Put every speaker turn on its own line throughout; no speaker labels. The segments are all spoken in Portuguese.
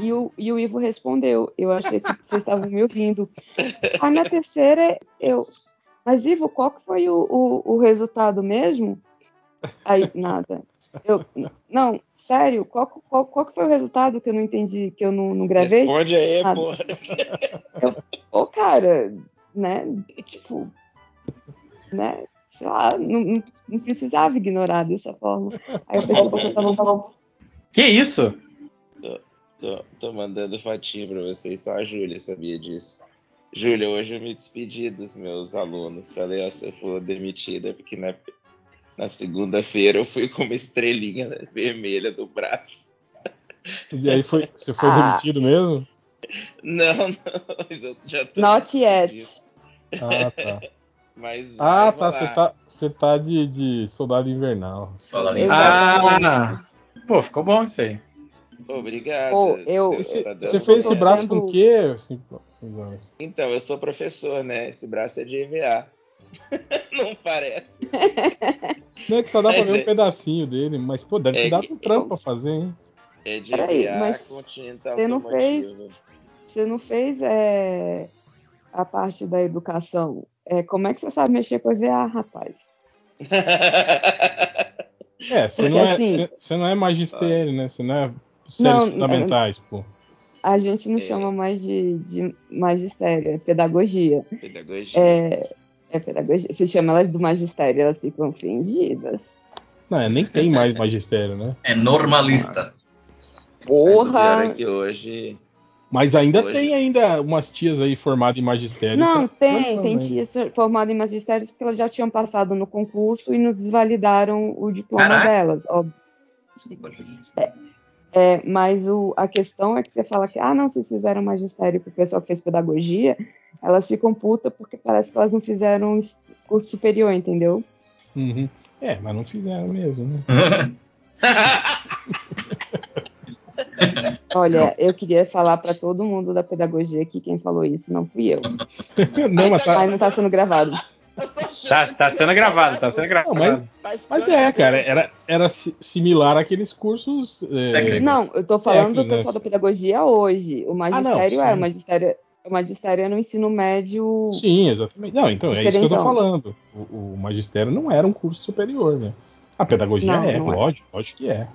E o, e o Ivo respondeu. Eu achei que vocês estavam me ouvindo. Aí na terceira, é eu. Mas, Ivo, qual que foi o, o, o resultado mesmo? Aí, nada. Eu, não, sério, qual, qual, qual que foi o resultado que eu não entendi, que eu não, não gravei?
Responde aí,
Nada.
porra.
Eu, Ô, cara, né? Tipo, né? Sei lá, não, não- não precisava ignorar dessa forma. Aí eu pensei tá que eu tava falando.
Que isso?
Tô, tô mandando fotinho pra vocês, só a Júlia sabia disso. Júlia, hoje eu me despedi dos meus alunos. Falei, ó, se eu for demitida, porque na, na segunda-feira eu fui com uma estrelinha vermelha do braço.
E aí foi, você foi
Ah.
demitido mesmo?
Não, não, mas eu já tô.
Not yet.
Ah, tá.
Mas vai
Ah, tá.
rolar.
Você tá, você tá de, de soldado invernal.
Falando em
Exato.
Ah! Pô, ficou bom isso aí.
Ah, Obrigado.
Pô, eu-
Você,
tá dando
você fez esse
certo.
braço com
sendo-
o quê? assim, Cinco- cinco anos.
Então, eu sou professor, né? Esse braço é de EVA. não parece.
Não é que só dá pra
Mas
ver
é-
um pedacinho dele, mas pô, deve
É
te dar
que-
um trampo pra fazer, hein?
É de
Peraí,
EVA
mas
com tinta
você não fez?
automotiva.
Você não fez é, a parte da educação. É, como é que você sabe mexer com EVA, rapaz?
É, você
Porque,
não é,
assim-
você- você não é magistério, né? Você não é
Não,
séries
não-
fundamentais, pô.
A gente não
É.
chama mais de, de magistério, é pedagogia.
Pedagogia.
É, é pedagogia. Se chama elas do magistério, elas ficam ofendidas.
Não, é, nem tem mais magistério, né?
É normalista.
Mas o pior
Porra!
é que hoje.
Mas ainda
Hoje-
tem ainda umas tias aí formadas em magistério.
Não,
Tá-
tem,
Não,
tem
mas-
tias formadas em magistérios porque elas já tinham passado no concurso e nos desvalidaram o diploma
Caraca.
delas, óbvio.
Desculpa, Julinho.
É, mas o- a questão é que você fala que, ah, não, vocês fizeram magistério pro pessoal que fez pedagogia, elas ficam puta porque parece que elas não fizeram es- curso superior, entendeu?
Uhum. É, mas não fizeram mesmo, né?
Olha, eu queria falar para todo mundo da pedagogia que quem falou isso não fui eu.
não, mas tá.
Mas não tá sendo gravado.
Tá, tá sendo gravado, tá sendo
Não,
gravado.
mas, mas é,
Então,
cara, era, era si- similar àqueles cursos. é,
Técnico.
Não, eu tô falando do
É, pois é.
pessoal da pedagogia hoje. O magistério
Ah, não,
é, o
sim.
magistério, o magistério é no ensino médio.
Sim, exatamente. Não, então é isso que eu tô
Diferentão.
falando. O, o magistério não era um curso superior, né? A pedagogia
Não,
é,
não é.
lógico, lógico que é.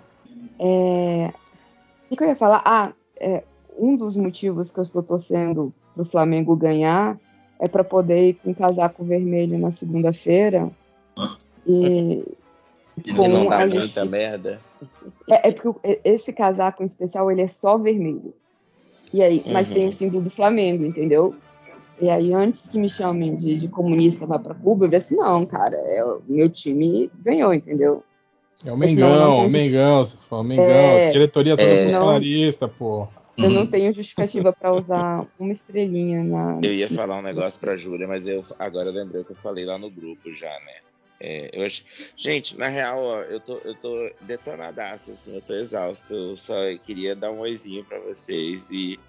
É, O que, que eu ia falar? Ah, é, um dos motivos que eu estou torcendo pro Flamengo ganhar é para poder ir com casaco vermelho na segunda-feira. E
E
Que não
com
dá
a
muita
justi-
merda.
É, é porque o- é- esse casaco em especial, ele é só vermelho. E aí, mas
Uhum.
tem o símbolo do Flamengo, entendeu? E aí, antes que me chamem de, de comunista vá pra Cuba, eu falei assim, não, cara, é, o meu time ganhou, entendeu?
É o
Mas não,
Mengão,
não tem
o Mengão, você fala, o Mengão,
É,
diretoria toda
é.
bolsonarista, pô.
Eu
Uhum.
não tenho justificativa pra usar uma estrelinha na...
Eu ia falar um negócio pra Júlia, mas eu agora eu lembrei o que eu falei lá no grupo já, né? É, eu acho... Gente, na real, ó, eu tô, eu tô detonadaço, assim, eu tô exausto. Eu só queria dar um oizinho pra vocês e,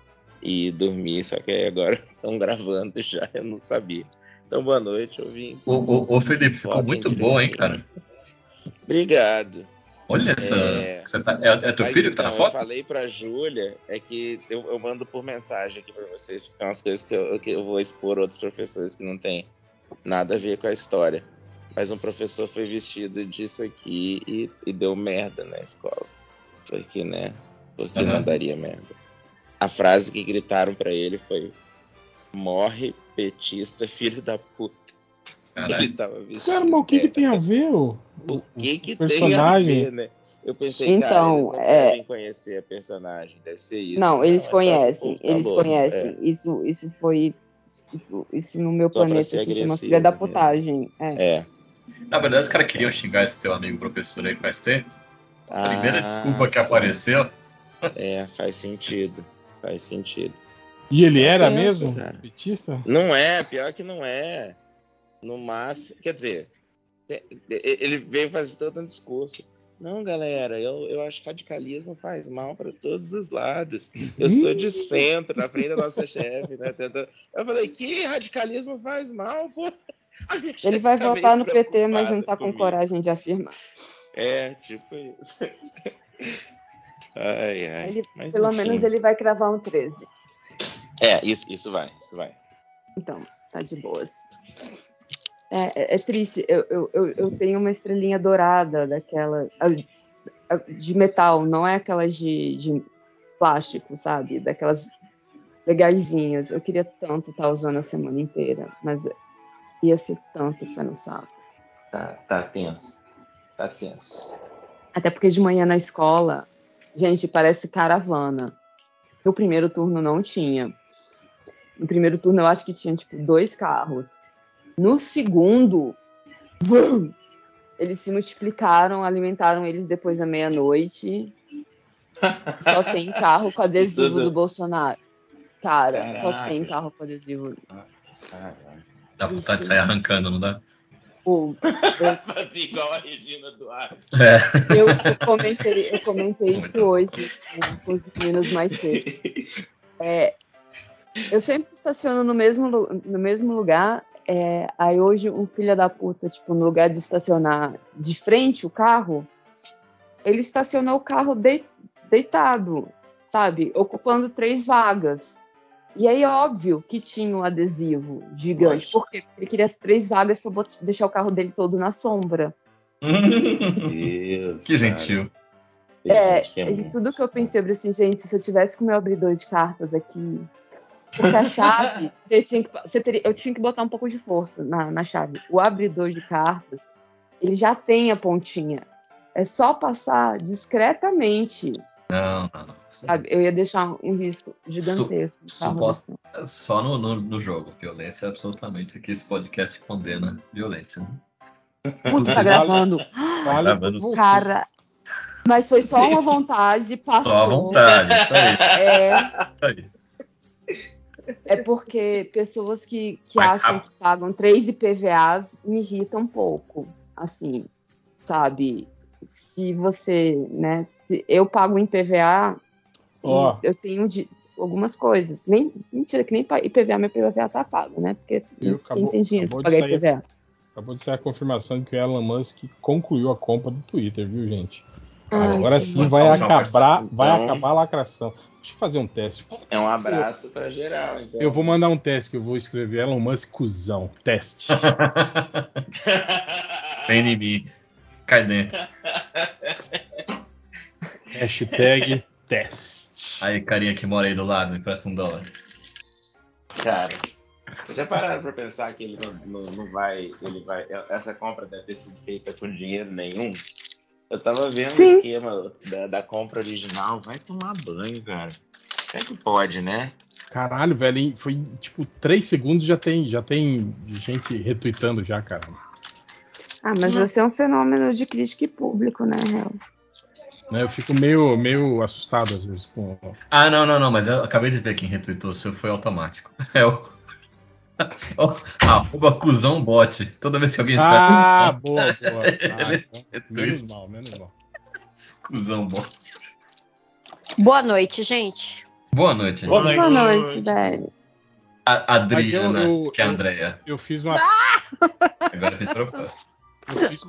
e dormir, só que aí agora estão gravando já, eu não sabia. Então, boa noite, eu vim.
O, o, o Felipe ficou
Foto
muito
incrível.
bom, hein, cara?
Obrigado.
Olha essa.
É.
você tá- é, é teu
Mas,
filho que tá na
então,
foto?
Eu falei pra Júlia, é que eu, eu mando por mensagem aqui pra vocês, porque tem umas coisas que eu, que eu vou expor outros professores que não tem nada a ver com a história. Mas um professor foi vestido disso aqui e, e deu merda na escola. Porque, né? Porque
Aham.
não daria merda. A frase que gritaram pra ele foi: Morre, petista, filho da puta.
Caralho.
Ele tava vestido.
Cara, mas o que, que
dessa
tem a ver? O,
é, o que que
personagem.
tem a ver, né? Eu pensei, cara,
Então,
eles não
é-
devem conhecer a personagem, deve ser isso.
Não, eles
é só-
conhecem,
Pô, tá
eles
louco,
conhecem.
é.
Isso, isso foi... Isso, isso no meu
Só pra
planeta
ser
se chama
agressivo,
filha da
né?
putagem. É.
É.
Na verdade, os caras queriam xingar esse teu amigo professor aí faz tempo. A primeira
Ah,
desculpa que
sim.
apareceu.
É, faz sentido. Faz sentido.
E ele era
Criança,
mesmo?
cara.
Petista?
Não é, pior que não é. No máximo. Quer dizer, te- e- ele veio fazer todo um discurso. Não, galera, eu, eu acho que radicalismo faz mal para todos os lados. Eu sou de centro, na frente da nossa chefe, né? tentando- Eu falei, que radicalismo faz mal, pô? A minha
Ele
chefe
vai
tá meio
votar no PT, mas não
preocupada
tá com
comigo.
coragem de afirmar.
É, tipo isso. tipo Ai, ai.
Ele-
Mas,
Pelo
enfim.
menos ele vai cravar um 13.
É, isso, isso vai, isso vai.
Então, tá de boas. É, é- é triste. Eu, eu, eu, eu tenho uma estrelinha dourada daquela. a- a- De metal, não é aquelas de, de plástico, sabe? Daquelas legaisinhas. Eu queria tanto estar usando a semana inteira, mas ia ser tanto pé no saco.
Tá, tá tenso. Tá tenso.
Até porque de manhã na escola, gente, parece caravana. No primeiro turno não tinha. No primeiro turno eu acho que tinha, tipo, dois carros. No segundo, vrum, eles se multiplicaram, alimentaram eles depois da meia-noite. Só tem carro com adesivo
Tudo.
do Bolsonaro. Cara, só
Caraca.
tem carro com adesivo.
Caralho.
Dá vontade de sair arrancando, não dá?
Pô,
Fazer igual a Regina Duarte.
É.
Eu, eu comentei, eu comentei isso hoje com, com os meninos mais cedo. É, eu sempre estaciono no mesmo, lu- no mesmo lugar. é, aí hoje um filho da puta, tipo, no lugar de estacionar de frente o carro, ele estacionou o carro dei- deitado, sabe? Ocupando três vagas. E aí, óbvio que tinha um adesivo gigante.
Lógico.
Por quê? Porque ele queria as três vagas para deixar o carro dele todo na sombra.
Deus,
que gentil.
É, e tudo que eu pensei, eu falei assim, gente, se eu tivesse com o meu abridor de cartas aqui, porque a chave, você tinha que, você teria, eu tinha que botar um pouco de força na, na chave. O abridor de cartas, ele já tem a pontinha. É só passar discretamente,
Não, não, não.
sabe? Eu ia deixar um risco gigantesco. no carro
suposta-
desse.
Só no, no, no jogo. Violência, é absolutamente. Aqui esse podcast condena violência. né?
Puta, tá gravando.
Ah,
Vale
Gravando.
por você.
Cara, mas foi só uma vontade, passou.
Só à vontade, isso aí.
É,
Isso aí.
É porque pessoas que, que
Mais
acham
rápido.
que pagam três IPVAs me irritam um pouco. Assim, sabe? Se você, né? Se eu pago IPVA, e
Ó.
eu tenho de- algumas coisas. Nem, mentira, que nem pa- IPVA, meu IPVA tá pago, né? Porque
Viu?
quem
Acabou-
tem dinheiro pra
acabou
pagar
de sair.
IPVA.
Acabou de sair a confirmação de que o Elon Musk concluiu a compra do Twitter, viu, gente?
Ai,
Ah, Agora
que
sim
nojo.
vai
bom. Tchau,
acabar, vai
Então-
acabar a lacração. Deixa eu fazer um teste.
É um abraço pra geral, então.
Eu vou mandar um teste que eu vou escrever Elon Musk cuzão. Teste.
Vem em mim. Cai
Tá.
dentro.
Hashtag teste.
Aí, carinha que mora aí do lado, me presta um dólar.
Cara, vocês já pararam pra pensar que ele não, não- não vai, ele vai. Essa compra deve ter sido feita com dinheiro nenhum. Eu tava vendo
Sim.
o esquema da, da compra original. Vai tomar banho, cara. Como é que pode, né?
Caralho, velho, hein? foi tipo três segundos já tem, já tem gente retweetando já, cara.
Ah, mas você é um fenômeno de crítica e público, né, Hel?
Né, Eu fico meio, meio assustado às vezes com
Ah, não, não, não, mas eu acabei de ver quem retweetou o seu foi automático. É o. o arroba cuzão bot. Toda vez que alguém
Ah,
escreve
boa, boa. Ah, então, menos
tweet.
mal, menos mal.
cuzão, cuzão bot.
Boa noite, gente.
Boa noite.
Boa noite.
Boa noite, velho.
A Adriana,
Mas eu- eu-
que é a
eu-
Andrea.
Eu fiz uma.
Agora pensaram fácil.
Eu fiz,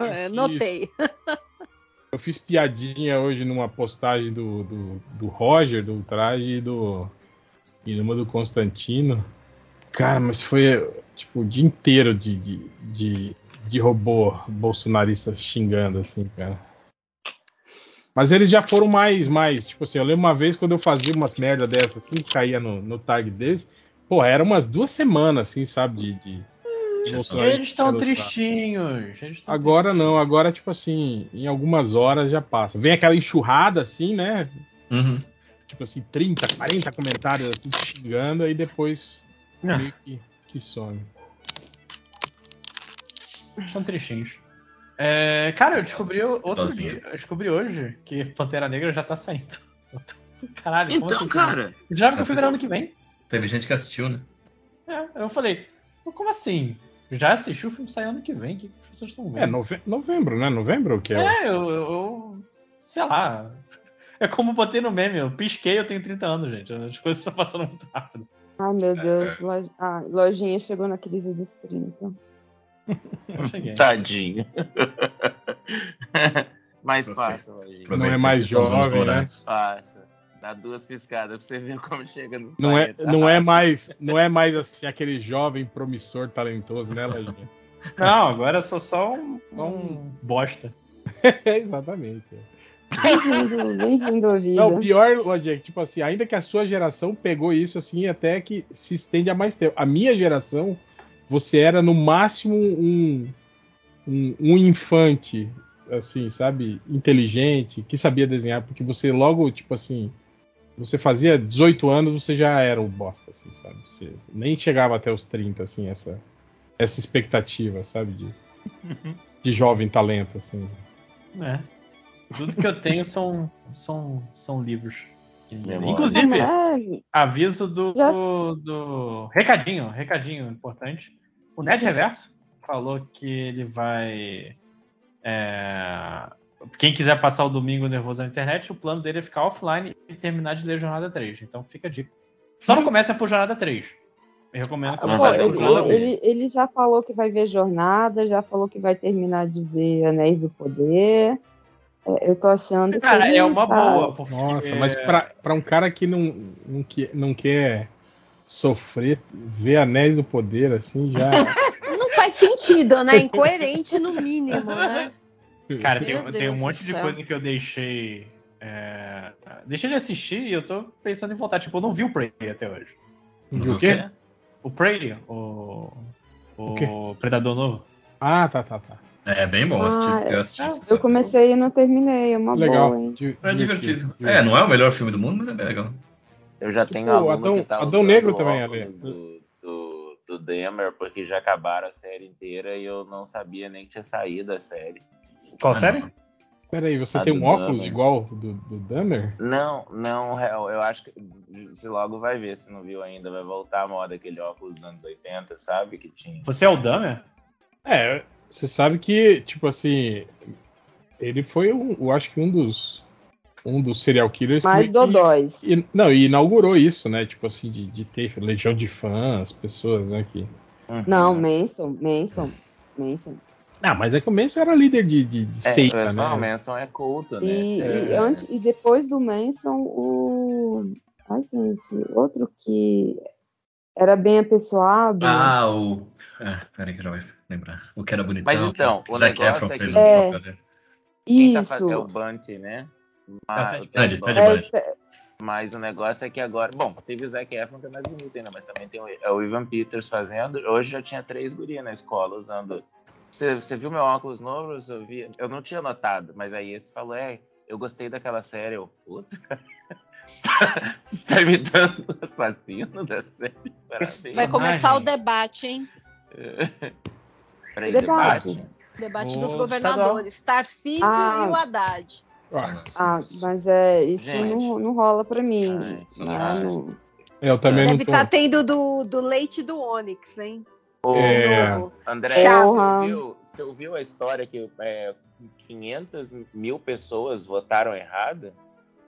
É, Notei.
eu fiz piadinha hoje numa postagem do, do, do Roger, do Traje e do. E numa do Constantino. Cara, mas foi tipo o dia inteiro de, de, de, de robô bolsonarista xingando, assim, cara. Mas eles já foram mais, mais, tipo assim, eu lembro uma vez quando eu fazia umas merda dessa, que caía no, no tag deles, pô, era umas duas semanas, assim, sabe, de... de- de bolsonarista
Eles estão
xingando o Traje.
tristinhos. eles tão
Agora não, agora, tipo assim, em algumas horas já passa. Vem aquela enxurrada assim, né?
Uhum.
Tipo assim, 30, 40 comentários assim, xingando, aí depois
Ah.
meio que, que some.
São tristinhos. É, cara, eu descobri outro
Dozinha.
dia. Eu descobri hoje que Pantera Negra já tá saindo. Caralho, como assim?
Então, cara.
Tá
Já que eu fui ver ano que vem.
Teve gente que assistiu, né?
É, eu falei, "Pô, como assim? Já assisti o filme sai ano que vem? O que que vocês estão
É,
vendo?
nove- novembro, né? Novembro o que é?
É, eu, eu- eu- Sei lá. É como eu botei no meme, eu pisquei, eu tenho 30 anos, gente. As coisas estão passando muito rápido.
Ai, meu Deus. Lo... Ah, lojinha chegou na crise dos 30.
Tá.
Eu cheguei.
Tadinho. Mas
Pra
passa, Valdir.
Não é mais
esses são os anos
jovem, né?
dourados.
Passa. Dá duas piscadas pra você ver como chega nos
Não é,
40.
não é mais, não é mais assim aquele jovem promissor talentoso, né, Lojinha?
Não, agora eu sou só um, um bosta.
É, exatamente.
Bem-vindo, bem-vindo à vida.
Não, o pior, Lojinha, é que, tipo assim, ainda que a sua geração pegou isso assim, até que se estende a mais tempo. A minha geração, você era no máximo um, um, um infante, assim, sabe, inteligente, que sabia desenhar, porque você logo, tipo assim, você fazia 18 anos, você já era o bosta, assim, sabe? Você nem chegava até os 30, assim, essa, essa expectativa, sabe, de, de jovem talento, assim.
né? Tudo que eu tenho são, são, são livros.
Memória.
Inclusive,
Ah,
aviso do,
Já-
do- Recadinho, recadinho importante. O Ned Reverso falou que ele vai. é, Quem quiser passar o domingo nervoso na internet, o plano dele é ficar offline e terminar de ler Jornada 3. Então fica a dica. Só não começa por Jornada 3. Eu recomendo
Ah, é, pô,
começar
vai ver
ele,
por
o Jornada
Jornada
três.
3.
ele- ele já falou que vai ver Jornada, já falou que vai terminar de ver Anéis do Poder. É, eu tô achando que.
Cara,
ele
é uma
tá-
boa, porque.
É.
Nossa, mas pra, pra um cara que não, não, que, não quer sofrer, ver Anéis do Poder, assim, já.
Não faz sentido, né? Incoerente no mínimo, né?
Cara,
Meu
tem,
Deus
tem um
do
monte de
céu.
coisa que eu deixei. é, Deixei de assistir e eu tô pensando em voltar. Tipo, eu não vi o Prey até hoje.
Uhum.
De o quê?
O Prey, o. O,
O quê?
Predador Novo.
Ah, tá, tá, tá.
É bem bom assistir.
Ah,
eu assisti essa
Eu
semana.
comecei e não terminei, é
Tá
uma
Legal.
boa, hein?
Di-
É divertido. É, não é o melhor filme do mundo, mas é bem legal.
Eu já tenho
Pô,
aluno
Tipo, Adão-
que tá
Adão
usando
Negro também,
óculos
Ale.
Do, do, do Demer, porque já acabaram a série inteira e eu não sabia nem que tinha saído a série.
Qual
Ah,
série?
não.
Peraí, você
Ah,
tem
do
um óculos
Dahmer.
igual do, do Dummer?
Não, não, real, eu acho que se logo vai ver, se não viu ainda, vai voltar à moda aquele óculos dos anos 80, sabe? Que tinha.
Você é o Dahmer?
É, você sabe que, tipo assim, ele foi, um, eu acho que um dos. Um dos serial killers
Mas
que,
Dodóis.
E- não, e inaugurou isso, né? Tipo assim, de, de ter legião de fãs, pessoas, né? Que...
Uhum.
Não, Manson, Manson, Manson.
Ah, mas é que o Manson era líder de, de, de
é,
seita,
mas,
né?
não, o Manson é culto, né?
E,
Esse
e
é-
antes- e depois do Manson, o. Ai, gente, outro que era bem apessoado.
Ah, o. Ah, peraí que já vai lembrar. O que era bonitão.
Mas então,
que
o
Zac
negócio
Efron
é que-
fez
É.
um papel dele.
Quem tá
Isso.
fazendo é o Bunty, né?
Ah, tá
o
de
Ted
grande, tá de
Bundy.
grande.
É, tá-
Mas o negócio é que agora. Bom, teve o Zac Efron, que é mais bonito ainda, mas também tem o, é o Ivan Peters fazendo. Hoje já tinha três gurias na escola usando. Você você viu meu óculos novo? Eu, vi- eu não tinha notado, mas aí esse falou: é, eu gostei daquela série. Eu, puta, cara. Você tá imitando o assassino da série? Parabéns.
Vai começar o
Imagem.
debate, hein?
Peraí,
Debate.
debate.
Debate
Ô,
dos
estadual.
governadores, Tarcísio
Ah.
e o Haddad.
Ah,
ah, mas é, isso
Gente.
não, não rola pra mim. né?
Ai,
Não,
ai.
não.
eu também não
Deve tá-
tô.
estar tendo do, do leite do Onyx, hein?
Ô,
De
É.
novo.
André,
Porra.
você ouviu, você ouviu a história que é, 500 mil pessoas votaram errado?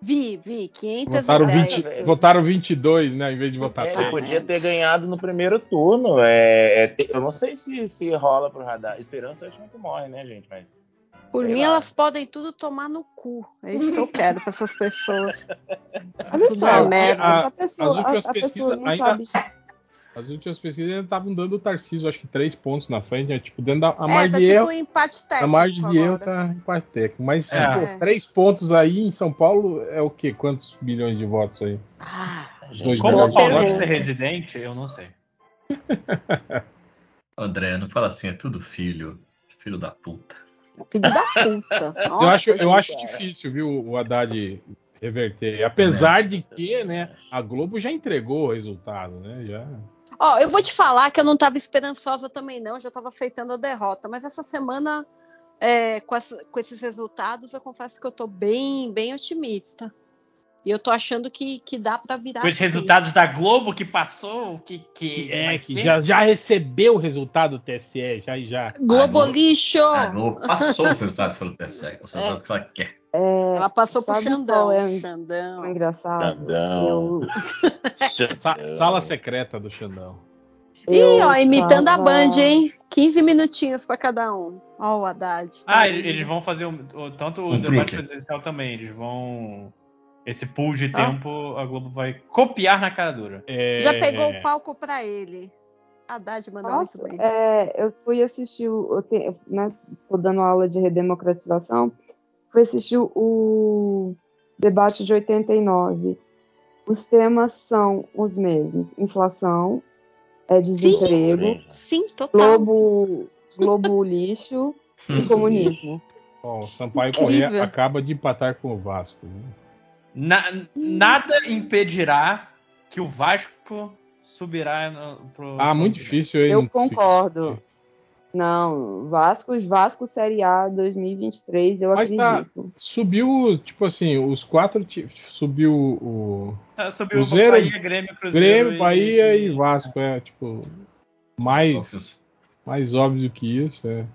Vi, vi, 510.
Votaram, 20,
velho.
votaram 22, né? Em vez de votar
É,
tá.
3.
podia ter ganhado no primeiro turno. É, é, te- eu não sei se, se rola pro radar. Esperança é a última que morre, né, gente? Mas.
Por
sei
mim,
lá.
elas podem tudo tomar no cu. É isso que eu quero pra essas pessoas.
Olha
Tudo
só,
uma
a-
merda.
a, pessoa,
as últimas
a- a pessoa
pesquisas
não
ainda-
sabe. é
As últimas pesquisas ainda estavam dando o Tarcísio, acho que 3 pontos na frente. Né? Tipo, dentro da a
é,
margem
tá
de
tipo
erro.
um empate técnico.
A margem de erro
agora.
tá empate técnico. Mas,
É.
pô, 3 pontos aí em São Paulo é o quê? Quantos bilhões de votos aí?
Ah,
Dois
Como
bilhões
o
de votos?
Paulista é residente, eu não sei.
Tá
André, não fala assim, é tudo filho. Filho da puta.
filho da puta.
eu
Nossa,
acho, eu
gente.
acho difícil, viu, o Haddad reverter.
É.
Apesar de que, né, a Globo já entregou o resultado, né? Já.
Ó, eu vou te falar que eu não tava esperançosa também, não. Eu já tava aceitando a derrota. Mas essa semana, é, com, essa- com esses resultados, eu confesso que eu tô bem, bem otimista. E eu tô achando que, que dá pra virar. assim.
Com esses
sim.
resultados da Globo que passou, o que, que vai
É, que
ser?
já, já recebeu o resultado do TSE, já e já.
Ah, não.
Globolixo!
Oh.
A Globo passou os resultados pelo PSE, os resultados que ela quer.
É,
Ela passou pro
Sabe
Xandão.
qual é o-
Xandão.
engraçado.
Xandão.
Eu-
É.
Sa- sala secreta do Xandão.
Eu
Ih, ó, imitando a
tava-
Band, hein? 15 minutinhos pra cada um. Ó, o Haddad. tá
Ah,
vendo?
ele- eles vão fazer o, o- tanto o
Um
debate
truque.
presidencial também. Eles vão. Esse pool de
Ah.
tempo a Globo vai copiar na cara dura.
É,
Tá. Já pegou o palco pra ele. Haddad mandou
Nossa,
muito bem.
é, eu fui assistir, o- eu te- eu, né, tô dando aula de redemocratização, fui assistir o debate de 89. Os temas são os mesmos: inflação, é, desemprego,
Sim, total.
globo, globo lixo
Uhum.
e comunismo.
Ó, o Sampaio
Incrível.
Corrêa acaba de empatar com o Vasco. né?
Na- nada impedirá que o Vasco subirá no, pro.
Ah,
pro-
muito difícil ele
Eu
não conseguir.
concordo. Não, Vasco, Vasco Série A 2023, eu
Mas tá-
acredito.
Subiu, tipo assim, os quatro. ti- Subiu o
Ah, Subiu
Cruzeiro,
Bahia, Grêmio, Cruzeiro.
Grêmio, Bahia e Vasco. É, tipo,
é
mais, mais óbvio do que isso. É.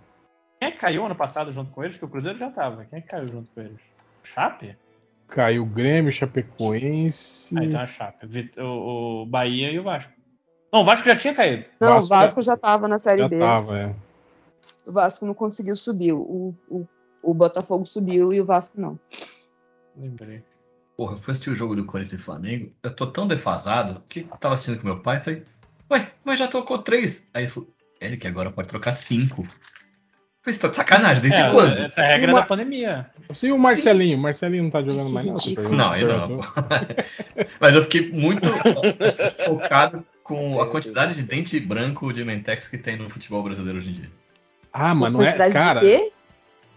Quem é que caiu ano passado junto com eles? Que o Cruzeiro já tava. Quem é que caiu junto com eles? Chape?
Caiu Grêmio, Chapecoense.
Ah, então é a Chape. Vit- O, o Bahia e o Vasco. Não, o Vasco já tinha caído.
Não,
Vasco
Vasco, Vasco já estava na Série
já
B.
tava, é.
O Vasco não conseguiu subir. O, o, o Botafogo subiu e o Vasco não.
Lembrei.
Porra, eu fui assistir o jogo do Corinthians e Flamengo, eu tô tão defasado que eu tava assistindo com meu pai e falei, ué, mas já trocou três. Aí ele falou, é que agora pode trocar cinco. Eu Falei, você tá de sacanagem, desde
É,
quando?
Essa é a regra
Uma-
da pandemia.
E o Marcelinho? O Marcelinho não tá jogando mais, não?
Ridículo.
Não, ainda não. Mas eu fiquei muito focado com a quantidade de dente branco de Mentex que tem no futebol brasileiro hoje em dia.
Ah, mas não
Quantidade
é.
de
Cara,
quê?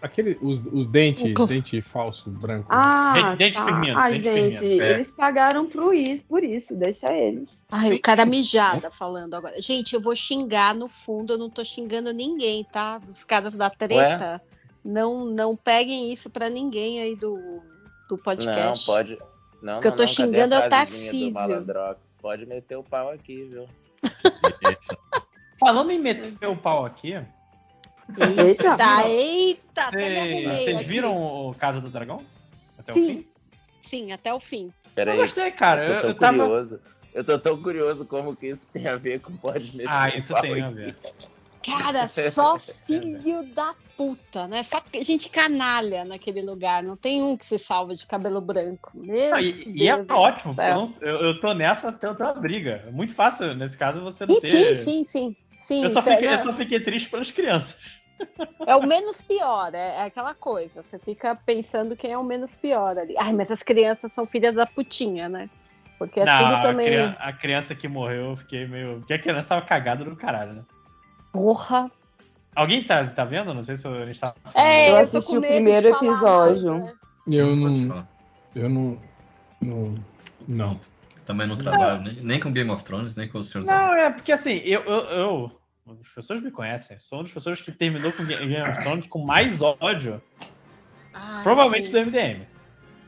aquele, os, os dentes,
Nunca.
dente falso, branco.
Ah,
Dente- dente
tá.
Firmino,
ah
dente
gente,
Firmino,
é.
eles pagaram pro is, por isso, deixa eles.
Ai,
Sim.
o cara mijada falando agora. Gente, eu vou xingar no fundo, eu não tô xingando ninguém, tá? Os caras da treta, não não peguem isso pra ninguém aí do, do
Não,
podcast.
pode. Não,
Que eu
não, não, cadê
tô
a
xingando é o
frasezinha do
Tarcísio.
Malandrox? Pode meter o pau aqui, viu?
Falando em meter o pau aqui,
Eita.
Tá, eita, até me
vocês,
arrumei
vocês
aqui.
viram o Casa do Dragão? Até o fim?
Sim, sim, até o fim.
Eu
Peraí,
gostei, cara. Eu,
eu tô
eu
tão
tava.
curioso. Eu tô tão curioso como que isso tem a ver com pode meter
Ah,
o
isso
pau
tem a
aqui.
ver.
Cara, só filho da puta, né? Só gente canalha naquele lugar. Não tem um que se salva de cabelo branco. Meu
Não, e, e é
Deus do
ótimo, porque eu,
céu.
não- eu- eu tô nessa tentando uma briga. É muito fácil, nesse caso, você não
Sim, sim,
ter.
sim, sim. sim
Eu só,
Então,
fiquei, eu
né?
só fiquei triste pelas crianças.
É o menos pior, é, é aquela coisa. Você fica pensando quem é o menos pior ali. Ai, mas as crianças são filhas da putinha, né? Porque é
Não,
tudo também.
a, crian- a criança que morreu, eu fiquei meio. Porque a criança tava cagada do caralho, né?
Porra.
Alguém tá, tá vendo? Não sei se a gente tá.
É,
Eu
tô
assisti
com
o
medo de
primeiro
falar
episódio.
mais, né?
Eu
Pode
não.
falar.
Eu não. Não. Não.
Também não trabalho nem, nem com Game of Thrones, nem com os Senhor dos Anéis.
Não, é porque assim, eu, eu, eu- As pessoas me conhecem. Sou uma das pessoas que terminou com Game Game of Thrones com mais ódio,
Ai,
provavelmente
gente.
do MDM.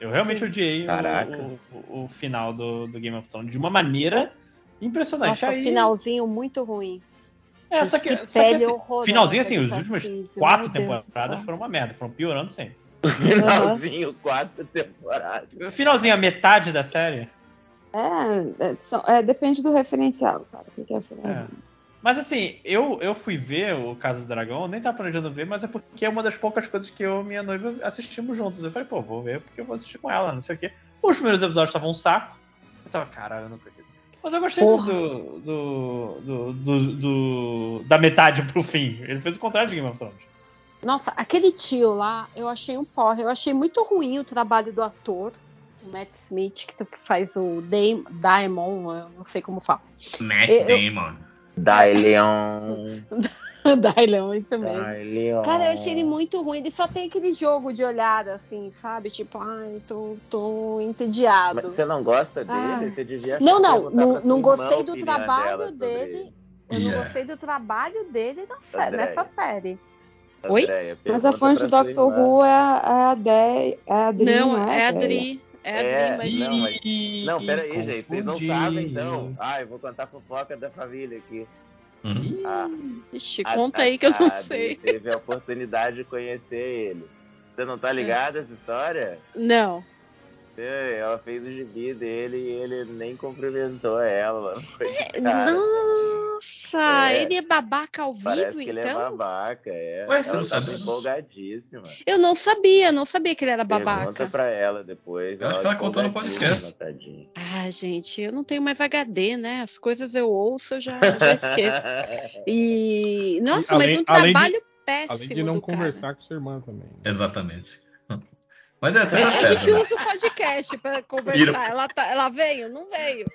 Eu realmente
Ah, Sim.
odiei o-
Caraca.
o, o- o final do, do Game of Thrones de uma maneira impressionante.
Nossa,
Aí,
finalzinho muito ruim.
é,
Gente,
só que,
que
só que, assim,
pele horrorosa
finalzinho, assim,
do
os últimos
Tarcísio,
quatro
meu Deus do
temporadas
céu.
foram uma merda, foram piorando sempre.
Uhum.
Finalzinho, quatro temporadas.
Finalzinho, a metade da série.
É, é, são- é, depende do referencial, cara. O que que é referencial?
É. Mas assim, eu, eu fui ver o Caso do Dragão, eu nem tava planejando ver, mas é porque é uma das poucas coisas que eu e minha noiva assistimos juntos. Eu falei, pô, vou ver porque eu vou assistir com ela, não sei o quê. Os primeiros episódios estavam um saco. Eu tava, caralho, eu não acredito. Mas eu gostei do,
Porra.
do- do- do- do- da metade pro fim. Ele fez o contrário de Game of Thrones.
Nossa, aquele tio lá, eu achei um porra. Eu achei muito ruim o trabalho do ator, o Matt Smith, que faz o Dam- Daemon, eu não sei como fala.
Matt
Eu-
Damon.
Dai, Leon.
Daemon, isso mesmo.
Dai, Leon.
Cara, eu achei ele muito ruim. Ele só tem aquele jogo de olhada, assim, sabe? Tipo, ai, tô, tô
Mas
entediado.
você não gosta dele?
Ah.
Você devia
Não, não,
perguntar
não,
pra sua
não
irmã a
gostei do
opinião dela
trabalho
sobre
dele.
ele.
Eu
Yeah.
não gostei do trabalho dele na sé-
Andréia.
nessa série. Oi?
Andréia,
Mas
pergunta
a fã de
pra sua
Doctor
irmã.
Who é, a- é a Dé, é a Adri, não é, Dé?
É
a Dri, Não, mas-
é
E-
Não, peraí, gente, vocês não sabem, então.
confundi.
Ah, eu vou contar fofoca da família aqui.
Uhum.
Ah,
Ixi,
a- a- a Adri Teve a oportunidade de conhecer ele. Você não tá
É.
ligado essa história?
Não.
É, Ela fez o
É,
gibi dele e ele nem cumprimentou ela. Foi de cara.
Nossa! Nossa,
É.
ele é babaca ao
Parece
vivo,
que ele é
então?
babaca, é.
Ué, você
ela
não tá
tá
vendo?
empolgadíssima.
Eu não sabia, não sabia que ele era
Pergunta
babaca.
pra ela depois.
Eu acho que ela contou no
empolgadíssima,
podcast.
tadinha.
Ah, gente, eu não tenho mais HD, né? As coisas eu ouço, eu já, já esqueço. E,
além-
nossa, mas um
além de-
trabalho péssimo
Além de não
do cara.
conversar com sua irmã também.
Exatamente. Mas é, tá
É, a gente
certo.
usa o podcast pra
Vira.
conversar. Ela, tá- ela veio? Não veio.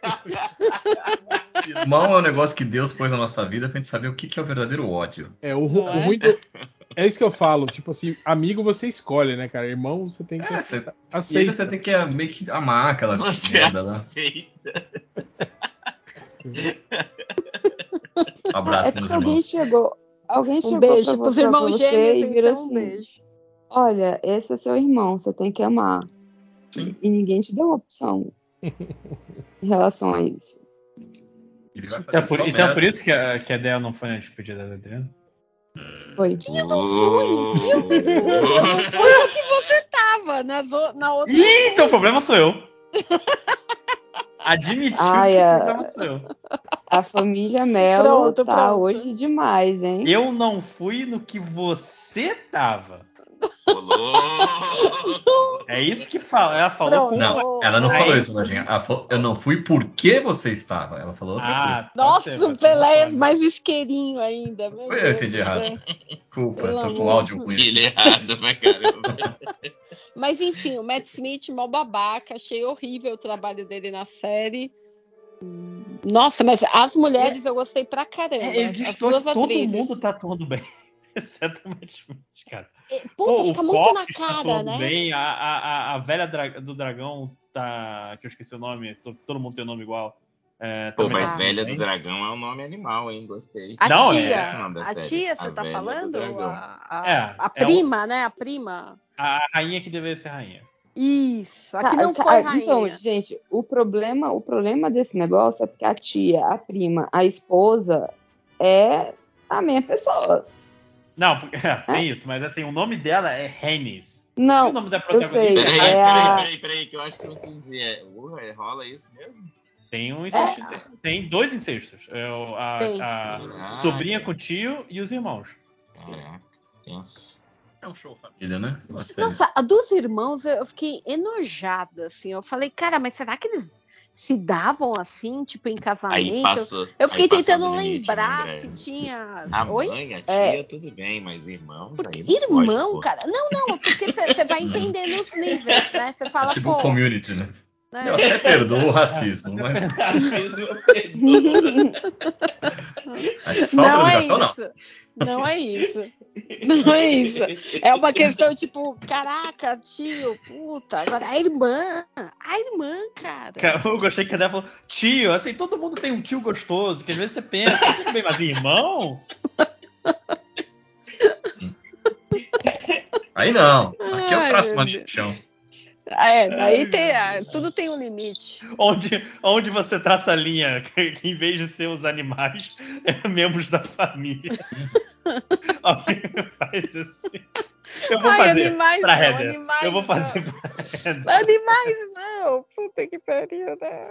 né? Mal é um negócio que Deus pôs na nossa vida pra gente saber o que que é o verdadeiro ódio.
É, o, ru-
Não
o
é?
ruim do- É isso que eu falo. Tipo assim, amigo você escolhe, né, cara? Irmão você tem que.
É, você, e aí
Aceita.
você tem que ah, meio que amar aquela
Você
merda lá.
aceita.
Um
É
abraço, meus
porque alguém
irmãos.
chegou. Alguém
Um
chegou pra
beijo
você,
pros
pra
irmãos
você
gêmeos,
e vira
então um
assim,
beijo.
Olha, esse é seu irmão, você tem que amar.
Sim.
E ninguém te deu uma opção em relação a isso.
Ele vai fazer
Então, por,
só
então
merda.
por isso que a, que a ideia não foi na despedida da Adriana.
Foi.
Eu não fui, eu não fui.
Foi o que você tava nas o- na outra.
Ih, então o problema sou eu. Admitiu
Ai,
que
é.
o problema sou eu.
A família Melo
Pronto,
tá
pronto.
hoje demais, hein?
Eu não fui no que você tava. É isso que fala. Ela falou
Pronto.
com
Não, ela não
Aí-
falou isso, Lojinha. Ela falou, eu não fui porque você estava. Ela falou outra coisa.
Ah, pode
Nossa,
ser,
o
pode ser,
Pelé é
pode ser.
mais isqueirinho ainda. meu
Foi, eu
Deus
entendi
do
errado.
céu.
Desculpa,
Pelo
tô com o
amor.
áudio ruim.
Ele é errado pra caramba.
Mas enfim, o Matt Smith, mó babaca, achei horrível o trabalho dele na série. Nossa, mas as mulheres eu gostei pra caramba.
É, ele
as
distorce
duas
todo
atrizes.
mundo tá atuando bem. Exceto o Matt Smith, cara.
Puta,
Pô,
fica
o
muito na
Cox tá
cara,
atuando
né?
bem, a, a, a- a velha dra- do dragão tá. Que eu esqueci o nome, to- todo mundo tem o nome igual. É,
Pô,
também
mas
tá
velha
bem.
do dragão é um nome animal, hein? Gostei.
Ah, A
Não, é
tia,
esse o nome da
a
série,
tia,
A
você tá
Velha do
falando? Ah,
Dragão.
A, a-
É,
a
é o-
prima, né? A prima.
A rainha que deveria ser rainha.
Isso,
Tá,
aqui não
tá,
foi
ah,
rainha.
Então, gente, o problema, o problema desse negócio é porque a tia, a prima, a esposa é a minha pessoa.
Não, porque- é, tem isso, mas assim, o nome dela é Hennis. o
Não,
nome da protagonista
sei,
Peraí,
é
peraí,
a-
peraí, peraí, que eu acho que eu entendi. É, Urra, é, rola isso mesmo?
Tem
É.
um incesto, tem- tem dois incestos. É o- a,
Tem.
a
Caraca.
sobrinha com o tio e os irmãos.
Caraca, tenso.
É um show família, né? Uma série.
Nossa, a dos irmãos eu eu fiquei enojada, assim. Eu falei, cara, mas será que eles se davam assim, tipo, em casamento?
Aí passou.
eu fiquei
aí passou
tentando
do limite, né,
lembrar
André?
se tinha.
A
Oi?
mãe, a tia,
É.
tudo bem, mas irmãos aí não
Irmão,
pode, pô.
cara. Não, não, é porque você vai entendendo os níveis, né? Você
É
fala,
tipo
pô.
community, né?
né?
Eu até perdoo o racismo, mas aí só a
Não é
transação não.
isso. Não é isso. Não é isso. É uma questão tipo, caraca, tio, puta. Agora, é a irmã. A irmã, cara.
Cara, eu gostei que a Débora falou, tio, assim, todo mundo tem um tio gostoso, que às vezes você pensa, "Tá tudo bem, mas irmão?
Aí não. Aqui eu
Ai,
traço
meu
uma
Deus.
linha de chão.
É,
Ai,
aí tem,
meu
ah,
Deus.
tudo tem um limite.
Onde, onde você traça a linha, que em vez de ser os animais, é membros da família. Alguém faz isso. Eu vou
Ai,
fazer.
animais
pra
não,
Heather.
animais
Eu vou
não.
fazer pra Heather.
Animais não, puta que pariu, né?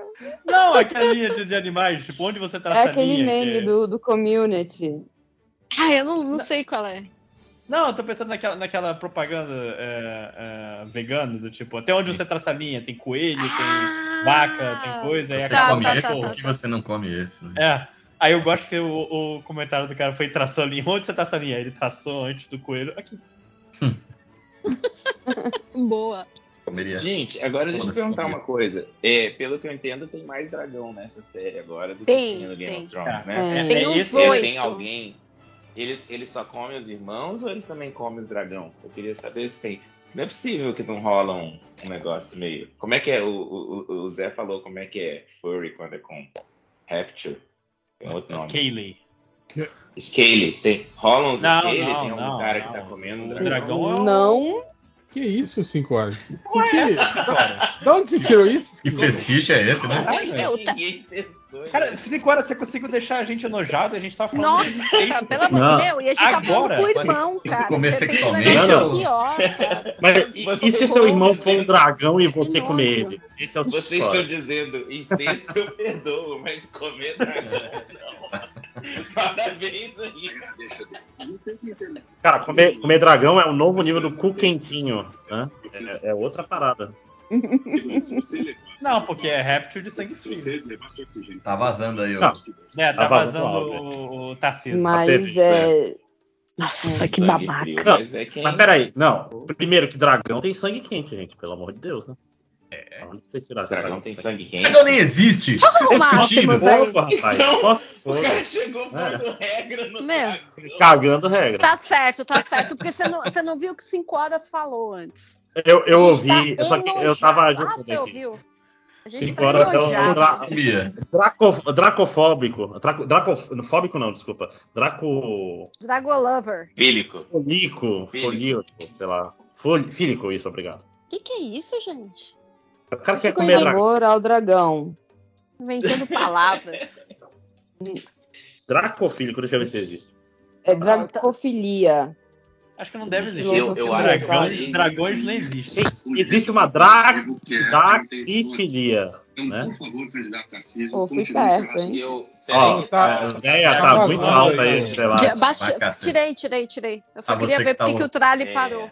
não.
Não, aquela linha de, de animais, tipo, onde você traça
é
a linha?
aquele
que-
meme do, do community.
Ai, eu não, não sei qual é.
Não, eu tô pensando naquela, naquela propaganda é, é, vegana, do tipo, até onde
Sim.
você traça a linha? Tem coelho,
Ah!
tem vaca, tem coisa, aí
Você
Tá,
come
acaba
tá,
esse
tá,
por
porra.
que você não come esse? né?
É. Aí eu gosto que o, o comentário do cara foi traçou a linha. Onde você traça a linha? Ele traçou antes do coelho. Aqui.
Boa.
Comeria.
Gente, agora deixa eu
Foda-se,
perguntar
família.
uma coisa. É, pelo que eu entendo, tem mais dragão nessa série agora do
Tem,
que tinha no Game
tem.
of Thrones,
Tá.
né?
É.
Tem
É,
uns
esse-
É,
dois.
tem
Oito.
alguém. Eles, eles só comem os irmãos ou eles também comem os dragão? Eu queria saber se tem. Não é possível que não rola um, um negócio meio. Como é que é? O, o, o- o Zé falou como é que é furry quando é com Rapture. Tem outro nome.
Scaly.
Scale. Tem, rolam os
Não,
Scale? Tem
não,
algum
não,
cara
não.
que tá comendo um
O
dragão?
dragão é um-
Não,
Que é isso, 5 horas? é
Ué, essa, cara.
De onde você tirou isso?
Que prestígio é esse, né?
Caralho,
Eu tá-
Ninguém pensou
Cara,
nisso.
5 horas você conseguiu deixar a gente enojado e a gente tá falando.
Nossa,
desse jeito.
Pelo amor
Não.
de Deus, e a gente tá falando
Agora,
com o irmão,
que
cara.
comer
Você tem um
sexualmente,
negócio
não.
pior, cara.
Mas e,
Você
e se seu
come,
irmão for
né?
um dragão e você
Que
comer
nojo.
ele? Esse é o
Vocês estão
história.
dizendo incesto eu perdoo, mas comer dragão é não. Parabéns aí.
Cara, comer, comer dragão é um novo nível do cu quentinho. Né? É, é outra parada.
Não, porque é réptil de sangue frio.
Tá vazando aí, ó.
Não.
É, tá
Tá vazando
vazando
áudio.
o, o Tarcísio.
Mas
TV,
é.
Nossa, que
Sangue
babaca.
frio, Mas é quem...
Mas peraí, não. Primeiro que dragão tem sangue quente, gente. Pelo amor de Deus, né? É. Onde você tirar esse
Dragão tem sangue quente.
Dragão nem existe! Vocês estão
arrumar,
discutindo!
Simão. velho.
Opa, rapaz.
Não.
Nossa,
O
foda.
Então, cara chegou
É.
pondo regra no
Meu.
dragão.
Cagando regra.
Tá certo, tá certo, porque você não, você não viu o que Cinco Horas falou antes.
Eu, eu
A gente
ouvi,
tá
eu, só que eu
enojado.
tava
Ah,
junto
você
aqui.
ouviu? A gente
Cinco
tá
Horas então, falou-
enojado.
Sabia.
Draco, dracofóbico. Draco, draco- fóbico não, desculpa. Draco.
Dragolover.
Fílico.
Folico.
Fílico.
Folíaco, sei lá. Fol, fílico, isso, obrigado.
O que, que é isso, gente?
O cara quer
Ficou
comer dragão.
Amor ao dragão.
Inventando palavras.
Dracofílico, deixa eu ver se existe.
É
Não, tá-
dragofilia.
Acho que não deve existir.
Eu-
porque
eu
acho que
dragões,
ali-
dragões não existem.
Existe uma dra
é
dracifilia, né?
Pô, fui
É,
perto, hein?
Eu,
Ó,
peraí,
tá-
a ideia tá
tá
muito
vazando
alta
aí.
aí, sei lá.
Já baixei-
vai, cacete.
tirei, tirei, tirei. Eu só
Ah,
queria
você
ver
que tá
por que que o
louco.
Trali
É.
parou.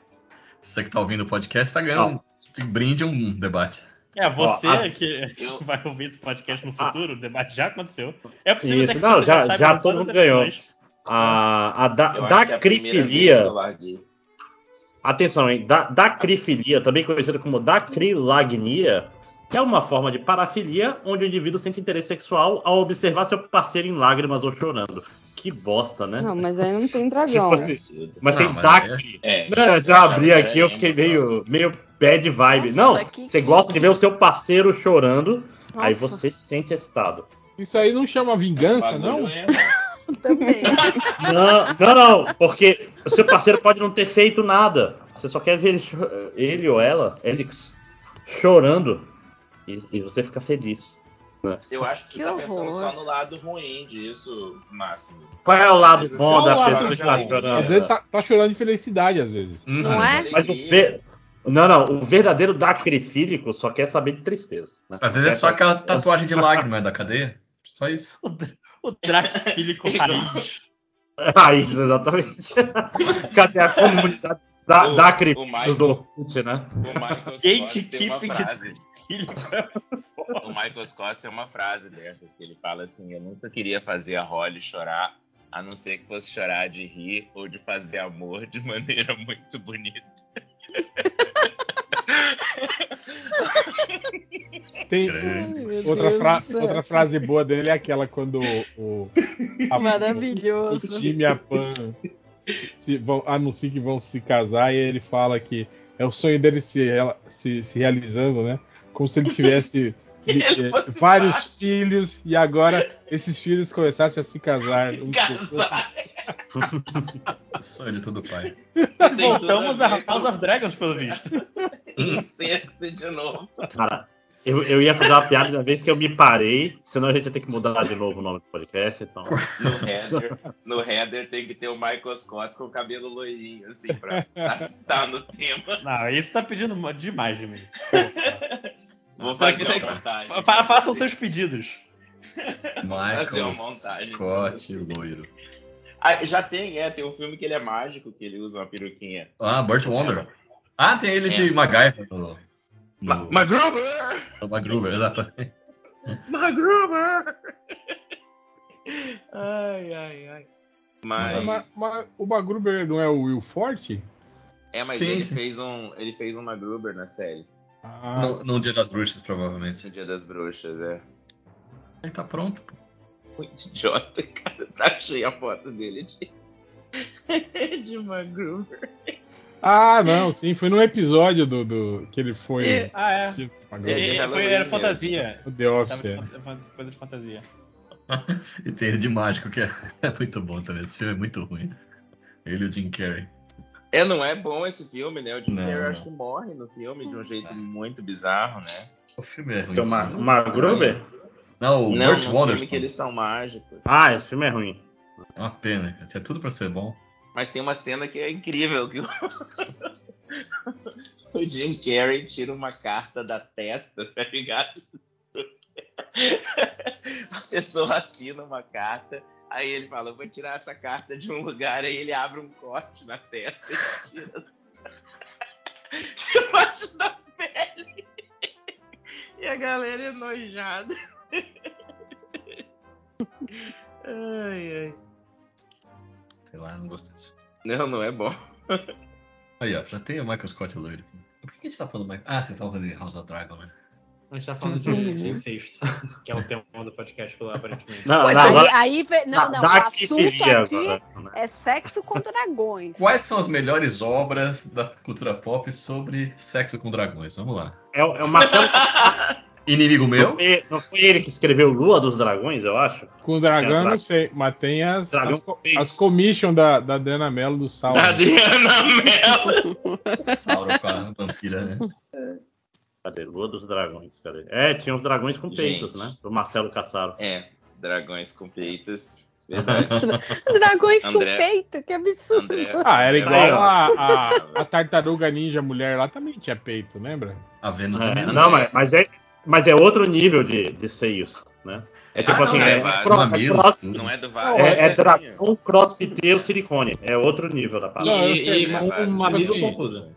Você que tá ouvindo o podcast tá ganhando um brinde e um debate.
É, você
Ó, a-
que
Eu-
vai ouvir esse podcast no futuro, o debate já aconteceu. É possível
Isso,
até que
não,
você
já-
saiba
já
todas
todo
as
mundo ganhou.
opções.
A, a da,
eu acho que é a primeira vez que
dacrifilia,
eu larguei.
atenção, hein? Da, dacrifilia, também conhecida como dacrilagnia, é uma forma de parafilia onde o indivíduo sente interesse sexual ao observar seu parceiro em lágrimas ou chorando. Que bosta, né?
Não, mas aí não tem dragão.
Tipo assim, mas
Não,
tem
mas
dacri.
É.
Não, eu já abri
Já
aqui, eu
é
fiquei
emoção.
meio, meio bad vibe.
Nossa,
não,
que-
você gosta de ver o seu parceiro chorando, aí
Nossa,
você se sente excitado.
Isso aí não chama vingança,
Bagulho
não?
é-
também.
Não, não, não, porque o seu parceiro pode não ter feito nada. Você só quer ver ele, cho- ele ou ela, Elix, chorando. E, e você fica feliz.
Eu acho que você
Que
tá pensando
horror.
só no lado ruim disso, Máximo.
Qual é o lado
Mas
bom
qual o
da
lado
pessoa estar
bom?
Às vezes
chorando?
tá, tá chorando de felicidade, às vezes.
Uhum.
Não é?
Ah, Mas o ver... Não, não, o verdadeiro dacrifílico só quer saber de tristeza. né?
Às vezes é só
Quer-
aquela tatuagem de lágrima é da cadeia. Só isso.
O Dracfílico Raiz.
Ah, isso, exatamente. Cadê a comunidade da,
O-
da Crif-
o Michael.
do Orkut, né?
O Michael Scott tem uma
Gatekeeping de
frase.
Dracfílico.
O Michael Scott tem uma frase dessas que ele fala assim: Eu nunca queria fazer a Holly chorar, a não ser que fosse chorar de rir ou de fazer amor de maneira muito bonita.
Uhum.
Tem
Ai,
outra, fra- outra frase boa dele é aquela quando o, o, a- o
né?
Maravilhoso.
time e a Pan se vão, anuncia que vão se casar e ele fala que é o sonho dele se, ela- se, se realizando, né? Como se ele tivesse eh,
fosse
vários
fácil.
filhos e agora esses filhos começassem a se casar. Um
assim.
Casar!
Sonho de todo pai.
Voltamos a House of Dragons, pelo visto.
Incesto de novo.
Cara, eu, eu ia fazer uma piada na vez que eu me parei, senão a gente ia ter que mudar de novo o nome do podcast. Então,
No header, no header tem que ter o Michael Scott com o cabelo loirinho, assim, pra tá, tá no tema.
Não, isso tá pedindo demais de mim.
Vou
Será
fazer
que
uma
você-
montagem.
Fa- fa- façam seus pedidos.
Fazer uma
Michael
montagem.
Scott loiro.
Ah, já tem, é, tem um filme que ele é mágico, que ele usa uma peruquinha.
Ah, Burt Wonder. Ah, tem ele de
É.
MacGyver no,
Ma-
no,
MacGruber!
no MacGruber, exatamente.
MacGruber! ai, ai, ai.
Mas,
Mas,
mas o Magruber não é o Will Forte?
é, mas
Sim,
ele,
sim.
Fez um, ele fez um MacGruber na série,
Ah,
No, no Dia das Bruxas, provavelmente.
no Dia das Bruxas, é.
Ele tá pronto. pô.
Muito idiota, cara. Tá cheia a foto dele de, de MacGruber.
Ah, não, sim, foi num episódio do, do- que ele foi.
É.
Ah, é.
Tipo,
É. Tá
Magruber,
E- e foi,
Halloween
era
mesmo.
fantasia.
o The
Tava
Office.
de
é.
fan- fan- coisa de fantasia.
E tem ele de mágico, que é, é muito bom também. Esse filme é muito ruim. Ele e o Jim Carrey.
É, não é bom esse filme, né? O Jim
Não, É.
Carrey
não.
acho que morre no filme de um jeito muito bizarro, né?
O filme é ruim.
Tem o Ma-
sim.
Magruber?
Não, o
Não,
Burt
no filme
Wonderson.
que eles são mágicos.
Ah, esse filme é ruim.
É uma pena, cara. Tinha tudo pra ser bom.
Mas tem uma cena que é incrível, que o, o Jim Carrey tira uma carta da testa, tá ligado? A pessoa assina uma carta, Aí ele fala, vou tirar essa carta de um lugar, aí ele abre um corte na testa e tira. Debaixo da pele. E a galera é enojada. Ai, ai.
Sei lá, não gosto disso.
Não, não é bom.
Aí, ó, já tem o Michael Scott loiro aqui. Por que a gente tá falando Michael? Ah, vocês estavam falando de House of Dragon, né?
A gente tá falando de, de incesto, que é o tema do podcast, aparentemente.
Não,
Pois
não,
aí,
agora-
aí vem- não,
da-
não,
da
o assunto
queria
aqui
agora, né?
é sexo com dragões.
Quais são as melhores obras da cultura pop sobre sexo com dragões? Vamos lá.
É, o- é o Marcelo.
Inimigo
não,
meu?
foi, não foi ele que escreveu Lua dos Dragões, eu acho?
Com o dragão,
Tá
É,
eu
dra-
não sei, mas tem as,
Dragão
as, co-
fez.
as commission da, da Dana Mello do Sal. né?
Da Diana Mello.
Sauron com a vampira, né?
Cadê? Lua dos Dragões, cadê? É, tinha os dragões com peitos,
Gente.
né? Do Marcelo Cassaro.
É, dragões com peitos. Verdade.
Dragões
André.
com peito, é que absurdo.
André.
Ah, era
Aí,
igual
ó.
a, a, a tartaruga ninja mulher lá também tinha peito, lembra?
A Vênus também né?
É,
não.
não, mas, mas é, mas é outro nível de, de seios, né? É tipo
Ah, não,
assim,
é
é,
válido.
cro-
Mamilos,
cross-
tudo.
Não é do
é,
Vale.
é dragão crossfiteiro silicone. É outro nível da parada.
Não, eu
E- e
sei,
com
mas
uma
tipo
vida
assim,
contusa.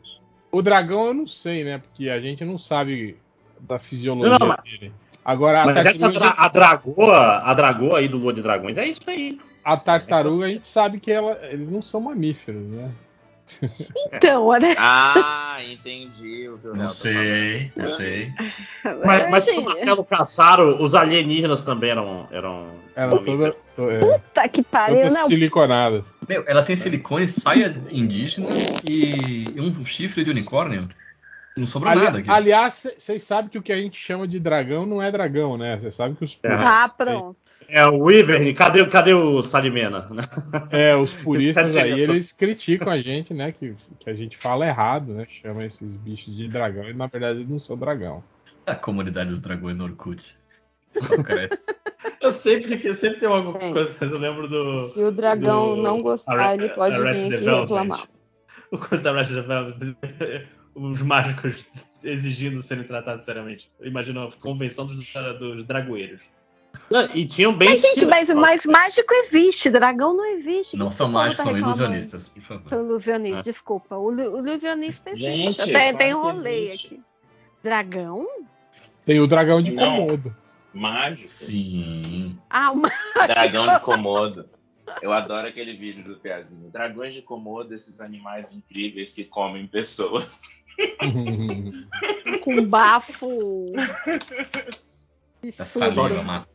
O dragão eu não sei, né? Porque a gente não sabe da fisiologia
Não, não, mas-
dele. Agora, a
Mas essa dra-
tartaruga,
a dragoa, a dragoa aí do Lua de Dragões, é isso aí.
a tartaruga a gente sabe que ela, eles não são mamíferos, né?
Então, olha.
Ah, entendi o que o Léo
Não
tá
sei, não sei.
Mas, mas
Gente,
pro Marcelo Cassaro, os alienígenas também eram. eram
Ela toda,
mamíferos.
to, é,
Puta que pariu,
toda
assim?
não.
siliconada.
Meu, ela tem silicone, saia indígena e um chifre de unicórnio. Não sobrou
Ali-
nada aqui.
aliás, vocês sabem que o que a gente chama de dragão não é dragão, né? Vocês sabem que os,
É.
Ah, pronto.
É o Wyvern, cadê, cadê o Salimena? né?
É, os puristas
Quer dizer,
aí,
eu sou-
eles criticam a gente, né? Que, que a gente fala errado, né? Chama esses bichos de dragão e na verdade eles não são dragão.
A comunidade dos dragões no Orkut. Só cresce.
Eu sei porque sempre tem alguma
Tem.
coisa, mas eu lembro do.
Se o dragão
do
não gostar,
Arre-
ele pode
Arrested
vir aqui
Development.
reclamar.
O coisa da Arrested Development, os mágicos exigindo serem tratados seriamente. Imagina a convenção dos, dos dragoeiros.
Não, E tinham bem.
Mas, gente, mas,
estilosos.
mas mágico existe, dragão não existe.
Não
que
são
esse povo
mágicos,
tá
são
reclamando?
ilusionistas, por favor.
São ilusionistas,
Ah.
um desculpa. O, lu- o ilusionista existe.
Gente,
tem
claro
tem um
que
rolê
existe.
aqui. Dragão?
Tem o dragão de
Não.
Komodo.
Mágico.
Sim.
Ah, uma...
Dragão de Komodo. Eu adoro aquele vídeo do Piazinho. Dragões de Komodo, esses animais incríveis que comem pessoas.
com bafo.
A saliva
Absurdo.
mata.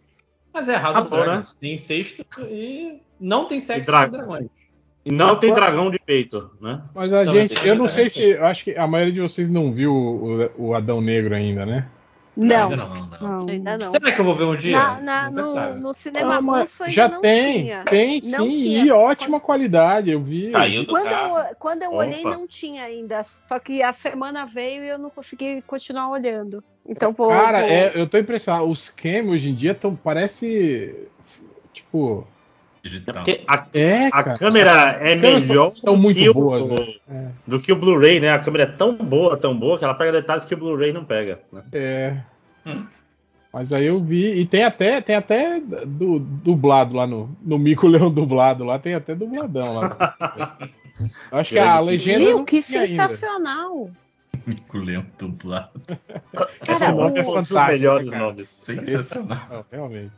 Mas é a razão
Acabou,
Dragon.
né?
Tem incesto e não tem sexo
E dragão.
com dragões.
E não tem dragão de peito, né?
Mas a
Não, mas é
gente,
tem
eu não
dragão.
sei se. Eu acho que a maioria de vocês não viu o, o- o Adão Negro ainda, né?
Não,
Ainda não, não.
Não.
ainda não.
Será que eu vou ver um dia?
Na- na-
Nunca
no,
sabe.
no cinema
Ah, mas
russo ainda
já
não
tem,
tinha.
tem
Não
sim,
tinha.
e ótima qualidade, eu vi.
Saiu do
Quando
carro.
eu, quando eu
Opa.
olhei, não tinha ainda. Só que a semana veio e eu não consegui continuar olhando. Então vou.
Cara,
vou-
é, eu tô impressionado. Os Cam hoje em dia tão, parece. Tipo.
É
Digital.
porque a,
É,
a
cara.
câmera é
câmeras
melhor
são muito
que o-
boas, né? É.
do que o Blu-ray, né? A câmera é tão boa, tão boa, que ela pega detalhes que o Blu-ray não pega. né?
É.
Hum.
Mas aí eu vi. E tem até, tem até du- dublado lá no, no Mico Leão dublado lá, tem até dubladão lá. Eu acho que a
Grande.
legenda.
Viu?
não
Que
tinha ainda.
sensacional!
Miculento dublado.
Cara,
Esse nome é
o-
um dos
fantástico,
melhores
cara.
nomes.
Sensacional.
Não, realmente.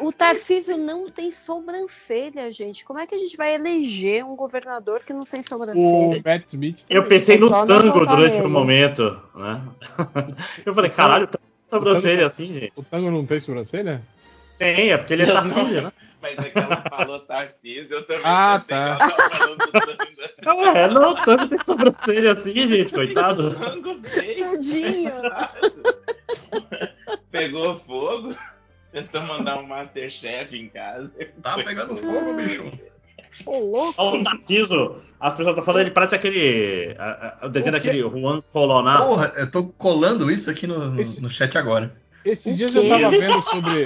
O, o Tarcísio não tem sobrancelha, gente. Como é que a gente vai eleger um governador que não tem
O
sobrancelha?
Matt Smith.
Eu pensei no
Só não
tango
votar
durante
nele.
um momento, né? Eu falei, caralho, o tango tem sobrancelha assim, gente.
O Tango não tem sobrancelha?
Tem, é porque ele é
Não,
Tarcísio,
não.
né?
Mas é que ela falou Tarcísio, eu também
Ah,
pensei
tá.
que ela tava falando
Não, é, não, o tango tem sobrancelha assim, gente, coitado.
do Tango Bey.
Tadinho!
Pegou fogo. Tentou mandar um Masterchef em casa.
Tá pegando fogo, bicho.
Ô, louco!
Ó, O Tarcísio, um as pessoas estão falando, ele parece aquele. a- a- O desenho
O quê?
daquele Juan Colonar.
Porra, eu tô colando isso aqui no, no,
Esse-
no chat agora.
Esses
O
dias
quê?
eu tava vendo sobre.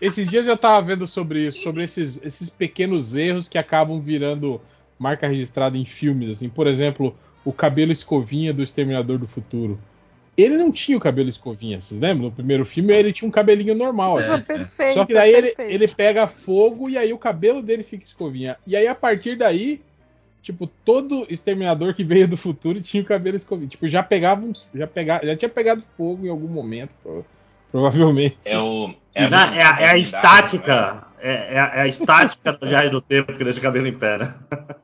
Esses dias eu tava vendo sobre isso, sobre esses, esses pequenos erros que acabam virando marca registrada em filmes, assim. Por exemplo, o cabelo escovinha do Exterminador do Futuro. Ele não tinha o cabelo escovinha, vocês lembram? No primeiro filme ele tinha um cabelinho normal.
É.
assim.
Perfeito.
Só que daí ele,
Então, perfeito.
ele pega fogo e aí o cabelo dele fica escovinha. E aí a partir daí, tipo, todo exterminador que veio do futuro tinha o cabelo escovinha. Tipo, já pegava uns- já pegava, já tinha pegado fogo em algum momento, pro- provavelmente.
É o.
É,
a-
é a- é a
né?
estática. É, é a- é a estática da viagem do tempo que deixa o cabelo em pé, né?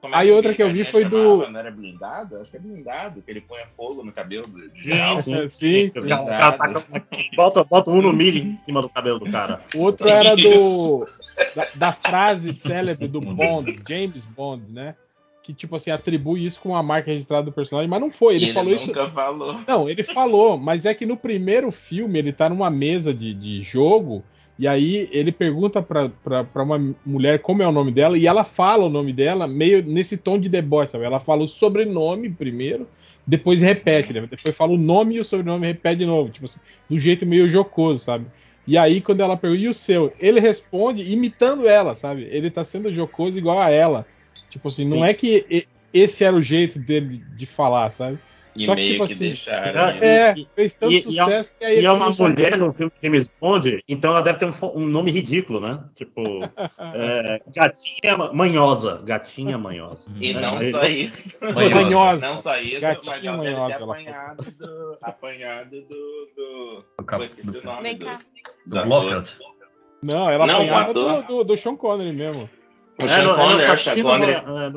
Como é
Aí outra que eu vi
né,
foi
chamava?
do-
Não era blindado? Acho que é blindado, que ele põe fogo no cabelo do
Sim,
sim, sim.
O cara- o cara tá taca- Bota, bota um no milho em cima do cabelo do cara.
O outro era do da, da frase célebre do Bond, James Bond, né? Que tipo assim atribui isso com a marca registrada do personagem, mas não foi. Ele,
ele
falou isso.
nunca falou.
Não, ele falou, mas é que no primeiro filme ele tá numa mesa de, de jogo e aí ele pergunta pra, pra, pra uma mulher como é o nome dela e ela fala o nome dela meio nesse tom de deboche, sabe? Ela fala o sobrenome primeiro, depois repete, né? depois fala o nome e o sobrenome repete de novo, tipo assim, do jeito meio jocoso, sabe? E aí quando ela pergunta, e o seu? Ele responde imitando ela, sabe? Ele tá sendo jocoso igual a ela. Tipo assim, não é que e- esse era o jeito dele de falar, sabe?
E
Só que,
meio
tipo
que
assim,
deixaram. isso.
É,
E-
fez tanto
e- e
sucesso que aí
E
ele
é uma
começou a-
mulher no filme que me esconde, então ela deve ter um, fo- um nome ridículo, né? Tipo, é, gatinha ma- manhosa. Gatinha manhosa.
E
né?
não
Aí-
só isso.
Manhosa.
Não só isso,
Gatinho
mas ela deve ter
manhosa, ela
apanhado do. Apanhado do. do...
Do,
Pô,
cabo-
esqueci o
do,
nome
Vem
do.
cá.
do Blofeld.
Não, ela
Não, o
apanhava do,
ator.
do, do Sean Connery mesmo.
O
É,
Sean
no- é no
Connery, o Sean
Cassino,
Connery.
é, no-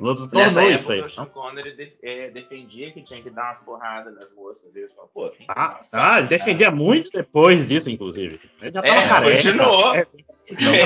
no- no-
Nessa
no-
época,
isso aí.
o Sean Connery de- eh, defendia que tinha que dar umas porradas nas moças. E eles falavam, pô, tem que dar
Ah,
umas
ah, ele
porradas,
defendia muito depois disso, inclusive. Ele já
cara.
tava
É,
careca.
continuou.
É,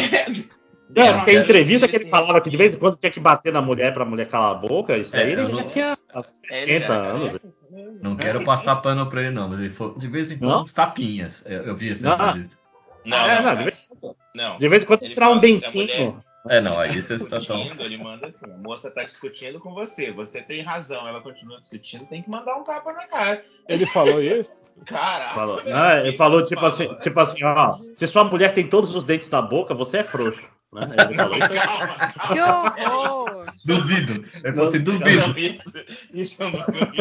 Não,
é, porque a
cara,
entrevista
ele
que ele
sim.
falava que de vez em quando tinha que bater na mulher pra mulher calar a boca, isso
É,
aí ele
eu
já
não-
tinha há
Ele
70
era
anos.
careca, isso mesmo.
Não quero passar pano pra ele, não, mas ele falou de vez em quando
Não?
uns tapinhas. Eu, eu vi essa
Não.
entrevista.
Não,
É,
não,
não, de vez-
não.
de vez em quando
Ele
tirar um
fala que a
dentinho.
É, não, aí você está tão.
discutindo, ele manda assim, a moça tá discutindo com você, você tem razão, ela continua discutindo, tem que mandar um tapa na cara.
Ele falou isso?
Caraca.
Falou,
velho,
né? Ele
ele
falou tipo assim,
falou.
tipo assim, ó, se sua mulher tem todos os dentes na boca, você é frouxo. Né? Ele falou isso.
Calma.
Que horror!
Duvido. Ele falou assim, duvido.
Não, isso, é isso eu nunca vi.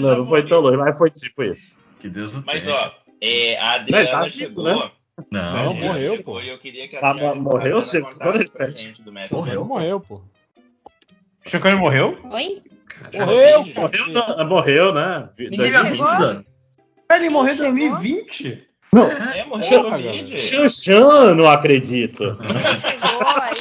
Não, não foi tão longe, mas foi tipo isso.
Que Deus o
Mas,
tenha.
ó, é, a
Não, ele
Adriana
tá vivo,
chegou.
né?
Não, é
Não,
Adriana
morreu.
chegou
pô.
E eu queria que a
Tá,
Adriana-
mas morreu,
a
chegou,
Adriana contasse
né?
pra gente do método.
Morreu.
Ele morreu, pô.
Chocone morreu?
Oi?
Morreu, pô.
Morreu, não, morreu né? Vi-
Ninguém me
dois-
avisa.
Ele morreu em
Chegou?
2020?
É, morreu
Porra,
de Covid.
Xanxan, não acredito.
Chegou aí.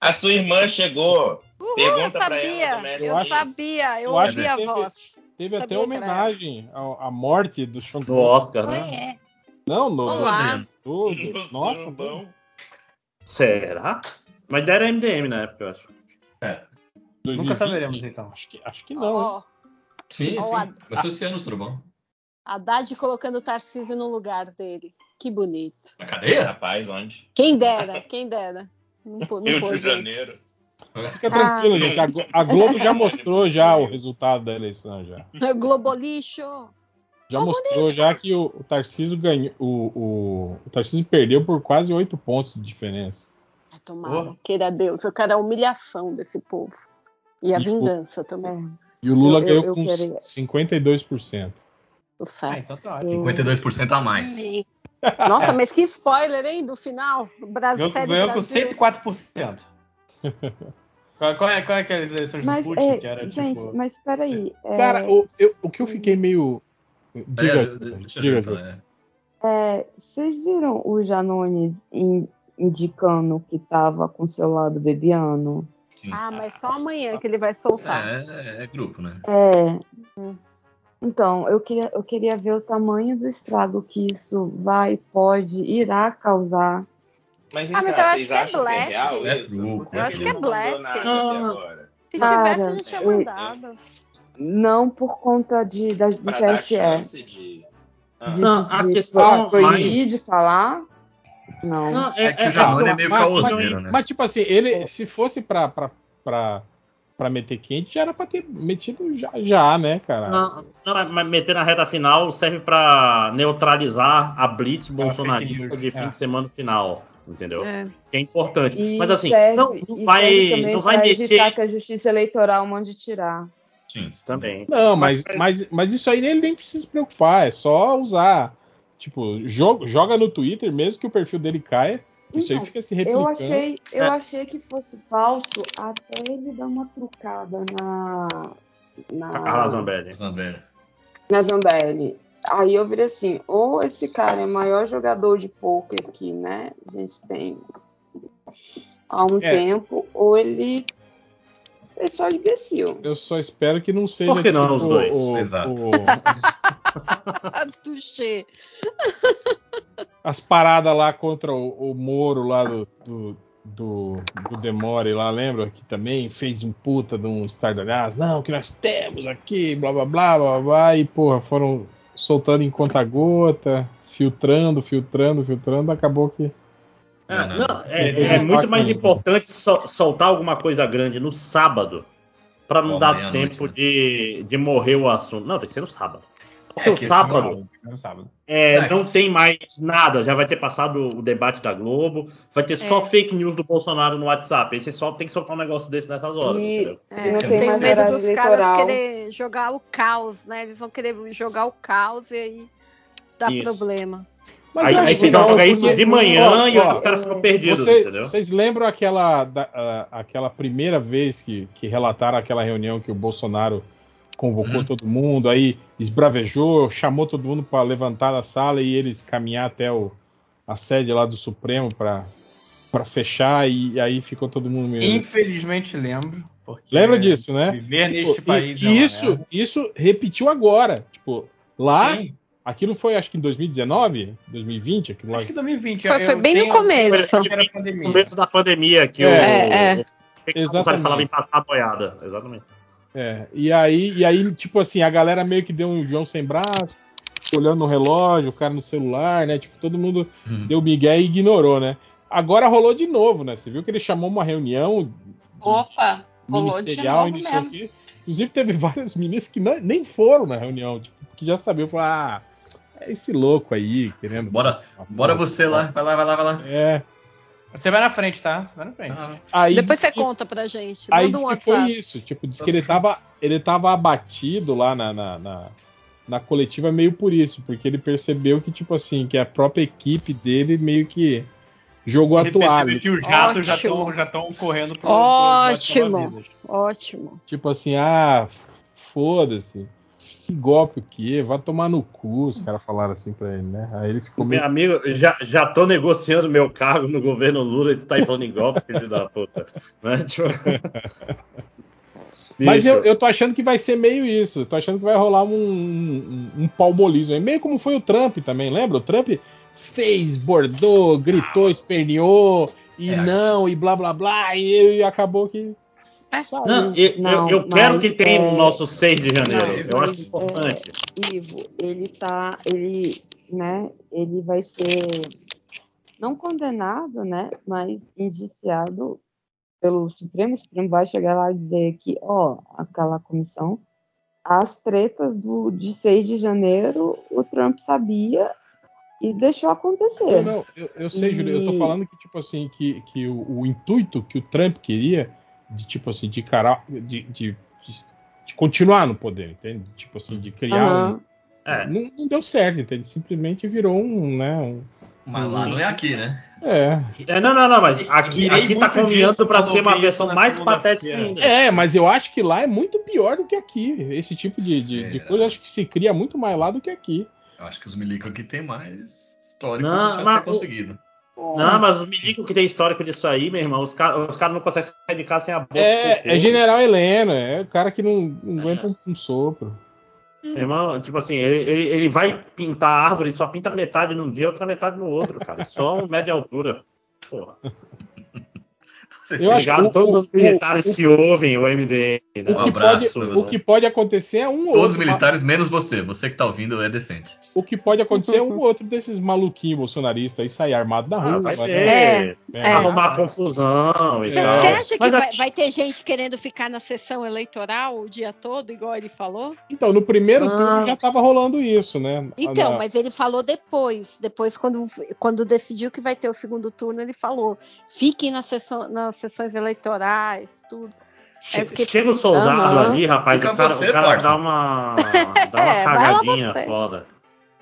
A sua irmã chegou.
Uhul, eu
Pergunta pra ela
sabia!
como é que
eu
acha.
sabia, eu
Eu acho
ouvi a
que teve-
voz.
Teve até
Sabia que era
homenagem ao- à morte do Sean
Do
Connery.
Oscar, né?
Oi, é.
Não, no,
Olá.
no tudo. Nossa, mano.
Será? Mas deram MDM na época, eu acho.
Nunca
2020?
saberemos, então.
Acho que, acho que não. né? hein?
Ó,
Sim,
Ó,
sim. Mas esse ano, Surubão.
Haddad colocando o Tarcísio no lugar dele. Que bonito.
Na cadeia?
Rapaz, onde?
Quem dera, quem dera. Não, pô- não
Rio de
pôde.
Janeiro.
Fica tranquilo,
Ah.
gente. A, Glo- a Globo já mostrou já o resultado da eleição já.
né? Globolixo.
Já mostrou já que o, o Tarcísio ganhou. O, o, o Tarcísio perdeu por quase oito pontos de diferença.
Ah, Tomara,
Porra.
queira Deus. Eu quero a humilhação desse povo. E a
Isso.
vingança também.
E o Lula
Eu- eu-
ganhou
eu
com
quero-
52%.
O
Ah,
Sass.
então tá ótimo.
52% a mais.
Amei.
Nossa, mas que spoiler, hein? Do final. Brasil,
Ganhou,
série
ganhou com
Brasil.
104%. qual, qual é, qual é aquelas eleições
Mas,
do Putin que
é,
era
gente,
tipo.
mas peraí. é, Uhum.
Cara, o, eu- o que eu fiquei meio.
Aliás,
Diga,
deixa eu
diga,
juntar,
Ju.
né?
é, vocês viram o Janones in- indicando que tava com o celular do Bebiano?
Sim.
Ah, mas só amanhã que ele vai soltar.
É, é grupo, né?
É. Então, eu queria, eu queria ver o tamanho do estrago que isso vai, pode, irá causar.
Mas,
Ah,
então,
mas eu acho
vocês
que é
acham
blefe.
real
É
isso?
truco,
Porque
é
ele
truco.
não mandou nada até
Não, não.
agora.
Se
Cara,
tivesse, a gente tinha
é-
mandado.
Não por conta de, da, do
Pra
é
dar
TSE.
chance de... Ah,
De,
Não, a
de
questão
proibir de falar. Não.
Não,
É que o Janone é meio
mas-
caoseiro,
mas,
né?
mas, tipo assim,
É.
ele, se fosse pra, pra, pra, pra meter quente, já era pra ter metido já, já né, cara?
Ah,
Não, não, mas meter na reta final serve pra neutralizar a blitz bolsonarista
fake news,
de fim
é.
de semana final, entendeu?
É.
Que é importante.
E
mas assim,
serve-
não,
e
não
serve
vai,
também
não vai
pra
mexer.
evitar que a justiça eleitoral mande tirar.
Sim.
Isso também.
Não, mas,
é.
mas, mas isso aí ele nem precisa se preocupar, é só usar. Tipo, jo- joga no Twitter, mesmo que o perfil dele caia, isso aí
Então,
fica se replicando.
Eu achei, eu
É.
achei que fosse falso até ele dar uma trucada na. Ah.
Tá A Carla
Na,
Zambelli.
Zambelli.
na Zambelli. Aí eu virei assim, ou esse cara é o maior jogador de poker que, né? A gente tem há um
É.
tempo, ou ele é só imbecil.
Eu só espero que não seja. tipo,
Por que não os dois?
o-
Exato.
o-
Ah, Tuxê.
as paradas lá contra o, o Moro lá do, do, do, do Demore lá, lembra? Que também fez um puta de um estardalhaço. Não, que nós temos aqui, blá blá blá blá blá. E porra, foram soltando em conta-gota, filtrando, filtrando, filtrando. Acabou que.
É,
Não,
não, é,
Ele
é
é
muito
só
mais
que-
importante sol- soltar alguma coisa grande no sábado para não
Bom,
dar
meia-noite,
tempo
né?
de, de morrer o assunto. Não, tem que ser no sábado. Porque
É,
o
que esse
sábado
Não sábado.
é,
Mas-
não tem mais nada. Já vai ter passado o debate da Globo, vai ter só
É.
fake news do Bolsonaro no WhatsApp. Aí você só tem que soltar um negócio desse nessas horas.
E-
entendeu?
É,
Não
eu
tem
tenho
mais
medo
horário
dos
eleitoral.
caras querer jogar o caos, né? Eles vão querer jogar o caos e aí dá
Isso.
problema.
Aí,
eu
aí
acho
você
que não,
joga isso
porque-
de manhã
Ó,
e
ó, é.
os caras ficam perdidos,
Você-
entendeu?
Vocês lembram aquela, da- a- aquela primeira vez que, que relataram aquela reunião que o Bolsonaro convocou
Uhum.
todo mundo, aí esbravejou, chamou todo mundo para levantar da sala e eles caminhar até o, a sede lá do Supremo para fechar e, aí ficou todo mundo meio.
Infelizmente lembro. Porque
Lembra disso, né?
Viver
Tipo,
neste
e-
país
e
é uma
isso,
merda.
isso repetiu agora. Tipo, lá,
Sim,
aquilo foi acho que em 2019, 2020, aquilo lá.
acho que 2020.
Foi-
eu-
foi
eu
bem no
tenho-
começo.
foi na primeira
No
pandemia.
começo da pandemia que
É,
o,
é.
o Bolsonaro
Exatamente.
falava em passar a boiada. Exatamente.
É, e aí, e aí, tipo assim, a galera meio que deu um João sem braço, olhando no relógio, o cara no celular, né? Tipo, todo mundo
Uhum.
deu migué e ignorou, né? Agora rolou de novo, né? Você viu que ele chamou uma reunião
Opa, rolou de
ministerial
novo
e não sei o
mesmo.
quê. Inclusive, teve vários ministros que não- nem foram na reunião, tipo, que já sabiam, falaram, ah, é esse louco aí, querendo.
Bora, bora você lá. Vai lá, vai lá, vai lá.
É.
Você vai na frente, tá? Você vai na frente.
Ah,
Aí
Depois
diz
você
que-
conta pra gente.
Aí
Manda um
disse que foi
WhatsApp.
isso, tipo, disse que ele tava, ele tava abatido lá na, na, na, na coletiva meio por isso, porque ele percebeu que, tipo assim, que a própria equipe dele meio que jogou a
Ele percebeu
toalha.
que os ratos já
Ótimo.
estão já tão correndo pro, pro-
Ótimo.
pro- pro- pro-
Ótimo.
Tipo assim, ah, foda-se, que golpe o quê? Vai tomar no cu, os caras falaram assim pra ele, né? Aí ele ficou
Meu
meio...
amigo, já, já tô negociando meu cargo no governo Lula e tu tá aí falando em golpe, filho da puta. Né? Tipo...
Mas eu,
Bicho,
eu tô achando que vai ser meio isso, eu tô achando que vai rolar um, um, um palmolismo aí, meio como foi o Trump também, lembra? O Trump fez, bordou, gritou, esperneou, e
É.
não, e blá blá blá, e, e acabou que. saiu.
Não, eu, eu-
É Não,
eu quero
mas
que tenha no
é-
nosso 6 de janeiro.
Não,
eu
mas
acho
é-
importante.
Ivo, ele tá, ele, né, ele vai ser não condenado, né, mas indiciado pelo Supremo. O Supremo vai chegar lá e dizer que, ó, aquela comissão, as tretas do, de 6 de janeiro, o Trump sabia e deixou
Não,
acontecer.
não, eu, eu sei, Júlio, eu tô
É. E-
falando que, tipo assim, que, que o, o intuito que o Trump queria, de tipo assim, de, cara, de, de, de- de continuar no poder, entende? Tipo assim, de criar um.
Aham.
É.
Não, não deu certo, entende? Simplesmente virou um, né? um-
Mas lá não é aqui, né?
é.
É, não, não, não, mas aqui,
Irei
aqui tá
muito
caminhando
disso
pra
quando
ser
eu
uma
vi isso
versão
na
mais
segunda-feira.
patética ainda.
É, mas eu acho que lá é muito pior do que aqui. Esse tipo de, de- de
Será?
coisa acho que se cria muito mais lá do que aqui.
Eu acho que os milico aqui tem mais histórico
Não,
de já
mas
ter
o-
conseguido.
Não, mas o milico que tem histórico disso aí, meu irmão, os caras os cara não conseguem sair de casa sem a boca. com
É, é
fogo.
General Helena, é o cara que não, não aguenta um- um sopro.
Meu irmão, tipo assim, ele, ele, ele vai pintar a árvore, só pinta metade num dia, outra metade no outro, cara. Só um média altura. Porra.
Você
Eu acho-
Obrigado a
o-
todos os
o-
militares que ouvem o MDM. Né?
O que,
Um abraço pra
pode,
vocês.
o que pode acontecer é um
Todos os
outro.
militares, menos você. Você que tá ouvindo é decente.
O que pode acontecer é um outro desses maluquinhos bolsonaristas aí sair armado da
Ah,
rua.
vai
vai-
ter.
É,
é.
É.
Arrumar confusão e
Você
tal.
você acha que
Mas
vai,
aqui-
vai ter gente querendo ficar na sessão eleitoral o dia todo, igual ele falou?
Então, no primeiro
Ah.
turno já tava rolando isso, né?
Então,
Na-
mas ele falou depois. Depois, quando, quando decidiu que vai ter o segundo turno, ele falou: fiquem na sessão- nas sessões eleitorais, tudo. É porque-
Chega um soldado
Aham.
ali, rapaz,
Fica
o cara,
você,
o cara
parça.
dá uma, dá uma
É, vai lá
cagadinha
você.
foda.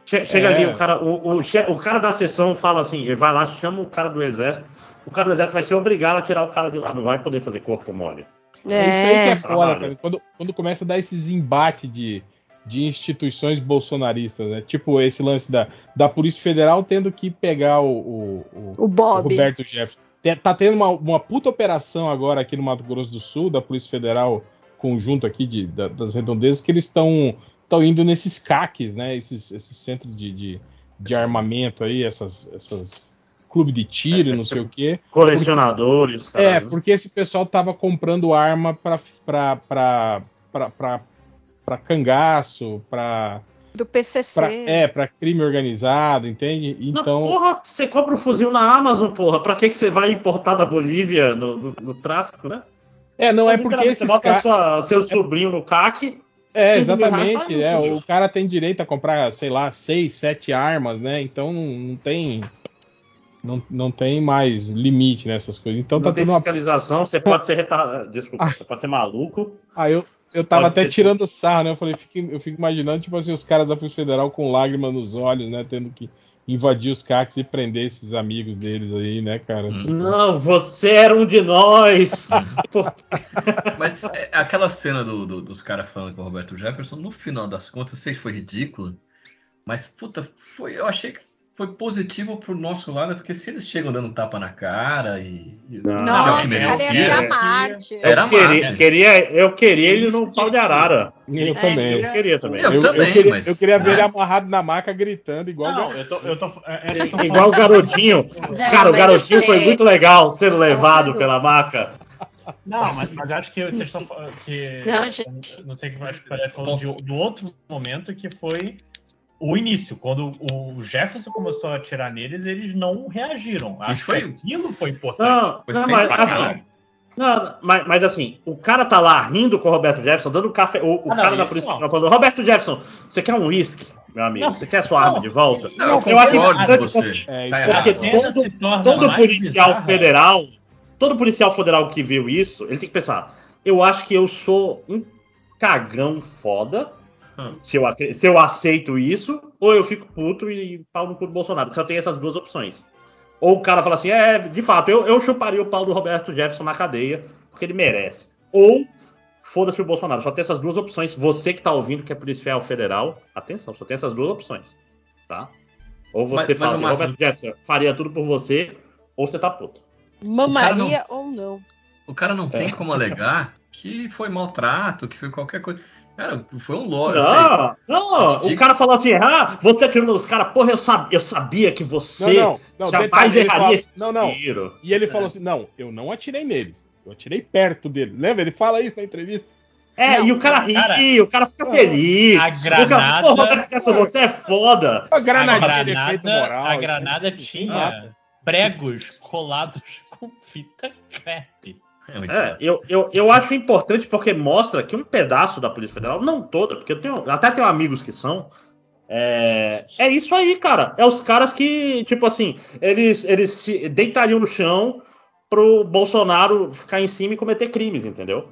Che- Chega
É.
ali, o cara, o, o, che- o cara da sessão fala assim, ele vai lá, chama o cara do exército, o cara do exército vai ser obrigado a tirar o cara de lá, não vai poder fazer corpo mole.
É isso
É,
aí que é foda,
Caralho.
cara. Quando, quando começa a dar esses embates de, de instituições bolsonaristas, né? Tipo esse lance da, da Polícia Federal tendo que pegar o, o- o-
o
o
Bob.
Roberto Jefferson. Te- Tá tendo uma, uma puta operação agora aqui no Mato Grosso do Sul, da Polícia Federal, conjunto aqui de, da- das redondezas, que eles estão estão indo nesses CACs, né? Esses, esses centros de, de, de armamento aí, essas, essas clube de tiro, não sei o quê.
Colecionadores, cara.
É, porque esse pessoal tava comprando arma pra, pra, pra, pra, pra, pra cangaço, pra,
Do PCC.
pra, é, pra crime organizado, entende?
Não,
Então,
porra, você compra um fuzil na Amazon, porra. Pra que, que você vai importar da Bolívia no, no- no tráfico, né?
é, não é porque
Literalmente, Você
esses
bota
caras...
sua- seu sobrinho no CAC.
É,
15 mil reais
exatamente,
tá
é,
aí,
o cara tem direito a comprar, sei lá, seis, sete armas, né? Então não, não tem... Não, não tem mais limite nessas coisas. Então
Não
tá
tem
tendo uma
fiscalização, você pode ser retardado. Desculpa, você pode ser maluco.
Ah, eu, eu tava
Pode
até
ter
tirando sarro, né? Eu falei, fico- eu fico imaginando, tipo assim, os caras da Polícia Federal com lágrimas nos olhos, né? Tendo que invadir os CACs e prender esses amigos deles aí, né, cara?
Hum.
Não, você era um de nós.
Ah,
Mas é, aquela cena do- do- dos caras falando com o Roberto Jefferson, no final das contas, eu sei que foi ridículo, mas puta, foi, eu achei que foi positivo pro nosso lado, porque se eles chegam dando tapa na cara e. e-
Não,
que é o
Nossa,
que
o cara
merecia.
era
é.
Marte.
Era
eu, queria,
Marte.
queria- eu queria ele no pau de arara.
Eu
É,
também.
Eu queria também.
Eu também,
queria,
mas-
eu queria ver
Ah.
ele amarrado na maca gritando igual.
Não, eu tô. Eu tô é, é, eu tô
Igual o garotinho. Cara, o garotinho foi muito legal sendo levado pela maca.
Não, mas, mas acho que vocês estão falando que.
Não, gente.
eu Não sei o que mais que o Fred falou de, do outro momento que foi o início. Quando o Jefferson começou a atirar neles, eles não reagiram. Acho
Isso foi-
que aquilo foi importante.
Não,
Foi
não, mas,
sensacional.
assim, não, mas, mas assim, o cara tá lá rindo com o Roberto Jefferson, dando café. O, o
Ah, não,
cara da
isso
polícia
não.
tá falando: Roberto Jefferson, você quer um uísque, meu amigo?
Não,
você quer sua
não,
arma de volta?
Não,
Não,
eu
foi-
concordo com
assim, eu-
você.
É,
Tá
isso
A
errado.
porque
cena
todo-
se torna
todo
mais
policial
bizarra.
federal, todo policial federal que viu isso, ele tem que pensar: eu acho que eu sou um cagão foda.
Hum.
Se eu, acre- se eu aceito isso, ou eu fico puto e pau no cu do Bolsonaro. Só tem essas duas opções. Ou o cara fala assim: é, de fato, eu, eu chuparia o pau do Roberto Jefferson na cadeia, porque ele merece. Ou foda-se o Bolsonaro. Só tem essas duas opções. Você que tá ouvindo, que é policial federal, atenção, só tem essas duas opções. Tá? Ou
Mas-
você
mas
fala
o
assim,
Márcio-
Roberto Jefferson, faria tudo por você, ou você tá puto.
Mamaria ou não.
O cara não
É.
tem como alegar que foi maltrato, que foi qualquer coisa. Cara, foi um lógico.
Não, não,
Diga-
o cara falou assim, ah, você atirou nos caras, porra, eu sabia, eu sabia que você
Não, não, não,
jamais
detalhe, ele
erraria
fala-
esse
não, não.
tiro.
E ele falou assim: não, eu não atirei neles. Eu atirei perto dele. Lembra? Ele fala isso na entrevista.
É,
Não,
e o cara ri,
cara,
o cara fica feliz.
a
O cara,
granada-
Pô, Roberto Jefferson, você é foda.
A
A
granadinha de efeito
granada,
moral.
a
isso
granada
aí.
tinha pregos colados com fita crepe.
É, muito
É, eu, eu, eu acho importante porque mostra que um pedaço da Polícia Federal, não toda, porque eu tenho, até tenho amigos que são. É, é isso aí, cara. É os caras que, tipo assim, eles, eles se deitariam no chão pro Bolsonaro ficar em cima e cometer crimes, entendeu?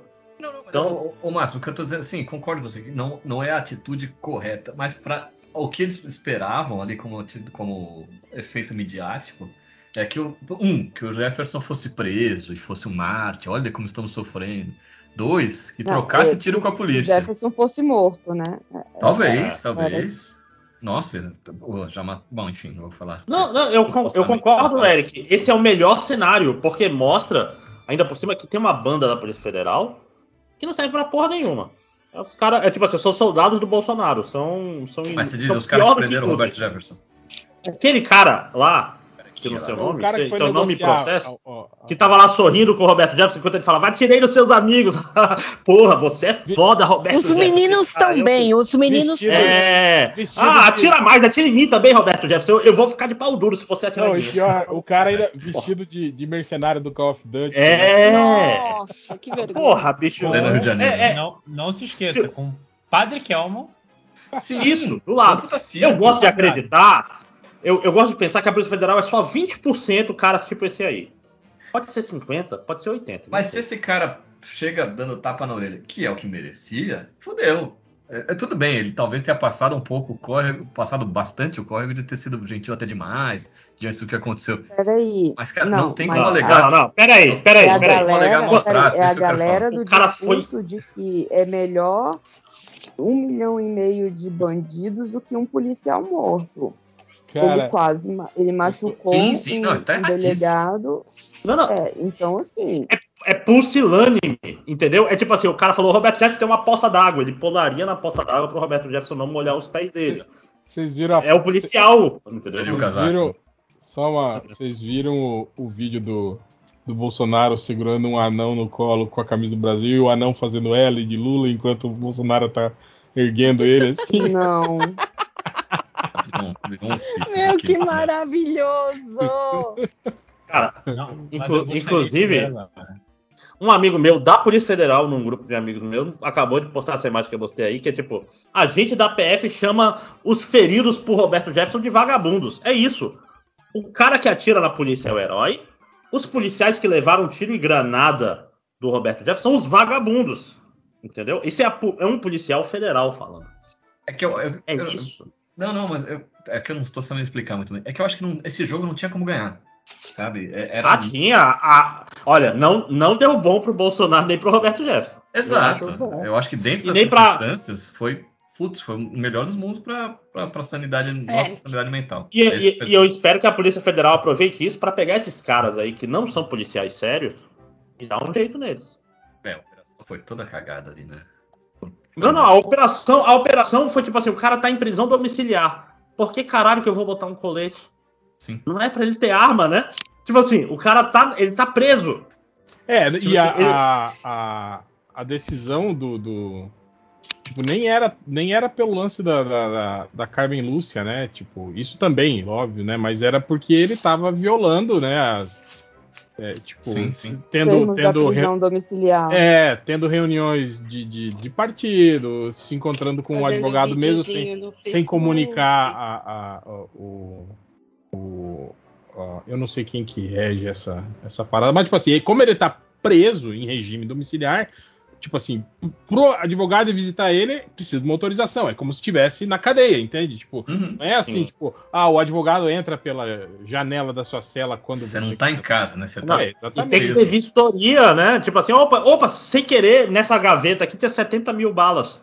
Então, o, Márcio, o que eu tô dizendo, sim, concordo com você, que não, não é a atitude correta, mas para o que eles esperavam ali como, ati- como efeito midiático, é que, o, um, que o Jefferson fosse preso e fosse um Marte, olha como estamos sofrendo. Dois, que
Não,
trocasse
eu-
tiro com a
Se
polícia.
Jefferson É. fosse morto, né?
Talvez, talvez. Nossa, pô, já matou. Bom, enfim, não vou falar.
Não, não, eu, con- eu concordo, Eric. Esse é o melhor cenário, porque mostra, ainda por cima, que tem uma banda da Polícia Federal que não serve pra porra nenhuma. É Os cara, é tipo assim, são soldados do Bolsonaro, são. são
Mas você diz,
são
os caras
pior
que
do
prenderam o
tudo.
Roberto Jefferson.
Aquele cara lá, que eu não sei o
O
nome,
cara que foi
então não me
negociar-
processa,
ó, ó,
que tava lá sorrindo com o Roberto Jefferson enquanto ele falava, atirei nos seus amigos. porra, você é foda, Roberto
Os meninos
Jefferson. Ah,
estão
eu-
bem, os meninos
Vestido-
estão bem.
É.
Vestido
Ah,
de-
atira mais, atira em mim também, Roberto Jefferson. Eu, eu vou ficar de pau duro se você atirar
Não,
em
e
mim.
pior, o cara ainda vestido de, de mercenário do Call of Duty. né?
É.
Nossa, que vergonha.
Porra, bicho.
Pleno Rio de né?
Janeiro.
É, é,
Não, não se esqueça, com Padre Kelmo,
Sim,
é isso, do lado.
Puta circo.
Eu gosto de acreditar, eu, eu gosto de pensar que a Polícia Federal é só 20% caras tipo esse aí. Pode ser 50, pode ser 80. não
Mas se
sei.
esse cara chega dando tapa na orelha, que é o que merecia, fudeu. É, é tudo bem, ele talvez tenha passado um pouco o córrego, passado bastante o córrego de ter sido gentil até demais, diante do que aconteceu.
Peraí.
Mas, cara, não, tem como
mas-
alegar.
Não, não, peraí, peraí,
é a
peraí.
vamos alegar
galera,
maus
peraí,
tratos,
é a
isso que eu quero
galera
falar.
do
O cara foi-
discurso de que é melhor um milhão e meio de bandidos do que um policial morto. ele
Cara,
quase ma- ele machucou
Sim, sim,
um,
não, tá
um
erradíssimo.
delegado.
Não, não,
É, então, assim,
é pusilânime, entendeu? É tipo assim, o cara falou, Roberto Jefferson tem uma poça d'água, ele pularia na poça d'água pro Roberto Jefferson não molhar os pés dele.
vocês viram a
É o policial, entendeu?
Ele- o
Vocês
casaco.
viram- só uma. Vocês viram o, o vídeo do, do Bolsonaro segurando um anão no colo com a camisa do Brasil e o anão fazendo L de Lula enquanto o Bolsonaro tá erguendo ele assim?
não.
Não, não uns pixels
É,
Meu,
aqui,
que
né?
maravilhoso!
Cara,
Não, mas
Inclu-
eu gostaria
inclusive-
de ver agora.
um amigo meu da Polícia Federal, num grupo de amigos meu, acabou de postar essa imagem que eu postei aí, que é tipo, a gente da PF chama os feridos por Roberto Jefferson de vagabundos. É isso. O cara que atira na polícia é o herói, os policiais que levaram tiro e granada do Roberto Jefferson são os vagabundos. Entendeu? Isso é, a po- é um policial federal falando.
É que eu, eu-
É
eu-
isso.
Não, não, mas eu- é que eu não estou sabendo explicar muito bem. É que eu acho que não- esse jogo não tinha como ganhar. Sabe? É- Era.
Ah, tinha. a- olha, não, não deu bom pro Bolsonaro nem pro Roberto Jefferson.
Exato.
Eu acho bom.
Eu acho que dentro
E
das
nem pra-
circunstâncias foi. Putz, foi o melhor dos mundos pra, pra, pra sanidade, nossa sanidade mental.
É. E,
É isso
e-
que
e eu espero que a Polícia Federal aproveite isso para pegar esses caras aí que não são policiais sérios e dar um jeito neles.
É, a operação foi toda cagada ali, né?
Não, não, a operação, a operação foi tipo assim, o cara tá em prisão domiciliar. Por que caralho que eu vou botar um colete?
Sim.
Não é pra ele ter arma, né? Tipo assim, o cara tá, ele tá preso.
É,
Tipo
e a,
assim, ele-
a, a, a decisão do. do- tipo, nem era, nem era pelo lance da, da, da- da Carmen Lúcia, né? Tipo, isso também, óbvio, né? Mas era porque ele tava violando, né? As, é, tipo,
Sim, sim.
tendo,
Termos da
tendo, re-
prisão domiciliar.
É, tendo reuniões de, de, de partido, se encontrando com o
Fazendo
advogado mesmo sem,
videozinho no
sem
Facebook.
comunicar a, a- a- o. o- a- eu não sei quem que rege essa, essa parada, mas tipo assim, como ele tá preso em regime domiciliar, tipo assim, pro advogado ir visitar ele, precisa de uma autorização. É como se estivesse na cadeia, entende? Tipo,
Uhum.
não é assim,
Sim.
tipo, ah, o advogado entra pela janela da sua cela quando
Você não tá em casa, né? Você
Não,
tá.
É,
E
exatamente.
tem que
Preso.
ter vistoria, né? Tipo assim, opa, opa, sem querer, nessa gaveta aqui tinha 70 mil balas.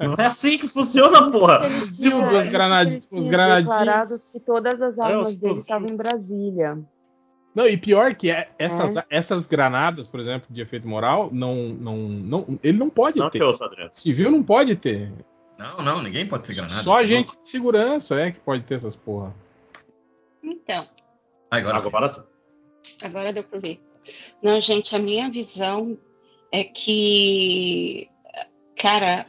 Não é assim que funciona, porra.
Eles
Silvio,
tinham-
os
eles
granad-
tinham
os granadinhos.
é, declarado que todas as
É,
armas
os
dele
fuzil.
estavam em Brasília.
Não, e pior que é- essas, essas granadas, por exemplo, de efeito moral, não, não, não, ele não pode
Não
ter.
te ouço, Adriano.
Civil não pode ter.
Não, não, ninguém pode ser granada.
Só
tá
gente
louco?
de segurança é que pode ter essas porra.
Então,
Agora, sim.
Agora assim. sim.
agora deu pra ver. Não, gente, a minha visão é que, cara,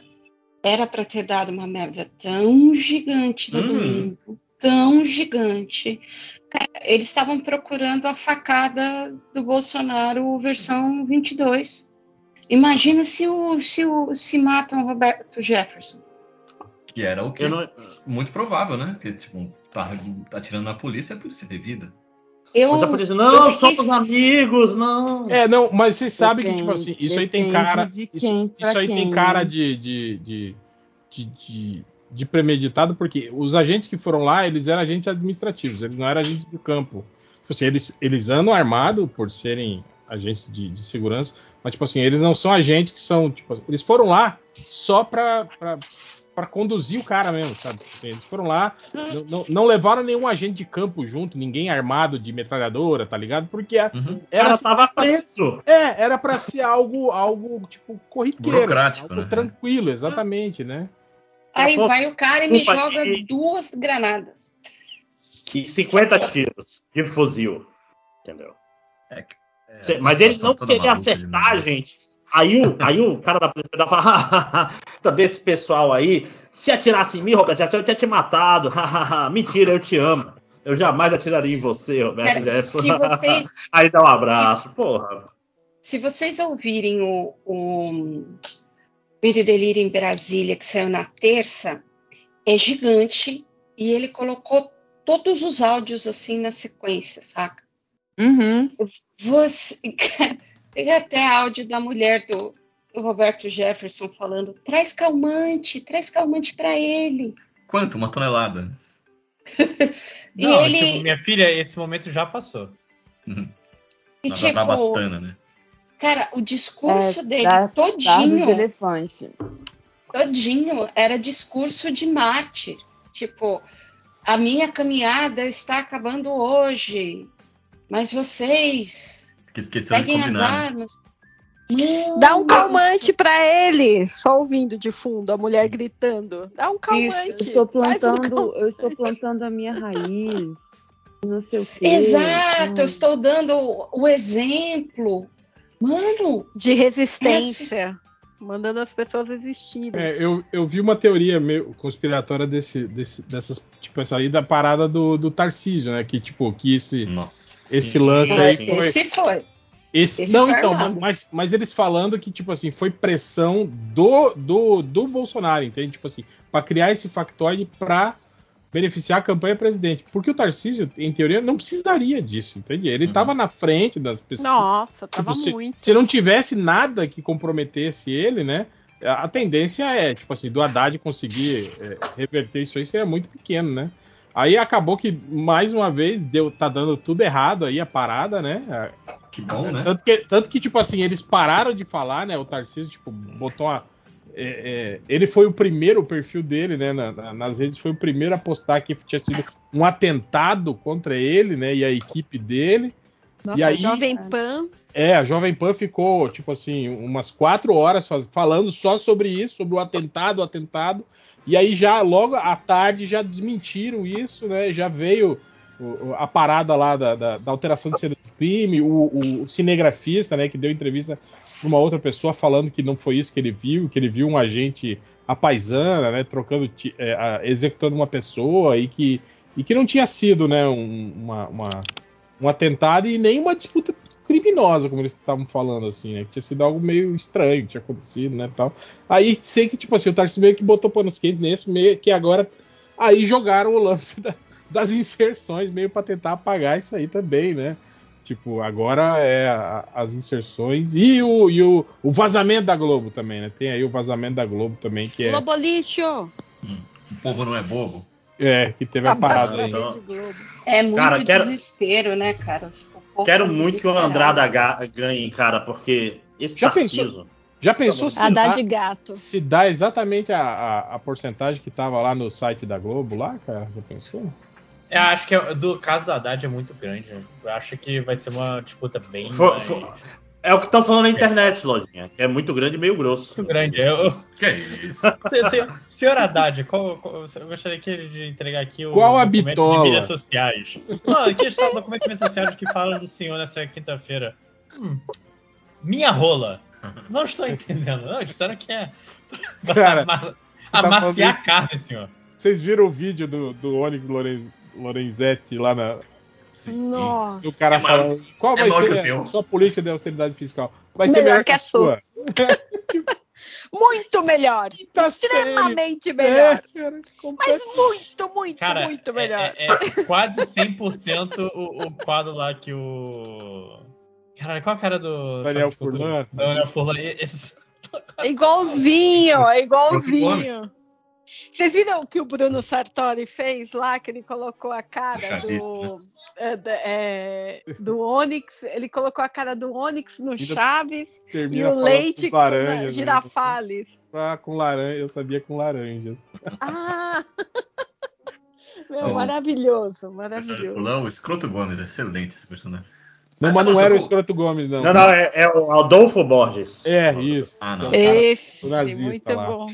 era pra ter dado uma merda tão gigante no
Hum.
domingo, tão gigante. Cara, eles estavam procurando a facada do Bolsonaro versão 22. Imagina se o se o se matam o Roberto Jefferson.
Que era o que?
Eu não,
Muito provável, né? Porque, tipo, tá, tá atirando na polícia, a polícia devida.
Eu
Mas a polícia, assim, não,
eu fiquei-
somos amigos, não.
É, não, mas vocês sabem que, tipo assim, isso aí tem
Hum. Depende
cara.
de
Isso,
quem, pra
isso aí tem
quem,
cara
né?
de, de, de, de, de- de premeditado, porque os agentes que foram lá, eles eram agentes administrativos, eles não eram agentes do campo. Tipo assim, eles, eles andam armados por serem agentes de, de segurança, mas, tipo assim, eles não são agentes que são, tipo, eles foram lá só pra, pra, pra conduzir o cara mesmo, sabe? Tipo assim, eles foram lá, não, não- não levaram nenhum agente de campo junto, ninguém armado de metralhadora, tá ligado? Porque a-
Uhum.
O cara tava preso.
é, era pra ser algo, algo tipo corriqueiro,
Burocrático,
é
algo
né?
tranquilo, exatamente, né?
Aí
Pô,
vai o cara e me
desculpa,
joga
e-
duas granadas.
E 50 tiros de fuzil. Entendeu?
É que- é,
Cê-
a
mas ele
situação
não
toda
queria
maluca demais,
acertar,
né?
gente. Aí o, aí o cara da polícia federal fala, "Ah, também esse pessoal aí, se atirasse em mim, Roberto Jefferson, eu tinha te matado. Mentira, eu te amo. Eu jamais atiraria em você, Roberto
Cara,
Jefferson.
se vocês
Aí dá um abraço, porra.
Se vocês ouvirem o, o Vida e Delírio em Brasília, que saiu na terça, é gigante e ele colocou todos os áudios assim na sequência, saca?
Uhum.
Você, Tem até áudio da mulher do, do Roberto Jefferson falando: traz calmante, traz calmante pra ele.
Quanto? Uma tonelada.
E
Não,
ele-
tipo, minha filha, esse momento já passou.
Uhum.
E
Na
tipo,
Bravabatana, né?
cara, o discurso dele
da- Dardo
todinho,
de elefante.
todinho, era discurso de Marte. Tipo, a minha caminhada está acabando hoje, mas vocês
Que esqueceram de
peguem as
combinar. né?
armas.
Dá um calmante pra ele. Só ouvindo de fundo a mulher gritando. Dá um
Eu
calmante.
estou
faz um
plantando,
calmante.
eu estou plantando a minha raiz. Não sei o quê.
Exato,
Ai.
eu estou dando o- o exemplo. Mano,
De resistência. Mandando as pessoas existirem.
É, eu, eu vi uma teoria meio conspiratória desse, desse, dessas, tipo, essa aí da parada do, do Tarcísio, né? Que, tipo, que esse,
Nossa.
esse lance
Sim,
aí
sim.
foi.
esse foi.
Esse,
esse
não,
foi
então,
armado.
mas, mas eles falando que, tipo assim, foi pressão do, do, do Bolsonaro, entende? Tipo assim, pra criar esse factoide pra beneficiar a campanha presidente. Porque o Tarcísio, em teoria, não precisaria disso, entende? Ele
Uhum.
tava na frente das pessoas.
Nossa,
Tipo,
tava
se,
muito.
se não tivesse nada que comprometesse ele, né? A a tendência é, tipo assim, do Haddad conseguir é, reverter isso aí seria muito pequeno, né? Aí acabou que, mais uma vez, deu, tá dando tudo errado aí a parada, né?
Que bom, né?
Tanto que, tanto que, tipo assim, eles pararam de falar, né? O Tarcísio, tipo, botou uma. é, é, ele foi o primeiro, o perfil dele, né? na- na- nas redes, foi o primeiro a postar que tinha sido um atentado contra ele, né? E a equipe dele.
Nossa,
e aí-
Jovem Pan.
É, a Jovem Pan ficou, tipo assim, umas quatro horas faz- falando só sobre isso, sobre o atentado, o atentado. E aí já, logo à tarde, já desmentiram isso, né? Já veio o- o- a parada lá da, da- da alteração de cena de crime, o, o- o cinegrafista, né, que deu entrevista pra uma outra pessoa falando que não foi isso que ele viu, que ele viu um agente apaisana, né, trocando, ti- é, a- executando uma pessoa e que, e que não tinha sido, né, um- uma- uma, um atentado e nem uma disputa criminosa, como eles estavam falando, assim, né? Que tinha sido algo meio estranho que tinha acontecido, né? Tal. Aí sei que, tipo assim, o Tarcísio meio que botou panos quentes nesse, meio que agora. Aí jogaram o lance da- das inserções, meio pra tentar apagar isso aí também, né? Tipo, agora é a- as inserções e, o, e o, o vazamento da Globo também, né? Tem aí o vazamento da Globo também, que é,
Lobolixo.
O povo não é bobo.
é, que teve
Tá
a parada aí.
Rede Globo.
É muito
Cara, quero-
desespero, né, cara? O povo
Quero
tá
muito que o
desesperado.
Andrada ga- ganhe, cara, porque esse é
Já
Tarcísio.
Já pensou se
Tá Haddad
dá-
gato.
Se dá exatamente a, a, a porcentagem que tava lá no site da Globo, lá, cara, já pensou?
Eu acho que é- do caso da Haddad é muito grande. né? Eu acho que vai ser uma disputa bem
Fo-
mais-
fo- É o que estão falando na internet, Lojinha, que é muito grande e meio grosso.
muito grande. Eu, eu-
Que é isso?
se- se- senhor Haddad, qual- qual- eu gostaria que de entregar aqui o
Qual a
documento
bitola?
de mídias sociais. Não, aqui está o documento de mídias sociais que fala do senhor nessa quinta-feira. Hum, minha rola. Não estou entendendo. Não, disseram que é.
Cara,
Ama-
tá falando
amaciar
isso.
a carne, senhor.
Vocês viram o vídeo do, do Onyx Loren- Lorenzetti lá na.
Sim.
Do cara
É maior-
falando. Qual
é
vai
maior que o
ser
teu."
a sua política de austeridade fiscal? Vai ser
Melhor
melhor
que
que a
a sua."
sua.
Muito melhor.
Tá
Extremamente
sério.
melhor.
É, cara,
Mas
completo.
muito, muito,
Cara,
muito
é-
melhor.
É, é quase 100% o, o quadro lá que o. Caralho, qual a cara do.
Daniel
Choque de Cultura?
Furlan.
Daniel Furlan. e- esse-
É Igualzinho, é igualzinho.
Gomes.
Vocês viram o que o Bruno Sartori fez lá, que ele colocou a cara
Puxa
do, é, da- é, do Onyx, ele colocou a cara do Onyx no
Ainda
Chaves e
Termina
o
falando
leite
com
com
laranja.
a
né?
girafales.
Ah, com laranja, eu sabia com laranja.
Ah! Meu,
É.
maravilhoso,
Personagem
maravilhoso.
Fulão, escroto Gomes, excelente esse personagem.
Não,
Ah,
mas não
nossa,
era o
com-
Escroto Gomes, não.
Não, não, é, é o Adolfo Borges.
É, isso.
Ah, não.
Então, cara,
Esse,
o nazista
muito
lá.
bom.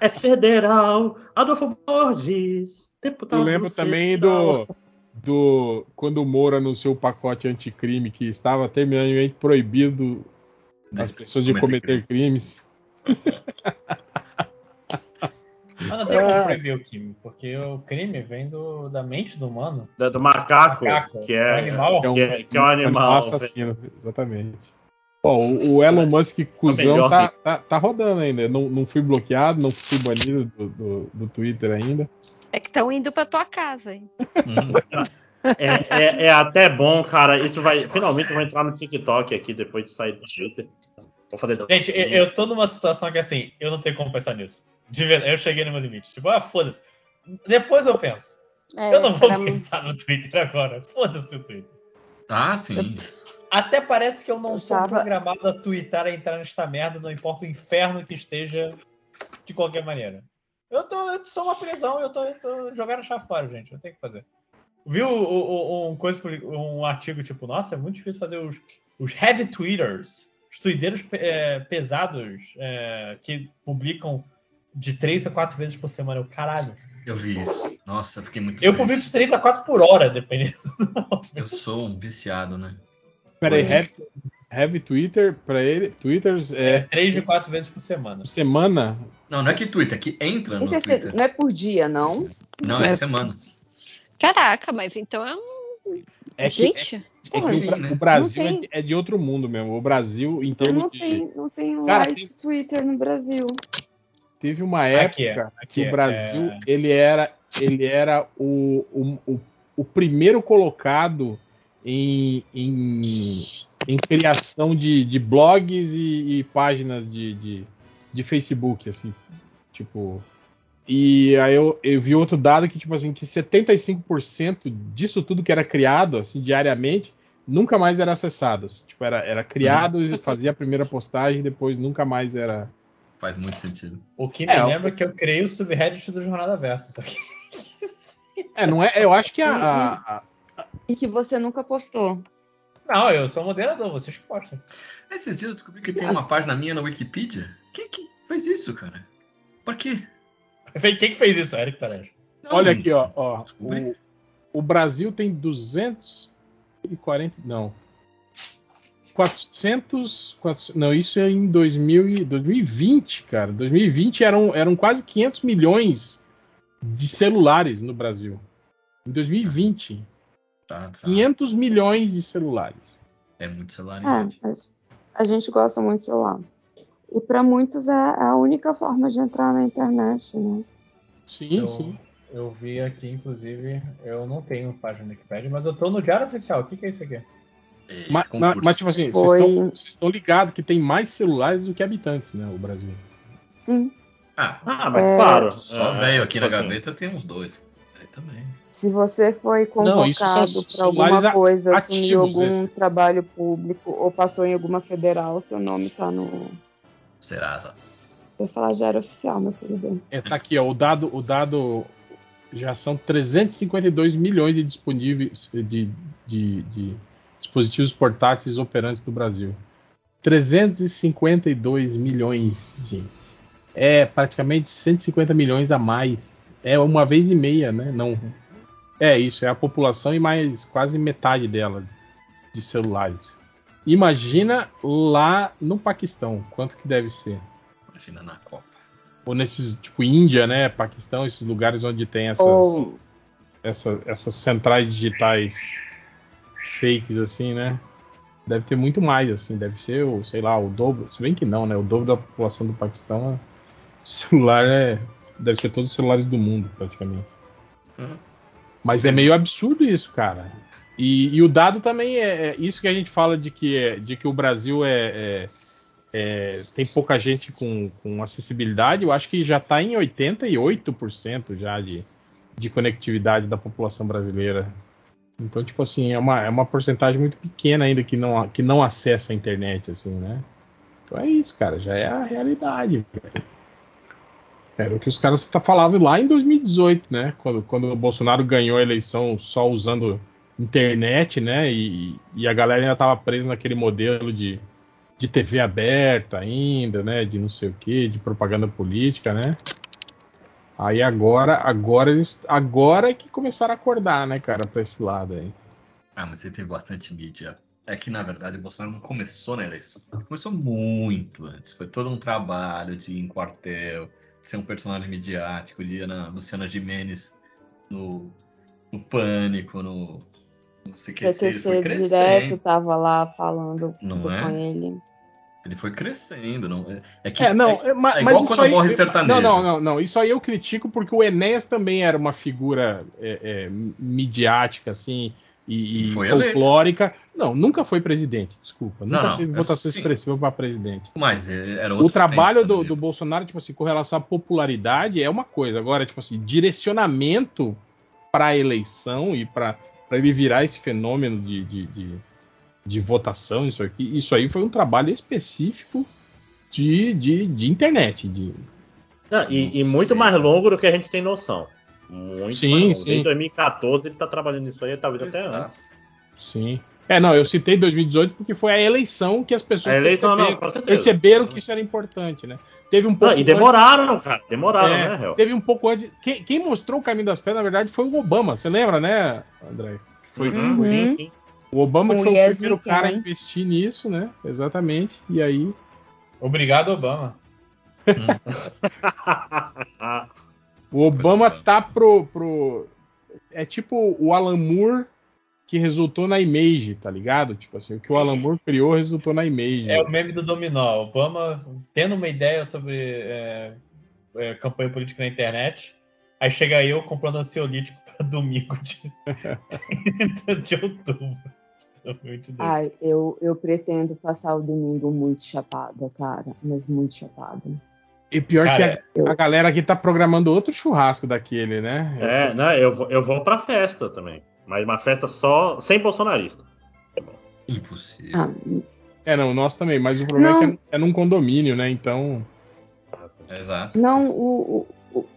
É federal. Adolfo Borges. Deputado.
Eu lembro também do, do. Quando o Moro anunciou o pacote anticrime que estava terminantemente proibido as pessoas de cometer crimes.
Mas Ah, não tem
É.
como proibir o crime, porque o crime vem do, da mente do humano.
Do, do macaco,
Macaco,
que
do
é,
animal.
que é, que é um animal.
assassino, exatamente. Ó, o, o Elon Musk, cuzão,
melhor,
tá, tá, tá rodando ainda. Não, não fui bloqueado, não fui banido do, do, do Twitter ainda.
Hum.
É que estão indo pra tua casa, hein?
É, é- é até bom, cara. Isso vai. Finalmente eu vou entrar no TikTok aqui depois de sair do Twitter. Vou fazer.
um
Gente, eu, eu tô numa situação que assim, eu não tenho como pensar nisso. De verdade, eu cheguei no meu limite. Tipo, ah, foda-se. Depois eu penso.
É,
Eu não vou
pra mim-
pensar no Twitter agora. Foda-se o Twitter.
Ah, sim.
Até parece que eu não
Eu
sou
tava-
programado a twittar, a entrar nesta merda, não importa o inferno que esteja, de qualquer maneira. Eu, tô, eu sou uma prisão, eu tô, eu tô jogando a chave fora, gente. Eu tenho que fazer. Viu o- o- o- um, coisa, public- um artigo tipo, nossa, é muito difícil fazer os, os heavy twitters, os twitteiros pe- é, pesados é, que publicam de três a quatro vezes por semana. Eu, caralho.
Eu vi isso. Nossa, eu fiquei muito
Eu
triste.
publico de três a quatro por hora, dependendo.
Eu sou um viciado, né?
Peraí, have, have Twitter pra ele? Twitters
É,
é
três de quatro vezes por semana.
por semana?
Não, não é que Twitter, que entra no
Esse é-
Twitter.
não é por dia, não.
Não, é semana.
Caraca, mas então é um.
É que,
Gente,
é que o, Bra- o Brasil é de- é de outro mundo mesmo. O Brasil, em termos
né? Não
de.
tem, não tem
Cara,
live Twitter no Brasil.
Teve uma
Aqui é,
época
aqui
que
é,
o Brasil ele era, ele era o, o, o, o primeiro colocado em, em, em criação de, de blogs e, e páginas de, de, de Facebook, assim, tipo. E aí eu, eu vi outro dado que, tipo assim, que 75% disso tudo que era criado, assim, diariamente, nunca mais era acessado. assim, tipo, era, era criado,
Uhum.
fazia a primeira postagem, depois nunca mais era.
Faz muito sentido.
O que me
É, o-
lembra que eu criei o subreddit do Jornada Versa. Só que...
É, não é. Eu acho que a. a- a-
E que você nunca postou.
Não, eu sou moderador, vocês que postam.
Esses dias eu descobri que tem uma página minha na Wikipedia. Quem que fez isso, cara? Pra quê?
Eu falei, Quem que fez isso? Eric Paranjo.
Não,
olha aqui, ó. ó,
Então, descobri.
o, o Brasil tem 240. Não. 400, 400 Não, isso é em 2000 e- 2020, cara. 2020 eram, eram quase 500 milhões de celulares no Brasil. Em 2020,
Tá, tá.
500 milhões de celulares.
É muito celular, hein,
É,
gente?
mas a gente gosta muito de celular. E para muitos é a única forma de entrar na internet, né?
Sim,
Então,
Eu-
sim.
Eu vi aqui, inclusive, eu não tenho página do Wikipedia, mas eu tô no Diário Oficial. O que, que é isso aqui?
É,
Ma- ma- Mas,
concurso.
tipo assim, vocês
Foi-
estão- vocês estão ligados que tem mais celulares do que habitantes, né? O Brasil.
Sim.
Ah,
Ah, mas
É,
claro.
só
É,
velho aqui na
assim,
gaveta tem uns dois. Aí também.
Se você foi
Não, isso são
convocado para
celulares a-
alguma coisa, assumiu
ativos é
algum
esses.
trabalho público ou passou em alguma federal, seu nome tá no.
Serasa.
Eu ia falar diário oficial, mas tudo bem.
É, tá aqui, ó. O dado, o dado já são 352 milhões de disponíveis de, de- de dispositivos portáteis operantes do Brasil. 352 milhões, gente. É praticamente 150 milhões a mais. É uma vez e meia, né? Não. É isso, é a população e mais quase metade dela de celulares. Imagina lá no Paquistão, quanto que deve ser?
Imagina na Copa.
ou nesses tipo Índia, né, Paquistão, esses lugares onde tem essas,
Ou
essa- essas centrais digitais fakes assim, né? Deve ter muito mais assim, deve ser o, sei lá, o dobro, se bem que não, né? O dobro da população do Paquistão, né? o celular é deve ser todos os celulares do mundo praticamente.
Hum.
Mas é meio absurdo isso, cara. E, e o dado também é, é isso que a gente fala de que, é- de que o Brasil é- é, tem pouca gente com, com acessibilidade, eu acho que já está em 88% já de, de conectividade da população brasileira. Então, tipo assim, é uma, é uma porcentagem muito pequena ainda que não, que não acessa a internet, assim, né? Então é isso, cara, já é a realidade, velho. Era o que os caras tá- falavam lá em 2018, né? Quando, quando o Bolsonaro ganhou a eleição só usando internet, né? E, e a galera ainda tava presa naquele modelo de, de TV aberta ainda, né? De não sei o que, de propaganda política, né? Aí agora, agora eles, agora é que começaram a acordar, né, cara, pra esse lado aí.
Ah, mas ele teve bastante mídia. É que, na verdade, o Bolsonaro não começou na eleição. Ele começou muito antes. Foi todo um trabalho de ir em quartel, de ser um personagem midiático, de ir na Luciana Gimenez no, no Pânico, no, no CQC. Ele foi
CQC
crescendo.
direto tava lá falando
Não
com
é?
ele.
Ele foi crescendo, não é? É que
É, não,
é,
é, ma- mas,
é igual
isso
quando
aí-
morre sertanejo.
Não, não, não, não. Isso aí eu critico porque o Enéas também era uma figura é, é, midiática, assim, e, e
Foi eleito.
folclórica. Não, nunca foi presidente, desculpa. Nunca
Não, não,
teve
é
votação
sim.
expressiva para presidente.
Mas é, era
O
outros
trabalho
tempos
do,
também. né?
do Bolsonaro, tipo assim, com relação à popularidade, é uma coisa. Agora, tipo assim, direcionamento para a eleição e para ele virar esse fenômeno de, de, de, de votação, isso aqui, isso aí foi um trabalho específico de, de, de internet, de,
Não, e, e
Não
muito
sei.
mais longo do que a gente tem noção. Muito
Sim,
mais longo.
sim.
Desde 2014 ele tá trabalhando isso aí, talvez até
Exato.
antes.
Sim. É, não, eu citei 2018 porque foi a eleição que as pessoas
A eleição não,
perceberam,
com certeza.
perceberam que isso era importante, né? Teve um pouco.
Não, e demoraram, cara. Demoraram,
antes,
né,
é,
Hel?
Teve um pouco antes. Quem, quem mostrou o caminho das pedras, na verdade, foi o Obama. Você lembra, né, André? Foi
Uhum, Sim, sim.
o Obama que
O
foi o
Yes
primeiro
We Can.
cara a investir nisso, né? Exatamente. E aí.
Obrigado, Obama.
Ah,
O Obama tá pro, pro. É tipo o Alan Moore que resultou na Image, tá ligado? Tipo assim, o que o Alan Moore criou resultou na Image.
É o meme do Dominó. Obama tendo uma ideia sobre é, é, campanha política na internet. Aí chega eu comprando ansiolítico para domingo de, de outubro. Muito doido.
Ai, eu, eu pretendo passar o domingo muito chapada, cara. Mas muito chapada.
E pior
Cara,
que a, a galera aqui tá programando outro churrasco daquele, né?
É, né? Eu, vou- eu vou pra festa também. Mas uma festa só sem bolsonarista.
Impossível.
Ah,
É, não, o nosso também, mas o problema é
Não.
que é, é num condomínio, né? Então. É
Exato.
não, o, o- o-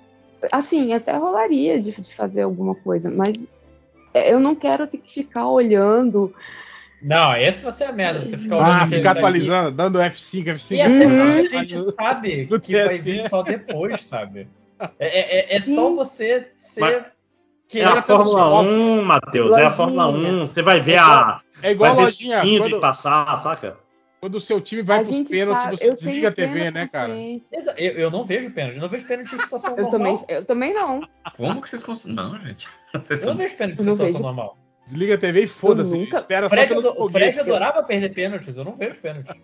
Assim, até rolaria de, de fazer alguma coisa, mas é, eu não quero ter que ficar olhando.
Não, esse você é merda. Você fica olhando
Ah,
isso
ficar
aqui.
atualizando, dando F5, F5.
E até
Uhum.
porque a gente sabe
Do
que vai
TSE.
vir só depois, sabe? É, é- é- é
Sim.
só você ser.
Mas-
Que
É a
um.
Fórmula 1, Matheus. É a
Lojinha.
Fórmula 1. Você vai ver a.
É né? igual a
vai ver
lojinha.
15
Quando,
passar, saca?
quando o seu time
a
vai pros
gente
pênaltis,
sabe-
você
eu tenho
desliga a TV,
plena
né, cara?
consciência. Tá
Exa- Eu, eu não vejo pênalti. Eu não vejo pênalti em situação
Eu
normal.
também, eu também não.
Como que vocês conseguem. Não, gente. Vocês
Eu não
são...
vejo pênalti em
Eu não
situação
vejo.
normal.
Desliga a TV e foda-se.
Eu nunca-
Espera
O Fred,
só pelos
ado- o Fred
foguetes.
adorava perder pênaltis. Eu não vejo pênalti.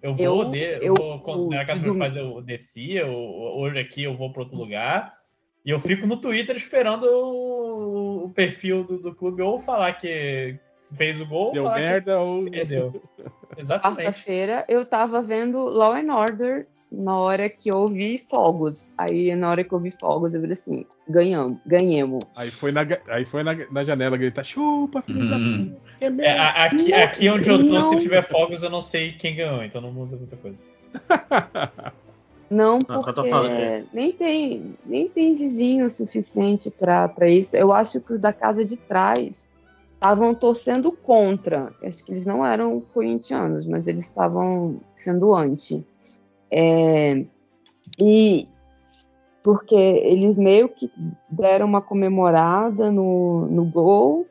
Eu vou,
Eu-
de, eu
eu-
vou quando na casa dos meus
digo-
pais eu descia. eu- hoje aqui eu vou para outro lugar. E eu fico no Twitter esperando o, o perfil do, do clube ou falar que fez o gol ou
Deu
falar que
merda ou.
Entendeu? Exatamente.
Quarta-feira eu tava vendo Law and Order na hora que eu ouvi fogos. Aí na hora que eu ouvi fogos, eu falei assim: ganhamos, ganhemos.
Aí foi na, ga- aí foi na, na janela gritar: chupa, filho da
Hum.
puta. que
É,
merda."
a- aqui, aqui onde eu tô,
não.
se tiver fogos, eu não sei quem ganhou, então não muda muita coisa.
Não,
Não,
porque
eu tô falando, é.
nem, tem, nem tem vizinho suficiente pra pra isso. Eu acho que os da casa de trás estavam torcendo contra. Eu Acho que eles não eram corintianos, mas eles estavam sendo anti. É, e porque eles meio que deram uma comemorada no, no gol,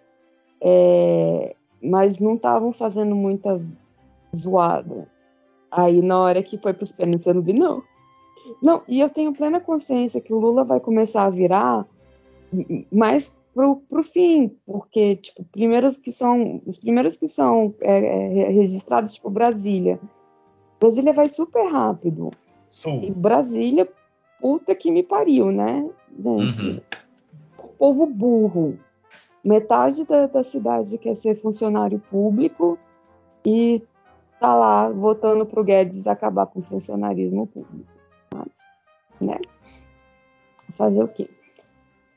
é, mas não estavam fazendo muita zoada. Aí na hora que foi pros pênaltis eu não vi, não. Não, e eu tenho plena consciência que o Lula vai começar a virar m- mais pro, pro fim, porque, tipo, primeiros que são, os primeiros que são é, é, re- registrados, tipo, Brasília. Brasília vai super rápido. E
Sul.
Brasília, puta que me pariu, né, gente?
Uhum.
O povo burro. Metade da, da cidade quer ser funcionário público e tá lá votando pro Guedes acabar com o funcionarismo público. Mas, né? Fazer o quê?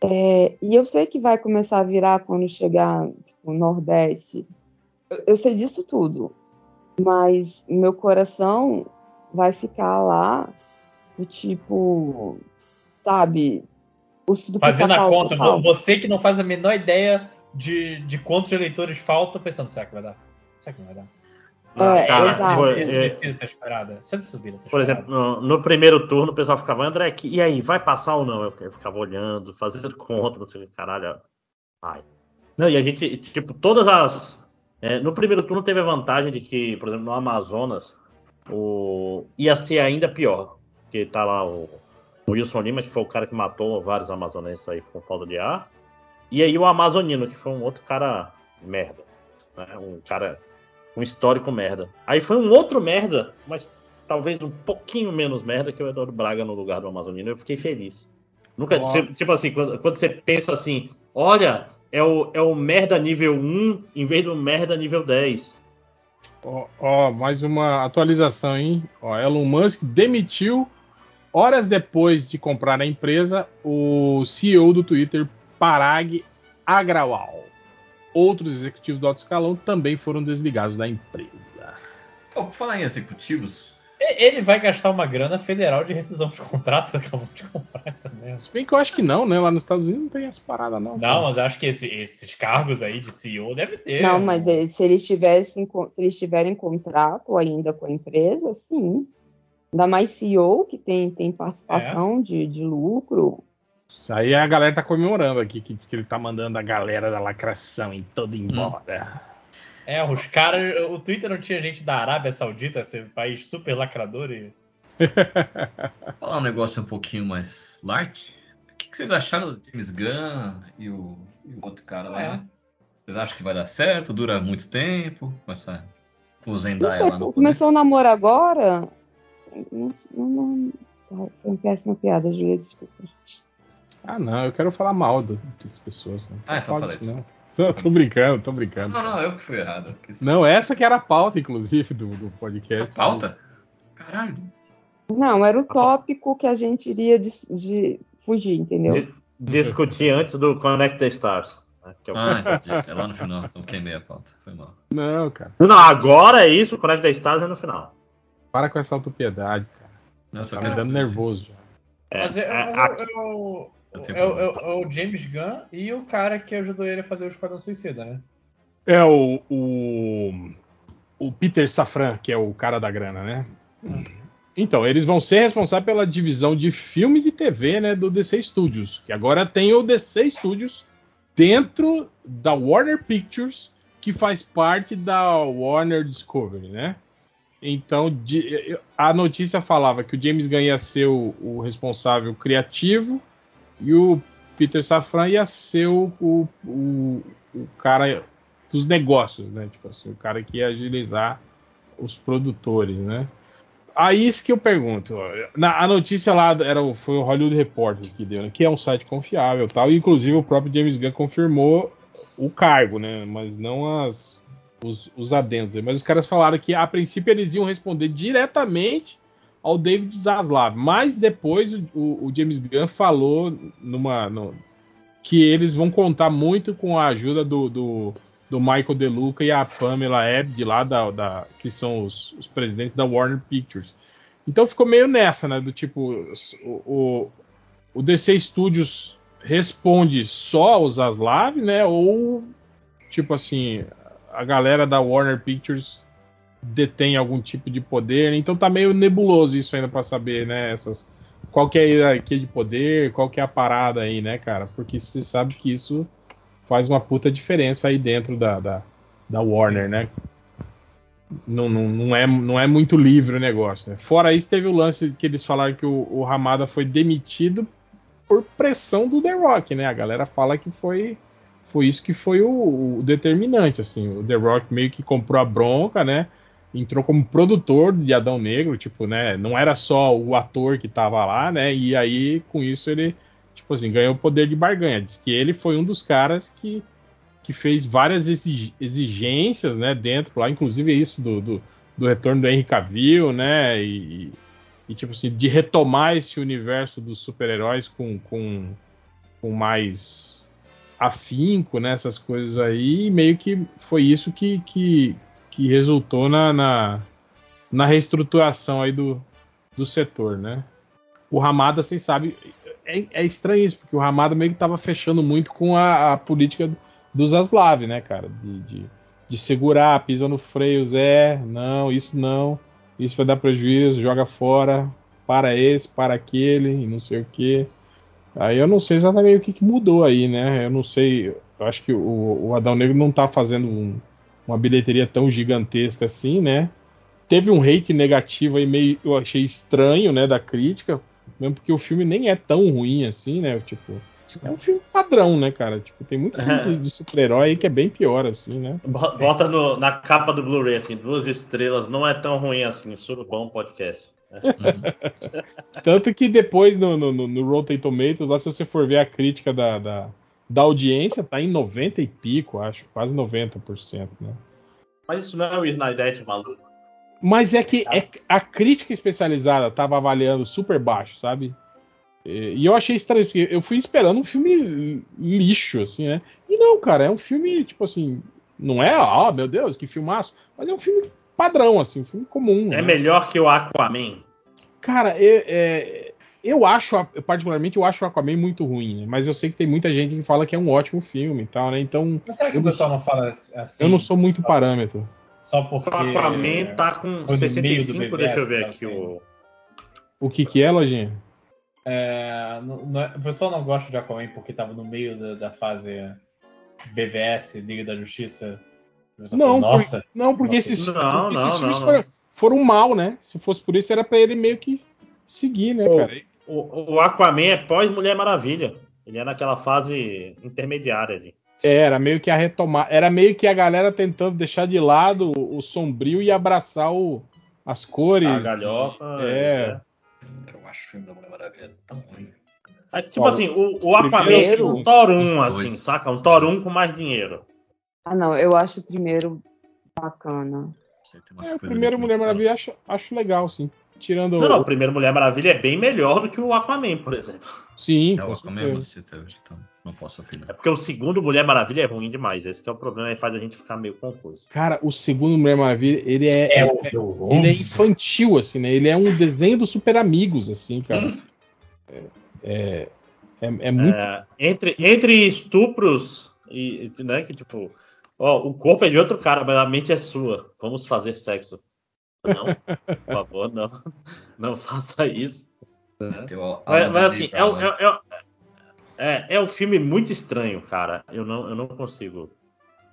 É, e eu sei que vai começar a virar quando chegar tipo, o Nordeste. Eu, eu sei disso tudo. Mas meu coração vai ficar lá do tipo, sabe, urso do
Fazendo a
pica-pau
conta, vo-
total.
você que não faz a menor ideia de, de quantos eleitores faltam, pensando, será que vai dar? Será que não vai dar?
É,
cara,
exato.
pô,
Esse,
é,
esse, esse tá esperada. Essa subida tá
Por
esperada.
exemplo, no, no primeiro turno o pessoal ficava, André, que- e aí, vai passar ou não? Eu, eu ficava olhando, fazendo conta, não sei o que, caralho. Ai. Não, e a gente, tipo, todas as. é, no primeiro turno teve a vantagem de que, por exemplo, no Amazonas, o, ia ser ainda pior. Porque tá lá o, o Wilson Lima, que foi o cara que matou vários amazonenses aí com falta de ar. E aí o Amazonino, que foi um outro cara merda. né? Um cara um histórico merda. Aí foi um outro merda, mas talvez um pouquinho menos merda que é o Eduardo Braga no lugar do Amazonino. Eu fiquei feliz. Nunca,
Ó.
tipo, tipo assim, quando, quando você pensa assim, olha, é o, é o merda nível 1 em vez do merda nível 10.
Ó, ó, mais uma atualização, hein? Ó, Elon Musk demitiu horas depois de comprar a empresa o CEO do Twitter, Parag Agrawal. Outros executivos do alto escalão também foram desligados da empresa.
Pô, por falar em executivos,
E- Ele vai gastar uma grana federal de rescisão de contrato, acabou de comprar essa merda.
Se bem que eu acho que não, né? Lá nos Estados Unidos não tem as paradas, não.
Não, mas eu acho que esse- esses cargos aí de CEO deve ter.
Não, mas eh, se eles tivessem, co- se eles tiverem contrato ainda com a empresa, sim. Ainda mais CEO, que tem, tem
É.
participação de, de lucro.
Isso aí a galera tá comemorando aqui, que diz que ele tá mandando a galera da lacração em todo
Hum.
embora.
É, os caras. O Twitter não tinha gente da Arábia Saudita, esse país super lacrador e.
falar um negócio um pouquinho mais light. O que, que vocês acharam do James Gunn e o, e o outro cara lá?
É.
Vocês acham que vai dar certo? Dura muito tempo? Com essa com o
Não
Zendaya
sei,
lá
né?
no poder?
começou o namoro agora? Não, não, não, Ai, foi uma péssima piada, Julia, desculpa.
Ah, não, eu quero falar mal das, das pessoas. Não
Ah, então
Fala
fala
isso,
isso.
não. Não, tô brincando, tô brincando.
Não, não, eu que fui errado. eu quis-
Não, essa que era a pauta, inclusive, do, do
A
podcast.
pauta? Caralho.
Não,
Ah,
era o
tá.
tópico que a gente iria de, de fugir, entendeu?
Di- Discutir antes do Connect the Stars. né,
Então.
que é o-
Ah, entendi. É lá no final, então queimei a pauta. Foi mal.
Não, cara.
Não, agora é isso, o Connect the Stars é no final.
Para com essa autopiedade, cara.
Não, eu só
Tá
quero-
me dando nervoso já.
É,
mas eu,
é,
mas
aqui-
eu- eu-
Eu tenho um-
é o-
problema.
é o- é o James Gunn e o cara que ajudou ele a fazer o Esquadrão Suicida, né?
É o, o. O Peter Safran, que é o cara da grana, né? Então, eles vão ser responsáveis pela divisão de filmes e TV, né, do DC Studios. Que agora tem o DC Studios dentro da Warner Pictures, que faz parte da Warner Discovery, né? Então, de- a notícia falava que o James Gunn ia ser o, o responsável criativo e o Peter Safran ia ser o- o- o, o cara dos negócios, né? Tipo assim, o cara que ia agilizar os produtores, né? Aí isso que eu pergunto. ó, Na, a notícia lá era, o- foi o Hollywood Reporter que deu, né? Que é um site confiável e tal. e, Inclusive o próprio James Gunn confirmou o cargo, né? Mas não as, os, os adendos. aí. Mas os caras falaram que a princípio eles iam responder diretamente ao David Zaslav. Mas depois o, o- o James Gunn falou numa, no- que eles vão contar muito com a ajuda do, do, do Michael De Luca e a Pamela Abd lá da, da que são os, os presidentes da Warner Pictures. Então ficou meio nessa, né? Do tipo o, o, o DC Studios responde só aos Zaslav, né? Ou tipo assim a galera da Warner Pictures detém algum tipo de poder. Então tá meio nebuloso isso ainda pra saber, né? Essas qual que é a hierarquia de poder, qual que é a parada aí, né, cara? Porque você sabe que isso faz uma puta diferença aí dentro da, da, da Warner, né? Não, não, não, é, não é muito livre o negócio, né? Fora isso, teve o lance que eles falaram que o, o Ramada foi demitido por pressão do The Rock, né? A galera fala que foi foi isso que foi o, o determinante, assim. O The Rock meio que comprou a bronca, né? entrou como produtor de Adão Negro, tipo, né? Não era só o ator que tava lá, né? E aí, com isso, ele, tipo assim, ganhou o poder de barganha. Diz que ele foi um dos caras que, que fez várias exi- exigências, né? Dentro lá, inclusive isso do, do, do retorno do Henry Cavill, né? E, e, tipo assim, de retomar esse universo dos super-heróis com, com, com mais afinco, né? Essas coisas aí, e meio que foi isso que, que, que resultou na, na, na reestruturação aí do, do setor, né? O Ramada, vocês sabem, é, é estranho isso, porque o Ramada meio que tava fechando muito com a, a política dos Zaslav, né, cara? De, de, de segurar, pisa no freio, Zé, não, isso não, isso vai dar prejuízo, joga fora, para esse, para aquele, e não sei o quê. Aí eu não sei exatamente o que, que mudou aí, né? Eu não sei, eu acho que o, o Adão Negro não tá fazendo um, uma bilheteria tão gigantesca assim, né? Teve um hate negativo aí meio eu achei estranho, né, da crítica, mesmo porque o filme nem é tão ruim assim, né? Tipo, é um filme padrão, né, cara? Tipo, tem muito filme
É.
de- de super-herói aí que é bem pior, assim, né?
Bo- Bota no- na capa do Blu-ray, assim, duas estrelas, não é tão ruim assim, super bom podcast.
Tanto que depois no, no, no, no Rotten Tomatoes, lá se você for ver a crítica da, da, da audiência, tá em 90 e pico, acho, quase 90%, né?
Mas isso não é o Snydete, maluco.
Mas é que é- a crítica especializada tava avaliando super baixo, sabe? E e eu achei estranho, porque eu fui esperando um filme lixo, assim, né? E não, cara, é um filme, tipo assim, não é, ó, meu Deus, que filmaço, mas é um filme padrão, assim, um filme comum.
É
né?
melhor que o Aquaman.
Cara, eu, é, eu acho, a- particularmente, eu acho o Aquaman muito ruim, né? Mas eu sei que tem muita gente que fala que é um ótimo filme e tal, né? Então,
Mas será que
Eu
o
não
pessoal não fala assim?
eu não sou muito
só,
parâmetro.
Só
O
porque.
Aquaman tá com
Foi no meio do
65,
BBS,
deixa eu ver
tá
aqui
assim.
o.
O que que é, Lojinha?
é, não- não é- o pessoal não gosta de Aquaman porque tava no meio da, da fase é, BVS, Liga da Justiça. O pessoal
Não,
fala, Nossa,
Não, porque esses,
Não,
porque
não,
esses
não,
filmes
não.
Foram, foram mal, né? Se fosse por isso, era pra ele meio que seguir, né, cara?
O, o Aquaman é pós-Mulher Maravilha. Ele é naquela fase intermediária ali.
É, Era meio que a retomar, era meio que a galera tentando deixar de lado o, o sombrio e abraçar o, as cores.
A galhofa.
É.
Eu acho o filme da Mulher Maravilha tão ruim.
É tipo assim, o, o Aquaman
Primeiro,
é um Torum,
os
assim,
dois.
saca? Um Torum com mais dinheiro.
Ah, não, eu acho o primeiro bacana.
Você tem
É, o primeiro Mulher Maravilha acho, acho legal, sim. Tirando.
assim, Não, não, o primeiro Mulher Maravilha é bem melhor do que o Aquaman, por exemplo.
Sim.
É
com
o Aquaman, eu
certeza.
assisti até hoje, então não posso
É
opinar.
porque o segundo Mulher Maravilha é ruim demais. Esse que é o problema, aí faz a gente ficar meio confuso.
Cara, o segundo Mulher Maravilha, ele
é
é, é-
horroroso.
ele é infantil, assim, né? Ele é um desenho dos super amigos, assim, cara.
Hum.
É, é, é, é muito.
É, entre, entre estupros e, e, né, que tipo, ó, o corpo é de outro cara, mas a mente é sua. Vamos fazer sexo. Não, por favor, não. Não faça isso.
Tem o
Mas,
Alan
mas, assim,
David
é, o-
Brown,
é, é, é, é um filme muito estranho, cara. Eu não, eu não consigo.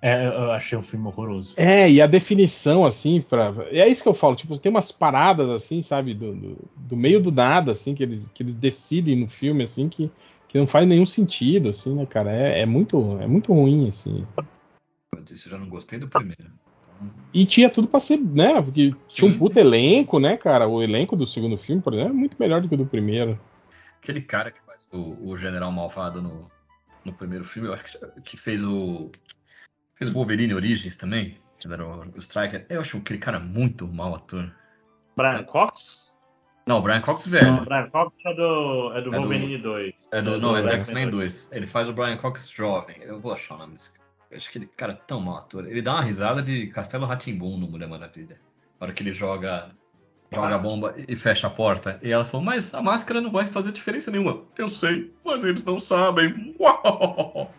É, eu achei um filme horroroso.
É, e a definição, assim, pra... é isso que eu falo, tipo, tem umas paradas, assim, sabe, do, do, do meio do nada, assim, que eles, que eles decidem no filme, assim, que, que não faz nenhum sentido, assim, né, cara, é, é muito, é muito ruim, assim.
eu disse, eu já não gostei do primeiro.
E tinha tudo pra ser, né? Porque tinha um
Sim,
puto elenco, né, cara? O elenco do segundo filme, por exemplo, é muito melhor do que o do primeiro.
Aquele cara que faz o, o General Malvado no, no primeiro filme, eu acho que, que fez o. Fez o Wolverine Origins também, que era o, o Striker. Eu acho aquele cara muito mal ator.
Brian Cox?
Não, o Brian Cox
Não,
velho.
Brian Cox é do, é do
É do-
Wolverine 2.
É do, não, é do
X-Men
X-Men 2. Ele faz o Brian Cox jovem. Eu vou achar o nome desse cara. Eu acho que ele, cara, é tão mal ator. Ele dá uma risada de Castelo Ratimbum no Mulher Maravilha. Na hora que ele joga, joga a bomba e fecha a porta. E ela falou, mas a máscara não vai fazer diferença nenhuma. Eu sei, mas eles não sabem. Uau!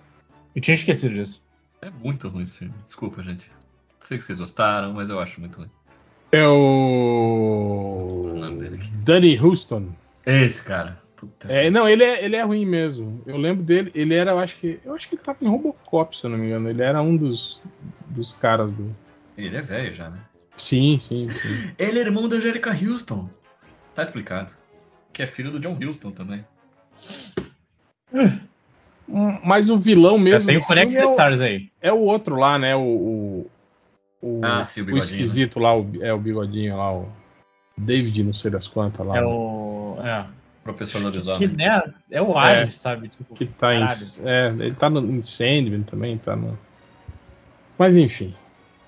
Eu tinha esquecido disso.
É muito ruim esse filme. Desculpa, gente. Sei que vocês gostaram, mas eu acho muito ruim.
É o.
O nome dele aqui.
Danny Houston.
Esse cara. Puta
É, não, ele é, ele é ruim mesmo. Eu lembro dele, ele era, eu acho que. Eu acho que ele tava em Robocop, se eu não me engano. Ele era um dos, dos caras do.
Ele é velho já, né?
Sim, sim, sim.
Ele é irmão da Angélica Houston. Tá explicado. Que é filho do John Houston também.
Hum, Mas o vilão
Eu
mesmo
tenho
do
Connect
filme é, o,
Stars aí.
é o outro lá, né? O. o, o
Ah, sim, o
o
bigodinho, né?
esquisito lá, o, é o bigodinho lá, o. David, não sei das quantas lá.
É
né?
o. É.
Professor da
Que, né, é o Ares, sabe? Tipo,
Que tá em.
Caralho.
É, ele tá no em Sandman também, tá no. Mas enfim.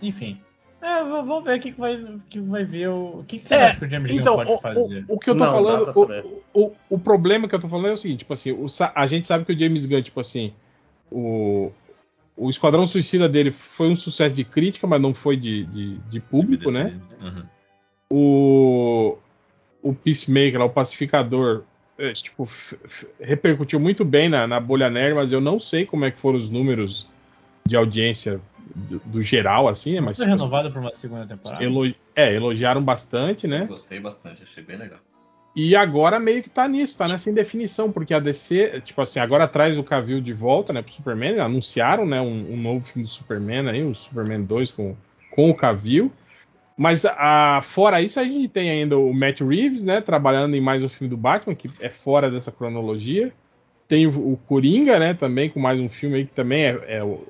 Enfim. É, v- vamos ver o que, que vai, o que vai ver. O o que, que você
É,
acha que o James Gunn
então,
pode fazer?
o, o que eu tô
Não, dá
falando.
pra saber.
O, o, o problema que eu tô falando é o seguinte, tipo assim, o sa- a gente sabe que o James Gunn, tipo assim, o, o Esquadrão Suicida dele foi um sucesso de crítica, mas não foi de, de, de público, né?
Uhum.
O, o Peacemaker, lá, o Pacificador, é, tipo, f- f- repercutiu muito bem na, na bolha nerd, mas eu não sei como é que foram os números de audiência do, do geral, assim, né? Mas,
Mas né? foi
tipo,
renovado pra uma segunda temporada.
elo- é, elogiaram bastante, né?
Gostei bastante, achei bem legal.
E agora meio que tá nisso, tá nessa indefinição, porque a DC, tipo assim, agora traz o Cavill de volta, né, pro Superman, anunciaram, né, um, um novo filme do Superman aí, o Superman 2 com, com o Cavill, mas a, fora isso a gente tem ainda o Matt Reeves, né, trabalhando em mais um filme do Batman, que é fora dessa cronologia, Tem o o Coringa, né, também, com mais um filme aí que também é, é o-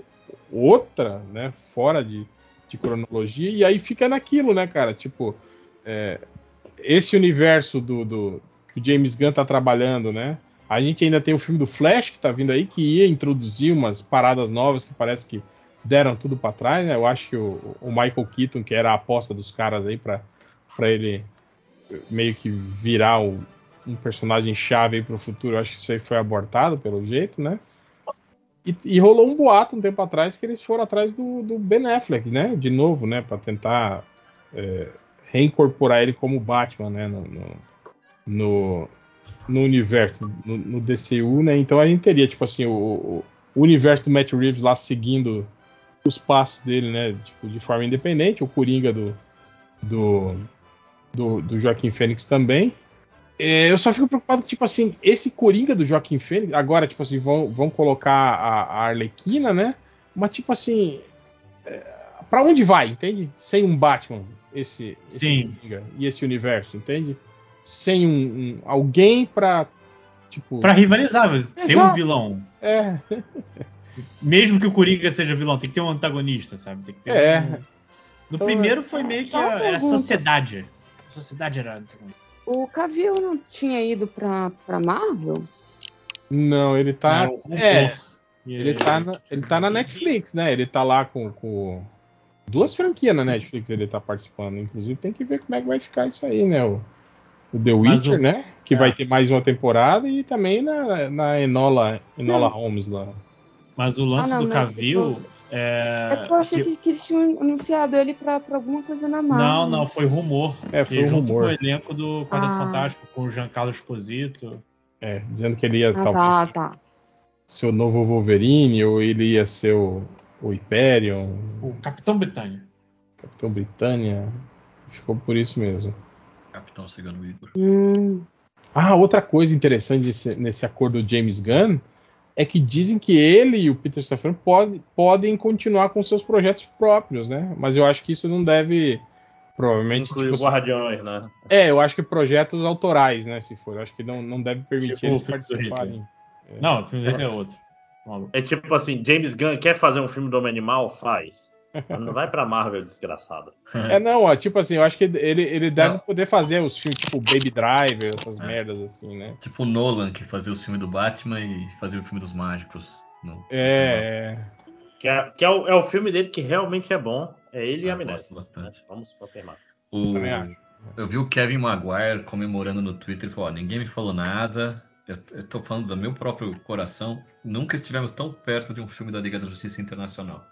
outra, né, fora de, de cronologia. E aí fica naquilo, né, cara? Tipo, é, esse universo do, do- que o James Gunn tá trabalhando, né? A gente ainda tem o filme do Flash que tá vindo aí, que ia introduzir umas paradas novas que parece que deram tudo pra trás, né? Eu acho que o, o Michael Keaton, que era a aposta dos caras aí pra, pra ele meio que virar o- um personagem chave aí pro futuro, eu acho que isso aí foi abortado pelo jeito, né? E, e rolou um boato um tempo atrás que eles foram atrás do, do Ben Affleck, né? De novo, né? Pra tentar é, reincorporar ele como Batman, né? No, no, no- no universo, no, no DCU, né? Então a gente teria, tipo assim, o, o- o universo do Matt Reeves lá seguindo os passos dele, né? Tipo, de forma independente, o Coringa do, do, do, do Joaquim Fênix também. É, eu só fico preocupado que, tipo assim, esse Coringa do Joaquim Fênix, agora, tipo assim, vão, vão colocar a, a Arlequina, né? Mas, tipo assim, é, pra onde vai, entende? Sem um Batman, esse, esse
Sim.
Coringa e esse universo, entende? Sem um, um- alguém pra, tipo...
Pra rivalizar, mas tem um
Exato.
vilão.
É,
Mesmo que o Coringa seja vilão, tem que ter um antagonista, sabe? Tem que ter
É.
um- No
Então,
primeiro foi meio que
é só uma
a, era a
pergunta.
sociedade. A sociedade era tipo, antagonista.
O Cavill não tinha ido pra, pra Marvel?
não, ele tá...
Era né, o robô.
é,
E
Ele tá, na, ele tá na Netflix, né? Ele tá lá com, com duas franquias na Netflix, ele tá participando. Inclusive, tem que ver como é que vai ficar isso aí, né? O, o The
Mas
Witcher,
o-
né? Que
é.
vai ter mais uma temporada e também na, na Enola, Enola
É.
Holmes lá.
Mas o lance
Ah, não,
do
mas
Cavill
depois-
é.
É porque eu achei que, que eles tinham anunciado ele pra, pra alguma coisa na Marvel.
Não, não, foi rumor.
É,
que
foi um
junto
rumor.
com o elenco do Quarteto
Ah.
Fantástico, com o Giancarlo Esposito.
É, dizendo que ele ia
Ah,
talvez
tá,
ser
tá.
ser o novo Wolverine, ou ele ia ser o, o Hyperion,
O Capitão Britânia.
Capitão Britânia. Ficou por isso mesmo.
Capitão Cigano Igor.
Hum,
Ah, outra coisa interessante desse- nesse acordo do James Gunn é que dizem que ele e o Peter Safran pode- podem continuar com seus projetos próprios, né? Mas eu acho que isso não deve, provavelmente,
Inclui
tipo,
o Guardiões, né?
é, eu acho que projetos autorais, né? Se for, eu acho que não, não deve permitir
Tipo o
eles
filme do
participarem.
Não, o filme dele é outro. Maluco.
É tipo assim, James Gunn quer fazer um filme do Homem Animal? Faz. Mas não vai pra Marvel, desgraçado.
É, não, ó, tipo assim, eu acho que ele, ele deve
Não.
poder fazer os filmes tipo Baby Driver, essas merdas assim, né?
Tipo o Nolan, que fazia o filme do Batman e fazia o filme dos mágicos. no-
É, é.
Que, é, que é o, é o filme dele que realmente é bom. É ele e a
Ah, Eu
Amnésia.
gosto bastante.
né? Vamos confirmar.
O-
é, Também acho.
Eu vi o Kevin Maguire comemorando no Twitter e falou: "Ó, ninguém me falou nada. Eu, eu tô falando do meu próprio coração. Nunca estivemos tão perto de um filme da Liga da Justiça Internacional.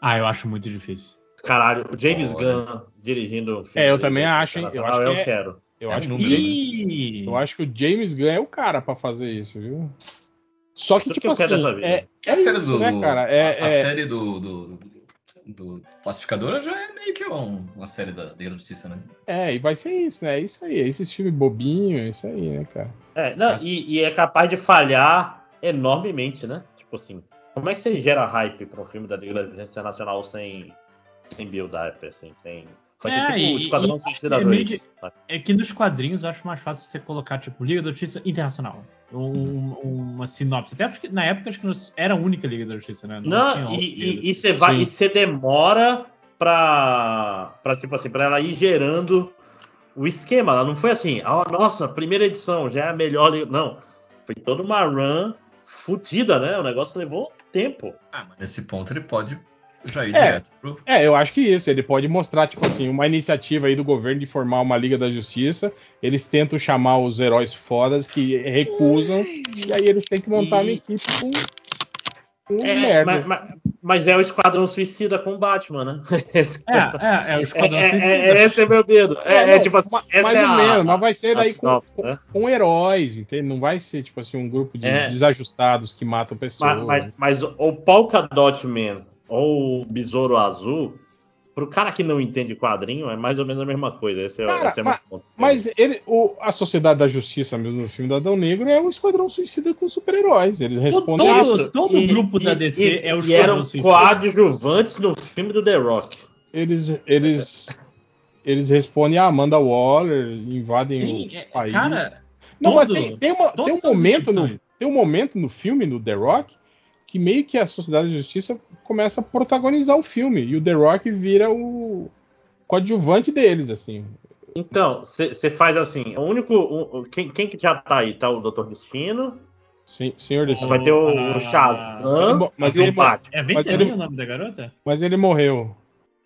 Ah, eu acho muito difícil.
Caralho, o James
Olha.
Gunn dirigindo o
É, eu
do
também
Liga
acho, hein? Eu acho
Internacional,
que
eu
é-
quero.
Eu
É
acho
um
que
número, né?
Ih!
Eu acho que o James Gunn é o cara pra fazer isso, viu? Só que,
Tudo
tipo
que eu quero dessa
assim,
vida.
é, é
a série
isso,
do,
né,
do-
cara?
a, a
É, é-
série do, do, do Pacificadora já é meio que um- uma série da Liga da Justiça, né?
é, e vai ser isso, né? É isso aí, é esses filmes bobinhos, é isso aí, né, cara?
É, não, e, e é capaz de falhar enormemente, né? Tipo assim, como é que você gera hype pra um filme da Liga da Justiça Internacional sem, sem build-up, assim, sem... Vai ser
É,
tipo
e-
o Esquadrão
e-
Suicida tá
é meio
2.
de-
sabe?
É que nos quadrinhos eu acho mais fácil você colocar, tipo, Liga da Justiça Internacional. Um- uma sinopse. Até porque na época acho que não- era a única Liga da Justiça, né?
Não,
tinha outra Liga da
e- e e você vai
Sim.
e você demora pra, pra, tipo assim, pra ela ir gerando o esquema. Ela não foi assim, ah, nossa, primeira edição já é a melhor. Liga." Não, foi toda uma run fudida, né? O negócio levou tempo.
Ah, mas nesse ponto ele pode já ir
É.
direto pro.
É, eu acho que isso, ele pode mostrar, tipo assim, uma iniciativa aí do governo de formar uma Liga da Justiça, eles tentam chamar os heróis fodas que recusam, e aí eles têm que montar uma
E-
equipe com, com
É, mas,
merdas.
mas- mas é o Esquadrão Suicida com o Batman, né? Esse-
É, é, é o Esquadrão
é, é,
Suicida.
é, esse é meu dedo. É, é
não,
tipo assim,
ma-
essa
mais
é
ou
a-
menos, mas vai ser
a
daí com,
sinopse,
com-
né?
com heróis, entende? Não vai ser, tipo assim, um grupo de
É.
desajustados que matam pessoas. né?
Mas, mas, mas o Polka Dot Man ou o Besouro Azul, pro cara que não entende quadrinho, é mais ou menos a mesma coisa. Esse é,
Cara,
esse é
ma-
meu ponto.
Mas ele, o- a Sociedade da Justiça, mesmo no filme do Adão Negro, é um esquadrão suicida com super-heróis. Eles respondem
todo-
a-
Isso.
todo grupo da DC é o
E um eram
Esquadrão Suicida.
coadjuvantes no filme do The Rock.
eles, eles, eles respondem a Amanda Waller, invadem
Sim,
o
é-
país.
cara,
Não, mas
todo-
tem, tem uma- tem
todas
um momento
as
no,
edições.
Tem um momento no filme do The Rock que meio que a Sociedade de Justiça começa a protagonizar o filme e o The Rock vira o coadjuvante deles, assim.
Então, você faz assim, o único. o- o- quem, quem que já tá aí? Tá o Dr. Destino,
Sim, senhor Destino.
vai ter o,
Ah.
o Shazam
Mas
e
ele
o
morre.
Batman.
É
Mas
Ventania
ele-
o nome da garota?
Mas ele morreu,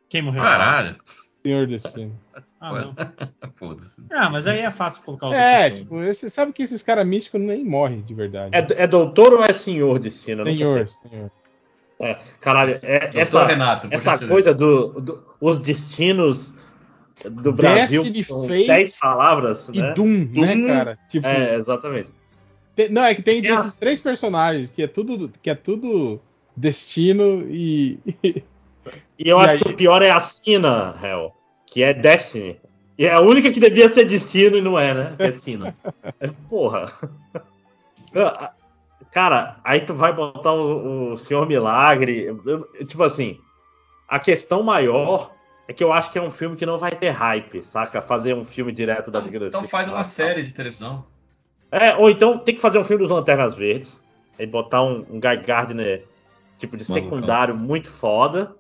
Quem morreu?
Caralho.
senhor Destino.
Ah, não.
Foda-se.
Ah, mas aí é fácil colocar outra
É,
pessoa.
tipo, você sabe que esses caras místicos nem morrem de verdade.
É, é doutor ou é senhor Destino? Eu nunca
senhor, senhor.
sei. Caralho, é-
Doutor
essa,
Renato, por
essa
gentileza.
coisa do, do- os destinos do Brasil
de
com
frente
10 palavras,
E
né?
Doom, né,
Doom.
cara? Tipo,
É, Ah. exatamente.
Tem- não, é que tem
Tem
esses três personagens, que é tudo, que é tudo destino e.
E eu
E
acho
aí-
que o pior é a Sina, Hell, que é Destiny. E é a única que devia ser destino e não é, né? Que é Sina. É, Porra. Ah, Cara, aí tu vai botar o, o Senhor Milagre. eu- eu- Tipo assim, a questão maior é que eu acho que é um filme que não vai ter hype, saca? Fazer um filme direto
Então,
da Liga da
então
Justiça.
faz uma
Ah,
série de televisão.
É, ou então tem que fazer um filme dos Lanternas Verdes. Aí botar um, um Guy Gardner, tipo, de
Malucão.
secundário muito foda,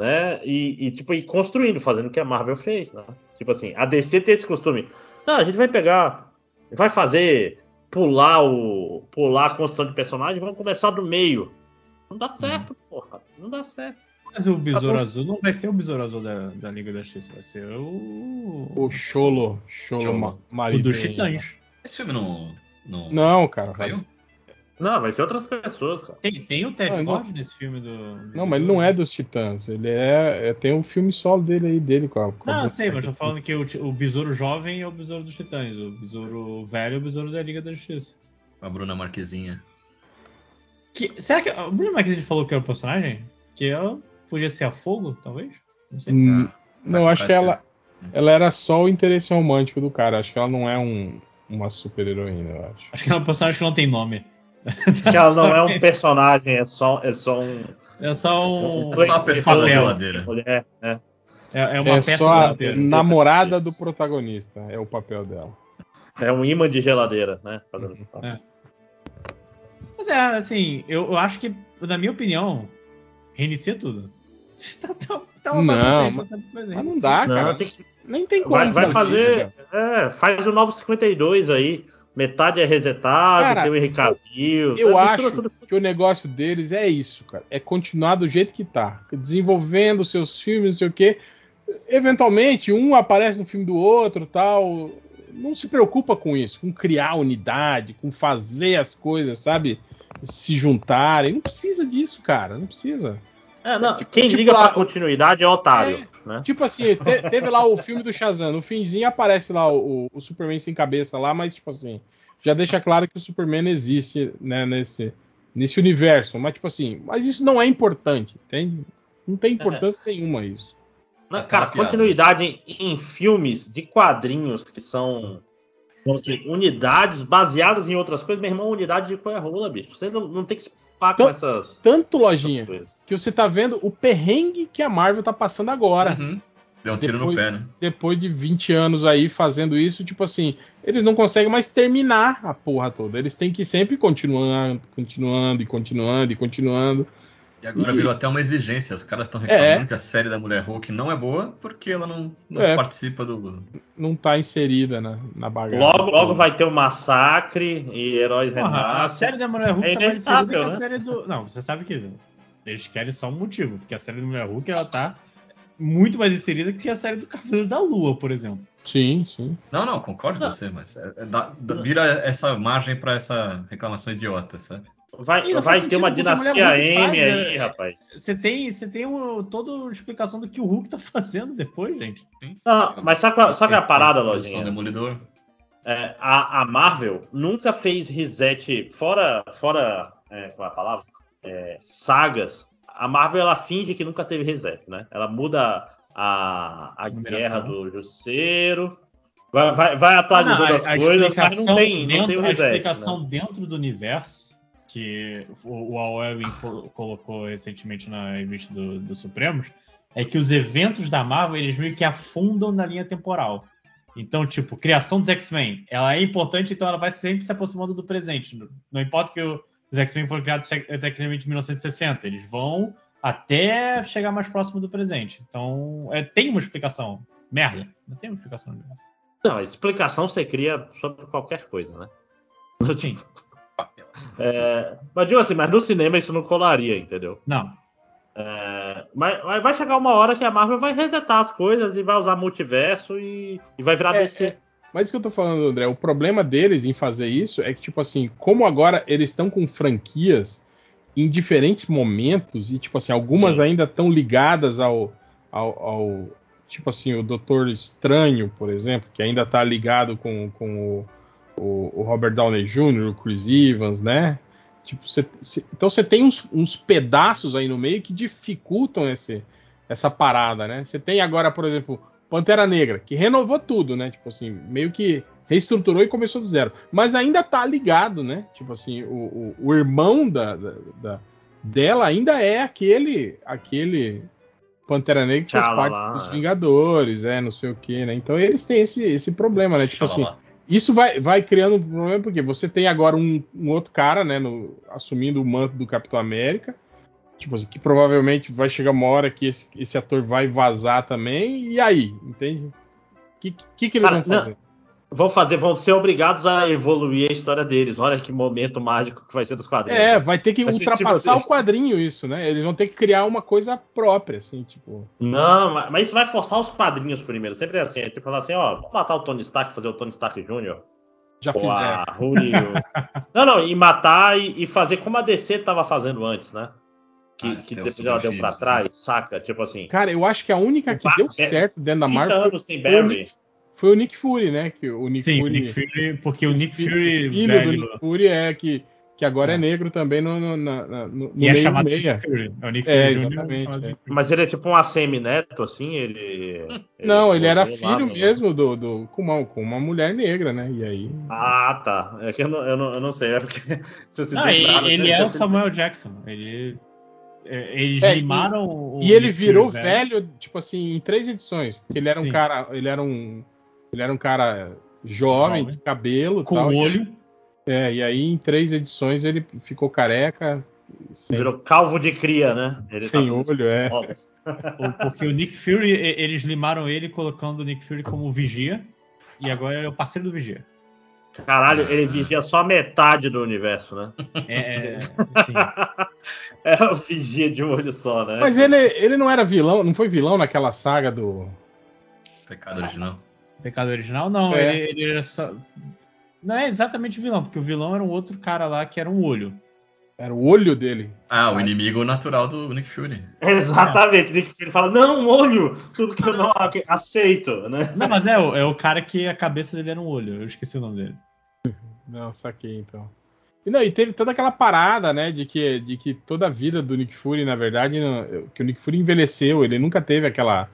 né? E, e, tipo, ir construindo, fazendo o que a Marvel fez, né? Tipo assim, a DC tem esse costume. Ah, a gente vai pegar, vai fazer, pular o. pular a construção de personagem, vamos começar do meio. Não dá certo, porra. Não dá certo.
Mas o Besouro
Ah, tô-
Azul não vai ser o Besouro Azul da, da Liga da Justiça, vai ser o.
O Cholo. Cholo
Cholo.
Ma-
O
Marido.
dos Titãs.
Esse filme não. Não.
Não, cara.
caiu?
mas-
Não, vai ser outras pessoas, cara.
Tem, tem o Ted
Ah, não-
Mord nesse filme do.
Não, mas ele não é dos Titãs. Ele é. é- tem um filme solo dele aí, dele com a. com a-
Não, eu Ah, sei, mas tô falando que o, ti- o Besouro Jovem é o Besouro dos Titãs, o Besouro Velho é o Besouro da Liga da Justiça.
Com a Bruna Marquezinha.
Que- será que. O Bruno Marquezine falou que era o personagem? Que eu, podia ser a Fogo, talvez? Não sei.
Hum,
Ah,
Não,
tá
acho
com
que ela.
esses-
Ela era só o interesse romântico do cara. Acho que ela não é um, uma super heroína, eu acho.
Acho que é um personagem que não tem nome.
Porque ela não é um personagem, é só, é só um.
É só um.
Só a pessoa
papel.
da geladeira.
Mulher, né?
É, é uma
É
peça
só a
inteira.
namorada do protagonista. É o papel dela.
É um imã de geladeira, né? Fazendo-
Mas é, assim, eu, eu acho que, na minha opinião, reinicia tudo. Tá, tá, tá uma
Não,
bagunça aí,
mas-
tá sempre coisa,
Mas não
reinicia.
dá, cara.
Não, tem que-
Nem tem como.
vai, vai
sabe?
fazer. É, faz o novo 52 aí. Metade é resetado,
Cara,
tem o Henrique Cavill.
Eu
mistura
acho
tudo.
que o negócio deles é isso, cara. É continuar do jeito que tá. Desenvolvendo seus filmes, não sei o quê. Eventualmente, um aparece no filme do outro tal. Não se preocupa com isso, com criar unidade, com fazer as coisas, sabe? Se juntarem. Não precisa disso, cara. Não precisa.
É, não,
tipo-
quem
tipo
liga
lá-
pra continuidade é otário, né?
Tipo assim, te- teve lá o filme do Shazam. No finzinho aparece lá o, o Superman sem cabeça lá, mas tipo assim, já deixa claro que o Superman existe, né, nesse, nesse universo. Mas tipo assim, mas isso não é importante, entende? Não tem importância nenhuma isso.
Não,
tá
cara,
uma piada.
continuidade em, em filmes de quadrinhos que são vamos dizer, unidades baseadas em outras coisas, meu irmão, unidade de coia rola, bicho. Você não, não tem que se preocupar com
Então-
essas,
Tanto
essas
lojinha
coisas.
que você tá vendo o perrengue que a Marvel tá passando agora.
Uhum. Deu um tiro
Depois-
no pé, né?
Depois de 20 anos aí fazendo isso, tipo assim, eles não conseguem mais terminar a porra toda. Eles têm que sempre continuando, continuando e continuando e continuando.
E agora
E-
virou até uma exigência. Os caras estão
É.
reclamando que a série da Mulher Hulk não é boa porque ela não, não
É.
participa do.
não tá inserida na, na bagagem.
Logo, logo vai ter o massacre e heróis
Porra, a
renascem.
série da Mulher Hulk
É
tá mais inserida que a
inevitável, né?
série do. Não, você sabe que eles querem só um motivo, porque a série da Mulher Hulk ela tá muito mais inserida que a série do Cavaleiro da Lua, por exemplo.
Sim, sim.
Não, não, concordo com
Não.
você, mas é- é da- da- vira essa margem pra essa reclamação idiota, sabe?
E
Vai,
não
vai
faz
ter uma
sentido, porque a
dinastia
mulher muito
M
faz,
aí,
né?
rapaz.
Você tem, você tem o- toda a explicação do que o Hulk tá fazendo depois, gente.
Sim, sim.
Não, mas sabe qual, sabe qual é a parada,
Produção
Lojinha?
Demolidor.
É, a, a Marvel nunca fez reset, fora, fora é, qual é a palavra? É, sagas. A Marvel ela finge que nunca teve reset, né? Ela muda a, a
Numeração.
guerra do Justiceiro, vai, vai, vai atualizando
Ah,
as coisas, mas não tem,
dentro,
não tem o
a
reset. né?
explicação dentro do universo que o, o Al Ewing co- colocou recentemente na revista do, do Supremos é que os eventos da Marvel eles meio que afundam na linha temporal. Então, tipo, criação dos X-Men, ela é importante, então ela vai sempre se aproximando do presente. Não importa que o- os X-Men foram criados tec- tecnicamente em 1960, eles vão até chegar mais próximo do presente. Então, é, tem uma explicação. Merda, não tem uma explicação.
Não, a explicação você cria sobre qualquer coisa, né?
Sim,
É, mas digo assim, mas no cinema isso não colaria, entendeu?
não.
É, mas, mas vai chegar uma hora que a Marvel vai resetar as coisas e vai usar multiverso e, e vai virar
É,
DC.
é. Mas isso que eu tô falando, André, o problema deles em fazer isso é que, tipo assim, como agora eles estão com franquias em diferentes momentos, e, tipo assim, algumas
Sim.
ainda estão ligadas ao, ao, ao- Tipo assim, o Doutor Estranho, por exemplo, que ainda tá ligado com, com o, o, o Robert Downey Jr., o Chris Evans, né? Tipo, cê- cê- então você tem uns, uns pedaços aí no meio que dificultam esse, essa parada, né? Você tem agora, por exemplo, Pantera Negra, que renovou tudo, né? Tipo assim, meio que reestruturou e começou do zero. Mas ainda tá ligado, né? Tipo assim, o, o, o irmão da, da- da- dela ainda é aquele aquele Pantera Negra que faz
Tchala
parte
lá,
dos
é.
Vingadores, é, não sei o quê, né? Então eles têm esse, esse problema, né? Tipo assim,
Xalala.
isso vai, vai criando um problema, porque você tem agora um, um outro cara, né, no- assumindo o manto do Capitão América. Tipo assim, que provavelmente vai chegar uma hora que esse, esse ator vai vazar também. E aí, entende? O que, que, que eles
Cara,
vão
não.
fazer?
Vão fazer, vão ser obrigados a evoluir a história deles. Olha que momento mágico que vai ser dos quadrinhos.
É, vai ter que
Vai ser tipo
ultrapassar
assim.
o quadrinho isso, né? Eles vão ter que criar uma coisa própria, assim, tipo.
Não, mas- mas isso vai forçar os quadrinhos primeiro. Sempre é assim, é tipo falar assim, ó, vamos matar o Tony Stark, fazer o Tony Stark Jr.
Já
Ou
fizeram.
a Ruri. ou- não, não, e matar e, e fazer como a DC tava fazendo antes, né? Que,
Ah,
que
tem
depois
os né?
ela deu pra
subfilmes,
trás, saca? Tipo assim,
Cara, eu acho que a única que
Ba-
deu
é,
certo dentro da
30
Marvel
anos sem
foi o
Barry.
Nick, foi o Nick Fury, né? Que o Nick
Sim, o
Fury.
Nick Fury, porque o Nick Fury, velho,
filho
né?
do Nick Fury é que, que agora é.
É.
negro também no, no, na- na- no, no
e é
meio
chamado de
meia.
Nick Fury. É o Nick
É,
Fury Jr.
exatamente,
chamado de
é.
Nick Fury.
Mas ele é tipo um assemi-neto, assim, ele...
Não, ele era
morou lá,
filho
mano.
mesmo do, do com, uma, com uma mulher negra, né? E aí.
Ah, tá. É que eu não, eu não, eu não sei, é porque... tipo assim,
Não,
do
e-
nada,
ele
né?
é o Samuel Jackson. Ele, é, eles
É, e-
limaram o.
e ele
Nick
virou
Fury, né?
velho, tipo assim, em três edições. Porque ele era um
Sim.
cara. Ele era um. Ele era um cara jovem,
Jovem.
de cabelo e
Com
tal.
o
e-
olho.
É, e aí em três edições ele ficou careca. Sem,
Virou calvo de cria, né? Ele
sem
tá-
olho, é.
Óbvio.
O- Porque o Nick Fury, e- eles limaram ele colocando o Nick Fury como vigia. E agora ele é o parceiro do vigia.
Caralho, ele vigia só metade do universo, né?
É, é, assim,
É o vigia de um olho só, né?
é-
Mas ele, ele não era vilão, não foi vilão naquela saga do.
Pecado original.
pecado original, não.
É.
Ele, ele era só. Não é exatamente vilão, porque o vilão era um outro cara lá que era um olho.
Era o olho dele.
Ah, o inimigo natural do Nick Fury.
Exatamente. Nick Fury fala, não, um olho! Tudo que eu não ok, aceito, né?
Não, mas é, o- é o cara que a cabeça dele era um olho. Eu esqueci o nome dele.
Não, saquei então. E, não, e teve toda aquela parada, né, de que, de que toda a vida do Nick Fury, na verdade, não- que o Nick Fury envelheceu, ele nunca teve aquela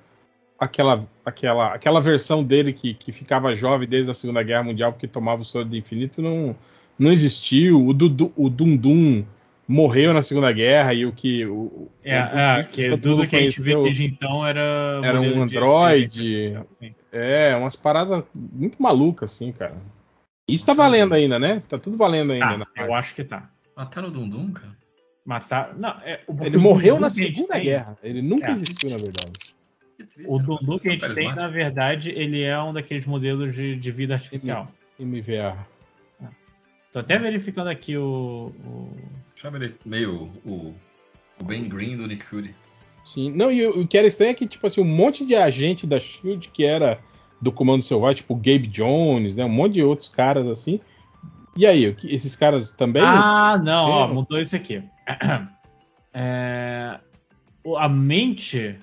aquela aquela aquela versão dele que, que ficava jovem desde a Segunda Guerra Mundial porque tomava o soro do infinito, não não existiu. O Dudu, o Dundum morreu na Segunda Guerra e o que o,
É,
o
é,
Dundum
que
todo
tudo
mundo
que a gente vê
conheceu-
desde então era.
Era um
modelo de-
androide.
Sim.
É, umas paradas muito malucas assim, cara. Isso tá valendo ainda, né? Tá tudo valendo ainda.
Tá,
na parte.
eu acho que tá.
Mataram o Dundum, cara?
Matar. Não, é, o-
Ele
o
morreu na
Dundum que a gente
Segunda
tem-
Guerra. Ele nunca
É.
existiu, na verdade.
Que triste,
O
né?
Dundu que a gente
Tão
tem, na
carismático.
verdade, ele é um daqueles modelos de, de vida artificial.
MVA.
Tô até verificando aqui o. o-
Chama ele meio o, o Ben Green do Nick Fury.
Sim. Não, e o o que era estranho é que, tipo assim, um monte de agente da SHIELD que era do Comando Selvagem, tipo o Gabe Jones, né? Um monte de outros caras assim. E aí, o que- esses caras também?
Ah, não, ó,
Bem-
mudou isso aqui. É, o- A mente.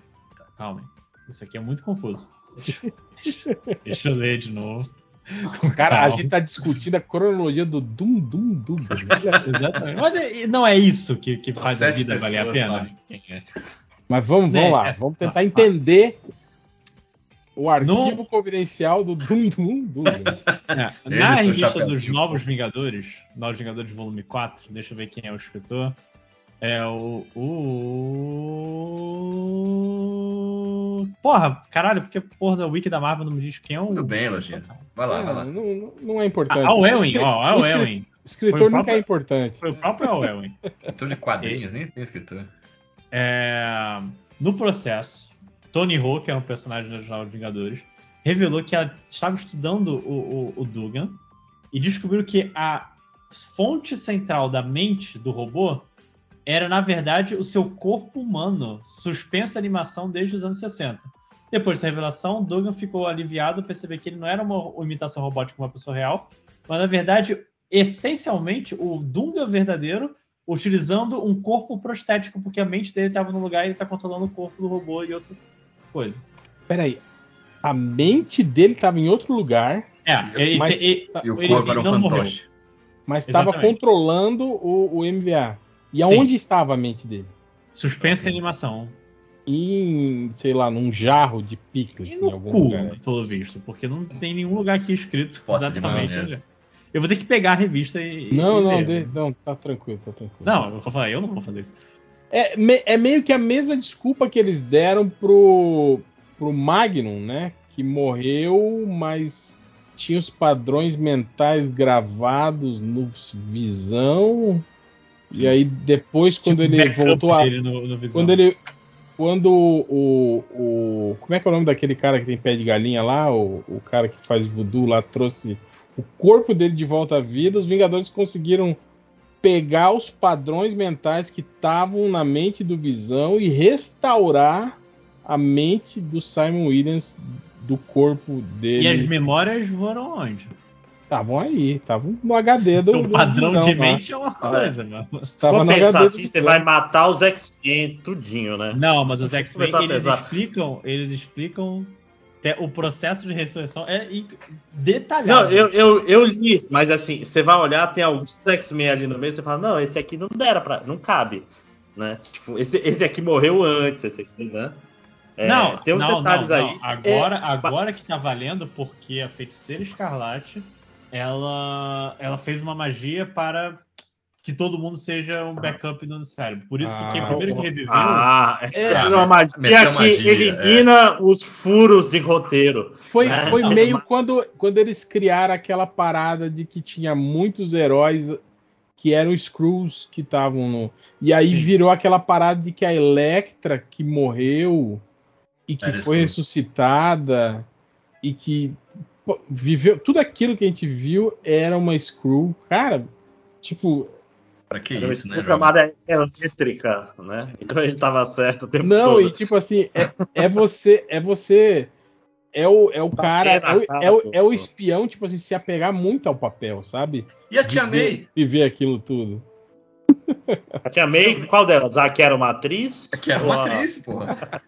Calma, isso aqui é muito confuso. Deixa eu ler de novo. Com
cara, a
calma.
gente tá discutindo a cronologia do Dum Dum Dum. Olha,
Exatamente. Mas é- não é isso que, que faz a
Sete
vida valer a
pessoas
pena.
sabem quem é.
Mas vamos, vamos
É,
lá,
é,
vamos
tá,
tentar
tá.
entender o arquivo confidencial do Dum Dum Dum.
É,
Ele,
na
seu
revista
Chapeuzinho.
dos Novos Vingadores, Novos Vingadores volume 4, deixa eu ver quem é o escritor. É o. o... Porra, caralho, porque porra da Wiki da Marvel não me diz quem é o.
Tudo bem, Elogio. Vai lá, vai
Ah,
lá.
não, não- não é importante.
Ah, Al Ewing,
Escri-
ó, Al Ewing. Foi
Escritor
o
nunca é
próprio-
importante.
Foi o próprio Al Ewing.
Escritor de quadrinhos, nem tem escritor.
É, no processo, Tony Hawk, que é um personagem original de Vingadores, revelou que ela estava estudando o, o- o Dugan e descobriu que a fonte central da mente do robô era, na verdade, o seu corpo humano, suspenso à animação desde os anos 60. Depois dessa revelação, Dugan ficou aliviado ao perceber que ele não era uma imitação robótica de uma pessoa real, mas, na verdade, essencialmente, o Dunga verdadeiro utilizando um corpo prostético, porque a mente dele estava no lugar e ele tá controlando o corpo do robô e outra coisa.
Peraí. A mente dele estava em outro lugar,
É, ele,
Mas-
ele-
E o
ele
corpo era um
não
fantoche.
mas estava
Exatamente.
controlando o, o MVA. E
Sim.
aonde estava a mente dele?
Suspensa e animação.
Em, sei lá, num jarro de
E
picles em
no
algum
cu,
lugar. né?
pelo visto, porque não tem nenhum lugar aqui escrito
Pote de
exatamente.
maionese.
onde é. Eu vou ter que pegar a revista e.
Não,
e
não,
ver.
de- não, tá tranquilo, tá tranquilo.
Não, é eu vou falar, eu não vou fazer isso.
É, me- é meio que a mesma desculpa que eles deram pro, pro Magnum, né? Que morreu, mas tinha os padrões mentais gravados no Visão. E aí depois, quando
Tipo,
ele
backup
voltou a.
dele no, no Visão.
Quando ele. Quando o, o. Como é que é o nome daquele cara que tem pé de galinha lá? O, o cara que faz voodoo lá trouxe o corpo dele de volta à vida. Os Vingadores conseguiram pegar os padrões mentais que estavam na mente do Visão e restaurar a mente do Simon Williams do corpo
E as
dele.
memórias foram onde?
Estavam aí, estavam no HD do.
o
do
padrão
Visão
de
lá.
mente é uma coisa, mano.
Tava no
Se for pensar
HD do
assim, você
Visão.
vai matar os X-Men tudinho, né?
Não, mas os
Se
X-Men
começar a
eles
pesar.
explicam, eles explicam te- o processo de ressurreição é in- detalhado.
Não, eu, eu, eu li, mas assim, você vai olhar, tem alguns X-Men ali no meio, você fala, não, esse aqui não dera pra. não cabe. Né? Tipo, esse, esse aqui morreu antes, esse aqui, né? É,
não,
tem uns
não,
detalhes
não,
aí. É,
não. Agora, agora que tá valendo, porque a feiticeira escarlate ela, ela fez uma magia para que todo mundo seja um backup no cérebro. Por isso que quem
Ah,
primeiro que reviveu.
Ah,
É,
é
cara,
uma magia
meteu
que
magia, é.
elimina os furos de roteiro.
Foi,
né?
foi
Não,
meio
mas-
quando, quando eles criaram aquela parada de que tinha muitos heróis que eram Skrulls que estavam no. E aí
Sim.
virou aquela parada de que a Electra que morreu e que
Era
foi
Skrull.
ressuscitada e que pô, viveu. Tudo aquilo que a gente viu era uma Skrull. Cara, tipo.
Pra que
Era um uma
isso, né,
explosão
Robert?
chamada elétrica, é né? Então ele tava certo o tempo
Não,
todo.
e tipo assim, é, é você. É você. É o, é o cara, é o, é, o, é o espião, tipo assim, se apegar muito ao papel, sabe?
E a Tia May?
e ver aquilo tudo.
A Tia May, qual delas? A que era uma atriz?
Que era
Ou
é uma
a-
atriz, porra.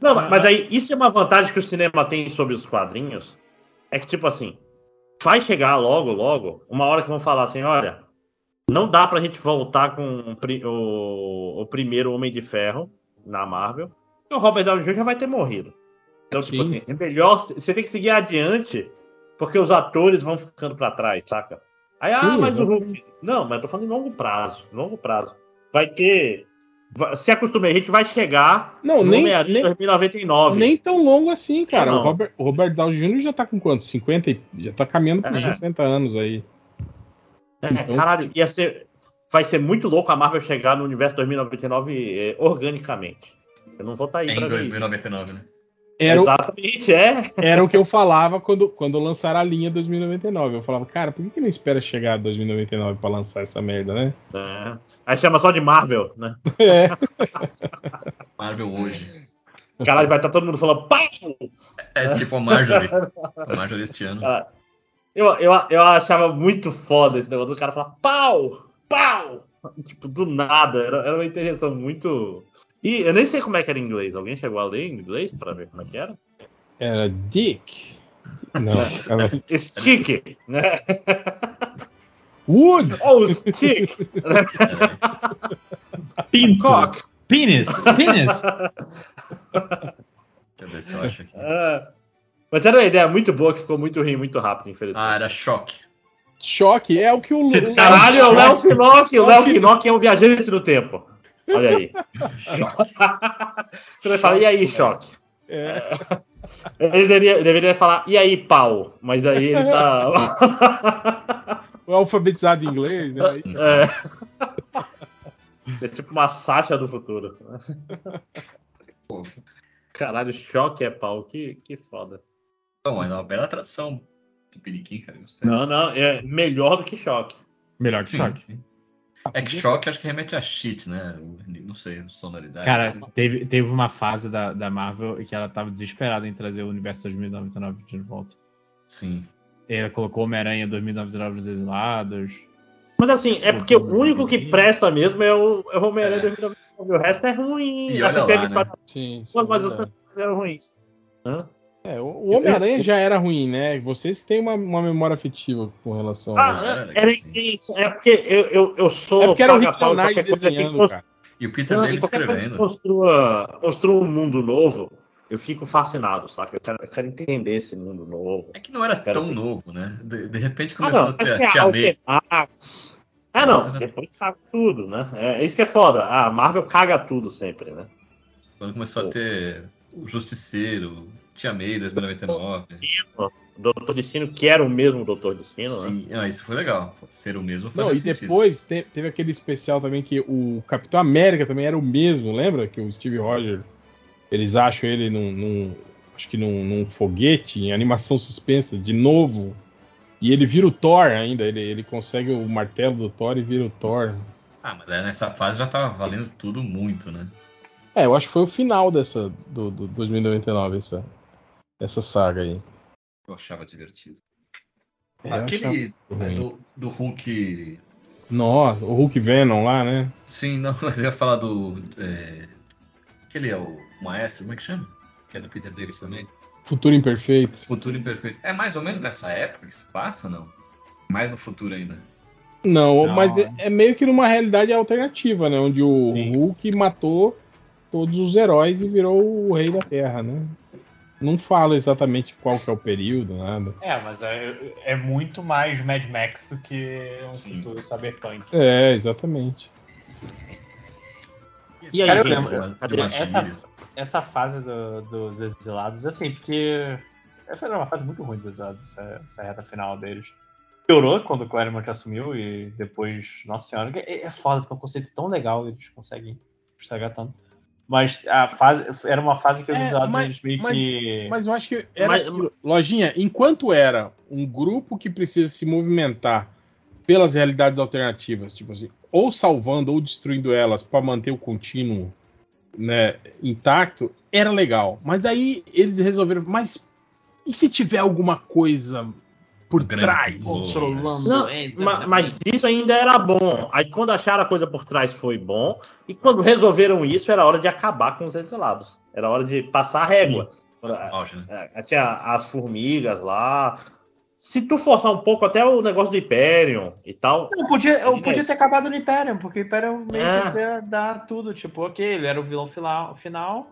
Não, mas aí isso é uma vantagem que o cinema tem sobre os quadrinhos. É que, tipo assim, vai chegar logo, logo, uma hora que vão falar assim, olha, não dá pra gente voltar com o pri- o, o primeiro Homem de Ferro na Marvel, e o Robert Downey Jr. já vai ter morrido. Então, tipo
Sim.
assim, é melhor. Você tem que seguir adiante, porque os atores vão ficando pra trás, saca? Aí, ah,
Sim,
mas o
eu-
Hulk. Não, mas eu tô falando em longo prazo. Longo prazo. Vai ter. vai- se acostumei, a gente vai chegar
Não,
no
nem,
Homem-Aranha
nem,
2099.
nem tão longo assim, cara.
Não.
O Robert, o Robert Downey Jr. já tá com quanto? 50 e já tá caminhando pros
É.
60 anos aí.
É, caralho, ia ser, vai ser muito louco a Marvel chegar no universo 2099 eh, organicamente. Eu não vou estar aí
É
pra
em
ver.
2099, né?
Era, o-
Exatamente, é.
era o que eu falava quando, quando lançaram a linha 2099. Eu falava, cara, por que, que não espera chegar a 2099 pra lançar essa merda, né?
É. Aí chama só de Marvel, né?
É.
Marvel hoje.
Caralho, vai estar todo mundo falando, pau!
É tipo a Marjorie. A Marjorie este ano.
Cara, Eu, eu, eu achava muito foda esse negócio do cara falar pau! Pau! Tipo, do nada. Era, era uma intervenção muito. E eu nem sei como é que era em inglês. Alguém chegou a ler em inglês pra ver como é que era?
Era Dick. Não, assim. era
É,
Stick, né?
Wood.
Oh, stick!
Caralho.
Pinto.
Cock!
é Penis, penis.
Deixa eu ver se eu acho aqui.
Ah, mas era uma ideia muito boa que ficou muito ruim, muito rápido,
Ah,
infelizmente.
era choque.
Choque. É o que o Lu- o-
Caralho, o Léo Finocchi, o Léo
Choque.
Finocchi é um viajante do tempo. Olha aí. Quando ele fala, e aí, choque?
É.
Ele deveria, deveria falar, e aí, pau? Mas aí ele tá.
O é alfabetizado em inglês, né?
é. é tipo uma Sasha do futuro.
Pô,
Caralho, choque é pau, que, que foda.
Não, mas é uma bela tradução do Piriquim, cara. eu Gostei.
Não, não, é melhor do que choque.
Melhor que
Sim,
choque.
sim. É que choque acho que remete a shit, né? Não sei, sonoridade.
É. Cara, teve, teve uma fase da, da Marvel que ela tava desesperada em trazer o universo 2099 de volta.
Sim.
Ela É, colocou Homem-Aranha 2099 nos exilados.
Mas assim, é porque o único que presta mesmo é o, é o Homem-Aranha 2099. O resto é ruim.
E
assim,
olha
teve
lá, né?
várias-
Sim, sim,
mas os
verdade.
personagens eram ruins.
É, o- o Homem-Aranha já era ruim, né? Vocês têm uma, uma memória afetiva com relação a.
Ah,
né?
era intenso. É porque eu, eu, eu sou.
é porque era o Rick
paga-pau de
Leonardo
qualquer coisa que
desenhando,
cons-
cara.
E o Peter
Não, e
David
qualquer coisa que
escrevendo.
Construa, construa um mundo novo, eu fico fascinado, saca? Eu quero, eu quero entender esse mundo novo.
É que não era
Cara,
tão
foi-
novo, né? De, de repente
Ah,
começou
não,
a
mas
ter
que
a
é
Tia May.
Alquemax. Ah, não,
Nossa, né?
depois caga tudo, né? É isso que é foda. A Marvel caga tudo sempre, né?
Quando começou a ter o Justiceiro, Tia May 2099.
O Doutor Destino, que era o mesmo Doutor Destino, né?
Sim, ah, isso foi legal. Ser o mesmo fazia
Não, e
sentido.
depois te- teve aquele especial também que o Capitão América também era o mesmo, lembra? Que o Steve Rogers, eles acham ele num, num- acho que num, num foguete, em animação suspensa, de novo. E ele vira o Thor ainda, ele, ele consegue o martelo do Thor e vira o Thor.
Ah, mas aí nessa fase já tava valendo tudo muito, né?
É, eu acho que foi o final dessa, do, do 2099, essa, essa saga aí.
Eu achava divertido.
É, eu achava
Aquele
ruim.
do, do Hulk.
Nossa, o Hulk Venom lá, né?
Sim, não, mas eu ia falar do. É... Aquele é o maestro, como é que chama? Que é do Peter David também.
Futuro Imperfeito.
Futuro Imperfeito. É mais ou menos nessa época que se passa, não? Mais no futuro ainda.
Não,
Não,
mas é,
é.
é meio que numa realidade alternativa, né? Onde o
Sim.
Hulk matou todos os heróis e virou o rei da Terra, né? Não fala exatamente qual que é o período, nada.
É, mas é, é muito mais Mad Max do que um
Sim.
futuro cyberpunk.
É, exatamente.
E aí,
Cara, eu
de
lembro. é,
uma- de umas
Essa-
filhas.
Essa fase do- dos exilados, assim, porque essa era uma fase muito ruim dos exilados, essa, essa reta final deles. Piorou quando o Claremont assumiu e depois, nossa senhora, que é, é foda, porque é um conceito tão legal eles conseguem estragar tanto. Mas a fase, era uma fase que os
É,
exilados
mas-
eles meio
mas-
que...
Mas eu acho que era
É, Mas-
aquilo. Lojinha, enquanto era um grupo que precisa se movimentar pelas realidades alternativas, tipo assim, ou salvando ou destruindo elas para manter o contínuo né, intacto, era legal. Mas daí eles resolveram, mas e se tiver alguma coisa por
Grande
trás?
boa.
Não, Ma- mas isso ainda era bom. Aí quando acharam a coisa por trás foi bom. E quando resolveram isso, era hora de acabar com os exilados. Era hora de passar a régua. Quando-
Auge, né?
é, Tinha as formigas lá. Se tu forçar um pouco até o negócio do Hyperion e tal.
Não, podia, eu
Ele
podia
é
ter
isso.
acabado no Império, porque o Império meio
É.
que ia dar tudo. Tipo, ok, ele era o vilão final. final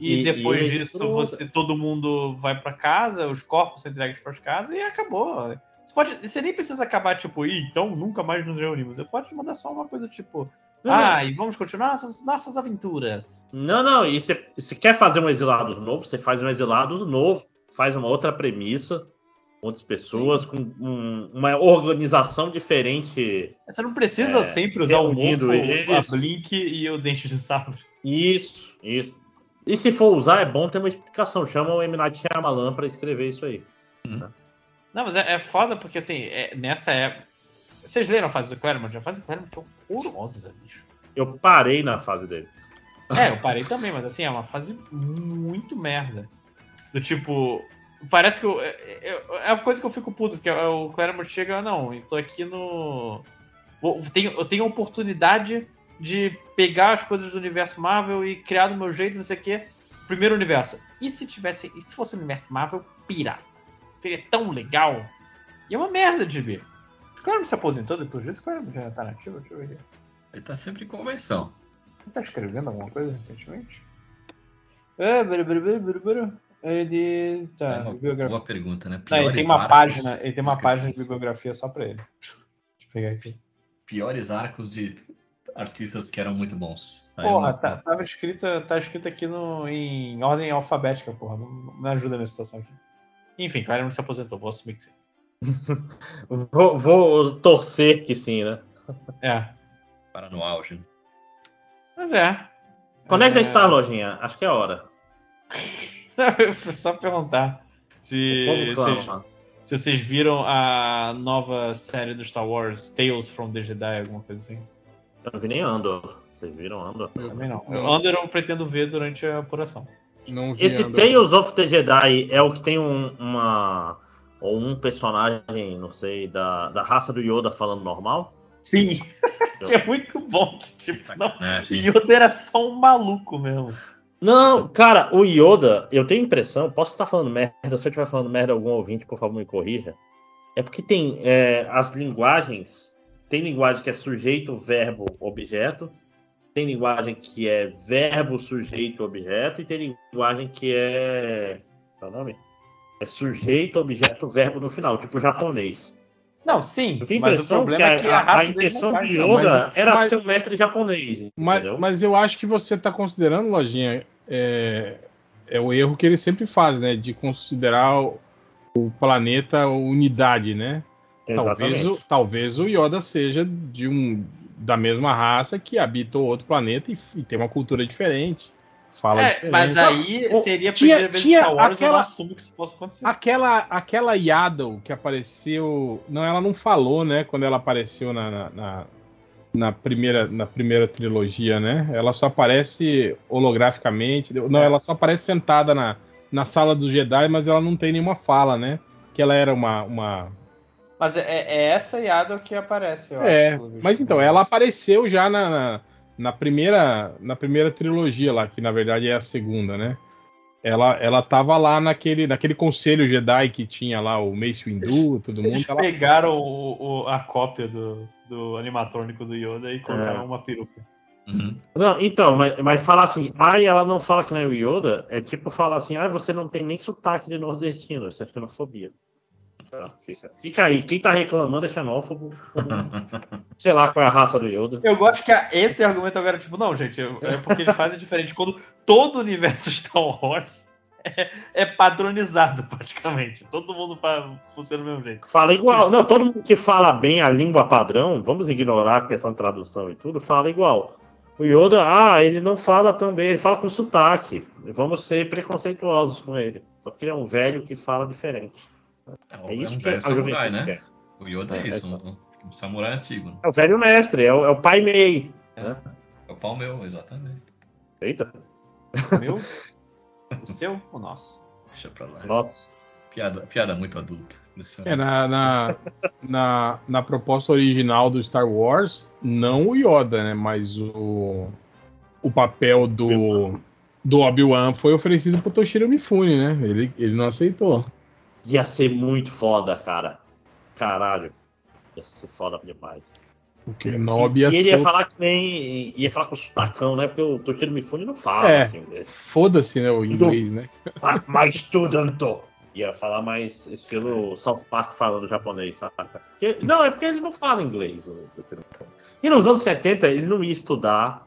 e,
E-
depois
e ele
disso,
tudo.
você, todo mundo vai pra casa, os corpos são entregues para casa e acabou. Você, pode, você nem precisa acabar, tipo, "Ih, então nunca mais nos reunimos. Você pode mandar só uma coisa, tipo, ah, e vamos continuar nossas, nossas aventuras.
Não, não, e se, se quer fazer um Exilados novo, você faz um Exilados novo, faz uma outra premissa, outras pessoas, com um- uma organização diferente.
Você não precisa
É,
sempre usar o
reunindo
Mofo, a
eles.
Blink e o Dente de Sabre.
Isso, isso. E se for usar, é bom ter uma explicação. Chama o M. Night Shyamalan pra escrever isso aí.
Não, mas é, é foda porque, assim, é- nessa época. Vocês leram a fase do Claremont? A fase do Claremont é horrorosa, bicho.
Eu parei na fase dele.
É, eu parei também, mas, assim, é uma fase muito merda. Do tipo. Parece que. Eu, é- é- é uma coisa que eu fico puto, porque é o Claremont chega "Ah, não, eu tô aqui no. vou- tenho- eu tenho a oportunidade de pegar as coisas do universo Marvel e criar do meu jeito, não sei o quê. Primeiro universo. E se tivesse. E se fosse o universo Marvel, pirata? Seria tão legal. E é uma merda, Gibi. Claro que se aposentou depois disso, claro que já tá nativo, deixa eu ver aqui.
Ele tá sempre em convenção.
Ele tá escrevendo alguma coisa recentemente? É, buru, buru, buru, buru, buru. Ele.
É
Tá,
uma
bibliografia.
boa pergunta, né?
Não, ele
Piores
tem uma
arcos
página, ele tem uma
escritos.
página de bibliografia só pra ele. Deixa eu pegar aqui.
Piores arcos de artistas que eram muito bons. Aí
Porra,
eu não-
tá, tava escrita, tá escrito aqui no, em ordem alfabética, porra. Não, não ajuda nessa situação aqui. Enfim, claramente se aposentou, vou assumir que sim.
Vou, vou torcer que sim, né?
É.
Para no auge.
Mas é.
Conecta
É.
a Star, lojinha. Acho que é a hora.
Foi Só perguntar se,
O povo
vocês,
clama.
se vocês viram a nova série do Star Wars, Tales from the Jedi, alguma coisa assim.
Eu não vi nem Andor. Vocês viram Andor?
Também não.
Não.
Under eu pretendo ver durante a apuração.
Não vi
Esse
ainda.
Tales of the Jedi é o que tem um, uma. Ou um personagem, não sei, da, da raça do Yoda falando normal?
Sim. que é muito bom. que, Tipo, não.
Sacanagem.
Yoda era só um maluco mesmo.
Não, cara, o Yoda, eu tenho a impressão, posso estar falando merda, se eu estiver falando merda algum ouvinte, por favor, me corrija. É porque tem é, as linguagens, tem linguagem que é sujeito, verbo, objeto, tem linguagem que é verbo, sujeito, objeto, e tem linguagem que é. Qual é o nome? É sujeito, objeto, verbo no final, tipo japonês.
Não, sim.
Eu tenho a
Mas o
impressão que
problema
a,
é que a raça
a intenção
dele
de
não né?
não, mas-
Yoda era
mas-
ser um mestre japonês.
Mas,
entendeu?
mas eu acho que você está considerando, Lojinha, é, é o erro que ele sempre faz, né? De considerar o, o planeta unidade, né? Talvez o,
Exatamente.
talvez o Yoda seja de um, da mesma raça que habita outro planeta e, e tem uma cultura diferente. Fala
É,
diferente.
mas aí
Não,
seria a
tinha-
primeira vez que
tinha
Star Wars eu não
aquela- Ah.
assumo que isso possa acontecer.
Aquela, aquela Yaddle que apareceu. Não, ela não falou, né? Quando ela apareceu na, na, na- na primeira, na primeira trilogia, né? Ela só aparece holograficamente.
É.
Não, ela só aparece sentada na, na sala do Jedi, mas ela não tem nenhuma fala, né? Que ela era uma. uma...
Mas é, é essa Yada que aparece, eu
É,
acho. pelo visto.
mas então, ela apareceu já na, na, na primeira, na primeira trilogia lá, que na verdade é a segunda, né? Ela, ela tava lá naquele, naquele conselho Jedi que tinha lá o Mace Windu, todo mundo.
Eles
Ela,
pegaram o- o- a cópia do, do animatrônico do Yoda e colocaram
É.
uma peruca.
Uhum.
Não, então, mas, mas falar assim, ai, ela não fala que nem o Yoda, é tipo falar assim, ai, você não tem nem sotaque de nordestino, isso é xenofobia. Tá, Fica, fica aí, quem tá reclamando é xenófobo, sei lá qual é a raça do Yoda.
Eu gosto que a- esse argumento agora, tipo, não, gente, eu- é porque eles fazem diferente. Quando todo o universo Star Wars é, é padronizado, praticamente. Todo mundo fa- funciona do mesmo jeito.
Fala igual, não, todo mundo que fala bem a língua padrão, vamos ignorar a questão de tradução e tudo, fala igual. O Yoda, ah, ele não fala tão bem, ele fala com sotaque, vamos ser preconceituosos com ele, porque ele é um velho que fala diferente.
É,
É isso
um
que a
velho samurai,
juventude quer.
né? O Yoda é,
É,
isso,
é
um, um samurai antigo.
É o velho mestre, é o, é o pai Mei.
É o pau meu, exatamente.
Eita,
O meu, o seu, o nosso.
Deixa pra lá.
nossa.
Piada, piada muito adulta.
É,
né?
na, na, na, na proposta original do Star Wars, não o Yoda, né? Mas o, o papel do, do Obi-Wan foi oferecido pro Toshiro Mifune, né? Ele, ele não aceitou.
Ia ser muito foda, cara. Caralho. Ia ser foda demais.
Porque Nob
e
ia
ele
ser.
ia
o-
falar que nem. ia falar com o sotacão, né? Porque o Toshiro Mifune não fala,
É.
assim. né?
Foda-se, né? O inglês, né?
Ma- Mas tanto. Ia falar mais estilo South Park falando japonês, saca? Porque- não, é porque ele não fala inglês. o Toshiro Mifune. E nos anos 70 ele não ia estudar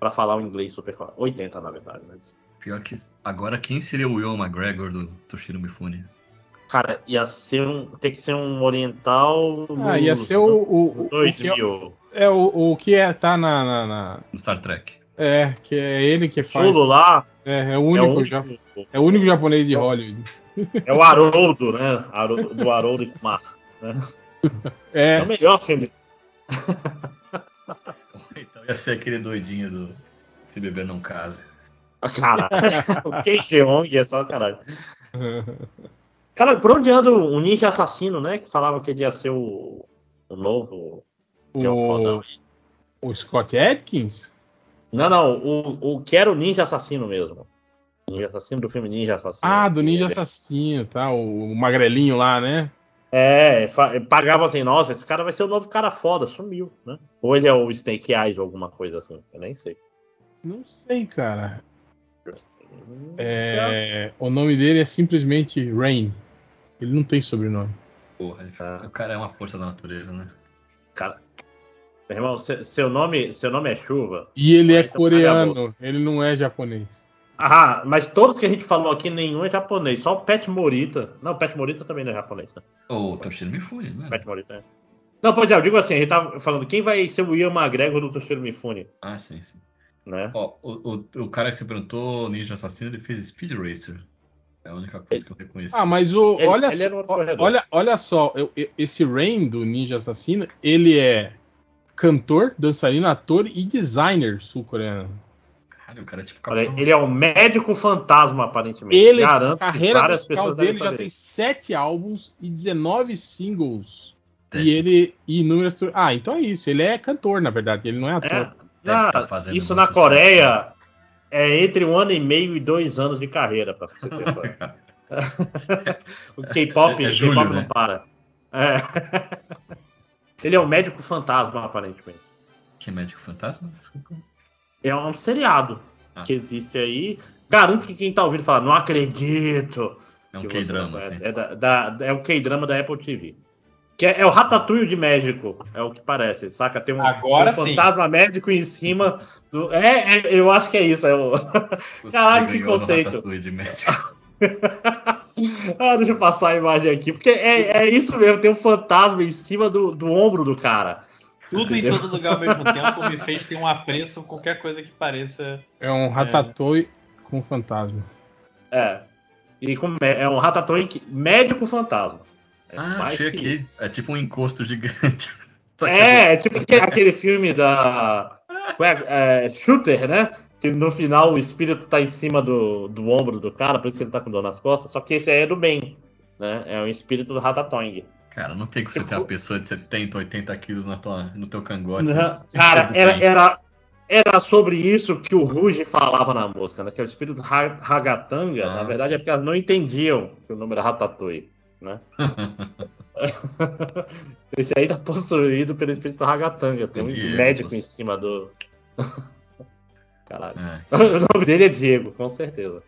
pra falar o inglês super claro. 80, na verdade, né?
Pior que agora quem seria o Will McGregor do Toshiro Mifune?
Cara, ia ser um. Tem que ser um oriental.
Ah, ia
nos
ser o. o, o, o que,
2000.
é o, o que é, tá na, na- na-
No Star Trek.
É, que é ele que faz.
Chulo lá. um
É, é o único, ja- é o único japonês de Hollywood.
É o Haroldo, né? Haroldo- do Haroldo e Kumar. É
É,
o melhor filme.
Então ia ser aquele doidinho do Se Beber Não Case.
Caralho. o Kei Ong é só caralho. Cara, por onde anda o ninja assassino, né? Que falava que ele ia ser o, o novo. que é o
o,
fodão.
o Scott
É,
Atkins?
Não, não. O, o que era o ninja assassino mesmo. Ninja assassino do filme Ninja Assassino.
Ah, do Ninja
Ele-
Assassino, tá? O, o magrelinho lá, né?
É, fa- pagava assim, nossa, esse cara vai ser o novo cara foda, sumiu, né? Ou ele é o Snake Eyes ou alguma coisa assim, eu nem sei.
Não sei, cara. É, o nome dele é simplesmente Rain. Ele não tem sobrenome.
Porra, ele-
Tá.
o cara é uma força da natureza, né?
Cara, Meu irmão, se- seu nome, seu nome é chuva.
E ele é
Então,
coreano, ele não é japonês.
Ah, mas todos que a gente falou aqui, nenhum é japonês. Só o Pet Morita. Não, o Pet Morita também não é japonês, né?
Ô, torcida me fune, não
O
é?
Pet Morita é. Não, pois é, eu digo assim, a gente tava falando quem vai ser o Ian McGregor do Toshiro Mifune,
Ah, sim, sim.
né?
Ó, o, o, o cara que você perguntou, Ninja Assassino, ele fez Speed Racer. É a única coisa que eu reconheci.
Ah, mas o,
Ele-
olha,
ele
só-
era um corredor.
olha, olha só, eu- eu- esse Rain do Ninja Assassino, ele é cantor, dançarino, ator e designer sul-coreano.
Caralho, o cara é tipo
Olha,
Capitão
ele é um médico fantasma, aparentemente.
tá Ele, a
Garanto que
carreira
várias
musical
pessoas
dele
devem
já
saber.
tem sete álbuns e 19 singles.
Deve-
E ele e inúmeras tur- Ah, então é isso. Ele é cantor, na verdade. Ele não é ator.
É,
Deve
na-
tá fazendo
isso
muito
na Coreia é entre um ano e meio e dois anos de carreira, pra você ter ideia. O K-pop
É- é
o
julho,
K-pop não
né?
para. É. Ele é um médico fantasma, aparentemente.
Que é médico fantasma? Desculpa.
É um seriado
Ah.
que existe aí. Garanto que quem tá ouvindo fala, não acredito.
É um
que você
K-drama,
não conhece.
assim.
É, da, da- é o K-drama da Apple TV. Que é, é o Ratatouille de México, é o que parece, saca? Tem um,
Agora
um
sim.
fantasma médico em cima do. É, é, eu acho que é isso. É o...
Você
Caralho, que
ganhou no
conceito.
Ratatouille de médico.
ah, deixa eu passar a imagem aqui, porque é, é isso mesmo, tem um fantasma em cima do, do ombro do cara.
Tudo em todo lugar ao mesmo tempo me fez ter um apreço por qualquer coisa que pareça.
É um ratatouille com fantasma.
É. E como é, é um ratatouille que- médico fantasma. É
Ah,
mais
achei
que
aqui.
isso.
É tipo um encosto gigante. Só que-
É, é tipo aquele, aquele filme da. qual é, é, shooter, né? Que no final o espírito tá em cima do, do ombro do cara, por isso que ele tá com dor nas costas. Só que esse aí é do bem, né? É um espírito do Ratatouille.
Cara, não tem como você ter uma pessoa de 70, 80 quilos na tua, no teu cangote.
Não,
Você-
cara,
você não
era,
tem.
era, era sobre isso que o Ruge falava na música, né? Que é o espírito ra- ragatanga,
Ah,
na verdade
sim.
é porque elas não entendiam que o nome era Ratatouille. né? Esse aí tá possuído pelo espírito ragatanga, tem um
Diego,
médico
você-
em cima do. Caralho.
É.
O nome dele é Diego, com certeza.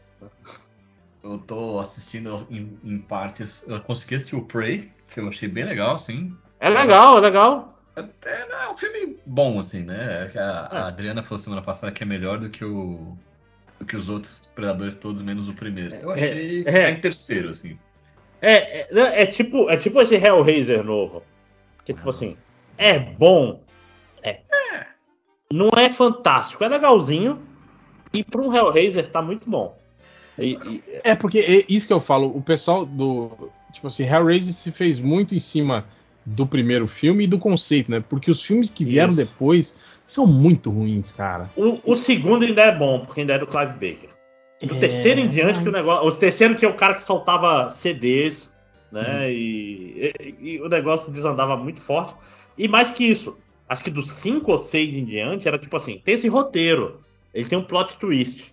Eu tô assistindo em, em partes. Eu consegui assistir o Prey, que eu achei bem legal, assim.
É legal, é legal.
É, não, é um filme bom, assim, né? É que A, a Adriana falou semana passada que é melhor do que o. do que os outros predadores todos, menos o primeiro. Eu achei
é.
em terceiro, assim.
É, é, né, é tipo, é tipo esse Hellraiser novo. Que tipo assim, é bom. É. Não é fantástico, é legalzinho. E pra um Hellraiser tá muito bom. E- e-
É, porque é isso que eu falo, o pessoal do. Tipo assim, Hellraiser se fez muito em cima do primeiro filme e do conceito, né? Porque os filmes que vieram
Isso.
depois são muito ruins, cara.
o, o segundo ainda é bom, porque ainda é do Clive Baker. Do
É,
terceiro em diante que o
mas-
negócio. Os terceiro que é o cara que soltava CDs, né? E, e- e o negócio desandava muito forte. E mais que isso, acho que dos cinco ou seis em diante era tipo assim: tem esse roteiro, ele tem um plot twist.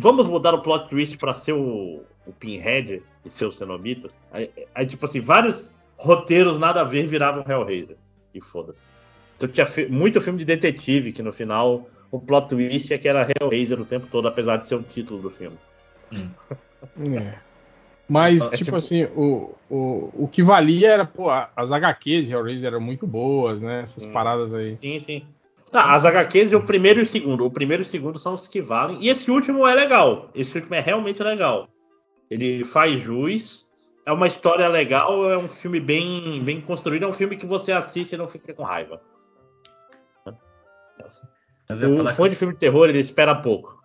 Vamos mudar o plot twist para ser o, o Pinhead e seus cenobitas? Aí, aí, tipo assim, vários roteiros nada a ver viravam Hellraiser. E foda-se. Então tinha fi- muito filme de detetive que no final o plot twist é que era Hellraiser o tempo todo, apesar de ser o título do filme.
É. Mas,
É,
tipo,
tipo-
assim, o, o, o que valia era, pô, a- as HQs de Hellraiser eram muito boas, né? Essas
Hum.
paradas aí.
Sim, sim. Tá, as HQs é o primeiro e o segundo. O primeiro e o segundo são os que valem. E esse último é legal. Esse último é realmente legal. Ele faz jus. É uma história legal, é um filme bem, bem construído, é um filme que você assiste e não fica com raiva.
Mas eu ia
O
falar que
fã de filme de terror, ele espera pouco.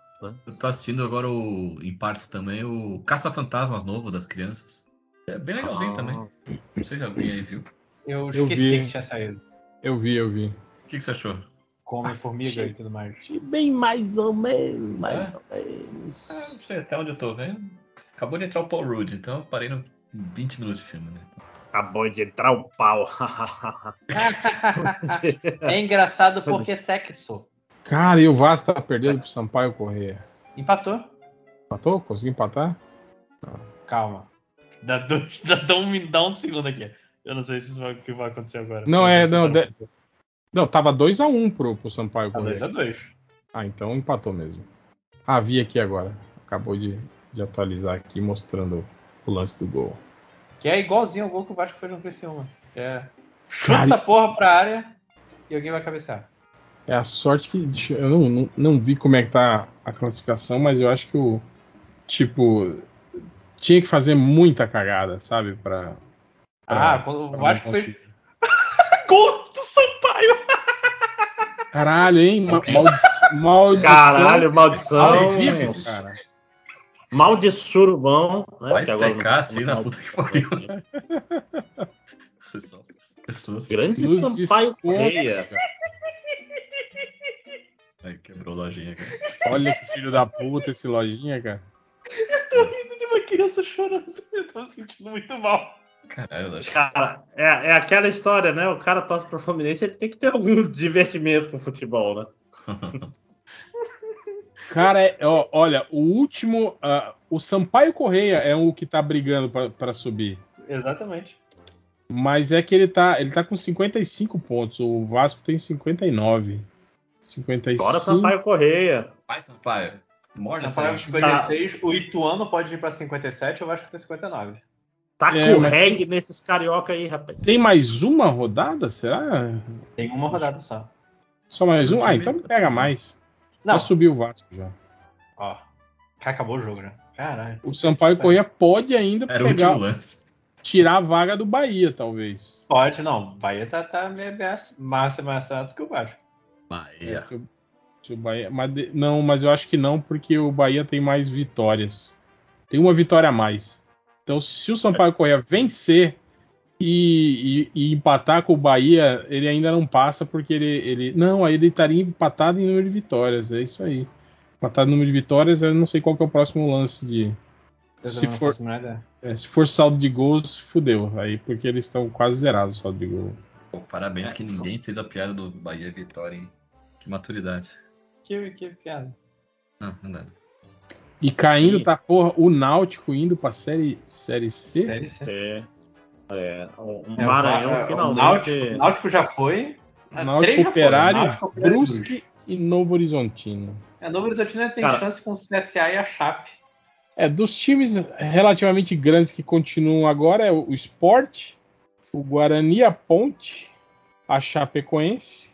eu tô assistindo agora o, em partes também o Caça-Fantasmas novo das crianças. É bem legalzinho
Ah.
também. Não sei se alguém aí viu.
Eu
Eu
esqueci
vi.
que tinha saído.
Eu vi, eu vi.
O que, que você achou?
Come formiga e tudo mais.
Ah,
É?
Bem mais ou menos,
mais
é
ou menos.
Ah, não sei até onde eu tô vendo. Acabou de entrar o Paul Rudd, então eu parei no 20 minutos de filme, né?
Acabou de entrar o pau.
É engraçado porque é sexo.
Cara, e o Vasco tá perdendo pro Sampaio Correia.
Empatou.
Empatou? Conseguiu empatar?
Calma. Dá, dois, dá, dá um, dá um segundo aqui. Eu não sei se isso vai, o que vai acontecer agora.
Não, é, não,
Tá
de- Não, tava 2x1 pro, pro Sampaio Correia.
2x2.
Ah, então empatou mesmo. Ah, vi aqui agora. Acabou de, de atualizar aqui, mostrando o lance do gol.
Que é igualzinho ao gol que o Vasco fez no Criciúma. Que é. Chuta
Cara,
essa porra pra área. E e alguém vai cabecear.
É a sorte que. deixa- Eu não, não, não vi como é que tá a classificação, mas eu acho que o. Tipo. Tinha que fazer muita cagada, sabe? Pra. pra-
Ah, quando,
pra
eu
não
acho que foi.
conseguir.
Gol do Sampaio!
Caralho, hein? Ma- maldi- maldição.
Caralho, maldição.
Ao vivo, cara.
Mal de surubão. Né,
Vai
que agora
secar
não-
assim na puta que pariu. Vocês são Pessoas.
Grande
Nos
Sampaio
descontos,
Correia.
cara.
Ai, quebrou a lojinha, cara.
Olha que filho da puta esse lojinha, cara.
Tô rindo de uma criança chorando. Eu tô me sentindo muito mal.
Caralho, lojinha.
Cara, é, é aquela história, né? O cara torce pro Fluminense, ele tem que ter algum divertimento com o futebol, né?
Cara, é- ó, olha, o último. ah, o Sampaio Correia é o que tá brigando pra, pra subir.
Exatamente.
Mas é que ele tá, ele tá com 55 pontos. O Vasco tem 59. 55.
Bora Sampaio Correia.
Vai, Sampaio. Morde essa
Sampaio
lojinha.
56, o Ituano pode ir pra 57, eu acho que tem 59.
Tá
É,
com
mas-
reggae nesses carioca aí, rapaz.
Tem mais uma rodada? Será?
Tem uma rodada só.
Só mais
Eu
uma? Ah,
sabia.
então pega mais.
Não,
Já subiu o Vasco já.
ó. Cara, Acabou o jogo, né? Caralho.
O Sampaio Correia pode ainda
Era o último
pegar,
lance.
tirar a vaga do Bahia, talvez.
Pode, não. Bahia tá, tá meio massa mais alto que o Vasco.
É,
Bahia.
se o- se o Bahia- mas de- não, mas eu acho que não, porque o Bahia tem mais vitórias. Tem uma vitória a mais. Então, se o Sampaio Correia vencer e, e- e empatar com o Bahia, ele ainda não passa, porque ele, ele. Não, aí ele estaria empatado em número de vitórias. É isso aí. Empatado em número de vitórias, eu não sei qual que é o próximo lance de.
Eu
Se
também não
for-
faço a menor ideia.
é, se for saldo de gols, fudeu. Aí porque eles estão quase zerados o saldo de gol.
Pô, parabéns que ninguém fez a piada do Bahia Vitória, hein? Que maturidade.
Que, que piada.
Não, não dá.
E caindo,
Sim.
tá, porra, o Náutico indo pra série, série C.
Série C.
É. É, o o
É, o
Maranhão
Va- O
finalmente.
Náutico, o Náutico já foi. É, três
Náutico
já foram.
Operário,
Náutico, Operário e
Brusque e Novo Horizontino.
É, Novo Horizonte ainda tem
Cara.
chance com o CSA e a Chape.
É, dos times relativamente grandes que continuam agora é o o Sport, o Guarani, a Ponte, a Chapecoense.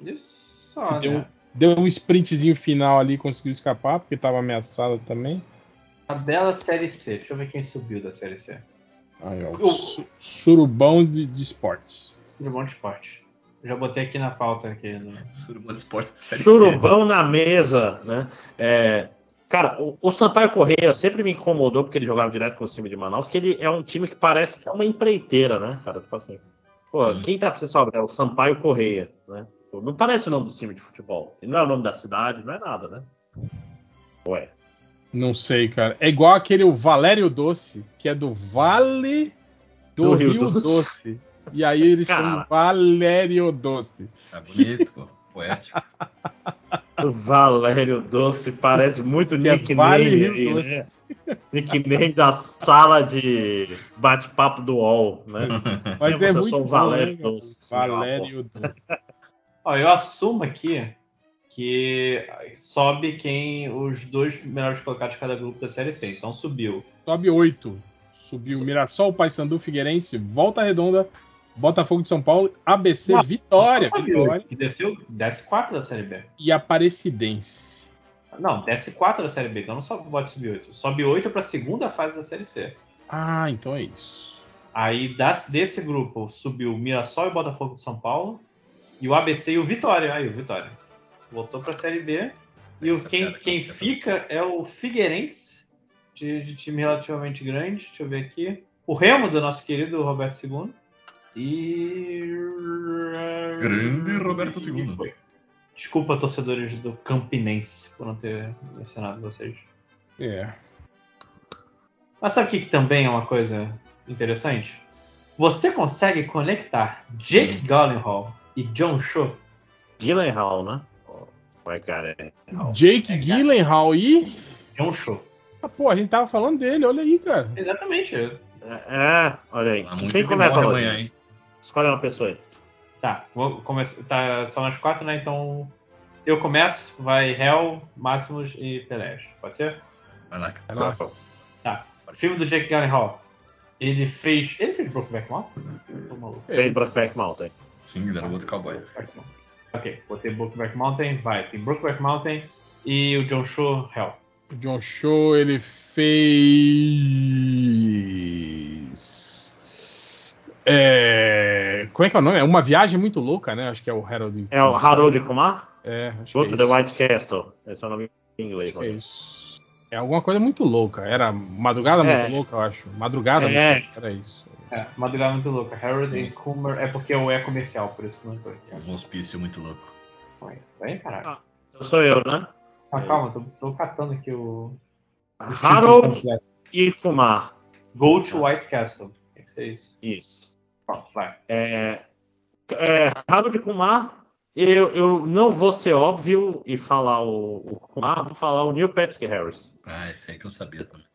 Isso só,
Deu-
né?
Deu um sprintzinho final ali, conseguiu escapar, porque estava ameaçado também.
Tabela Série C. Deixa eu ver quem subiu da Série C.
Aí, ó, o
Eu-
su- surubão de, de esportes.
Surubão um de Esporte. Já botei aqui na pauta. Aqui né? no...
Surubão de esportes de série C.
Surubão na mesa, né? É, cara, o, o Sampaio Correia sempre me incomodou porque ele jogava direto com o time de Manaus, que ele é um time que parece que é uma empreiteira, né, cara? Tipo assim, pô,
Sim.
quem tá se sobrar é o Sampaio Correia, né? Pô, Não parece o nome do time de futebol. E Não é o nome da cidade, não é nada, né? Ué.
Não sei, cara. É igual aquele o Valério Doce, que é do Vale do, Rio, Doce. E aí eles
Cara.
são Valério Doce.
Tá bonito, pô. Poético.
O Valério Doce parece muito
Que é
nickname
Vale
aí,
Rio
né?
Doce.
Nickname da sala de bate-papo do UOL, né?
Mas
Eu
é
sou
muito
o
bom,
Valério
né,
Doce.
cara? Valério Doce.
Ó, eu assumo aqui que sobe quem os dois melhores colocados de cada grupo da Série C. Então subiu.
Sobe 8. Subiu Mirassol, Paysandu, Figueirense, Volta Redonda, Botafogo de São Paulo, ABC,
Não,
Vitória,
Não subiu,
Vitória
Que desceu, desce 4 da Série B.
e Aparecidense.
Não, desce 4 da Série B. Então não sobe, pode subir 8. Sobe 8 para a segunda fase da Série C.
Ah, então é isso.
Aí das- desse grupo subiu o Mirassol e o Botafogo de São Paulo. E o ABC e o Vitória. Aí o Vitória. Voltou para a Série B. E o,
Essa
quem,
piada que
quem
eu não
fica é o Figueirense, de, de time relativamente grande. Deixa eu ver aqui. O Remo, do nosso querido Roberto II. E.
Grande Roberto II.
E foi. Desculpa, torcedores do Campinense, por não ter mencionado vocês.
É.
Mas sabe o que, que também é uma coisa interessante? Você consegue conectar Jake Gyllenhaal e John Cho?
Guilherme, né? Vai, cara. é Hall.
Jake
É, cara.
Gyllenhaal e.
John Cho.
Ah, pô, a gente tava falando dele, olha aí, cara.
Exatamente.
É, é, olha aí.
Há muito
Quem
que
começa
morre
hoje?
amanhã, hein?
Escolhe uma pessoa aí.
Tá, vou começar. Tá só nós quatro, né? Então eu começo, vai Hell, Máximos e Pelé. Pode ser?
Vai lá, cara.
Nossa.
O filme do Jake Gyllenhaal. Ele fez. Ele fez Brokeback Mountain? Tô maluco.
Fez Brokeback Mountain.
Sim, ele era o outro cowboy.
Ok, botei Brookback Mountain, vai. Tem Brookback Mountain e o John Show Hell.
O John Show, ele fez. É... Como é que é o nome? É Uma Viagem Muito Louca, né? Acho que é o Harold.
É o Harold Kumar?
É, acho que
Go
é
to the
isso.
White Castle. Esse é o nome em inglês.
Acho que é isso. É alguma coisa muito louca. Era Madrugada
É.
Muito Louca, eu acho. Madrugada
É.
Muito Louca, era isso.
É, Madrugada muito louca. Harold e
Isso.
Coomer é porque o é comercial, por isso que não foi.
Um hospício muito louco.
Olha, Bem, caralho.
Ah, Eu sou eu, né?
Ah,
é
calma, tô, tô catando aqui o.
Harold e Kumar.
Go
Tá.
to White Castle. Tem que ser isso.
Isso.
Pronto, vai.
É, é, Harold Kumar, eu, eu não vou ser óbvio e falar o, o Kumar, vou falar o Neil Patrick Harris.
Ah, esse aí que eu sabia também.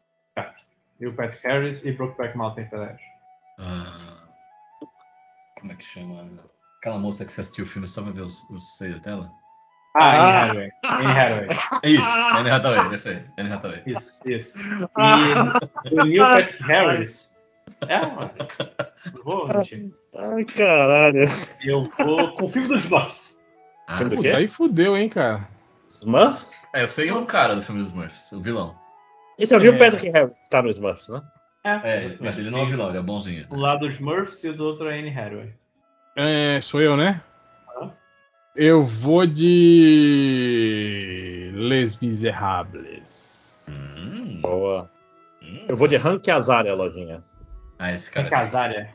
E o Patrick Harris e Brookback Mountain Flash.
Ah, como é que chama? Aquela moça que você assistiu o filme só pra ver os, os seios dela?
Ah,
Ah.
em Hathaway. Em Hathaway.
É isso, Anne Hathaway, esse aí, Anne Hathaway.
Isso, isso.
Ah.
E o Neil Patrick Harris. É, um mano. Eu vou, mentir.
Ai, caralho.
eu vou com o filme dos Buffs.
Ah,
Sabe
sim.
quê?
Puta, aí fudeu, hein, cara.
Smurfs?
é, eu sei um cara do filme dos Smurfs, o vilão.
Esse é o Neil
É.
Patrick Harris que tá no Smurfs, né?
É, mas ele não é o vilão, ele é bonzinho.
Um lado dos Smurfs e do outro é Anne Hathaway.
É, sou eu, né?
Ah.
Aham.
Eu vou de. Les Miserables.
Hum,
Boa.
hum.
Eu vou de Hank Azaria, lojinha.
Ah, esse
Tem
cara.
Casária.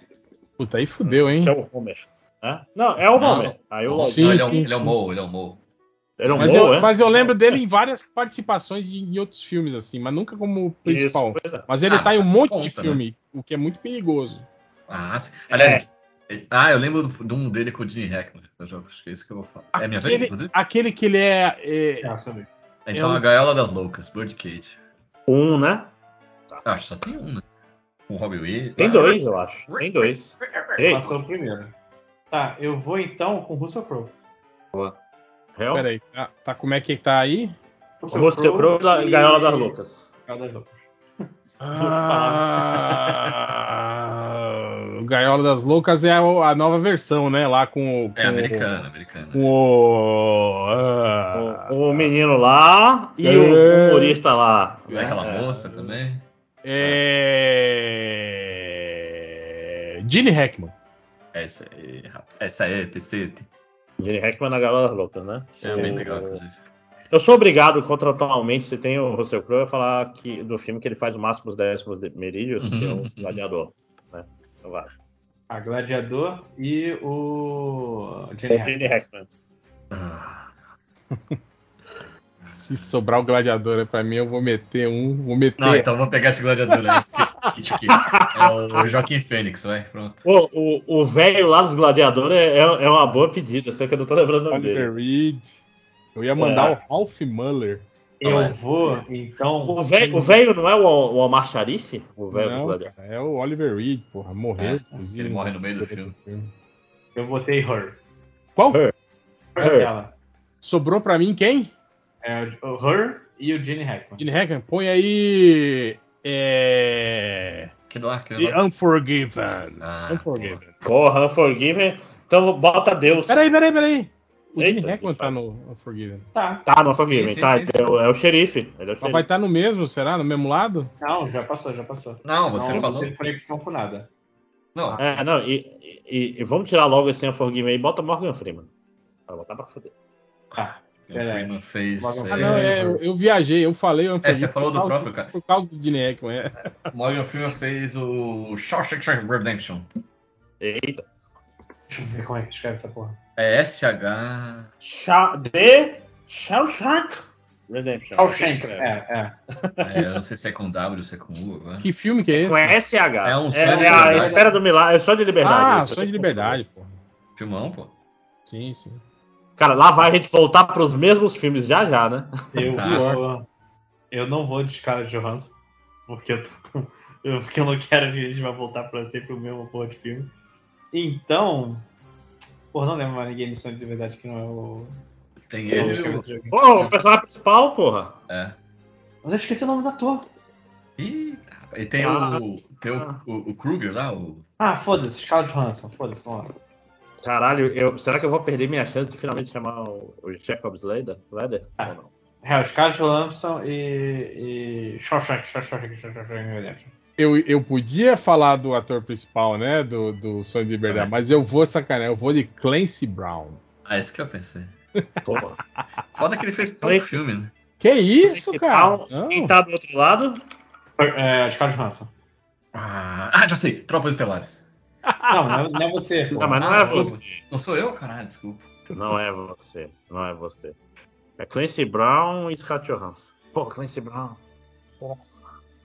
Puta, aí fudeu, hein?
Que é o Homer. né? Não, é o
Não.
Homer. Aí o
Não,
Sim,
ele, é um,
sim,
ele é um
sim.
Mo, ele é um Mo.
Ele é um
Mas,
bom,
eu,
é?
mas eu lembro dele em várias participações de- em outros filmes, assim, mas nunca como principal.
Isso, pois é.
Mas ele
Ah,
tá em um
mas
monte de
conta,
filme, o que é muito perigoso.
Ah, sim. Aliás, ele- ah, eu lembro do- de um dele com o Gene Hackman. Eu já, acho que é isso que eu vou falar. É minha vez,
Aquele,
inclusive?
aquele que ele é, é,
É, sabe?
Então,
eu-
a Gaiola das Loucas, Birdcage.
Um, né?
Ah, só tem um, né? Com o Robbie Williams.
Tem dois, eu acho. Tem dois. Três.
Passou o primeiro. Tá, eu vou então com Russell Crowe.
Real.
Peraí, tá, tá como é que tá aí?
O Russell Crowe e Gaiola das Loucas. Ah.
Gaiola das Loucas.
Ah, o Gaiola das Loucas é a, a nova versão, né? Lá com o. Com,
É americana, americana.
o- Com o. ah,
O, o menino lá e o
É.
humorista lá.
E aquela
É.
moça também.
é. Gene Hackman.
Essa É aí, rapaz. Essa aí, Pecete.
Gene Hackman na Galera das Loucas, né?
Isso é bem legal, inclusive.
Eu sou obrigado contratualmente, se tem o Russell Crowe, a falar que, do filme que ele faz o máximo dos décimos de merídios, que é o
Uhum.
Gladiador. Né? Eu acho.
A Gladiador e o. Jenny Hathaway.
Gene Hackman.
Ah,
Se sobrar o gladiador é pra mim, eu vou meter um. Vou meter.
Não, então vou pegar esse gladiador aí. que- que- que- É o Joaquim Fênix, vai, pronto.
Pô, o- o velho lá dos gladiadores é, é- é uma boa pedida, só que eu não tô lembrando o nome dele.
Oliver Reed. Eu ia mandar
É.
o Ralph Muller.
Eu vou, então.
O velho o velho não é o, o Omar Sharif? O velho dos
Não,
gladiadores.
cara, é o Oliver Reed, porra. Morreu,
É,
inclusive.
ele morre no meio do filme.
Eu botei Her.
Qual?
Her.
Her
Her.
é aquela.
Sobrou pra mim quem?
É o o Her e o Gene Hackman.
Gene Hackman, põe aí. É.
Que dó, que
The
dó.
Unforgiven.
Ah,
Unforgiven.
Porra, Unforgiven. Então bota Deus.
Peraí, peraí, peraí. O Gene
Eita,
Hackman
isso
tá no Unforgiven.
Tá,
Tá, no Unforgiven.
Sim, sim,
Tá,
sim,
é, o, é o xerife. Ele é o
Mas vai
xerife.
estar tá no mesmo, será? No mesmo lado?
não, já passou, já passou.
Não, você
não,
falou.
Não teve conexão com nada.
Não,
É, não, e, e- e vamos tirar logo esse Unforgiven aí e bota Morgan Freeman. Vai botar pra foder.
Tá.
o
verdade.
Freeman fez.
Morgan-
Ah,
é,
não, é, eu, eu viajei, eu falei
É,
Unforgiven
você falou do
por causa-
próprio cara.
Por causa do Gene Hackman, é.
Morgan Freeman fez o Shawshank Redemption.
Eita.
Deixa eu ver como é que escreve essa porra.
É ah, SH.
Sha de Shawshank Redemption.
Shawshank.
né?
É, é.
É, eu não sei se é com W ou se é com U agora.
Que filme que é esse?
Com SH.
É um sonho
É,
de
é a
liberdade.
espera do milagre. É só de liberdade.
ah,
isso.
Sonho de Liberdade, porra.
Filmão, pô.
Sim, sim.
Cara, lá vai a gente voltar pros mesmos filmes já já, né?
Eu
Tá.
vou. Eu não vou de Scarlett Johansson, porque eu, tô com- eu- porque eu não quero que a gente vai voltar pra sempre o mesmo porra de filme. Então. Porra, não lembro mais ninguém no Sonho de Verdade que não é o.
Tem
Eu
ele.
esqueci
e o-
esse jogo.
Pô, o personagem principal, porra.
É.
Mas eu esqueci o nome do ator.
Eita, rapaz. e tem o. Tem o, o, o Kruger lá, o.
Ah, foda-se, Scarlett Johansson, foda-se, vamos lá.
Caralho, eu- será que eu vou perder minha chance de finalmente chamar o, o Jacob Slater? Leder? Ou não?
É, os caras Lampson e. e... Shawshank, Shawshank, Shawshank Redemption.
Eu, eu podia falar do ator principal, né? Do, do Sonho de Liberdade, mas eu vou sacanear, eu vou de Clancy Brown.
Ah, isso que eu pensei.
Porra.
Foda que ele fez pouco
Esse-
filme, né?
Que isso, cara?
Principal,
Não.
Quem tá do outro lado?
É, os caras Lampson.
Ah, ah, já sei. Tropas Estelares.
Não, não é, não é você. pô.
Não, mas não
Ah,
é
não.
você.
Não sou eu? Caralho, desculpa.
Não é você. Não é você. É Clancy Brown e Scott Johansson. Pô, Clancy Brown.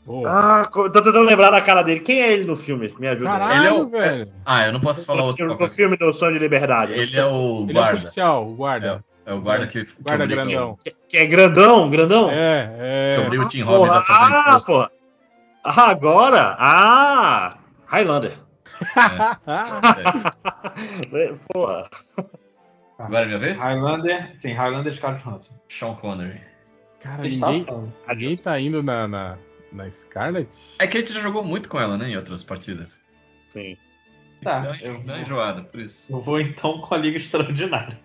Pô,
Ah, co- tô tentando lembrar da cara dele. Quem é ele no filme? Me ajuda. aí.
caralho,
Ele é o-
velho.
Ah, eu não posso falar outro
no, no
papel.
filme do Sonho de Liberdade.
Ele é o
Ele é o
guarda.
policial, o guarda.
É o guarda que, que
guarda
obriga,
grandão.
Que, que é grandão, grandão?
É,
que
é.
obriga o Tim Robbins
Ah, Porra,
a fazer
ah,
imposto.
pô. Ah, agora? Ah! Highlander.
né?
Porra.
É. Agora é minha vez?
Highlander, sim, Highlander e Scarlett Johansson.
Sean Connery.
Cara,
tá
Vocês estavam
ninguém,
falando.
ninguém tá indo na, na, na Scarlet?
É que a gente já jogou muito com ela, né? Em outras partidas.
Sim.
Tá,
Dá,
eu
dá
vou.
enjoada, por isso.
Eu vou então com a Liga Extraordinária.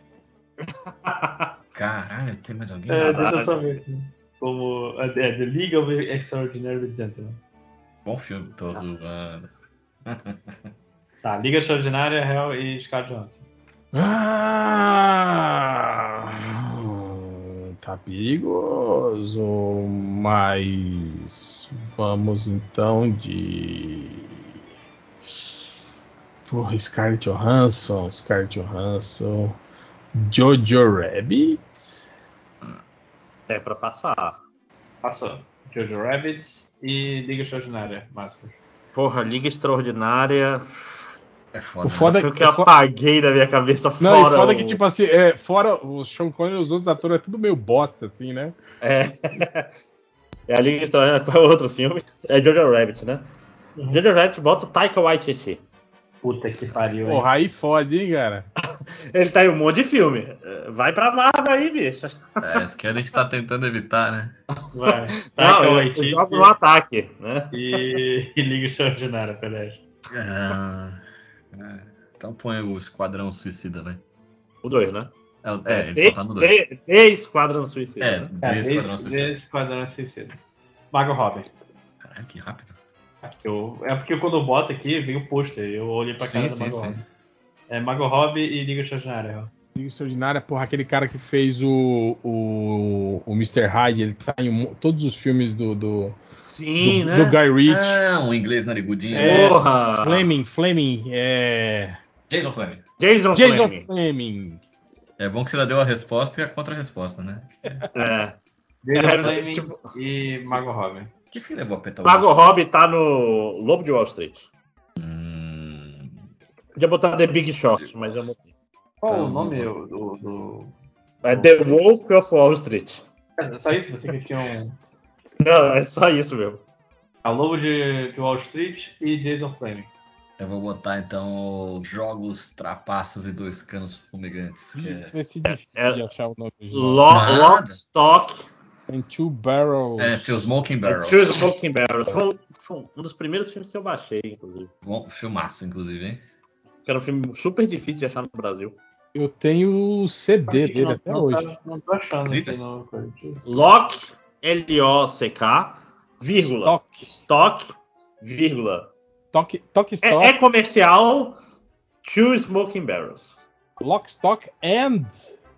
Caralho, tem mais alguém? Ah,
É,
Caralho.
deixa eu só ver aqui. Como. É, é, The League of Extraordinary Gentlemen.
Bom filme, tô zoando.
Tá, Liga Extraordinária, Hell e Scarlett Johansson.
Ah, tá perigoso, mas vamos então de. Porra, Scarlett Johansson, Scarlett Johansson, Jojo Rabbit.
É pra passar.
Passou. Jojo Rabbit e Liga Extraordinária, Máscara.
Porra, Liga Extraordinária.
É foda.
O foda-
Foi o que eu apaguei da minha cabeça
Não,
fora.
e foda
o-
que tipo assim, é, fora o Sean Connery, os outros atores é tudo meio bosta assim, né?
É. É a Liga Extraordinária. Qual é o outro filme? É Jojo Rabbit, né?
Uhum.
Jojo Rabbit bota o Taika Waititi.
Puta que pariu, hein?
Porra, aí fode, hein, cara?
Ele tá em um monte de filme. Vai pra Marvel aí, bicho.
né? É, isso que a gente tá tentando evitar, né?
Vai.
Não,
Taika
eu, eu
Waititi
jogo no ataque, né?
e, e Liga Extraordinária, peraí.
Ah, é. Então põe o Esquadrão Suicida, vai.
O dois, né?
É, o- é, ele só
três,
tá no 2.
três, três Esquadrão Suicida.
É,
né?
Cara,
The Esquadrão
esse,
Suicida.
esse quadrão suicida. Mago Robin.
Caralho, que rápido.
Eu- é porque quando eu boto aqui, vem o pôster. Eu olhei pra cara
Sim,
do
sim,
Mago
sim.
Robin. É Mago Robin e Liga Extraordinária. ó.
Liga Extraordinária, porra, aquele cara que fez o, o, o Mr. Hyde, ele tá em um- todos os filmes do, do,
Sim,
do-
né?
do Guy Ritchie.
Ah, um inglês narigudinho.
É.
Porra!
Fleming, Fleming, é...
Jason Fleming.
Jason,
Jason
Fleming.
Fleming.
É bom que você já deu a resposta e a contra-resposta, né?
É.
Jason
É,
Fleming
tipo-
e Mago Robin.
Que fim levou a peta
Margot
hoje?
Robbie tá no Lobo de Wall Street.
Hum,
Podia botar The Big Short, mas eu não.
Qual
Então,
o nome do, do- do-
É The Wolf of Wall Street.
É só isso? Você que tinha um.
Não, é só isso, meu.
A Lobo de, de Wall Street e Jason Fleming.
Eu vou botar então Jogos, Trapaças e Dois Canos Fumegantes. Que
Isso
é...
vai ser difícil
É-
de achar o nome original.
Lo
Nada.
Lockstock
And Two Barrels.
é, Two Smoking Barrels.
Two Smoking Barrels. Foi, um- foi um dos primeiros filmes que eu baixei, inclusive.
Bom, filmaço, inclusive, hein?
Que era um filme super difícil de achar no Brasil.
Eu tenho o CD dele
Não-
até
não tá-
hoje.
não tô achando
Eita.
aqui no. coisa.
Lock, L-O-C-K, vírgula.
Stock,
Stock, vírgula.
Toque, Toque
É,
Stock,
é comercial, Two Smoking Barrels.
Lock Stock and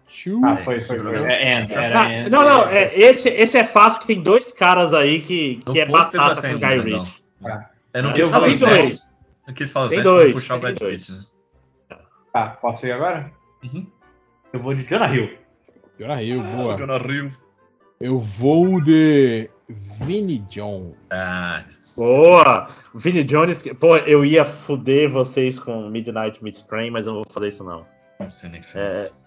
Two...
Ah, foi, foi, foi. É End, era
Ah,
End.
não, não, é, esse, esse é fácil que tem dois caras aí que,
né? No
que é
pôster já
batata
tem,
com o
né,
Guy
Dom?
Ritchie. É,
Eu não
Ah,
quis
eu
falar né?
vi
os 10.
dois.
Eu quis falar os
Tem
10 pra
dois,
puxar o
tem
Brad
dois.
Pitt. né?
Tá, posso ir agora?
Uhum.
Eu vou de Jonah Hill.
Jonah Hill, boa.
Ah, Jonah Hill.
Eu vou de Vinnie Jones.
Ah,
Boa! Vini Jones, que- pô, eu ia fuder vocês com Midnight Meat Train, mas eu não vou fazer isso não.
não sei nem o que
É,
fez.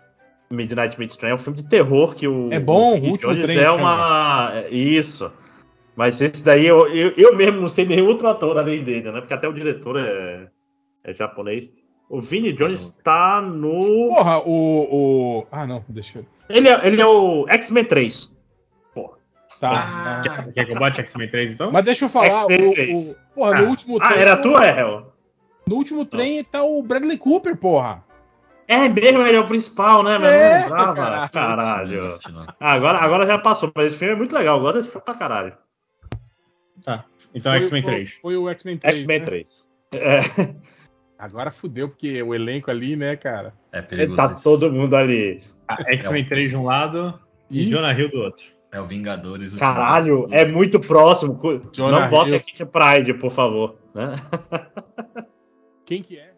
Midnight Meat Train é um filme de terror que o.
É bom,
o
o
Vinnie
último
Jones
trem
é
chama.
uma. é, Isso. Mas esse daí eu, eu, eu mesmo não sei nenhum outro ator além dele, né? Porque até o diretor é, é japonês. O Vini Jones tá no.
Porra, o, o. Ah, não, deixa eu.
Ele é, ele é o X-Men 3.
Tá.
Quer que eu bote X-Men 3 então?
Mas deixa eu falar. O,
X-Men
o- porra,
Ah,
no último
Ah,
trem.
era tu, é, Hel?
No último trem tá o Bradley Cooper, porra.
É mesmo, ele é o principal, né? Mas
É,
não lembrava.
caralho.
Caralho. Ah,
Não assisti, não.
Agora, agora já passou, mas esse filme é muito legal. Eu gosto desse filme pra caralho.
Então
Foi o-
X-Men
foi-
3.
Foi o X-Men 3.
X-Men
né?
3. É,
Agora fudeu, porque o elenco ali, né, cara?
É perigoso.
tá
isso.
todo mundo ali.
Ah, X-Men 3 de um lado e
é Ih.
Jonah Hill do outro.
É o Vingadores. Ultimato.
Caralho, é muito próximo. Cu-
Jonah
não bota
Hill.
a Kitty Pride, por favor. Né?
Quem que é?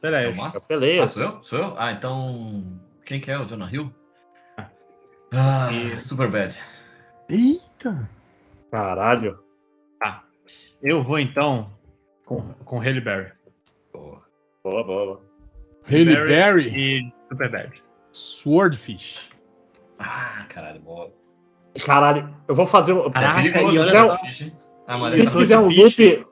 Pera
É
aí.
o
Eu
Massa?
pelei.
Ah, sou eu? Sou eu? Ah, então. Quem que é o Jonah Hill? Ah, super bad.
Eita!
Caralho.
Eu vou então com, com Haley Berry
Boa, boa, boa.
Haley
Barry.
Berry,
e Superbad.
Swordfish.
Ah, caralho, boa.
Caralho, eu vou fazer um.
É
Caraca,
perigoso
e
o
olha
Swordfish, hein? A Maria
Se
tá
Isso
fizer um
Swordfish.
loop,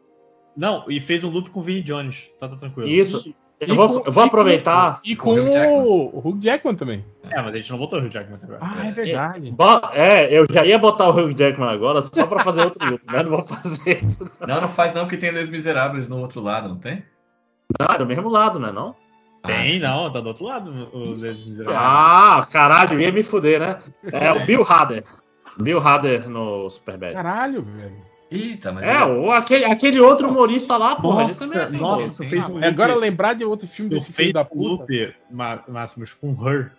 Não, e fez um loop com o Vinnie Jones. Tá, tá tranquilo.
Isso.
E
Eu vou,
com- e
eu vou
com-
aproveitar.
E com
Com o Hugh Jackman.
o Hugh Jackman também.
É, mas a gente não botou o Hugh Jackman até agora.
Ah, é verdade.
Bo- É, eu já ia botar o Hugh Jackman agora só pra fazer outro loop, mas não vou fazer isso.
Não, não faz não, porque tem Les Miseráveis no outro lado, não tem? Ah.
Não, é do mesmo lado, né? Não?
Tem, não, tá do outro lado o Les Miseráveis.
Ah, caralho, ia me fuder, né? É o Bill Hader. Bill Hader no Superbad.
Caralho, velho.
Eita, mas.
É,
ele-
o, aquele, aquele outro humorista lá, porra, ele também é
nossa,
assim,
nossa,
pô.
tu fez um loop.
É, Agora lembrar de outro filme
tu
desse filho
fez
da
um
puta.
loop, Ma- Máximos, com um Her,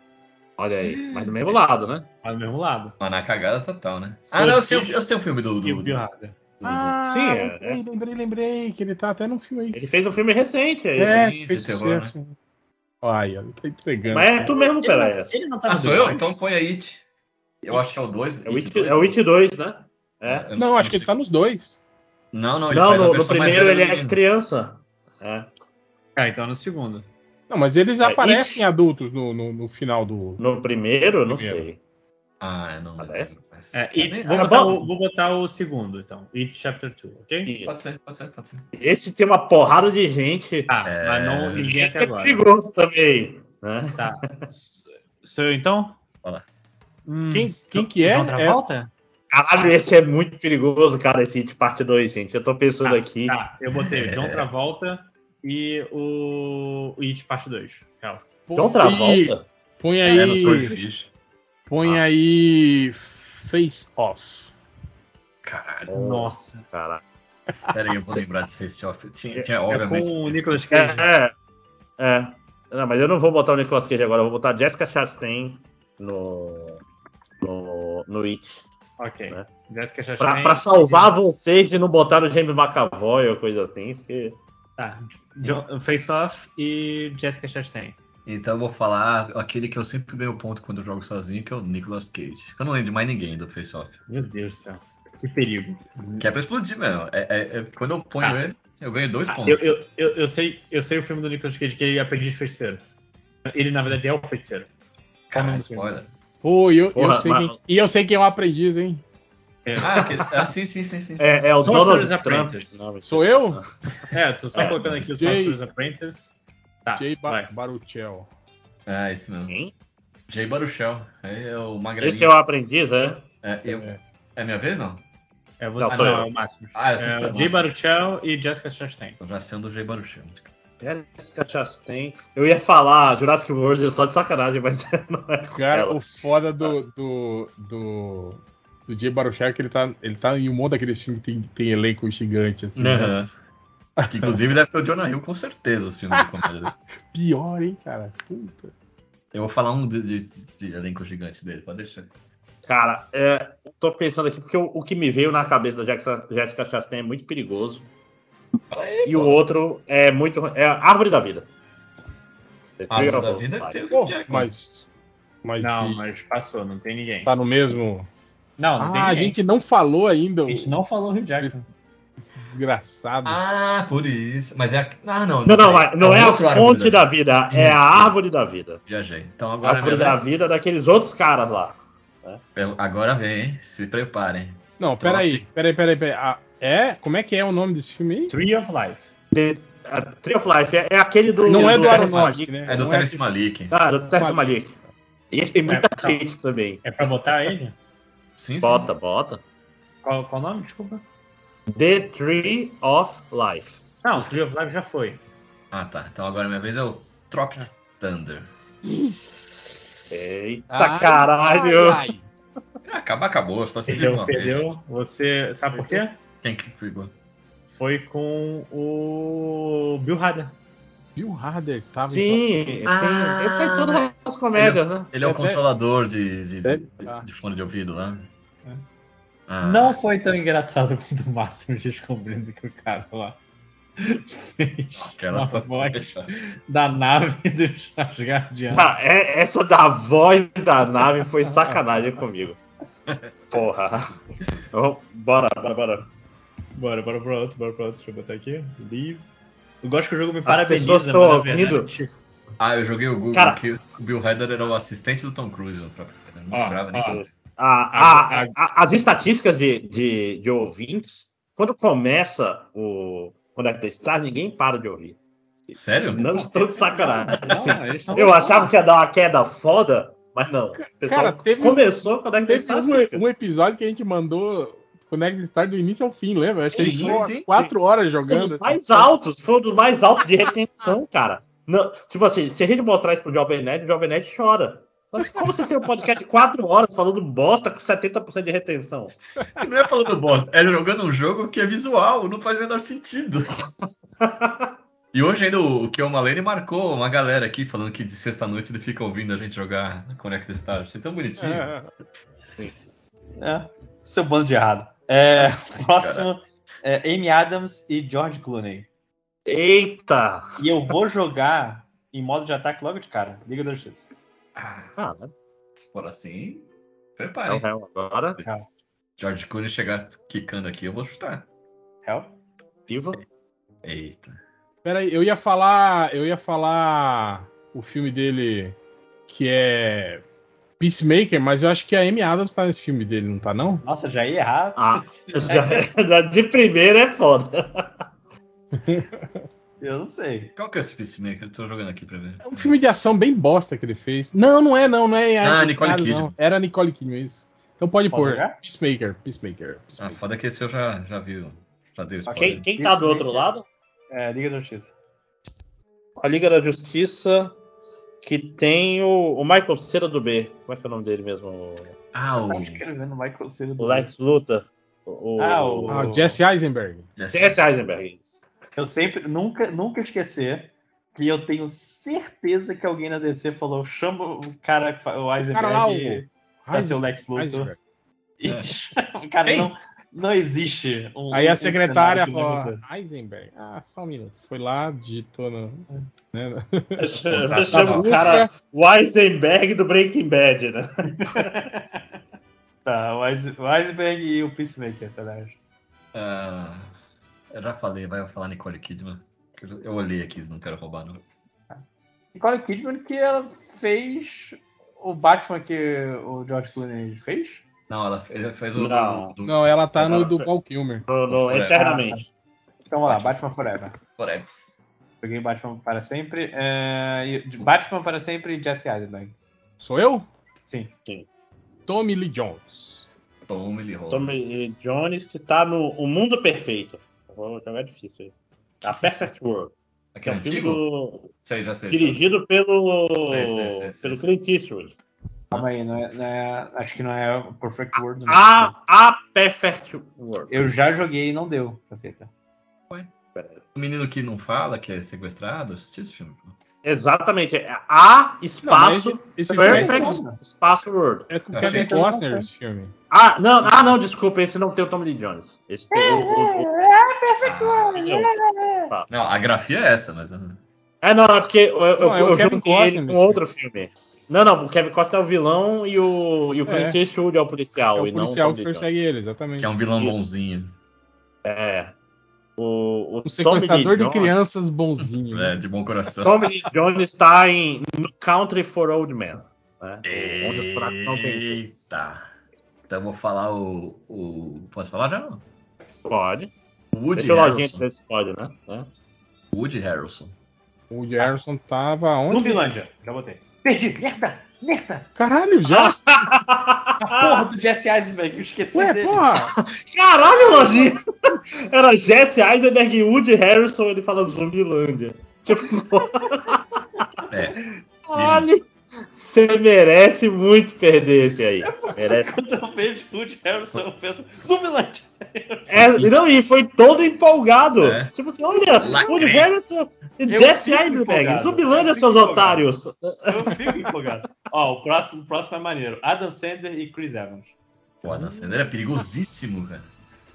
Olha aí, mas do mesmo lado, né?
lá do mesmo lado.
Mas tá na cagada total, né?
Swordfish.
Ah, não, eu sei, o- eu sei o filme do. do,
E o
do-
Bill
do-
Hader.
Ah,
Sim, é,
lembrei, lembrei, lembrei, que ele tá até num filme aí.
Ele fez um filme recente, aí.
É,
sim,
fez
de terror,
sucesso. Olha, ele tá entregando.
né? Mas é tu mesmo, Pelé.
Ele não tá
Ah,
no
sou
Bill
eu?
Hader?
Então põe a It. Eu acho que é o 2.
É o It- é o It 2, né? É.
Não, acho que ele tá nos dois.
Não, não, ele
Não,
faz a
no, no
versão mais
primeiro
velha
ele
do
é
menino.
criança. É.
Ah, então no segundo.
Não, mas eles
É,
aparecem
It.
adultos no, no, no final do.
No primeiro, não
Primeiro.
sei.
Ah, eu não
Parece.
lembro. mas-
É, It-
nem-
vou,
ah,
botar
bom.
o, vou botar o segundo, então. It Chapter 2, ok?
Pode ser, pode ser, pode ser.
Esse tem uma porrada de gente.
Tá,
É.
mas não ninguém
Esse
até
é
agora.
perigoso também. Né?
Tá. S- Sou eu então?
Vai lá.
Hum,
Quem, quem que é?
John
é
Travolta?
Ah.
Caralho, esse é muito perigoso, cara, esse de parte 2, gente. Eu tô pensando
Ah.
aqui.
Tá, eu botei
É.
o John Travolta e o o It Parte 2. Real.
John Travolta?
Põe
É, no
aí.
Swordfish.
Ah.
Põe aí. Face Off.
Caralho.
Nossa.
Cara.
Pera aí, eu vou lembrar desse Face Off. Tinha, tinha,
É
obviamente.
com o Nicolas Cage.
É, é. é. Não, mas eu não vou botar o Nicolas Cage agora, eu vou botar Jessica Chastain no. no. no It.
Ok.
Né?
Jessica
Pra,
Chastain.
pra salvar vocês de não botar o James McAvoy ou coisa assim, porque.
Tá. John- Face Off e Jessica Chastain.
Então eu vou falar aquele que eu sempre ganho ponto quando eu jogo sozinho, que é o Nicolas Cage. Eu não lembro de mais ninguém do Face Off.
Meu Deus do céu. Que perigo.
Que é pra explodir mesmo. É, é- é- quando eu ponho
Ah.
ele, eu ganho dois
Ah, eu,
pontos.
eu, eu, eu sei, eu sei o filme do Nicolas Cage, que ele é aprendiz feiticeiro. Ele, na verdade, é o feiticeiro.
Caralho,
Como assim?
Ah, spoiler.
Pô, e eu, eu
Porra,
sei
mas-
quem, e eu sei quem é o aprendiz, hein?
Ah, aquele, ah, sim, sim, sim, sim.
É, é o
Sorcerer's
Donald Trump.
Apprentice.
Não,
Sou eu?
É, tô só
É.
colocando aqui os
Jay-
Sorcerer's Apprentice. Tá,
Ah,
Jay
vai.
ba Baruchel.
Ah, esse mesmo.
Quem?
Jay Baruchel. É o magrelinho.
Esse é o aprendiz, é?
É, eu-
É.
é minha vez, não?
É você,
Não,
não,
sou
é
eu.
o máximo.
Ah, eu sei
É,
que
o Jay Baruchel e Jessica Chastain.
Eu já sei um do Jay Baruchel.
Jessica Chastain. Eu ia falar Jurassic World é só de sacanagem, mas não é com
Cara,
ela.
o foda do. do. do. do Jay Baruchel é que ele tá, ele tá em um monte daqueles filmes que tem, tem elenco gigante, assim. né?
Que, inclusive deve ter o Jonah Hill com certeza os filmes de comédia. dele.
Pior, hein, cara? Puta.
Eu vou falar um de, de- de elenco gigante dele, pode deixar.
Cara, é, eu tô pensando aqui, porque o, o que me veio na cabeça da Jackson- Jessica Chastain é muito perigoso.
Fala aí,
E o
pô.
outro é muito. É a Árvore da Vida. The
A
Tree
Mão
of
da
Life.
vida tem o
Pô,
Hugh Jackman.
mas. Mas.
Não,
Não,
mas passou, não tem ninguém.
Tá no mesmo.
Não, não tem
Ah, a
ninguém.
gente não falou ainda.
A gente não falou Rio Jackson.
Esse, esse desgraçado.
Ah, por isso. Mas é a... Ah, não.
Não, não, vai, não é, a
outro árvore
fonte da vida, é a
Isso.
árvore da vida.
Viajei. Então
A
agora
árvore
vem.
da vida daqueles outros caras lá.
Agora vem, hein? Se preparem.
não, peraí, peraí, peraí, peraí. Ah, é? Como é que é o nome desse filme aí?
Tree of Life.
A Tree of Life é, é aquele do.
Não é do
Terrence
Aronofsky, né?
É do
Não
Terence Malick.
Ah, do Terrence Malick. E esse tem muita gente também.
É pra botar ele?
Sim, sim.
Bota,
né?
bota.
Qual, qual o nome? Desculpa.
The Tree of Life.
Não, Tree of Life já foi.
Ah.
Ah, tá. Então agora minha vez é o Tropic é Thunder.
Eita
Ai,
caralho!
ai, ai.
Acabar, Ah, acabou. Só se viu
Perdeu,
uma
perdeu.
vez. gente.
Você sabe por quê?
Quem que pegou?
Foi com o Bill Hader.
Bill Harder tava
Sim, sim.
Ah.
Ele faz todas as comédias, né?
Ele é o
Deve-
controlador de, de, de,
Ah.
Deve-
de fone de ouvido lá.
É.
Ah,
Não foi tão engraçado quanto o Máximo descobrindo que o cara lá fez
aquela
uma
foi-
voz da nave dos Asgardianos.
Ah, é- essa da voz da nave foi sacanagem comigo. Porra. Vamos- Bora, bora, bora.
Bora, bora pro outro, bora pro outro. Deixa eu botar aqui. Leave. Eu gosto que o jogo me
As
parabeniza,
pessoas estão
mas na verdade-
ouvindo.
Ah, eu joguei o Google
Cara.
que o Bill Hader era o assistente do Tom Cruise. Eu não
Ah,
Ó,
lembrava nem
ó.
disso.
A- a- a- as estatísticas de, de, de ouvintes, quando começa o Conecta Star, ninguém para de ouvir.
Sério?
Não estou de sacanagem. Assim,
Não, eles tão-
eu achava que ia dar uma queda foda, mas não. O pessoal
Cara, teve-
começou é o Conecta
Teve
Star.
um, um episódio que a gente mandou Connect Star do início ao fim, lembra? Acho que a gente
Sim,
ficou umas
sim,
quatro horas
Foi um
jogando.
dos
essa
mais
porra.
altos, foi um dos mais altos de retenção, cara. Não, tipo assim, se a gente mostrar isso pro Jovem Nerd, o Jovem Nerd chora. Mas como você tem um podcast de 4 horas falando bosta com 70% de retenção?
Não é falando bosta, é jogando um jogo que é visual, não faz o menor sentido. E hoje ainda o o Kiel Malene marcou uma galera aqui falando que de sexta-noite ele fica ouvindo a gente jogar Connect Star. Achei tão bonitinho.
É.
É, seu bando de errado. É, próximo é Amy Adams e George Clooney.
Eita!
E eu vou jogar em modo de ataque logo de cara. Liga da Justiça.
Ah,
Ah, né?
se for assim,
é o
preparem.
réu agora.
Hell.
Se George Clooney chegar quicando aqui, eu vou chutar.
Hell?
Viva.
Eita.
Peraí, eu ia falar. Eu ia falar o filme dele que é Peacemaker, mas eu acho que a Amy Adams tá nesse filme dele, não tá não?
Nossa, já ia errar.
Ah, já- já de primeira é foda.
Eu não sei.
Qual que é esse Peacemaker? Eu tô jogando aqui pra ver.
É um filme de ação bem bosta que ele fez. Não, não é não, não é. a
Ah,
Amy
Nicole
Adams,
Kidman.
não. Era a Nicole Kidman, isso. Então pode
Posso
pôr.
jogar?
Peacemaker, Peacemaker.
Ah,
Peacemaker.
foda que esse eu já, já vi. Já dei o spoiler.
Quem, quem tá do outro lado?
É, Liga da Justiça.
A Liga da Justiça que tem o, o Michael Cera do B. Como é que é o nome dele mesmo?
Ah, o
Tá escrevendo Michael Cera
O
do
Lex Luthor. O,
Ah, o-
Ah, Jesse Eisenberg.
é Jesse Eisenberg.
Eu sempre, nunca, nunca esquecer que eu tenho certeza que alguém na DC falou: chama o cara, que fa- o Eisenberg,
Cara lá, o-
e- pra ser o Lex Luthor.
Eisenberg.
E
É.
chama- cara,
Ei.
não, não existe um.
Aí
um-
a
um cenário
secretária
que não
falou,
aconteça.
Eisenberg, ah, só um minuto. Foi lá, digitou no... né?
Você
tá
chama o cara o Eisenberg do Breaking Bad, né?
Tá, o Eis- o Iceberg e o Peacemaker, tá ligado?
Ah, eu já falei, vai eu falar Nicole Kidman. Eu eu olhei aqui, não quero roubar, não.
Nicole Kidman que ela fez o Batman que o George Clooney fez?
Não, ela ele fez o.
Não.
do-
Não, ela tá no
Agora
do
foi-
Paul Kilmer.
No, no-
Forever.
eternamente.
Então vamos lá,
Batman.
Batman Forever.
Forex.
Joguei Batman para sempre. é, e- de Batman para sempre e Jesse Eisenberg.
Sou eu?
Sim.
Tommy Lee Jones.
Tom ele rouba.
Tommy Jones que tá no O Mundo Perfeito. Vou jogar difícil aí. A Perfect World. Que é
Aquele
um filme
antigo?
do-
Sei, já sei.
dirigido pelo.
Sei, sei, sei, sei,
pelo
sei.
Clint Eastwood.
Calma aí, não é- não é- acho que não é o Perfect World. não.
Ah,
Ah, A, a Perfect World.
Eu já joguei e não deu, caceta.
O menino que não fala, que é sequestrado, assistiu esse filme.
Exatamente. é A espaço.
Não, mas esse, esse filme
Perfect
filme é-
Espaço World.
é, é com o
Eu
Kevin
achei
que eu não
Costner,
sei.
esse filme.
Ah, não, ah, não, desculpa, esse não tem o Tommy Lee Jones. Esse tem o. o- o-
Ah,
É,
entendeu?
não, a grafia é essa, mas.
É, não, é porque eu, eu,
Não, é o
eu
Kevin
joguei
Costner
ele
nesse
com outro filme. Não, não, o Kevin Costner é o vilão e o, e o Clint Eastwood é o
É
policial.
o
e não
policial
Tommy
que
Lee Jones.
persegue ele, exatamente.
Que é um vilão
Isso.
bonzinho.
O, né? o
Um
Tommy Lee
sequestrador de
Jones-
crianças
Uhum.
bonzinho.
É, de bom coração.
Tommy Lee Jones está em No Country for Old Men. Né? Onde os fracos não têm vez.
Eita. Então eu vou falar o. o- Posso falar já? não?
Pode.
O Woody
Deixa eu login
Harrelson.
dizer se pode, né? né?
Woody Harrelson.
O Gerson tava onde?
Zumbilândia, já botei. Perdi, merda, merda.
Caralho, já?
Porra do Jesse Eisenberg, eu esqueci
Ué,
dele.
porra!
Caralho, lojinha! Era Jesse Eisenberg e Woody Harrison, ele fala Zumbilândia. Tipo,
É.
Caralho! Você merece muito perder esse aí. Merece.
Quando eu vejo o Woody Harrison, eu penso, Zumbiland!
É, não, e foi todo empolgado.
É.
Tipo assim, olha,
Lacrei.
Woody Harrison e
Eu
Jesse
fico
Eisenberg.
empolgado.
Zumbilândia,
Eu fico
seus
empolgado.
otários.
Eu fico empolgado. Ó, o próximo, o próximo é maneiro. Adam Sandler e Chris Evans.
Pô, Adam Sandler é perigosíssimo, cara.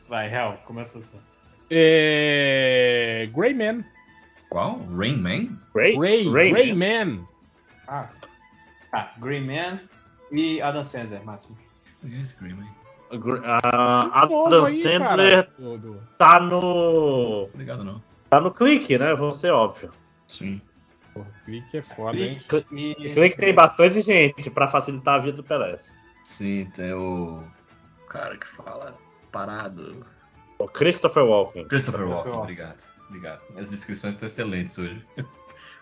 Vai, Hel, começa você.
É... Grey Man.
Qual? Rain Man?
Ray?
Grey,
Ray.
Grey Man.
Ah. Tá, Green Man e Adam Sandler, Máximo.
Yes, Grey Man.
Ah,
Novo
Adam
aí,
Sandler
cara, do- do-
tá no.
Obrigado, não.
Tá no clique, né? Vamos ser óbvio.
Sim.
Porra, clique é foda, hein?
Clique e...
O clique tem bastante gente pra facilitar a vida do Pelé.
Sim, tem o. o cara que fala parado.
O Christopher Walken.
Christopher
Walken.
Walken, obrigado. Obrigado. As descrições estão excelentes hoje.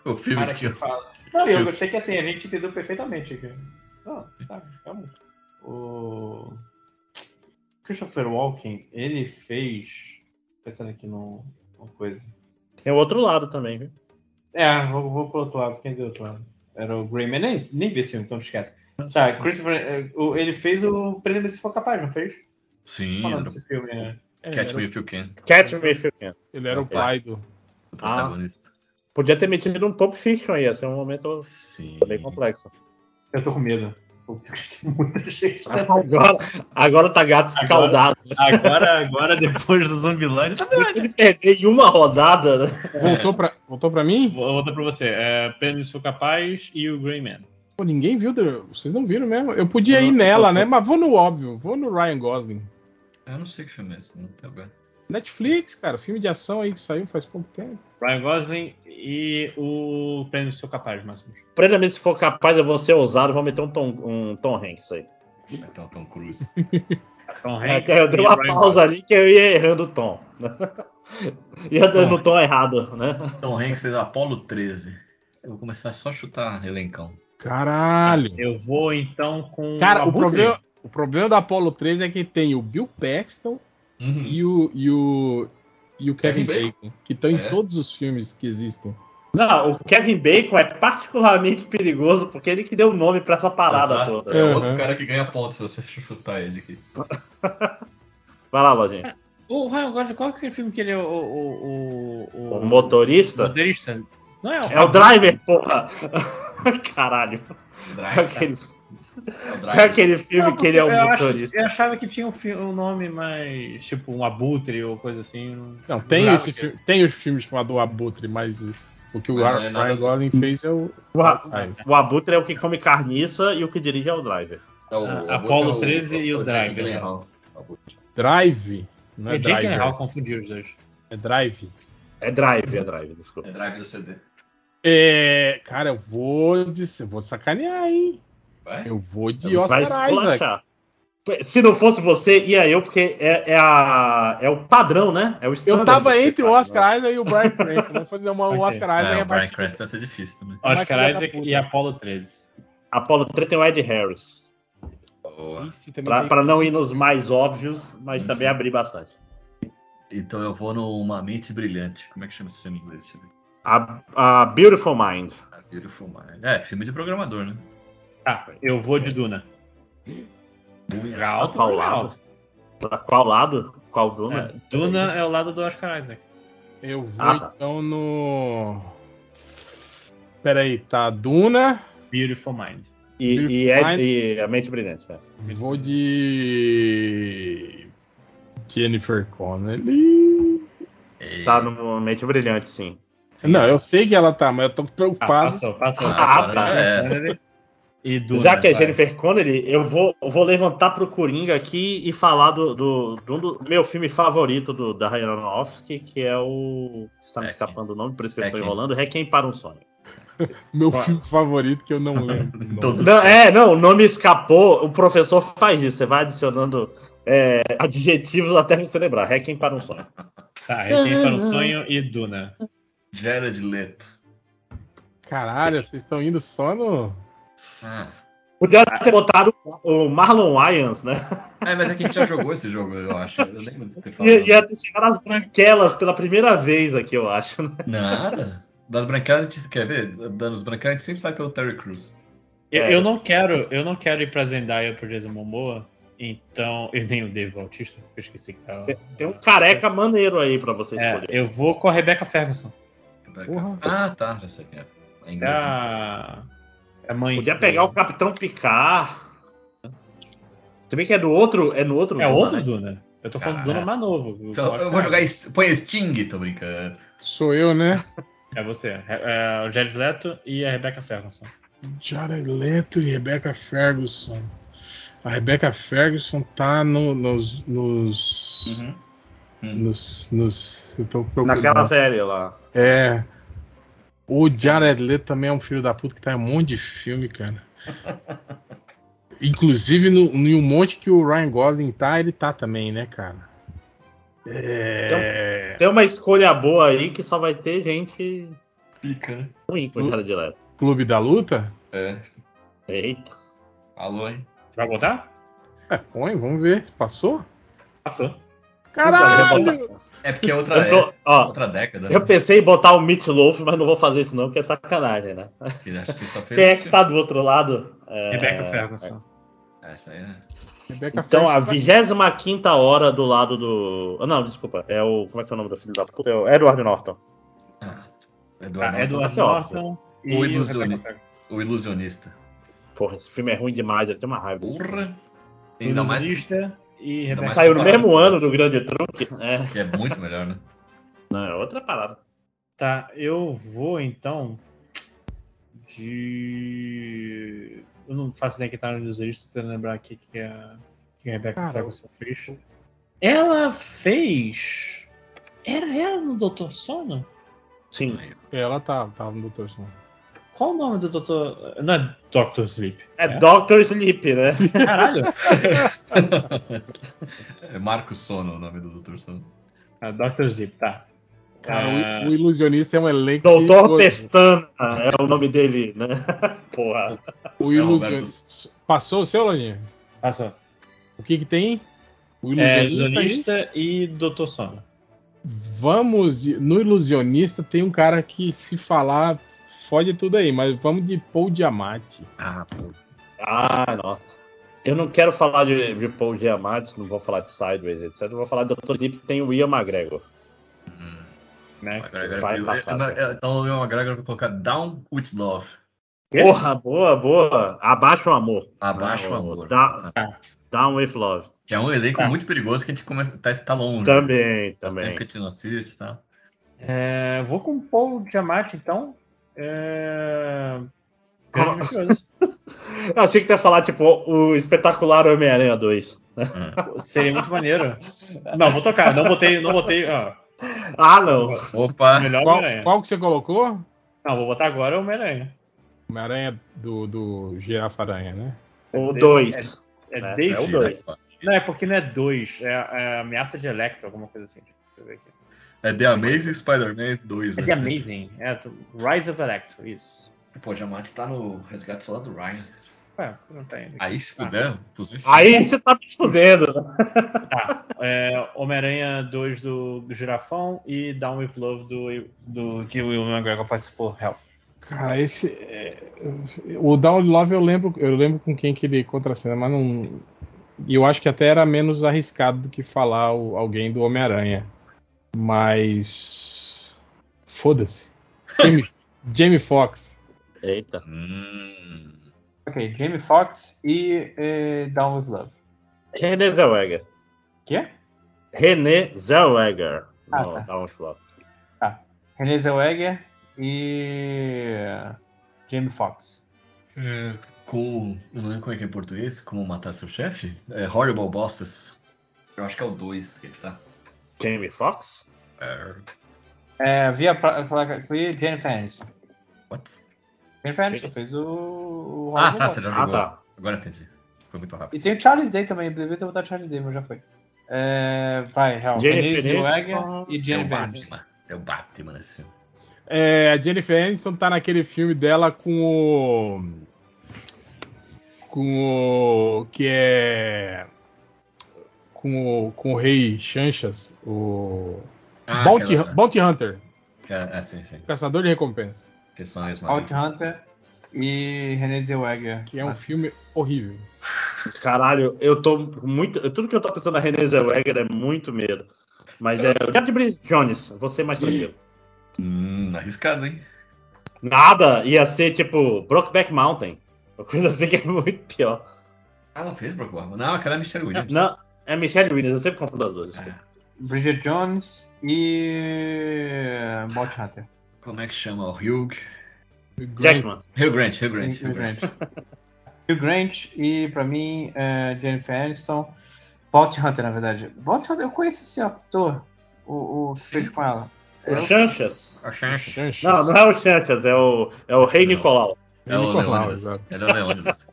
O filme
Cara
que
que
tinha.
fala. Não, eu
Just-
gostei que assim, a gente entendeu perfeitamente aqui. Não, tá, calma. O Christopher Walken, ele fez. Pensando aqui num- numa coisa.
Tem o outro lado também, viu?
É, vou, vou pro outro lado. Quem deu outro lado? Era o Grey Man. Nem, nem vi esse filme, então esquece. Tá, Christopher. eh, o- Ele fez o Prêmio Se For Capaz, não fez?
Sim,
Falando
era
desse filme, né?
É,
o Catch
era-
Me If You Can,
Catch
Uhum.
me if you can.
Ele era o
É.
pai do.
o protagonista.
Podia ter metido um Pulp Fiction aí, ia ser um momento
Sim.
bem complexo.
Eu tô com medo. Porque tem muita gente.
Agora, agora tá gato escaldado.
Agora, agora depois do Zumbiland. Tá
Depois de perder em uma rodada, né?
Voltou, pra, voltou pra mim?
Volta pra você. É, Prêmio Se For Capaz e o Grey Man.
Pô, ninguém viu. deu- Vocês não viram mesmo. Eu podia ir
Eu-
nela,
eu-
né? Mas vou no óbvio. Vou no Ryan Gosling.
Eu não sei que filme é esse, não até agora.
Netflix, cara. Filme de ação aí que saiu faz pouco tempo.
Ryan Gosling e o Prêmio Sou Capaz, Máximo.
Plenamente, se for capaz, eu vou ser ousado, vou meter um Tom, um Tom Hanks aí.
Então, Tom Cruise.
Tom Hanks
Até eu dei
e
uma
Ryan
pausa ali que eu ia errando o tom. ia dando o tom errado, né?
Tom Hanks fez Apollo 13. Eu vou começar só a chutar elencão.
Caralho.
Gosling.
É,
Eu vou então
um
com.
Cara, o
Abutre.
problema, o problema da Apollo 13 é que tem o Bill Paxton e o, e o, e o Kevin
Kevin
Bacon, que estão em
É.
todos os filmes que existem.
Não, o Kevin Bacon é particularmente perigoso porque ele que deu o nome pra essa parada
Exato.
toda.
É o outro
Uhum.
cara que ganha pontos se você chutar ele aqui.
Vai lá, Lojinha.
O Ryan Gosling, qual que é aquele filme que ele é o. O, o, o-
O motorista
motorista? Não é o.
é o driver, porra! Caralho.
O
É
Drive,
aquele,
cara. O Drive.
é aquele filme
Não,
que ele é o
eu acho-
motorista.
eu achava que tinha um, fi- um nome mais. Tipo, um abutre ou coisa assim. um-
Não, tem,
Claro
esse
que-
filme, tem os filmes chamado Abutre, mas o que o
Mas não é
Ryan
nada-
Gosling fez é o.
O, a-
Ai,
o Abutre é o que come carniça e o que dirige é o driver.
É o-
Ah,
o-
Apollo
é o-
13 e o
Jack
Drive,
Gyllenhaal.
Drive. Não
É
é,
Jake
Drive.
Gyllenhaal, confundi os dois.
É Drive.
É drive, é drive, desculpa.
É Drive do CD.
É, cara, eu vou, de, eu vou sacanear, hein?
Vai?
Eu vou de
Vai
Oscar Isaac.
esculachar. Se não fosse você, ia eu, porque é, é a- é o padrão, né? É o
Eu
standard
tava
do
entre o
espetáculo.
Oscar Isaac e o Brian Cranston. Mas fazer uma, o
Ok.
Oscar Isaac
É,
é
o Brian
mais.
Cranston vai ser difícil também.
Mas filha da
Oscar Isaac
puta.
e Apollo 13.
Apolo 3 tem o Ed Harris.
Boa.
Esse também
Pra,
tem-
pra não ir nos mais óbvios, mas
Sim,
também
sim.
abrir bastante.
Então eu vou numa mente brilhante. Como é que chama esse filme em inglês? Deixa eu ver.
A, a Beautiful Mind.
A Beautiful Mind. É, filme de programador, né?
Tá, eu vou de Duna. Alto,
Qual lado? Pra qual lado? Qual
É,
Duna?
Duna é o lado do Oscar Isaac.
Eu vou
Ah, tá.
então no. Peraí, tá Duna.
Beautiful Mind.
E, e,
Beautiful
Ed-
Mind.
e a Mente Brilhante. né?
Vou de. Jennifer Connelly.
É.
Tá no Mente Brilhante, sim.
Não, eu sei que ela tá, mas eu tô
Ah,
preocupado.
passou, passou.
Ah,
passou.
tá.
Passou.
É.
E Duna,
né? Já que é
vai.
Jennifer Connelly, eu vou, eu vou levantar pro Coringa aqui e falar do, do, do, do meu filme favorito do, da Ryan Aronofsky, que é o. Está me
Requiem.
escapando o nome, por isso que eu estou
Requiem.
enrolando. Requiem para um sonho.
Meu
Claro.
filme favorito que eu não lembro. o nome.
Todos os
Não, é, não, o nome escapou. O professor faz isso. Você vai adicionando é, adjetivos até você lembrar. Requiem para um sonho.
Tá, Requiem para o Sonho e Duna.
Jared Leto.
Caralho, vocês estão indo só no.
Ah.
Podia ter botado o Marlon Wayans, né?
É, mas é que a gente já jogou esse jogo, eu acho. Eu lembro de ter falado.
Ia, ia ter chegado as branquelas pela primeira vez aqui, eu acho. né?
Nada. das branquelas, a gente quer ver? Danos branquelas, a gente sempre sai pelo Terry Crews.
Eu,
É.
eu não quero, eu não quero ir pra Zendaya pro Jason Momoa, então. E nem o Dave Bautista, porque eu esqueci que tava.
Tem um careca maneiro aí pra você
É,
escolher.
eu vou com a Rebecca Ferguson.
Porra.
Ah, tá, já sei quem é. É
que É
inglês. né?
a, é a mãe.
Podia
do-
pegar o Capitão Picard. Se bem que é do outro. É no outro.
É
Duna,
outro
né?
Duna. Eu tô falando do
Caraca.
Duna mais novo.
Então,
gosto
eu vou
mais.
jogar. es- Põe Sting, tô brincando.
Sou eu, né?
É você. É, é o Jared Leto e a Rebecca Ferguson.
Jared Leto e Rebecca Ferguson. A Rebecca Ferguson tá no- nos. nos.
Uhum.
nos, nos eu tô procurando.
né?
Naquela série lá.
É. O Jared Leto também é um filho da puta que tá em um monte de filme, cara. Inclusive no, no monte que o Ryan Gosling tá, ele tá também, né, cara? É.
Tem uma escolha boa aí que só vai ter gente
Pica, né?
ruim,
Hum.
coitada de Leto.
Clube da Luta?
É.
Eita.
Alô, hein?
Vai botar?
É, põe, vamos ver se passou.
Passou.
Caralho!
É porque é outra,
Eu, tô-
é,
ó,
outra década.
eu
né?
pensei em botar o Meat Loaf, mas não vou fazer isso não, porque é sacanagem, né?
Ele acha que só fez.
Quem é que tá do outro lado? É,
Rebecca Ferguson.
Essa aí é.
Rebecca
Então, a
Ferguson tá-
25 hora do lado do. Ah, Não, desculpa. É o. Como é que é o nome do filho da puta? É o Edward Norton.
Ah,
Tá,
Eduardo Norton.
Edward
tá ótimo.
Norton e
O
Rebecca
Ilusone.
Ferguson.
O ilusionista.
Porra, esse filme é ruim demais, eu tenho uma raiva. desse filme.
Porra! Ainda mais que,
Ilusionista E
Ainda
Rebecca
mais
Saiu no
Mas- tá
mesmo ano do Grande Truque. É,
que é muito melhor, né?
não, é outra parada.
Tá, eu vou então de. Eu não faço ideia que tá no Ilusões, tô tentando lembrar aqui que a, que a Rebecca
Cara,
Ferguson fez. Ela fez. Era ela no Doutor Sono?
Sim.
Ela tá, tava no Dr. Sono.
Qual o nome do Doutor. Não é Doctor Sleep.
É, Dr. Sleep, né?
Caralho!
É Marco Sono o nome do Dr. Sono.
é Doctor Sleep, tá.
Cara,
Ah.
o, o ilusionista é um elenco. que-
Doutor
o-
Pestana é o nome dele, né? Porra.
O ilusionista. Passou o seu, Laninha?
Passou.
O que que tem? O
É,
ilusionista. aí?
Ilusionista e Doutor Sono.
Vamos de- no ilusionista tem um cara que se falar fode tudo aí, mas vamos de Paul Diamante.
Ah, pô.
Ah, nossa. Eu não quero falar de, de Paul Giamatti, não vou falar de Sideways, etc. Eu vou falar de Dr. Sleep, tem o Ian McGregor.
Né?
Agora,
Vai
agora,
passar.
eu- eu- eu- então eu agora eu vou colocar Down with Love.
Quê?
Porra, boa, boa. Abaixa o amor.
Abaixo o
Não,
amor.
dá- Down with Love.
Que é um elenco
Tá.
muito perigoso que a gente começa, tá, tá longe.
Também,
Faz tempo
também.
que a gente não assiste, tá?
É, vou com o Paul Giamatti, então. É...
Como-
Grande mentiroso.
Eu achei que tu ia falar, tipo, o espetacular Homem-Aranha 2.
Seria muito maneiro. Não, vou tocar. Não botei, não botei. ó,
Ah, não.
Opa!
melhor
Qual,
Homem-Aranha.
qual que você colocou?
Não, vou botar agora o Homem-Aranha.
Homem-Aranha do, do Girafa Aranha, né?
O 2.
É,
É,
Daisy.
é o dois.
Não, é porque não é dois. É, é ameaça de Electro, alguma coisa assim. Deixa eu ver aqui.
É The Amazing Spider-Man né? 2.
É The Amazing. É do Rise of Electro, isso.
Pô, Diamante tá no resgate solar do Ryan. Ah.
Ué, não tá indo. aqui.
Aí se puder, pros dois.
Aí você tá me fudendo. né?
É, Homem-Aranha 2 do, do Girafão e Down with Love do, do que o Will McGregor participou. Help.
Cara, esse é, o Down Love eu lembro, eu lembro com quem que ele contracena, mas não e eu acho que até era menos arriscado do que falar o- alguém do Homem-Aranha. Mas foda-se. Jamie, Jamie Foxx.
Eita.
Hum.
Ok, Jamie Foxx e, eh, Down with Love.
René Zellweger.
Quê?
René Zellweger. um
Ah,
no
tá.
Down with Love.
René Zellweger e Jamie Foxx.
É, com. Eu não lembro como é que é em português. Como matar seu chefe? É Horrible Bosses. Eu acho que é o 2 que ele tá.
Jamie Foxx?
É.
É, via pra- placa- foi Jennifer Aniston.
What?
Jennifer
Sim.
Aniston fez o, o
Ah,
Hollywood
tá,
Boys.
você já
Ah,
jogou.
tá.
Agora entendi. Foi muito rápido.
E tem o Charles Day também, devia ter botado Charles Day, mas já foi. É, vai, real. René
Jennifer
Zellweger
Aniston
e
É o
Jennifer Aniston.
Batman. É o Batman nesse filme.
É, a Jennifer Aniston tá naquele filme dela com o. Com o. Que é. Com o, com o Rei Chanchas. O.
Ah,
Bounty,
Ah,
aquela-
Bounty Hunter.
Ah, ah, sim, sim.
Caçador de Recompensa.
Que são as mais.
Outrunner e René Zellweger.
Que é
Ah.
um filme horrível.
Caralho, eu tô muito. Tudo que eu tô pensando na Renée Zellweger é muito medo. Mas é. O Diabo de Bridget Jones, você mais tranquilo.
Hum, arriscado, hein?
Nada ia ser tipo Brokeback Mountain. Uma coisa assim que é muito pior.
Ah, não fez Brock Bauer. Não, aquela é Michelle Williams.
Não, é Michelle Williams, eu sempre confundo as duas.
Ah,
Bridget Jones e. Bot Hunter.
como é que chama? O Hugh.
Jackman.
Hugh Grant, Hugh Grant,
Hugh
Hugh Grant.
Grant. Hugh Grant e, pra mim, é Jennifer Aniston. Bot Hunter, na verdade. Bot Hunter, eu conheço esse ator. O, o que
Sim.
fez com ela.
O Chanchas.
A chance.
Chanchas.
Não, não é o Chanchas, é o, é o Rei Nicolau.
É o
Nicolau,
Leônidas.
exato.
Ele é o Leônidas.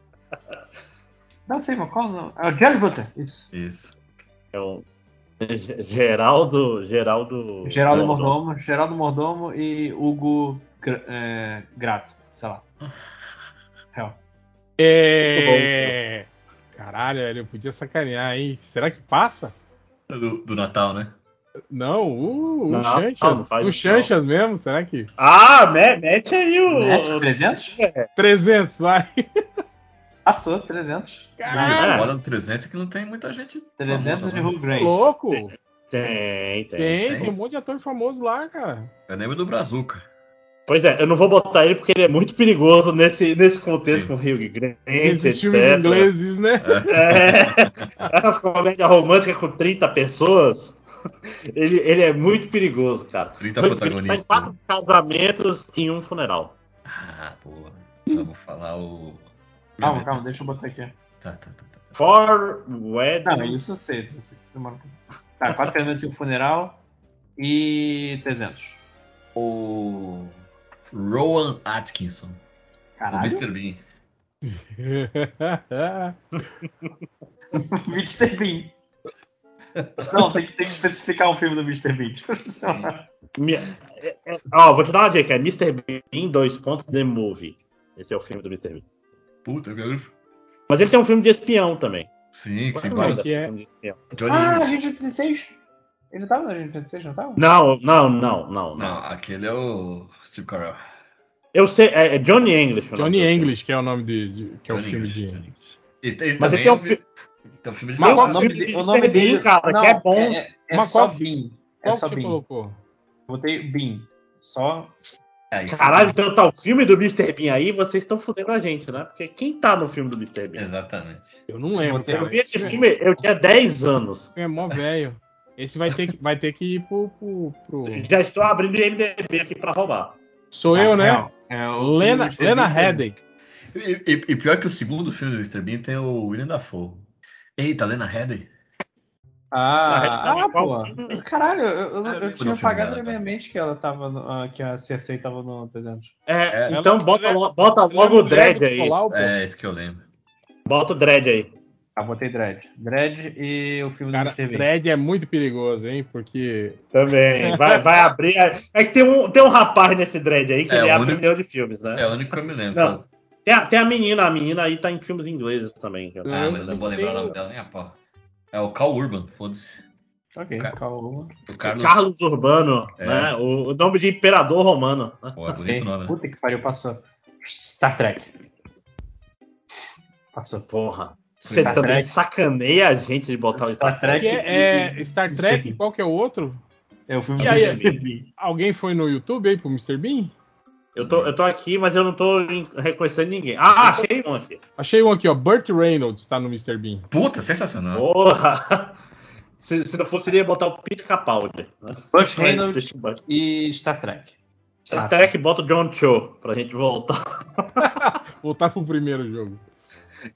Não sei, mas qual o nome? É o Jerry Brutter, isso.
Isso.
É o G- Geraldo. Geraldo.
Geraldo Mordomo, Geraldo Mordomo e Hugo Gr- é, Grato, sei lá. Real.
É. Caralho, velho, eu podia sacanear, hein? Será que passa?
É Do, do Natal, né?
Não, uh, o, o
Não,
Chanchas.
não, não faz
o
isso,
Chanchas mesmo, será que?
Ah, me- mete aí o.
Net 300?
300, vai.
Passou, 300.
A
É.
moda do 300 é que não tem muita gente.
300
famosa,
de
né?
Hugh Grant.
Louco.
Tem, tem.
Tem,
tem.
tem um monte de ator famoso lá, cara.
Eu lembro É do Brazuca.
Pois é, eu não vou botar ele porque ele é muito perigoso nesse, nesse contexto
Sim.
com o Hugh Grant,
Esses
etc.
filmes ingleses, né?
É, essas comédias românticas com 30 pessoas, ele, ele é muito perigoso, cara.
30
Hugh Grant faz
protagonistas.
quatro casamentos em um funeral.
Ah, porra. Eu vou falar o.
Calma, calma, deixa eu botar aqui.
Tá, tá, tá. tá, tá.
Four
Não,
Weddings.
Ah, isso eu sei. Isso aqui demora um pouco. Tá, 4 casamentos e um funeral e 300.
tá. O. Rowan Atkinson. O
Caralho,
Mr. Bean.
Mr. Bean. Não, tem que, tem que especificar o filme do Mr. Bean.
Mi- é- é- Ó, vou te dar uma dica: é Mr. Bean, dois pontos, The Movie. Esse é o filme do Mr. Bean.
Puta, eu
Mas ele tem um filme de espião também.
Sim, que tem
Como
vários.
é que é?
Filme de espião.
Johnny
Ah, a
English.
gente 36? Ele não tava na gente 36, não tava?
Não, não, não, não, não.
Não, aquele é o Steve Carell.
Eu sei, é, é Johnny English. o nome
Johnny
do filme.
English, que é o nome de. de- que é o
Johnny
filme
English, Johnny
de.
English. E tem
Mas
também
ele tem um
o vi-
filme.
tem um filme de
Mas
Natal,
o filme
né?
de- o nome dele, cara, que é bom.
É, é
Mas
só
qual que-
Bean. É
Qual
só
que você
Bean.
colocou?
Botei Bean. Só.
Aí,
Caralho, então tá o filme do Mr. Bean aí, vocês estão fudendo a gente, né? Porque quem tá no filme do Mr. Bean?
Exatamente.
Eu não lembro.
Botei-
cara.
Eu vi esse filme, eu tinha 10 anos.
É mó velho. Esse vai ter, que, vai ter que ir pro. pro- pro-
Já estou abrindo o MDB aqui pra roubar.
Sou eu, né?
É, o
Lena,
filme do Mr.
Lena
Bean tem-
Headey.
E, e- e pior que o segundo filme do Mr. Bean tem o William Dafoe. Eita, Lena Headey.
Ah,
Na
ah,
realidade,
pô.
qual filme?
Caralho, eu, eu-
Ah,
eu
lembro do
tinha
filme
apagado
dela,
na minha
cara.
mente que ela tava no, ah, que a Cersei tava no 300.
É,
É.
então
Ela- um
bota,
ela-
lo- bota logo o Dredd aí.
Nicolau, pô.
É, esse que eu lembro.
Bota o Dredd aí.
Ah, botei Dredd. Dredd e o filme
Cara,
do Mr. Bean.
Dredd é muito perigoso, hein? Porque.
Também. Vai, vai abrir. a- É que tem um, tem um rapaz nesse Dredd aí que
É,
ele
o
abre
único-
milhão de filmes, né?
É o único que eu me lembro.
Não. Tem, a, tem a menina, a menina aí tá em filmes ingleses também. cara.
Ah, mas eu não vou lembrar o nome dela nem a pau. É o Cal Urban, foda-se.
Ok,
Ca-
calma.
O
Carlos,
Carlos.
Urbano,
É.
né? O, o nome de imperador romano. né?
Pô, é bonito o nome, né?
Puta que pariu, passou. Star Trek. Passou.
Porra. Você
Star
também
Trek.
sacaneia a gente de
Tá
botar o Star Trek.
que é, é Star Trek, qual que é o outro?
É o filme
E
do
aí,
Mr. Bean.
Alguém foi no YouTube aí pro Mr. Bean?
Eu tô, eu tô aqui, mas eu não tô em- reconhecendo ninguém. Ah, achei um aqui.
Achei um aqui, ó. Burt Reynolds tá no Mr. Bean.
Puta, sensacional.
Porra! Se, se não fosse, ele ia botar o Pete Capaldi. né?
Burt Reynolds.
Deixa eu botar.
e Star Trek. Tá Ah,
Star Trek bota o John Cho pra gente voltar.
Voltar tá pro primeiro jogo.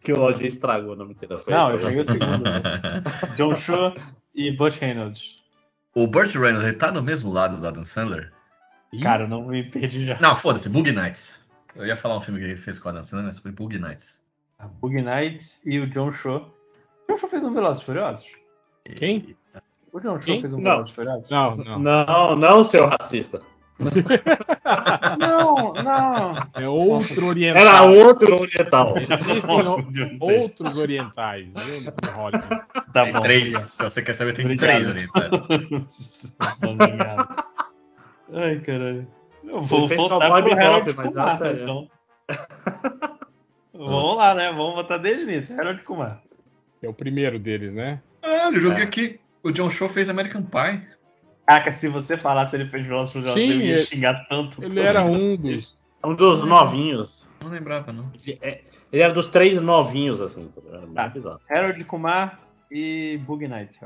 Que o Lojinha estragou, não me entenda. Foi
Não, eu
foi
joguei o segundo. John Shaw e Butch Reynolds.
o Burt Reynolds, ele tá no mesmo lado do Adam Sandler?
Ih,
Cara, eu não me perdi já.
Não, foda-se, Bug Nights. Eu ia falar um filme que ele fez com o Adam Sandler, mas foi Bug Nights.
Bug Nights e o John Shaw. O John Shaw fez um Velozes e Furiosos?
Quem?
O John Shaw
Quem?
fez um
Não.
Velozes e Furiosos?
Não, não.
Não, não, seu racista.
Não, não.
É outro oriental.
Era outro oriental.
Existem o-
Deus do céu.
outros orientais, viu? no Hollywood.
Tá
Tem
bom.
três. tá? Se você quer saber, tem
Obrigado.
três ali. tá?
Obrigado. Ai, caralho. Eu vou
fez só
voltar pro
Bob
Harold
Bob, mas
Kumar,
essa é.
então. Vamos lá, né? Vamos botar desde o início. Harold Kumar.
É o primeiro deles, né?
Caralho, Ah, eu joguei
É.
aqui. O John Show fez American Pie.
Caraca, se você falasse ele fez Velocity Furiosos,
Sim,
eu ia
ele-
xingar tanto.
Ele
todo
era
mundo.
um dos.
Um dos novinhos.
Não lembrava, não.
De- é, Ele era dos três novinhos, assim. tá ligado? Era
Tá.
muito bizarro.
Harold Kumar e Bug Night.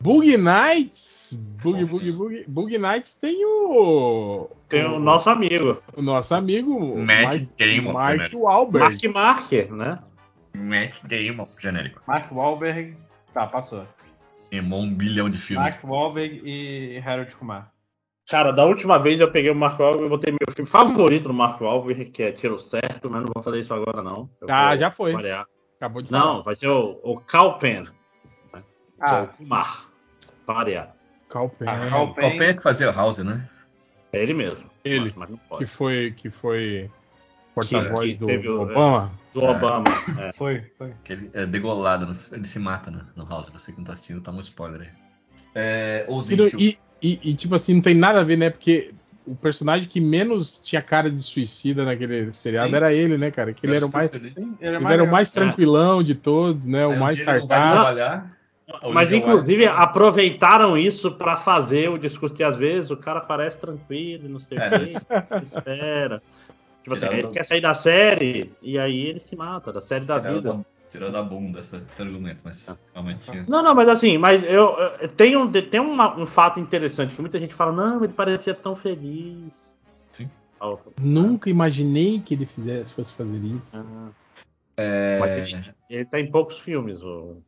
Bug Nights! Bug,
Nossa.
Bug, Bug, Bug Nights tem o.
Tem o nosso amigo,
o nosso amigo.
Matt
Mike,
Damon,
Mike
né?
Wahlberg.
Mark Marker, né?
Matt Damon, genérico.
Mark Wahlberg. Tá, passou.
Queimou um bilhão de filmes.
Mark Wahlberg e Harold Kumar.
Cara, da última vez eu peguei o Marco Alves e botei meu filme favorito do Marco Alves, que é Tiro Certo, mas não vou fazer isso agora, não. Eu
Ah,
vou
já foi.
variar.
Acabou de
Não,
falar.
vai ser o, o Calpen, que é o
Ah,
Kumar. Variar.
Calpen.
ah,
né?
Carl
Qual pena
Penn.
que fazia o House, né?
É ele mesmo.
Ele.
Mas, mas não
que
pode.
foi. Que foi porta-voz
que
do
teve o-
Obama.
Do Obama. é.
Foi, foi.
Que ele é degolado, no- ele se mata né, no House. Você que não tá assistindo, tá muito spoiler aí. É,
E,
Ousinho.
não- e, e- e, tipo assim, não tem nada a ver, né? Porque o personagem que menos tinha cara de suicida naquele seriado
Sim. é.
era ele, né, cara? Que ele era o mais.
Ele
Ele era o mais tranquilão de todos, né? O
Aí um
mais
dia ele não vai
sarcástico.
trabalhar. Olivia
Mas,
Wilde.
inclusive, aproveitaram isso pra fazer o discurso que, às vezes, o cara parece tranquilo, não sei
É,
o quê, espera. Tipo assim,
Tiraram
ele
do-
quer sair da série e aí ele se mata, da série da
Tirou
vida.
da, tirou da bunda essa- esse argumento, mas realmente tinha.
Não, não, mas assim, mas eu, eu- tem, um, tem uma- um fato interessante que muita gente fala, não, ele parecia tão feliz.
Sim.
Ah,
Nunca imaginei que ele fizesse, fosse fazer isso.
ah. Mas
É...
ele, ele tá em poucos filmes. O...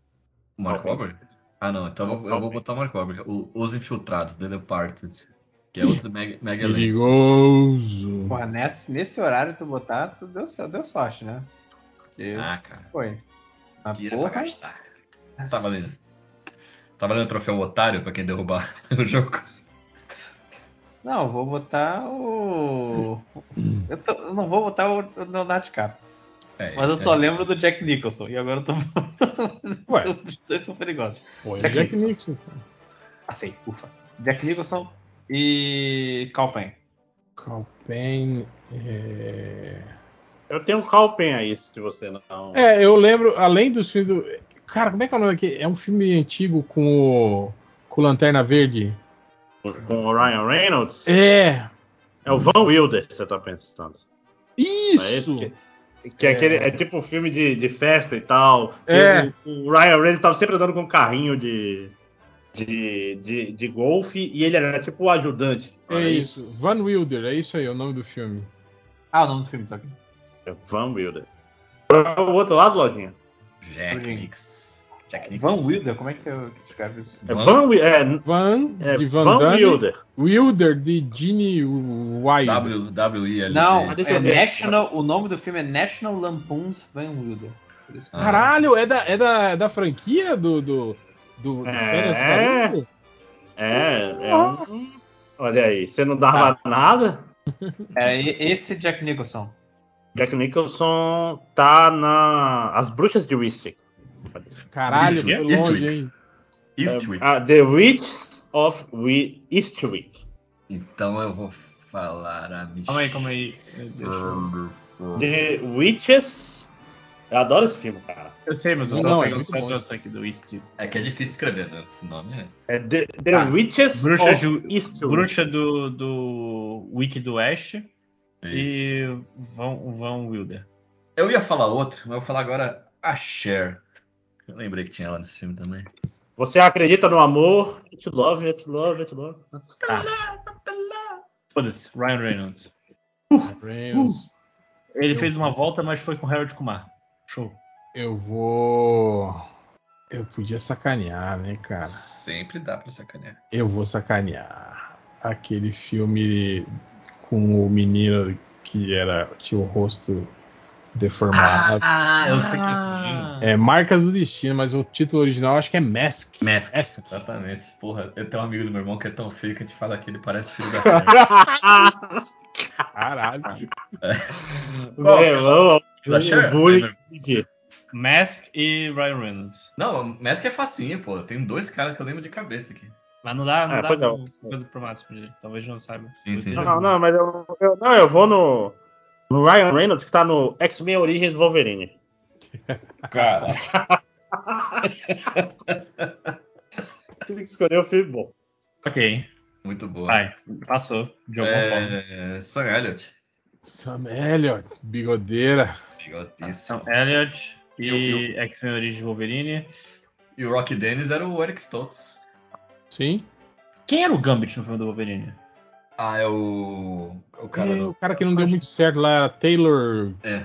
Mark Wahlberg? Ah, não. Então eu vou- eu vou
Wahlberg.
botar o Mark Wahlberg. O- Os Infiltrados, The Departed. Que é outro mega, mega elenco.
Perigoso.
Porra, nesse, nesse horário tu botar, tu deu, so- deu sorte, né? Porque
Ah, cara.
foi. Mas,
Dinheiro pra
porra,
gastar. Tá valendo. Tá valendo o troféu otário pra quem derrubar o jogo.
não, eu vou botar o. Eu, tô- eu não vou botar o o Leonardo DiCaprio.
É,
Mas eu
esse
só
é-
lembro do Jack Nicholson. E agora eu tô.
Ué.
Os dois são perigosos.
Pô, é
Jack
Jack Nixon.
Passei, ufa. Jack Nicholson e. Calpen.
Calpen. É...
Eu tenho um Calpen aí, se você não.
é, eu lembro, além dos filmes do. Cara, como é que é o nome daqui? É um filme antigo com o. Com o Lanterna Verde.
Com o Ryan Reynolds.
É!
É o Van Wilder que você tá pensando. É
Isso!
esse que, que é. aquele, é tipo um filme de, de festa e tal. E
É.
O, o Ryan Reynolds tava sempre andando com um carrinho de, de, de, de golfe e ele era tipo o ajudante.
É isso. Van Wilder, é isso aí, é o nome do filme.
Ah, o nome do filme tá aqui.
É Van Wilder. O outro lado, Lojinha?
Jack
Gente.
Nix. Jack Nix.
Van Wilder, como é que eu que se escreve isso?
É
Van-
Van, Wi- é,
Van
é
de Van,
Van
Damme. Wilder.
Wilder.
de Gene Wilder.
W, W, I, L.
Não,
D. Ah,
Deixa eu
é
ver.
National, o nome do filme é National Lampoon's Van Wilder. Por isso que-
Ah.
Caralho, é da, é da, é da franquia do. do, do, do
É.
Férias do Barulho?
É, é
Ah.
um. Olha aí, você não dava
Tá.
nada?
É e- esse Jack Nicholson.
Jack Nicholson tá na. As Bruxas de Wistick.
Caralho,
Isso,
foi
isso,
longe,
Rick.
hein?
Eastwick.
Ah, The Witches of We Eastwick.
Então eu vou falar a Michelle.
Calma aí, calma aí.
Ah.
The Witches. Eu adoro esse filme, cara.
Eu sei, mas eu
Não,
tô
não, é
pegando
muito
só a
bom.
tradução aqui do East.
É que é difícil escrever, né? Esse nome é.
É The, The
Tá.
Witches
Bruxa
of
Ju-
Eastwick.
Bruxa do, do Wiki do Oeste
É Isso.
e Van, Van Wilder.
Eu ia falar outro, mas eu vou falar agora a Cher. Eu lembrei que tinha ela nesse filme também.
Você acredita no amor? It love, it love, it love.
Tá
Ah. Foda-se, Ryan Reynolds.
Reynolds.
Ele
Eu-
fez uma volta, mas foi com Harold Kumar. Show.
Eu vou. Eu podia sacanear, né,
Ah.
cara?
Sempre dá pra sacanear.
Eu vou sacanear. Aquele filme com o menino que era tinha o rosto deformado.
Ah, eu sei que é esse filme.
Ah,
É Marcas do Destino, mas o título original acho que é Mask.
Mask. Exatamente. Porra, eu tenho um amigo do meu irmão que é tão feio que a gente fala que ele parece filho da Cher.
Caralho.
Meu irmão,
Da Cher?
é
o bullying.
Mask e Ryan Reynolds.
Não, Mask é facinho, pô. Tem dois caras que eu lembro de cabeça aqui.
Mas não dá, não
É,
dá
pois é.
pro, coisa pro máximo de. Talvez não saiba.
Sim, sim.
Seja-
Não, não, mas eu, eu- não, eu vou no, no Ryan Reynolds, que tá no X-Men Origins Wolverine.
Cara,
Tem que escolher o filme bom.
Ok.
Muito boa.
Vai. Passou. De alguma forma.
é, Sam Elliott.
Sam Elliott, bigodeira.
Bigotíssimo.
Tá. São Elliot e
Eu- eu-
X-Men Origins Wolverine.
E o Rock Dennis era o Eric Stoltz.
Sim.
Quem era o Gambit no filme do Wolverine?
Ah, é o. O cara
E
do.
É, o cara que não deu muito certo lá era Taylor
É.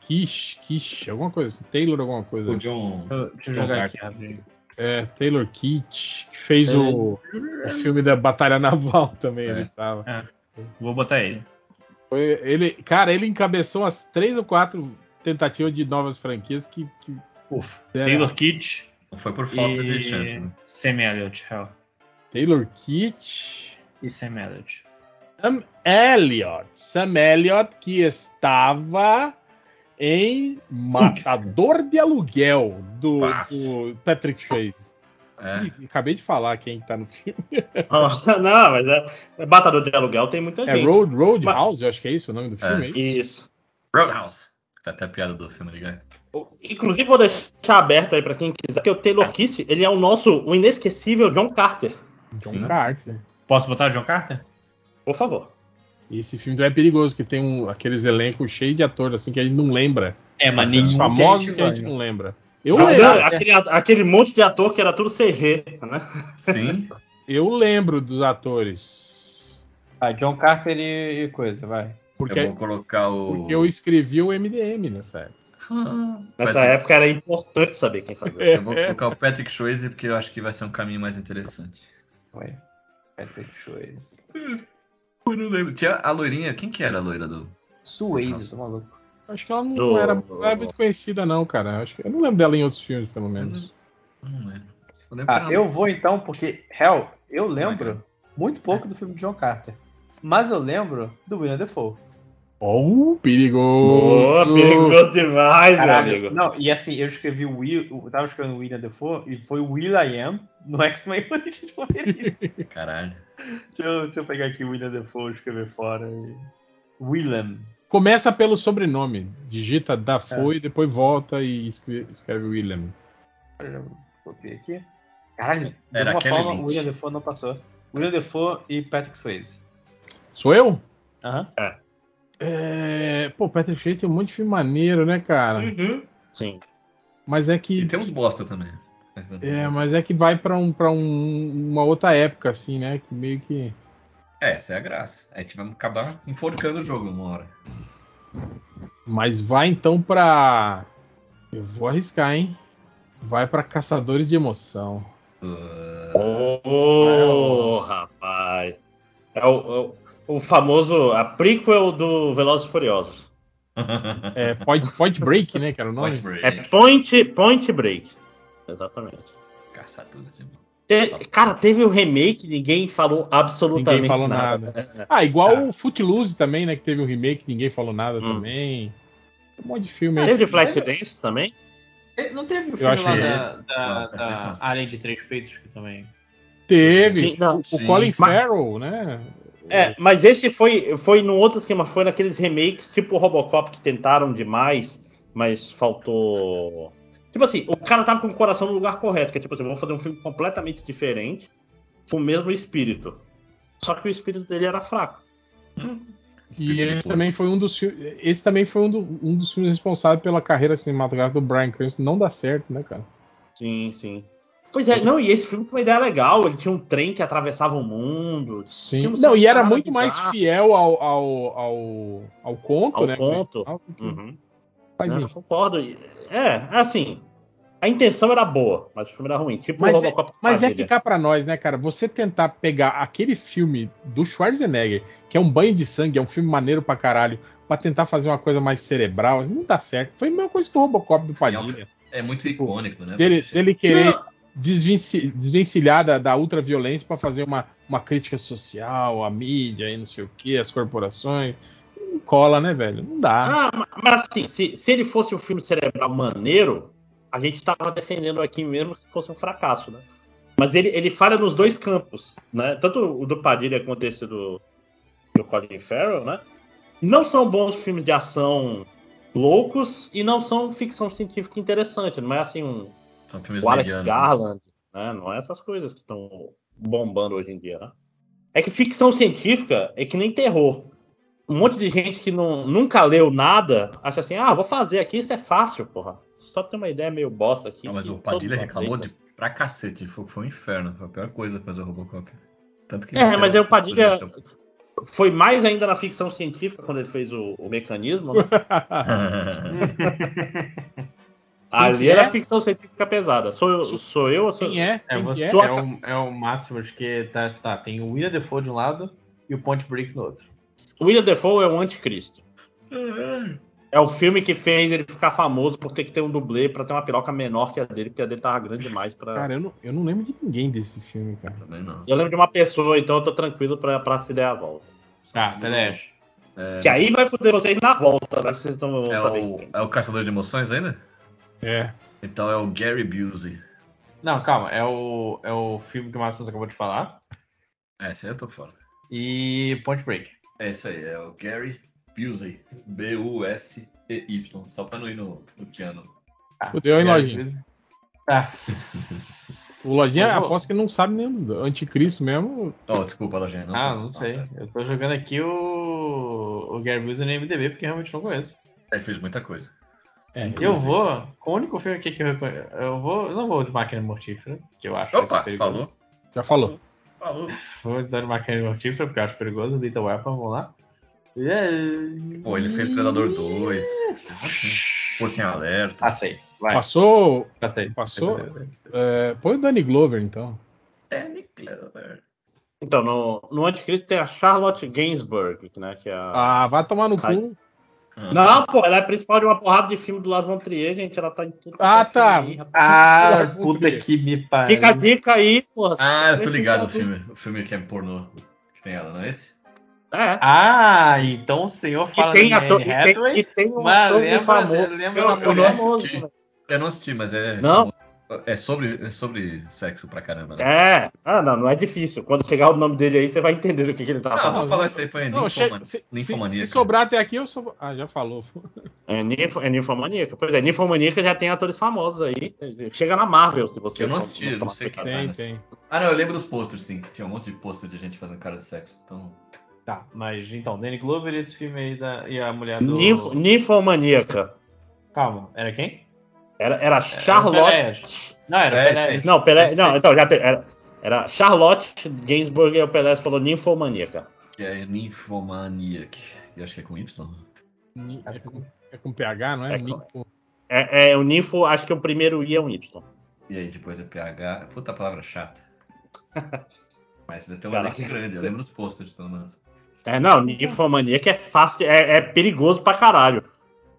Kish, Kish, alguma coisa. assim. Taylor alguma coisa.
O John.
Eu- Deixa eu
Tom
jogar
Hardy.
aqui rapidinho.
É, Taylor Kitsch, que fez o, o filme da Batalha Naval também,
É.
ele tava.
Vou botar ele.
Foi- Ele, cara, ele encabeçou as três ou quatro tentativas de novas franquias que. que
Ufa.
deram.
Taylor Kitsch
Não foi por falta de chance,
e
né?
Sam Elliott. hell.
Taylor Kitsch.
E Sam Elliott.
Sam Elliott. Sam Elliott que estava em Matador de Aluguel do,
Fácil.
do Patrick Swayze.
É.
Ih, Acabei de falar quem tá no filme.
Ah, não, mas é, é Batador de Aluguel, tem muita
É
gente.
Road, Roadhouse, eu acho que é isso o nome do filme. é isso?
Isso.
Roadhouse. Tá até a piada do filme ligado.
Inclusive, vou deixar aberto aí pra quem quiser, que o Taylor Kiss, ele é o nosso, o inesquecível John Carter.
Sim.
John Carter.
Posso botar o John Carter?
Por favor.
E esse filme é perigoso, que tem um- aqueles elencos cheios de atores assim que a gente não lembra.
É, mas
Os
ninguém.
famosos que a gente não lembra. Eu,
Não,
lembro,
aquele, aquele monte de ator que era tudo CG, né?
Sim.
eu lembro dos atores.
Ah, John Carter e, e coisa, vai.
Eu
Porque,
vou colocar o.
porque eu escrevi o MDM nessa época.
Ah,
Nessa
Patrick-
época era importante saber quem fazia.
Eu vou colocar o Patrick Swayze porque eu acho que vai ser um caminho mais interessante.
Vai. Patrick Swayze.
Eu não lembro. Tinha a loirinha. Quem que era a loira do.
Swayze, tô tá maluco.
Acho que ela não,
Do-
era, não era muito conhecida, não, cara. Acho que, eu não lembro dela em outros filmes, pelo menos.
Não lembro. Eu lembro
Ah,
que era-
eu vou então, porque, hell, eu lembro muito pouco do filme de John Carter. Mas eu lembro do William Defoe.
Oh,
Boa,
perigoso!
perigoso demais, meu
Caralho.
amigo.
Não, e assim, eu escrevi o Will, eu tava escrevendo William Defoe e foi Will I Am no X-Men Origins Wolverine.
Caralho.
deixa, eu, deixa eu pegar aqui o William Defoe, escrever fora. E... Willem.
Começa pelo sobrenome. Digita Dafoe, e depois volta e escre- escreve William.
Olha, eu copiei aqui. Caralho, de
Era
alguma
Kelly
forma,
Lynch.
o William Defoe não passou. William Defoe e Patrick Swayze.
Sou eu?
Aham.
É, pô, Patrick Swayze tem um monte de filme maneiro, né, cara?
Sim.
Mas é
E
que
tem uns bosta também. Mas-
é, mas é que vai pra um para um, uma outra época assim, né? Que meio que
É, essa é a graça. A gente vai acabar enforcando o jogo uma hora.
Mas vai então pra Eu vou arriscar, hein? Vai pra Caçadores de Emoção.
Ô, ô, rapaz. É o, o, o famoso, a prequel do Velozes e Furiosos.
É, Point, point Break, né, que era o nome?
Point Break.
É Point, point Break. Exatamente.
Caçadores de mão.
Te- cara, teve o remake, ninguém falou absolutamente
Ninguém falou
nada. É. Tá.
Ah, igual o Footloose também, né, que teve um remake, ninguém falou nada
Hum.
também. Tem Um monte de filme aí.
Teve de Flashdance também?
Te- Não teve o
Eu
filme
acho
lá
que-
da, da,
Não,
da
não.
Alien de Três Peitos que também.
Teve.
Sim, não.
O
Sim.
Colin
Mas-
Farrell, né?
É, mas esse foi, foi num outro esquema, foi naqueles remakes tipo Robocop que tentaram demais, mas faltou. Tipo assim, o cara tava com o coração no lugar correto, que é tipo assim, vamos fazer um filme completamente diferente, com o mesmo espírito. Só que o espírito dele era fraco.
E
é
Espírito de
esse
porco.
também foi um dos fi- esse também foi um, do- um dos filmes responsáveis pela carreira cinematográfica do Brian Cranston não dá certo, né, cara?
Sim, sim. Pois é, não, e esse filme foi uma ideia legal, ele tinha um trem que atravessava o mundo.
Sim.
tinha um
Não, e era
cenário
muito mais
bizarro.
fiel ao, ao, ao, ao conto,
Ao
né?
conto.
Ao-
Uhum.
Faz
Não, eu
isso.
concordo. É, assim, a intenção era boa, mas o filme era ruim. Tipo
Mas
o
é-
Robocop
Mas é
Brasília.
ficar pra nós, né, cara? Você tentar pegar aquele filme do Schwarzenegger, que é um banho de sangue, é um filme maneiro pra caralho, pra tentar fazer uma coisa mais cerebral, não dá certo. Foi a mesma coisa que o Robocop do Padilha.
É muito icônico, né?
Dele,
Patrick?
dele querer
Não,
desvenci- desvencilhar da, da ultraviolência para fazer uma, uma crítica social, à mídia e não sei o que, às corporações. Não cola, né, velho? Não dá.
ah, ma- mas assim, se, se ele fosse um filme cerebral maneiro, a gente tava defendendo aqui mesmo que fosse um fracasso, né? Mas ele, ele falha nos dois campos, né? Tanto o do Padilha quanto esse do, do Colin Farrell, né? Não são bons filmes de ação loucos e não são ficção científica interessante. Não é assim um
São filmes
o Alex
medianos, né?
Garland, né? Não é essas coisas que estão bombando hoje em dia, né? É que ficção científica é que nem terror. Um monte de gente que não, nunca leu nada acha assim, ah, vou fazer aqui, isso é fácil, porra. Só tem uma ideia meio bosta aqui.
Não, Ah, mas
que
o Padilha
todo mundo
reclamou de
aceita.
pra cacete. Foi, foi um inferno. Foi a pior coisa fazer o Robocop. Tanto que
É, mas aí o Padilha- Foi mais ainda na ficção científica quando ele fez o, o mecanismo. né? Ali
Quem
era
é?
ficção científica pesada. Sou, eu- sou eu ou sou
Quem é?
É,
Quem que
você
é?
é,
Só-
o, é o máximo, acho que tá, tá, tem o William Defoe de um lado e o Ponte Break no outro.
William Defoe é o anticristo. É o filme que fez ele ficar famoso por ter que ter um dublê pra ter uma piroca menor que a dele, porque a dele tava grande demais pra.
Cara, eu não, eu não lembro de ninguém desse filme, cara.
Também não.
Eu lembro de uma pessoa, então eu tô tranquilo pra, pra se der a volta.
Tá, beleza.
É,
Que aí vai foder vocês na volta, né? Vocês não vão
é
saber.
o,
quem.
é o Caçador de Emoções ainda?
É.
Então é o Gary Busey.
Não, calma, é o, é o filme que o Máximo acabou de falar
É, esse aí eu tô fora.
e Ponte Break.
É isso aí, é o Gary Busey. B-U-S-E-Y. Só pra não ir no, no piano.
Fudeu, hein,
Gary
Lojinha?
Busey. Tá.
O Lojinha,
Eu vou-
aposto que não sabe nenhum dos dois. Anticristo mesmo.
Oh, desculpa, Lojinha. Não
Ah,
sei.
não sei. Eu tô jogando aqui o, o Gary Busey no MDB porque eu realmente não conheço.
Ele fez muita coisa.
É,
Eu vou, com o único filme aqui que eu reconheço, eu vou, eu não vou de Máquina Mortífera, que eu acho que é
Opa,
perigoso.
falou.
já falou.
Falou.
Vou dar uma carne mortífera, porque eu acho perigoso. Little Weapon, vamos lá. É...
Pô, ele fez Predador 2. Força em alerta.
Passei, vai.
Passou.
Passei.
Passou? É, põe o Danny Glover, então.
Então, no, no Anticristo tem a Charlotte Gainsbourg, né? Que é a...
Ah, vai tomar no
Ai.
cu.
Ah,
Não, pô, ela é a principal de uma porrada de filme do Las Von Trier, gente. Ela tá em tudo.
Ah,
quanto é
tá.
filme aí, rapaz.
Ah,
Filha da
puta
puta.
que me pariu.
Fica a dica aí, porra.
Ah, eu tô ligado o filme. O filme que é pornô. Que tem ela, não é esse?
É.
Ah, então o senhor
E
fala
tem,
de
ator,
Anne
e, tem,
Hathaway,
e tem um
mas é
ator
lembra,
de famoso.
lembra
Eu-
da
eu não
mulher
assisti.
famosa, né?
Eu não assisti, mas é.
Não.
É sobre, é sobre sexo pra caramba. né?
É, ah, não, não é difícil. Quando chegar o nome dele aí, você vai entender o que, que ele tá
Não,
falando.
vou falar isso aí pra
Não, chega-
ninfomania.
se, se,
ninfomaníaca.
se sobrar até aqui, eu sou. Ah, já falou.
É, ninfo, é ninfomaníaca. Pois é, ninfomaníaca já tem atores famosos aí. Chega na Marvel, se você. tá
Eu não assisti, eu não sei
tomar
quem é.
cuidado.
Tem,
mas-
tem.
Ah, não, eu lembro dos posters, sim. Que tinha um monte de pôster de gente fazendo cara de sexo. Então.
Tá, mas então, Danny Glover e esse filme aí da... e a mulher
é
do...
Ninfo, ninfomaníaca.
Calma, era quem?
Era, era
Pelé,
Charlotte.
acho. Não, era
É,
Pelé. Tá,
sim.
Não, Pelé.
Sim.
Não, então já tem. Era, era Charlotte Gainsbourg e o Pelé falou ninfomaníaca.
Que é Nymphomaniac. Eu acho que é com Y.
Ni- É com, é com PH, não é?
É
Ni-
É, é, o ninfo, acho que o primeiro I é um Y.
E aí depois é PH. Puta palavra chata. Mas ainda tem uma
Cara,
letra grande. Eu lembro dos posters, pelo menos.
É,
Uhum.
não, ninfomaníaca é fácil, é, é perigoso pra caralho.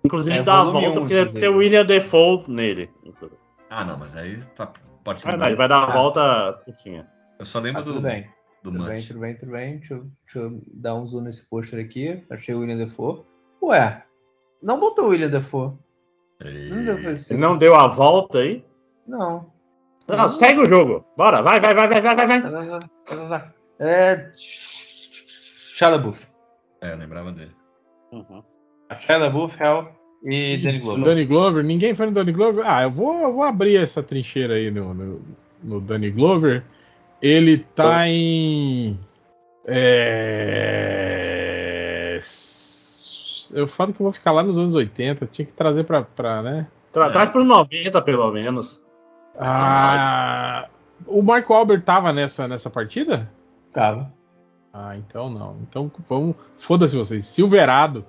Inclusive
É
dá a
volume
volta,
um,
porque deve
inclusive.
ter o William Default nele.
Ah, não, mas aí tá partindo.
Ah,
do-
não, ele vai dar a
Ah.
volta curtinha.
Eu só lembro
Ah,
do,
tudo bem.
do
Tudo bem,
Munch.
tudo bem, tudo bem. Deixa eu, deixa eu dar um zoom nesse pôster aqui. Achei o William Defoe. Ué, não botou o William Defoe. Não deu pra
E...
isso.
Ele não deu a volta aí?
Não.
Não,
Não.
segue o jogo. Bora, vai, vai, vai, vai, vai, vai, vai.
Vai, vai, vai, vai, vai. É. Shia Buff.
É, eu lembrava dele.
Uhum.
Shia Buff, Hell e Danny Glover.
Danny Glover, ninguém foi no Danny Glover. Ah, eu vou, eu vou abrir essa trincheira aí no, no, no Danny Glover. Ele tá em. É... s- Eu falo que eu vou ficar lá nos anos 80, tinha que trazer pra. pra né?
É.
Tra- Traz pro 90, pelo menos.
Ah, o Marco Albert tava nessa, nessa partida?
Tava.
Ah, então não. Então vamos. Foda-se vocês. Silverado.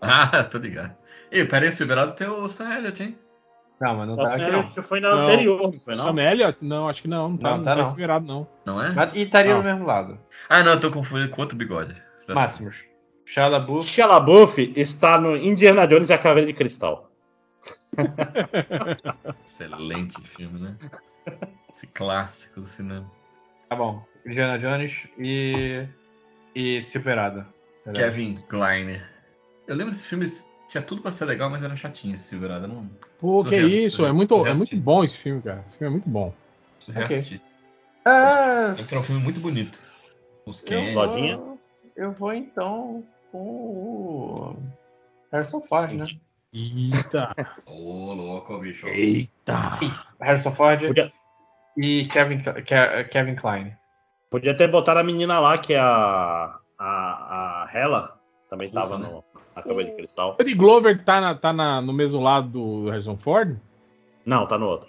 Ah, tô ligado. Ei, peraí, Silverado tem o Sam Elliott, hein?
Não, mas não
Tá
tava aqui não.
certo, foi na
Não.
anterior, não foi não?
Sam Elliott? Não, acho que não. Não tá,
Não,
não
tá
tá
não.
Silverado, não.
Não é?
Mas- E estaria
Não.
do mesmo lado.
Ah, não, eu tô confundindo com outro bigode. Já sei.
Máximos. Shia Buff.
Shia LaBeouf está no Indiana Jones e a Caveira de Cristal.
Excelente filme, né? Esse clássico do cinema.
Tá bom. Indiana Jones e. E Silverado.
Kevin Klein. Eu lembro desses filmes, tinha tudo pra ser legal, mas era chatinho esse Silverado. Eu não
Pô,
Tô
que
vendo, tô
isso. É
vendo,
muito,
tô
é muito
assistindo.
bom esse filme, cara. O filme é muito bom.
preciso reassistir.
Ah,
É que era um filme muito bonito. Os
eu,
É um
Kennedy.
Lodinha?
vou, eu vou então com o Harrison Ford, né?
Eita!
Ô, louco, bicho.
Eita!
Sim, Harrison Ford
Podia,
e Kevin, Ke- Kevin Klein.
podia até botar a menina lá, que é a. A, a Hela também
Russa,
tava
né?
no, na Cama de Cristal.
Danny Glover tá, na, tá na- no mesmo lado do Harrison Ford?
Não, tá no outro.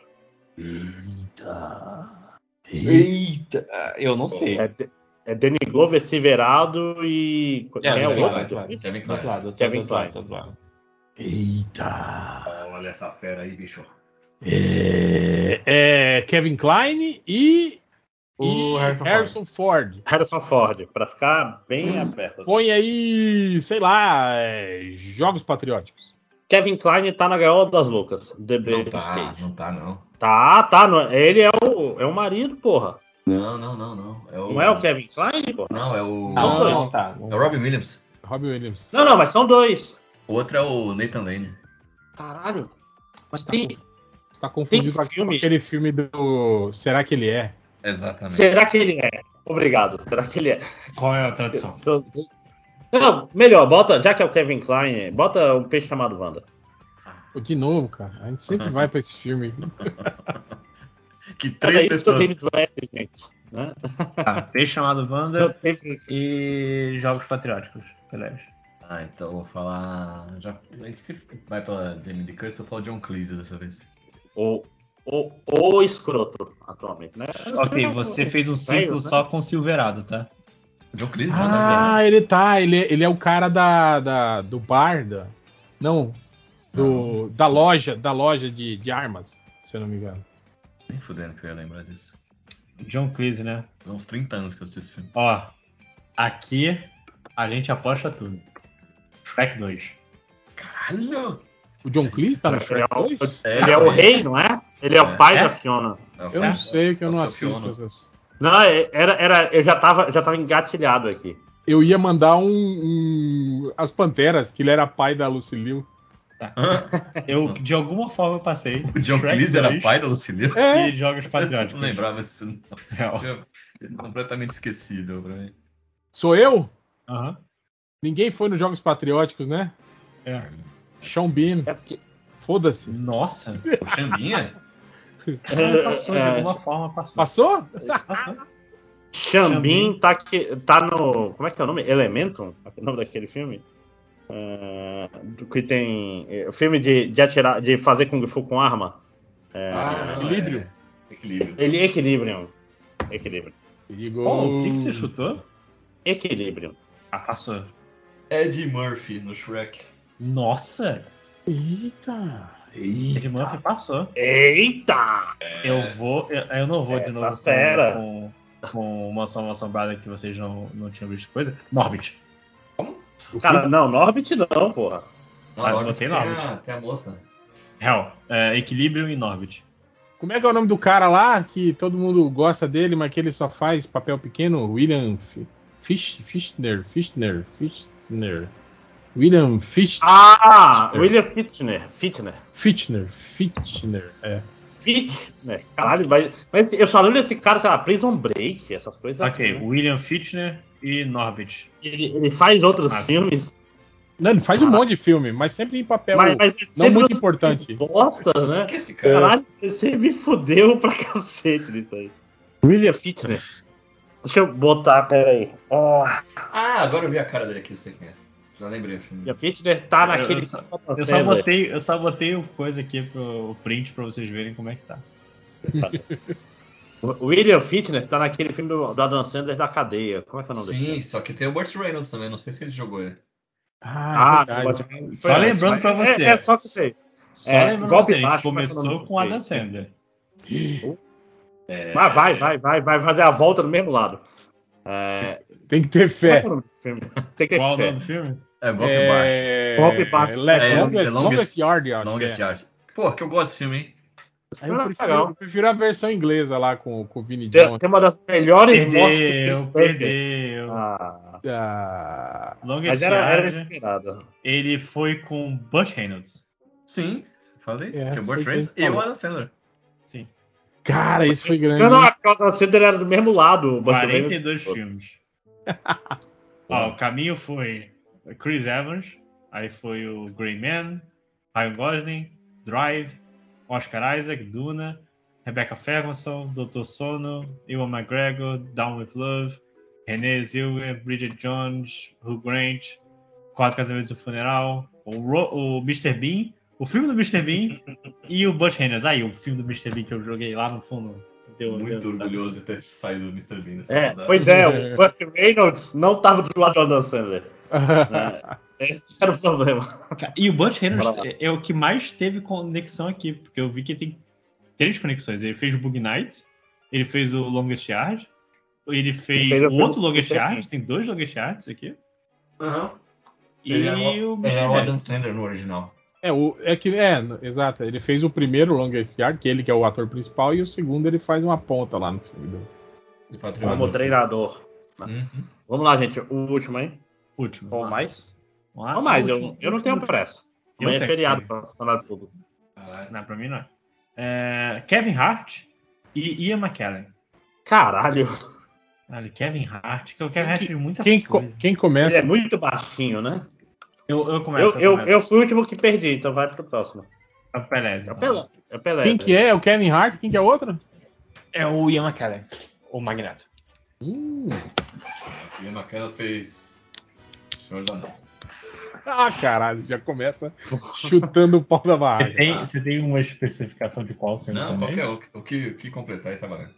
Hum,
Eita!
Eita, eu não sei.
É, de- é Danny Glover, Silverado e.
É,
quem é
Kevin
o
verdade,
outro?
Klein.
verdade.
Kevin
Tá
Do outro
Klein.
lado, do
Kevin
outro lado,
Kline.
do outro lado.
Eita!
Olha essa fera aí, bicho.
É, é Kevin Klein e,
O
e
Harrison Ford.
Harrison Ford.
Harrison Ford, pra ficar bem aberto.
Põe aí, sei lá, é, Jogos Patrióticos.
Kevin Klein tá na gaiola das loucas. The
Não
Baby
tá,
Cage.
não tá, não.
Tá, tá. não- ele é o, é o marido, porra.
Não, não, não, não. É o...
Não é o Kevin Klein, porra?
Não, é o.
Ah,
Não,
Não,
não,
não.
tá.
É o Robin Williams.
Robin Williams.
Não, não, mas são dois.
O outro é o Nathan Lane.
Caralho. Mas
Tá
tem.
Você tá confundido
Tem
com
filme?
aquele filme do Será que ele é?
Exatamente.
Será que ele é? Obrigado. Será que ele é?
Qual é a tradução?
São- Não, melhor, bota, já que é o Kevin Klein, bota um peixe chamado Wanda.
Pô, de novo, cara. A gente
Uhum.
sempre vai pra esse filme.
Que
Olha
três
isso,
pessoas.
David Webb, gente. Né?
Tá, peixe chamado Wanda e Jogos Patrióticos. Beleza.
Ah, então eu vou falar. Já... aí Se vai pela Jamie Lee Curtis, eu falo John Cleese dessa vez.
Ou, ou, ou escroto, atualmente, né?
Ok, você fez um círculo
né?
só com o Silverado, tá?
John Cleese? não, né?
Ah, ele tá. Ele, ele é o cara da, da- do bar. Da, não. Do, da loja, da loja de, de armas, se eu não me engano.
Nem fudendo que eu ia lembrar disso.
John Cleese, né?
Faz uns 30 anos que eu assisti esse filme.
Ó, aqui a gente aposta tudo. Shrek 2.
Caralho!
O John Cleese tá no
Ele
Shrek
é o-
2?
Ele é o rei, não é? Ele é,
É.
o pai
É?
da Fiona.
Eu não sei que eu não
Eu sou
assisto.
Fiona.
essas-
Não, é- era, era, eu já tava, já tava engatilhado aqui.
Eu ia mandar um, um- As Panteras, que ele era pai da Lucy Liu.
Eu, de alguma forma, eu passei.
O John
Shrek
Cleese era
2
pai da Lucilio?
É,
E Jogos
Eu
Patrióticos.
não lembrava disso, não.
Real.
Isso é completamente esquecível pra mim.
sou eu?
Aham.
Ninguém foi nos Jogos Patrióticos, né?
É.
Sean Bean,
É porque.
foda-se.
Nossa.
O Xambinha?
Ela passou, de
É,
alguma forma passou.
Passou?
Passou.
Xambin tá, que- tá no. Como é que é o nome? Elementum? É o nome daquele filme? É, do que tem. é, o filme de, de atirar, de fazer Kung Fu com arma. É,
Ah,
Equilíbrio.
é. Equilíbrio.
Ele Equilibrium. Equilibrium.
Digo...
Bom, o que, que
Oh.
você chutou?
Equilibrium.
Ah, passou.
Ed Murphy no Shrek.
Nossa.
Eita!
Ed Murphy passou.
Eita!
Eu vou. Eu, eu não vou de
Essa
novo com-
fera.
com, com uma ação assombrada que vocês não, não tinham visto coisa. Norbit.
Cara, não, Norbit não, porra.
Não,
Ah,
Norbit
botei
tem
Norbit.
a- Tem a moça.
Hell. É, Equilíbrio e Norbit.
Como é que é o nome do cara lá que todo mundo gosta dele, mas que ele só faz papel pequeno? William Fi- Fish, Fishner, Fishner, Fishner. William Fish,
Ah! William Fitchner. Fitchner.
Fitchner, Fitchner, é.
Fitchner. Caralho, mas, mas eu só lembro desse cara, sei lá, Prison Break, essas coisas.
Ok,
assim, né?
William Fitchner e Norbit.
Ele, ele faz outros
Ah,
filmes,
Não, ele faz um
Caraca.
monte de filme, mas sempre em papel
mas, mas é sempre
muito
outros
importante.
filmes Bosta, né?
Que é esse cara?
Caralho, você, você me fudeu pra cacete disso aí. William Fitchner. Deixa eu botar, peraí. Ó,
Ah, agora eu vi a cara dele aqui, eu sei quem é. Já lembrei o filme.
William Fitchner tá
Eu-
naquele.
eu só-
Papa
Eu só
César.
botei, eu só botei o coisa aqui pro o print pra vocês verem como é que tá.
O William Fitchner tá naquele filme do, do Adam Sandler da cadeia. Como é que é o nome desse
Sim,
filme?
só que tem o Burt Reynolds também, não sei se ele jogou ele.
Ah,
Ah,
é verdade.
Batman.
Só
Foi-
lembrando pra
é-
você.
É, só que sei.
Só
É,
lembrando
golpe
você, a gente
baixo, mas eu
começou
não
com o Adam
gostei.
Sandler.
É,
Mas Ah, vai, vai, vai, vai fazer a volta do mesmo lado. É,
Tem que ter
como é que
fé.
é o nome desse filme? Tem que ter
Qual o
fé.
nome do filme?
é golpe baixo.
É...
Golpe baixo.
Le-
É,
longest,
The Longest
longest Yard, eu acho
Longest
que é.
Yard. Pô, que eu gosto desse filme, hein?
Aí Eu
é Ah, Legal.
prefiro, eu prefiro a versão inglesa lá com, com o Vini
Tem,
Jones.
tem uma das melhores mortes do Chris
Perdeu,
Tucker.
perdeu.
Ah,
Ah,
Longest
mas era,
né?
era
Yard,
esperado.
ele foi com Butch Reynolds.
Sim, falei.
É,
Tinha o
foi
Burt
quem
Reynolds e o
falou.
Adam Sandler.
Sim.
cara, isso foi grande.
Eu não, Jordan Center era do mesmo
é
lado. o Buck Rogers-
42 filmes. Ó, o caminho foi Chris Evans, aí foi o Grey Man, Ryan Gosling, Drive, Oscar Isaac, Duna, Rebecca Ferguson, Dr. Sono, Ewan McGregor, Down With Love, Renee Zellweger, Bridget Jones, Hugh Grant, Quatro Casamentos e um Funeral, o, Ro- o Mr. Bean, o filme do Mr. Bean e o Butch Reynolds. Aí, o filme do Mr. Bean que eu joguei lá no fundo. Deu,
Muito
deu-
orgulhoso de ter saído do Mr. Bean nessa
É,
rodada.
pois é, o Buck Reynolds não tava do lado do Adam Sandler. né? Esse era o problema.
E o Butch Reynolds
Bora lá.
é o que mais teve conexão aqui, porque eu vi que tem três conexões. Ele fez o Bug Nights, ele fez o Longest Yard, ele fez
fez o
o
filme
outro
do
Longest
Peter
Yard, tem dois Longest Yards aqui. E
Ele é
o
Ele é o
Michel.
Adam Sandler no original.
É, o, é que é, n- exato. Ele fez o primeiro Longest Yard, que ele que é o ator principal, e o segundo ele faz uma ponta lá no filme do.
Ele faz o
Como treinador.
Uhum.
Vamos lá, gente. O último, hein?
Último.
Ou mais?
Vamos lá,
Ou mais, eu,
último,
eu não
último,
tenho
último.
pressa.
Eu
Amanhã é
tenho.
feriado para funcionar tudo.
Caralho.
Não, pra mim não é. É, Kevin Hart e Ian McKellen.
Caralho,
Olha, Kevin Hart, que o Kevin Hart fez muita
Quem, co-
coisa.
quem
ele é
começa?
muito baixinho, né?
Eu, eu
Eu,
começo.
eu,
começo.
eu fui o último que perdi, então vai pro próximo.
É o Pelé,
É
então.
o Pelé. É o Pelé.
Quem que é? É O Kevin Hart? Quem que é o outro?
É o Ian McKellen, o Magneto.
Hum.
E a Maquela fez. Senhor dos Anéis.
Ah, caralho, já começa chutando o pau da
Você
barragem.
tem, você tem uma especificação de qual você
Não,
também?
qualquer um. O que, o que completar aí tá valendo.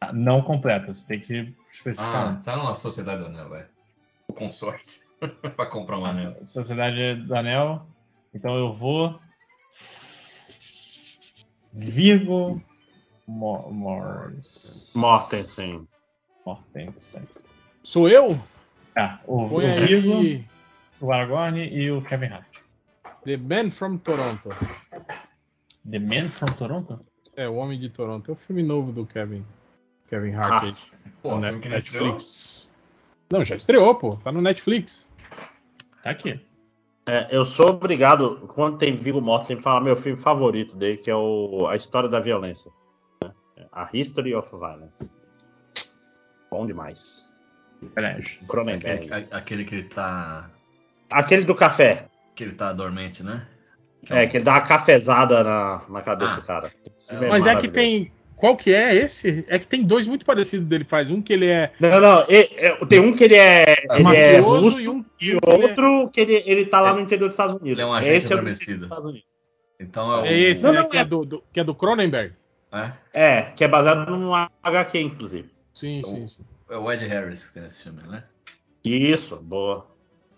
Ah, Não completa, você tem que
Ah,
especificar.
tá numa Sociedade do Anel, velho. O consórcio. pra comprar um anel.
Sociedade do Anel. Então eu vou. Virgo Mo- Morris.
é? Mortensen.
Mortensen.
Sou eu?
Ah, o, o
Põe aí
Virgo, o Aragorn e o Kevin Hart.
The Man from Toronto.
The Man from Toronto?
É, O Homem de Toronto. É o filme novo do Kevin. Kevin
Ah.
Hart. gente.
Pô, um
Né?
filme que nem estreou.
Netflix. Não, já estreou, pô. Tá no Netflix.
Tá aqui.
É, eu sou obrigado, quando tem Viggo Mortensen, falar meu filme favorito dele, que é o A História da Violência. né? A History of Violence. Bom demais.
Peraí.
Cronenberg.
Aquele, a- É, aquele que ele tá.
Aquele do café.
Que ele tá dormente, né?
É, que ele dá uma cafezada na, na cabeça
Ah.
do cara. Esse filme
Mas é que
maravilhoso.
tem. Qual que é esse? É que tem dois muito parecidos dele. Faz um que ele é
Não, não, e- é, tem um que ele é,
Ah,
ele é
mafioso
russo
e
e,
um-
outro que ele, ele tá lá
É.
no interior dos Estados Unidos.
Ele é um agente
Esse é do
adormecido.
interior dos Estados Unidos.
Então é o.
É esse,
Não,
né?
não,
que,
é-
é do, do- que é do Cronenberg.
É,
É, que é baseado num HQ, inclusive.
Sim,
Eu-
Então-
sim, sim.
é o Ed Harris que tem nesse filme, né?
Isso, boa.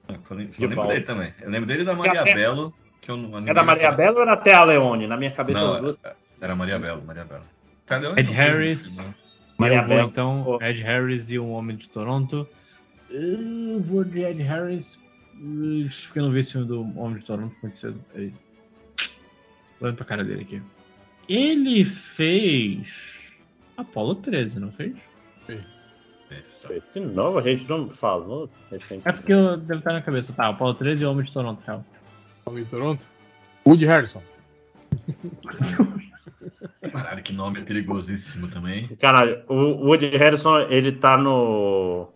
Eu lembro,
De
eu lembro
volta.
dele também. Eu lembro dele da Maria
até-
Belo. Que eu não,
É da Maria Bela ou era até a Leone? Na minha cabeça
Não,
as duas.
Era Maria Belo, Maria Belo. Tá, eu
Ed
não fiz
Harris.
muito, não.
Maria
eu vou,
Bela.
então,
Pô.
Ed Harris e um Homem de Toronto. Eu vou de Ed Harris, eh, porque eu não vi esse filme do Homem de Toronto muito cedo. Ei. Olhando pra cara dele aqui. Ele fez Apollo 13, não fez?
Esse, tá.
é, De novo, a gente não falou recentemente.
É porque eu devo estar na cabeça. Tá, Apollo 13 e Homem de Toronto, real.
Homem de É Toronto. Woody Harrison.
Caralho, que nome perigosíssimo também.
né? Caralho, o Woody Harrison, ele tá no.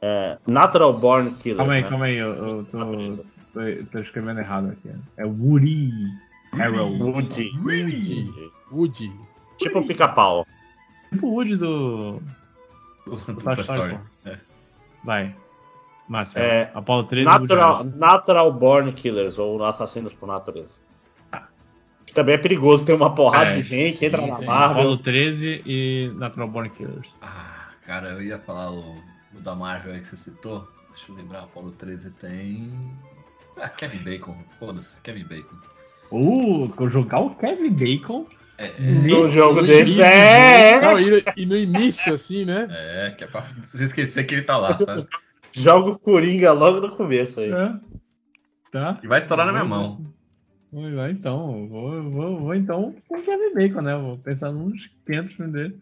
é, Natural Born Killer.
Calma aí,
né?
calma aí, eu, eu tô, tô- tô escrevendo errado aqui. É Woody Harrel.
Woody.
Woody. Woody.
Tipo um pica-pau.
Tipo o Woody do,
Do, do
Toy
Toy
Story,
Story.
Vai. Máximo.
É,
Apollo 13
Natural,
Woody
natural Born Killers, ou Assassinos por Natureza. Que também é perigoso, tem uma porrada
Ah. É,
de gente, entra
sim,
na
sim.
Harrel. Apollo
Marvel.
13 e Natural Born Killers.
Ah, cara, eu ia falar o, o da Marvel aí que você citou. Deixa eu lembrar, o Paulo 13 tem. Ah, Kevin Bacon. Foda-se, Kevin Bacon.
Uh, jogar o Kevin Bacon.
É,
Hum.
No um jogo
Woody
Então, desse
Harrelson.
é.
né? Não, e, e no início, assim, né?
é, é que é pra você esquecer que ele tá lá, sabe?
Joga o Coringa logo no começo aí.
né? Tá.
E vai estourar na minha
Uhum.
mão.
Vai lá então. Vou, vou, vou então com o Kevin Bacon, né? Vou pensar nos 500 filmes dele.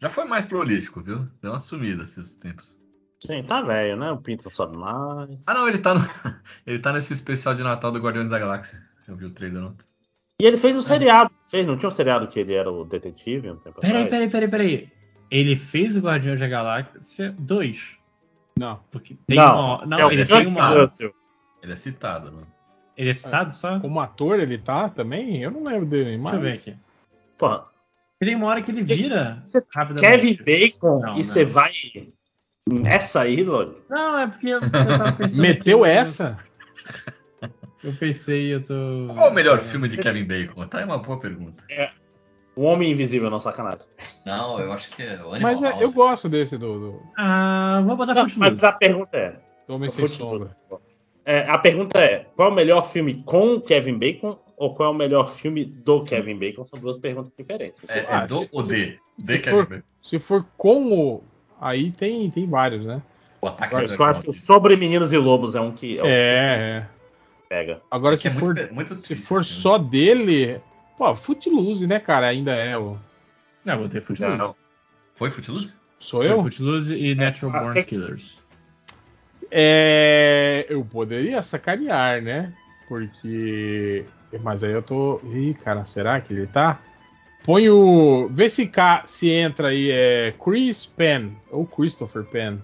Já foi mais prolífico, viu? Deu uma sumida esses tempos.
Gente, tá velho, né? O Pinto não sabe mais.
Ah, não, ele tá, no... ele tá nesse especial de Natal do Guardiões da Galáxia. Eu vi o trailer ontem.
É.
E ele fez um seriado, Vocês não tinham seriado que ele era o detetive? Um tempo
Peraí,
atrás?
peraí, peraí, peraí. Ele fez o Guardiões da Galáxia 2.
Não.
Porque tem
Não,
uma.
esse é o
Não, ele
Gus
tem uma.
Russell.
Ele é citado, mano.
Ele é citado só?
Como ator ele tá também? Eu não lembro dele, mas.
Deixa eu ver aqui.
Porra,
Tem uma hora que ele vira rapidamente.
Kevin Bacon
Não,
e
não.
você vai nessa aí, Lodi?
Não, é porque eu, eu tava pensando.
Meteu
aqui, eu-
essa?
Eu pensei, eu tô.
Hum.
Oh.
Qual o melhor filme de Kevin Bacon? Tá aí uma boa pergunta.
O Um Homem Invisível, não, sacanagem.
Não, eu acho que é o Animal
Mas é, eu
House.
gosto desse do, do,
Ah, vou botar
Não,
Footloose.
mas a pergunta é,
do Homem
Eu
Sem
vou te-
Sombra.
é, a pergunta é, qual é o melhor filme com o Kevin Bacon ou qual é o melhor filme do Kevin Bacon? São duas perguntas diferentes.
É, é
Ah,
do
se-
ou de? De
se
é
Kevin
for-
Bacon.
Se for com o. Aí tem, tem vários, né?
O ataque
Mas
dos
eu acho que o
Arconautas.
Sobre Meninos e Lobos é um que, é o que
É, é.
você pega.
Agora,
É que
se
é
for,
muito, muito
se
difícil
for
né?
esse filme.
só dele. Pô, Footloose, né, cara? Ainda é o.
Não, botei Footloose.
Não.
Foi Footloose?
Sou
Foi
eu?
Footloose e Natural
Ah,
Born
tem-
Killers.
É, eu poderia sacanear, né? Porque. Mas aí eu tô. Ih, cara, será que ele tá? Põe o. Vê se, ca... se entra aí, é. Chris Penn. Ou Christopher Penn.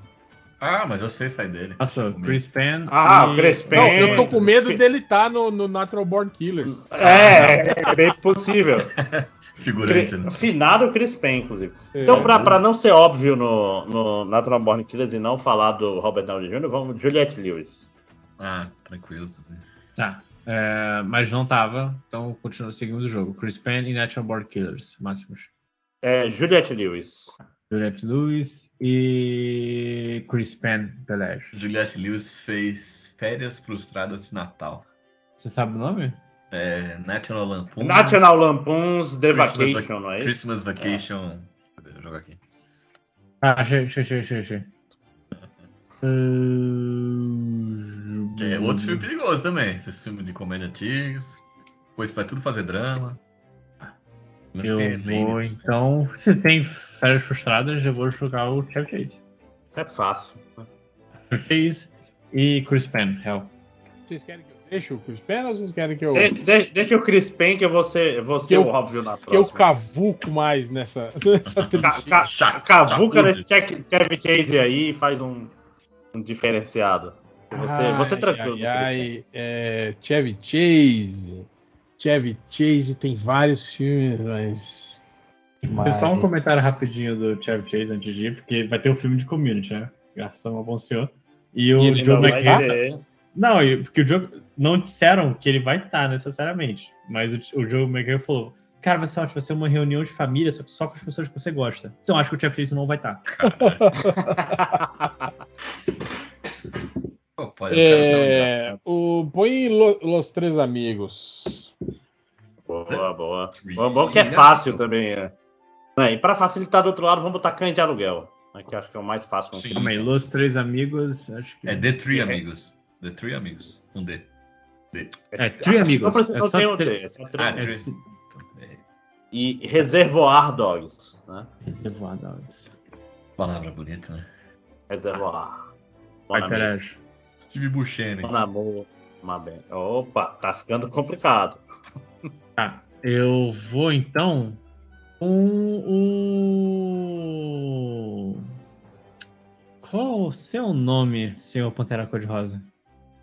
Ah, mas eu sei sair dele.
Passou, Chris Penn.
Ah,
e-
o Chris
Não,
Penn.
eu tô com medo dele estar tá no, no Natural Born Killers.
É, é bem possível.
Figurante, né?
Cri- Finado Chris Penn, inclusive.
É.
Então, pra, pra não ser óbvio no, no Natural Born Killers e não falar do Robert Downey Jr., vamos Juliette Lewis.
Ah, tranquilo.
Tá. É, mas não tava, então continua seguindo o jogo. Chris Penn e Natural Born Killers, máximos.
É, Juliette Lewis.
Juliette Lewis e Chris Penn, Pelé.
Juliette Lewis fez Férias Frustradas de Natal.
Você sabe o nome?
É, National Lampoon.
National Lampoon's The
Christmas
Vacation, não é isso?
Christmas Vacation. Deixa eu jogar aqui.
Ah, achei, achei, achei, achei, achei. Ahn,
Que é outro
Hum.
filme perigoso também. Esses filmes de comédia antigos. Pois pra tudo fazer drama.
Eu
Tem
vou,
livros.
então. Se tem férias frustradas, eu vou jogar o Chevy Chase.
É fácil.
Chevy Chase e Chris Penn, real.
É, Vocês querem que eu deixe o Chris Penn ou vocês querem que eu.
De- de- deixa o Chris Penn que você você
Que eu-
o óbvio na
que eu
próxima.
cavuco mais nessa, nessa
Ca-
trincheira?
ca-
tá Chato, tá
Cavuca
chato.
nesse check- Chevy Chase aí e faz um, um diferenciado. Você, você é
Ai, Ai,
tranquilo. Chris Penn.
ai, é, Chevy Chase. Chevy Chase tem vários filmes, mas.
Tem só um
mas-
comentário rapidinho do Chevy Chase antes de ir, porque vai ter o filme de community, né? Graças ao bom senhor. E o
Ele
Joe
não vai
McHale.
querer.
Não, e- porque o Joe. Não disseram que ele vai estar necessariamente. Mas o, o Joe McHale falou: Cara, vai ser ótimo, vai ser uma reunião de família, só que só com as pessoas que você gosta. Então acho que o Chevy Chase não vai tá. estar.
Pô, pô, eu quero um
É, o, põe Lo- Los Três Amigos.
Boa, boa. Bom, bom que é fácil também. É. É, e pra facilitar do outro lado, vamos botar cães de aluguel. Né, que eu acho que é o mais fácil.
Sim.
Calma aí, Los Três Amigos, acho que.
dar um- É The Three Amigos. The Three Amigos. Um D.
É, Three Amigos.
Não, precisa-
É
não
só
tem um
três.
D, é só três.
Ah, Three. É,
E Reservoir Dogs. Né?
Reservoir Dogs.
Palavra bonita, né?
Reservoir.
Vai,
Bom amigo.
Perejo.
Steve Buscemi.
Bom amor. Uma ben- Opa, tá ficando complicado.
Tá, eu vou então com o. Qual o seu nome, senhor Pantera Cor-de-Rosa?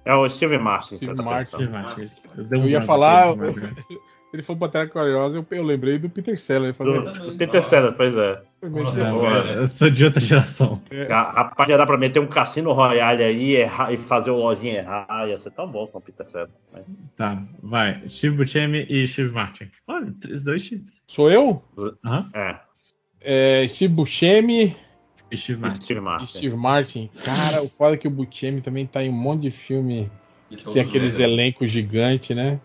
É o Steve Martin.
Steve
que eu tô
Martin.
pensando.
Martins.
Eu
dei um
ia
branco
falar-
aqui, dei um branco.
Ele foi botar curiosa, eu, eu lembrei do Peter Seller. Falei,
Do- do Peter Sellers, pois é.
foi meio
Nossa,
desagradável.
Não, cara, eu sou de outra geração.
Ra- Rapaz, já dá pra meter um cassino royale aí e errar, e fazer o lojinha errar. Ia ser tão bom com o Peter Sellers. Mas
Tá, vai. Steve Buscemi e Steve Martin. Olha, os dois Chips.
Sou eu?
Aham.
É,
É, Steve Buscemi
E Steve Martin.
Steve
e
Martin.
Steve Martin. Cara, o foda é que o Buscemi também tá em um monte de filme.
E todos
Tem aqueles
eles.
elencos gigantes, né?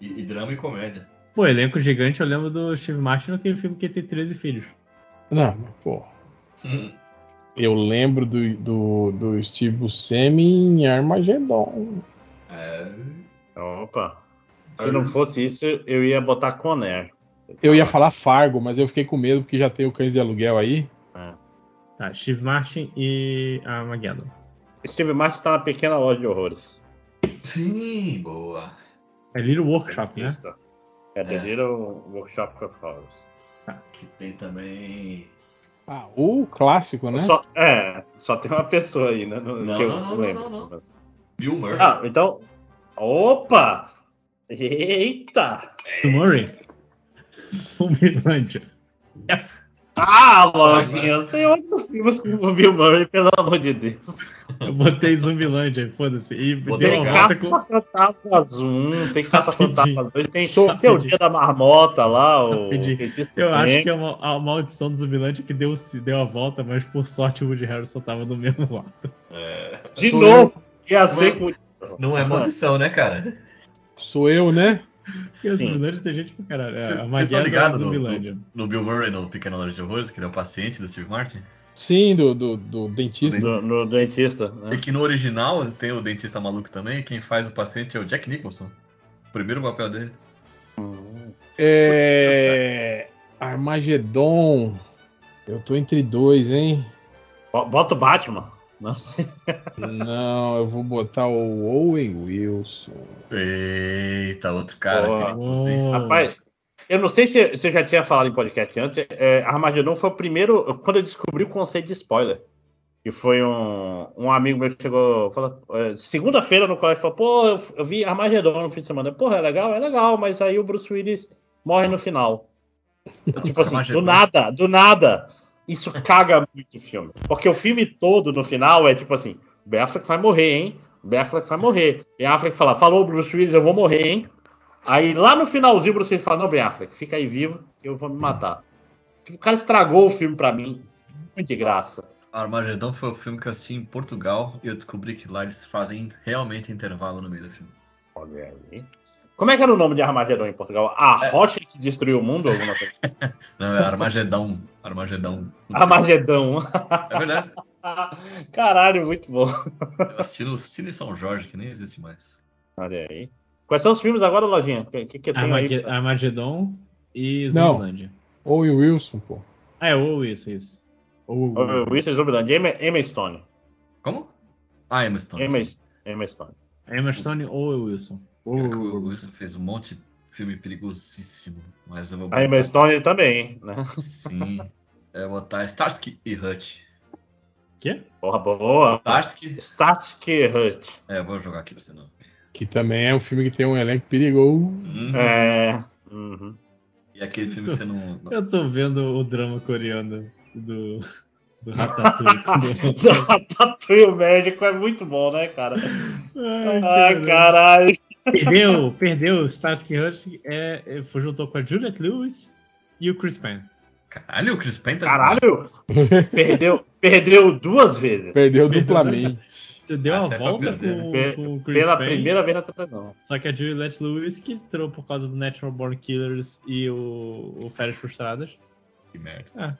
E, e drama e comédia.
Pô, elenco gigante, eu lembro do Steve Martin naquele filme que tem 13 filhos.
Não, mas, pô.
Hum.
Eu lembro do, do, do Steve Buscemi em Armagedon.
É.
Opa. Se não fosse isso, eu ia botar Conner.
Eu ia falar Fargo, mas eu fiquei com medo porque já tem o Cães de Aluguel aí.
Tá, Steve Martin e a Maguela.
Steve Martin tá na pequena loja de horrores.
Sim, boa.
É Little Workshop, né?
Assista. É The Little Workshop of Horrors.
Que tem também.
Ah, o clássico, né?
Só, é, só tem uma pessoa aí, né? no-
Não,
que eu
não, não,
lembro.
não, não, Bill Murray.
Ah, então. Opa! Eita!
Bill Murray. um Fulminante. Yes.
Ah, lojinha, eu sei outros filmes com o Bill Murray, pelo amor de Deus.
Eu botei Zumbilândia, foda-se. E
Botei
dei
Tem
uma
gato.
volta
Caça
com.
Fantasmas 1, tem Caça Fantasmas 2, tem,
Só-
tem o Dia da Marmota lá, o
Rapidinho.
feitiço
Eu acho
tem.
que é uma, a maldição do Zumbilândia é que deu, se deu a volta, mas por sorte o Woody Harrison tava no mesmo lado.
É,
De
Sou
novo, ia ser com.
Não é maldição, né, cara?
Sou eu, né?
Porque o
Sim.
Zumbilândia tem gente pra caralho.
Cê-
É,
cê
a
tá
magia do
ligado,
Zumbilândia.
No Bill Murray, no Pequeno Loja de Horrores, que ele é o paciente do Steve Martin.
Sim, do, do, do dentista.
No, no dentista. Né?
Porque no original tem o dentista maluco também, e quem faz o paciente é o Jack Nicholson. O primeiro papel dele.
É. Armagedon. Eu tô entre dois, hein?
Bo- Bota o Batman. né? Não.
Não, eu vou botar o Owen Wilson.
Eita, outro cara
Boa. Hum.
que ele inclusive.
Rapaz, eu não sei se se eu já tinha falado em podcast antes. É, Armagedon foi o primeiro. Quando eu descobri o conceito de spoiler. Que foi um, um amigo meu que chegou. falou, é, Segunda-feira no colégio falou: pô, eu, eu vi Armagedon no fim de semana. Porra, é legal? É legal, mas aí o Bruce Willis morre no final. Tipo assim, do
Então, Armagedon.
nada, do nada. Isso caga muito o filme. Porque o filme todo, no final, é tipo assim: Ben Affleck vai morrer, hein? Ben Affleck vai morrer. Ben Affleck fala: falou, Bruce Willis, eu vou morrer, hein? Aí lá no finalzinho, Bruce Willis fala: não, Ben Affleck, fica aí vivo, que eu vou me matar. Tipo, o cara estragou o filme pra mim. Muito de graça.
Armagedon foi o filme que eu assisti em Portugal e eu descobri que lá eles fazem realmente intervalo no meio do filme.
Olha aí. Como é que era o nome de Armagedon em Portugal? A
É.
Rocha que destruiu o mundo? Alguma coisa? assim?
Não, é Armagedão. Armagedão.
Armagedon.
É verdade.
Caralho, muito bom.
Eu assisti no Cine São Jorge, que nem existe mais.
Olha aí. Quais são os filmes agora, Lojinha? O que, que, que tem
Armage-
aí?
Armagedon e
Não.
Zumbilândia.
Owen Wilson, pô.
Ah, é, ou isso, isso. Ou,
O Wilson Zumbiland, Emma, Emma Stone.
Como? Ah, Emma Stone.
Emma,
sim.
Emma Stone.
Emma Stone ou Wilson. Ou,
Cara, o Wilson fez um monte de filme perigosíssimo, mas eu vou
A Ah, Emma Stone também, né?
Sim. Eu vou botar Starsky e Hutch.
Quê?
Porra, boa.
Starsky?
Static Hut.
É, eu vou jogar aqui pra você não.
Que também é um filme que tem um elenco perigoso.
Hum,
É. uhum.
E aquele filme que você não.
Eu tô vendo o drama coreano do, do Ratatouille.
Não, Ratatouille Tá o médico é muito bom, né, cara?
Ai,
Ah, caralho.
Perdeu, perdeu. Starsky e Hutch é, é, foi- juntou com a Juliette Lewis e o Chris Penn.
Caralho, o Chris Pine tá.
Caralho. Perdeu, perdeu duas vezes.
Perdeu
Perdeu.
duplamente.
Você deu
Ah,
a
você é
volta
campeão, né?
com,
Pe-
com o Chris
Pela
Penn.
primeira vez na televisão.
Só que a Juliette Lewis que entrou por causa do Natural Born Killers e o, o Férias Frustradas.
Que merda.
Ah.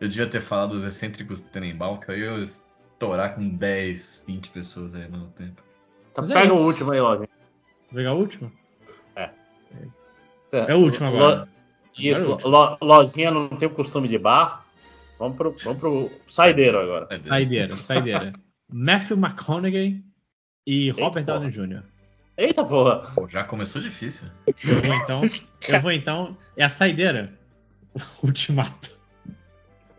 Eu devia ter falado os excêntricos do Tenenbaum, que aí eu ia estourar com 10, 20 pessoas aí ao mesmo tempo.
Então
Mas é
pega
isso.
o último aí, Lojinha.
Vou pegar o último?
É
o último agora.
Isso,
Agora é o
lo- lojinha não tem o costume de bar. Vamos pro, vamos pro saideiro agora.
Mas, é,
Saideira, saideira. Matthew McConaughey e Robert
porra.
Downey Jr.
Eita porra!
pô, já começou difícil.
Eu vou então. Eu vou então. É a saideira. Ultimato.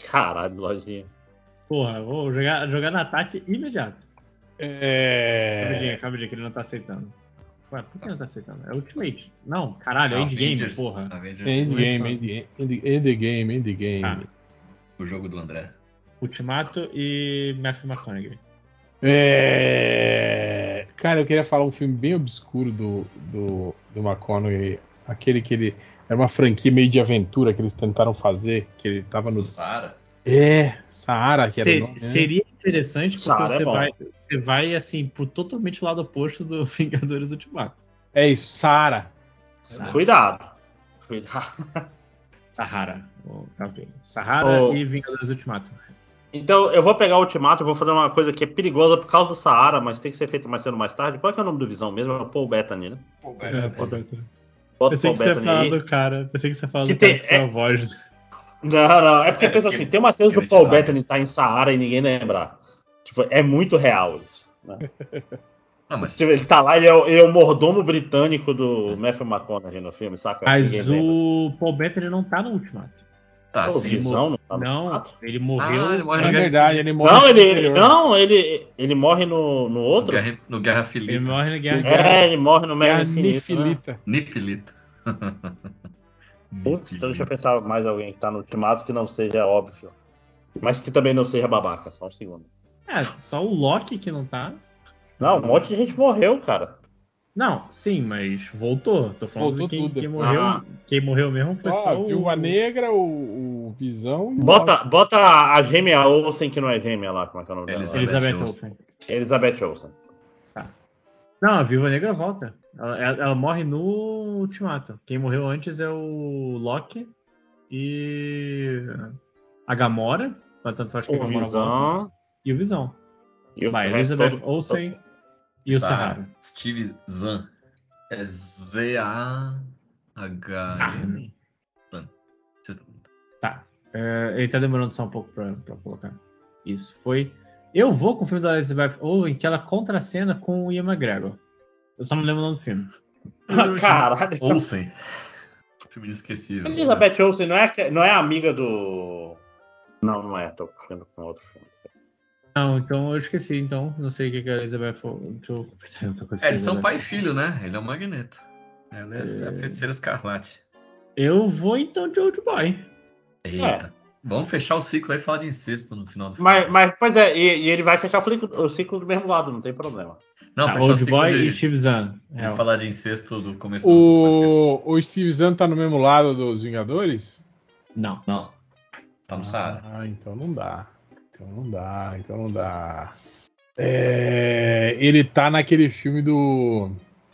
Caralho, lojinha.
Porra, eu vou jogar, jogar no ataque imediato.
É.
Rapidinho, rapidinho, que ele não tá aceitando. Ué, por que ele não tá aceitando? É Ultimate. Não, caralho, é Endgame,
Avengers,
porra.
É,
é
Avengers,
Endgame, endgame, end- endgame, endgame.
Ah.
O jogo do André.
Ultimato e Matthew McConaughey.
É. Cara, eu queria falar um filme bem obscuro do, do, do McConaughey. Aquele que ele. Era uma franquia meio de aventura que eles tentaram fazer, que ele tava no.
Do Sara.
É, Saara, que era
Se-
o nome, né?
Seria interessante porque
Sara é
você,
bom.
vai, você vai, assim, pro totalmente lado oposto do Vingadores Ultimato.
É isso, Saara.
Sara.
Cuidado. Cuidado.
Sahara. Oh, tá ok. Sahara
Oh.
e Vingadores Ultimato.
Então, eu vou pegar o ultimato, eu vou fazer uma coisa que é perigosa por causa do Saara, mas tem que ser feita mais cedo ou mais tarde. Qual é, que é o nome do Visão mesmo? É o Paul Bettany, né?
Pô,
É,
velho.
Roberto.
Bota o
Pensei
Paul
que você ia
Bettany
falar
aí.
do cara. Pensei que você ia falar
Que
do cara
tem-
que foi
é-
a voz.
Não, não, é porque
É,
pensa
que-
assim, tem uma cena
que
do
ele
Paul
te dá, né?
Bettany tá em Saara e ninguém lembrar. Tipo, é muito real isso. né?
Não, mas
Tipo, ele tá lá, ele é, o, ele é o mordomo britânico do Matthew McConaughey no filme, saca? Ninguém
Mas
lembra.
o Paul Bettany não tá no Ultimato.
tá,
Pô,
sim.
visão, não, tá no
Não,
Ultimato?
ele morreu.
Ah, ele morre
É
no Guerra,
verdade, ele morre
Não,
no É
ele, ele-
exterior.
não ele, ele morre no, no
no
outro.
Guerra, no Guerra Filita.
Ele morre na Guerra
É, ele morre no
É a
Mega Infinito. né?
Nifilita.
Nifilita.
Putz, então deixa eu
Nifilita.
pensar mais alguém que tá no Ultimato que não seja óbvio. Mas que também não seja babaca, só um segundo.
É, só o Loki que não tá.
Não, um monte de gente morreu, cara.
Não, sim, mas voltou. Tô falando
Voltou
de quem,
tudo.
quem morreu.
Ah.
Quem morreu mesmo
é
foi
Ó,
só o.
Viúva Negra, o, o Visão. e
um Bota, bota a a gêmea Olsen, que não é gêmea lá, como é que é o nome dela?
Eles-
Elizabeth
Elizabeth
Olsen.
Elizabeth Olsen.
Não, a Viúva Negra volta. Ela, ela- ela morre no Ultimato. Quem morreu antes é o Loki e a Gamora. Mas tanto faz que a
O
Gamora volta.
Visão.
E o Visão.
E o
Vai,
resto
Elizabeth
todo-
Olsen e o
Sara.
Sahara.
Steve Zan. É Z-A-H-N. Zan.
Tá. É, ele tá demorando só um pouco pra, pra colocar. Isso foi. Eu vou com o filme da Elizabeth Owen, que ela contracena com o Ian McGregor. Eu só não lembro o nome do filme.
Ah, Caralho.
Olsen. Filme inesquecível.
Elizabeth Olsen não é, que- não é amiga do. Não, não é. Tô confundindo com outro filme.
Não, então eu esqueci, então. Não sei o que que a Elizabeth Owen. Deixa eu pensar em outra coisa.
É, eles são
Elizabeth.
pai e filho, né? Ele é o Magneto. Ela é, a feiticeira escarlate.
Eu vou então de Old Boy.
É.
Eita. Vamos fechar o ciclo aí e falar de incesto no final do filme.
Mas, mas, pois é, e, e ele vai fechar o ciclo, o ciclo do mesmo lado, não tem problema.
Não,
Tá,
fechar o
Old
ciclo
Boy
de,
e Steve Zahn. É,
de
real.
falar de incesto do começo do podcast.
O, o Steve Zan tá no mesmo lado dos Vingadores?
Não.
Não. Tá no Saara.
Ah, então não dá. Então não dá, então não dá. É, ele tá naquele filme do,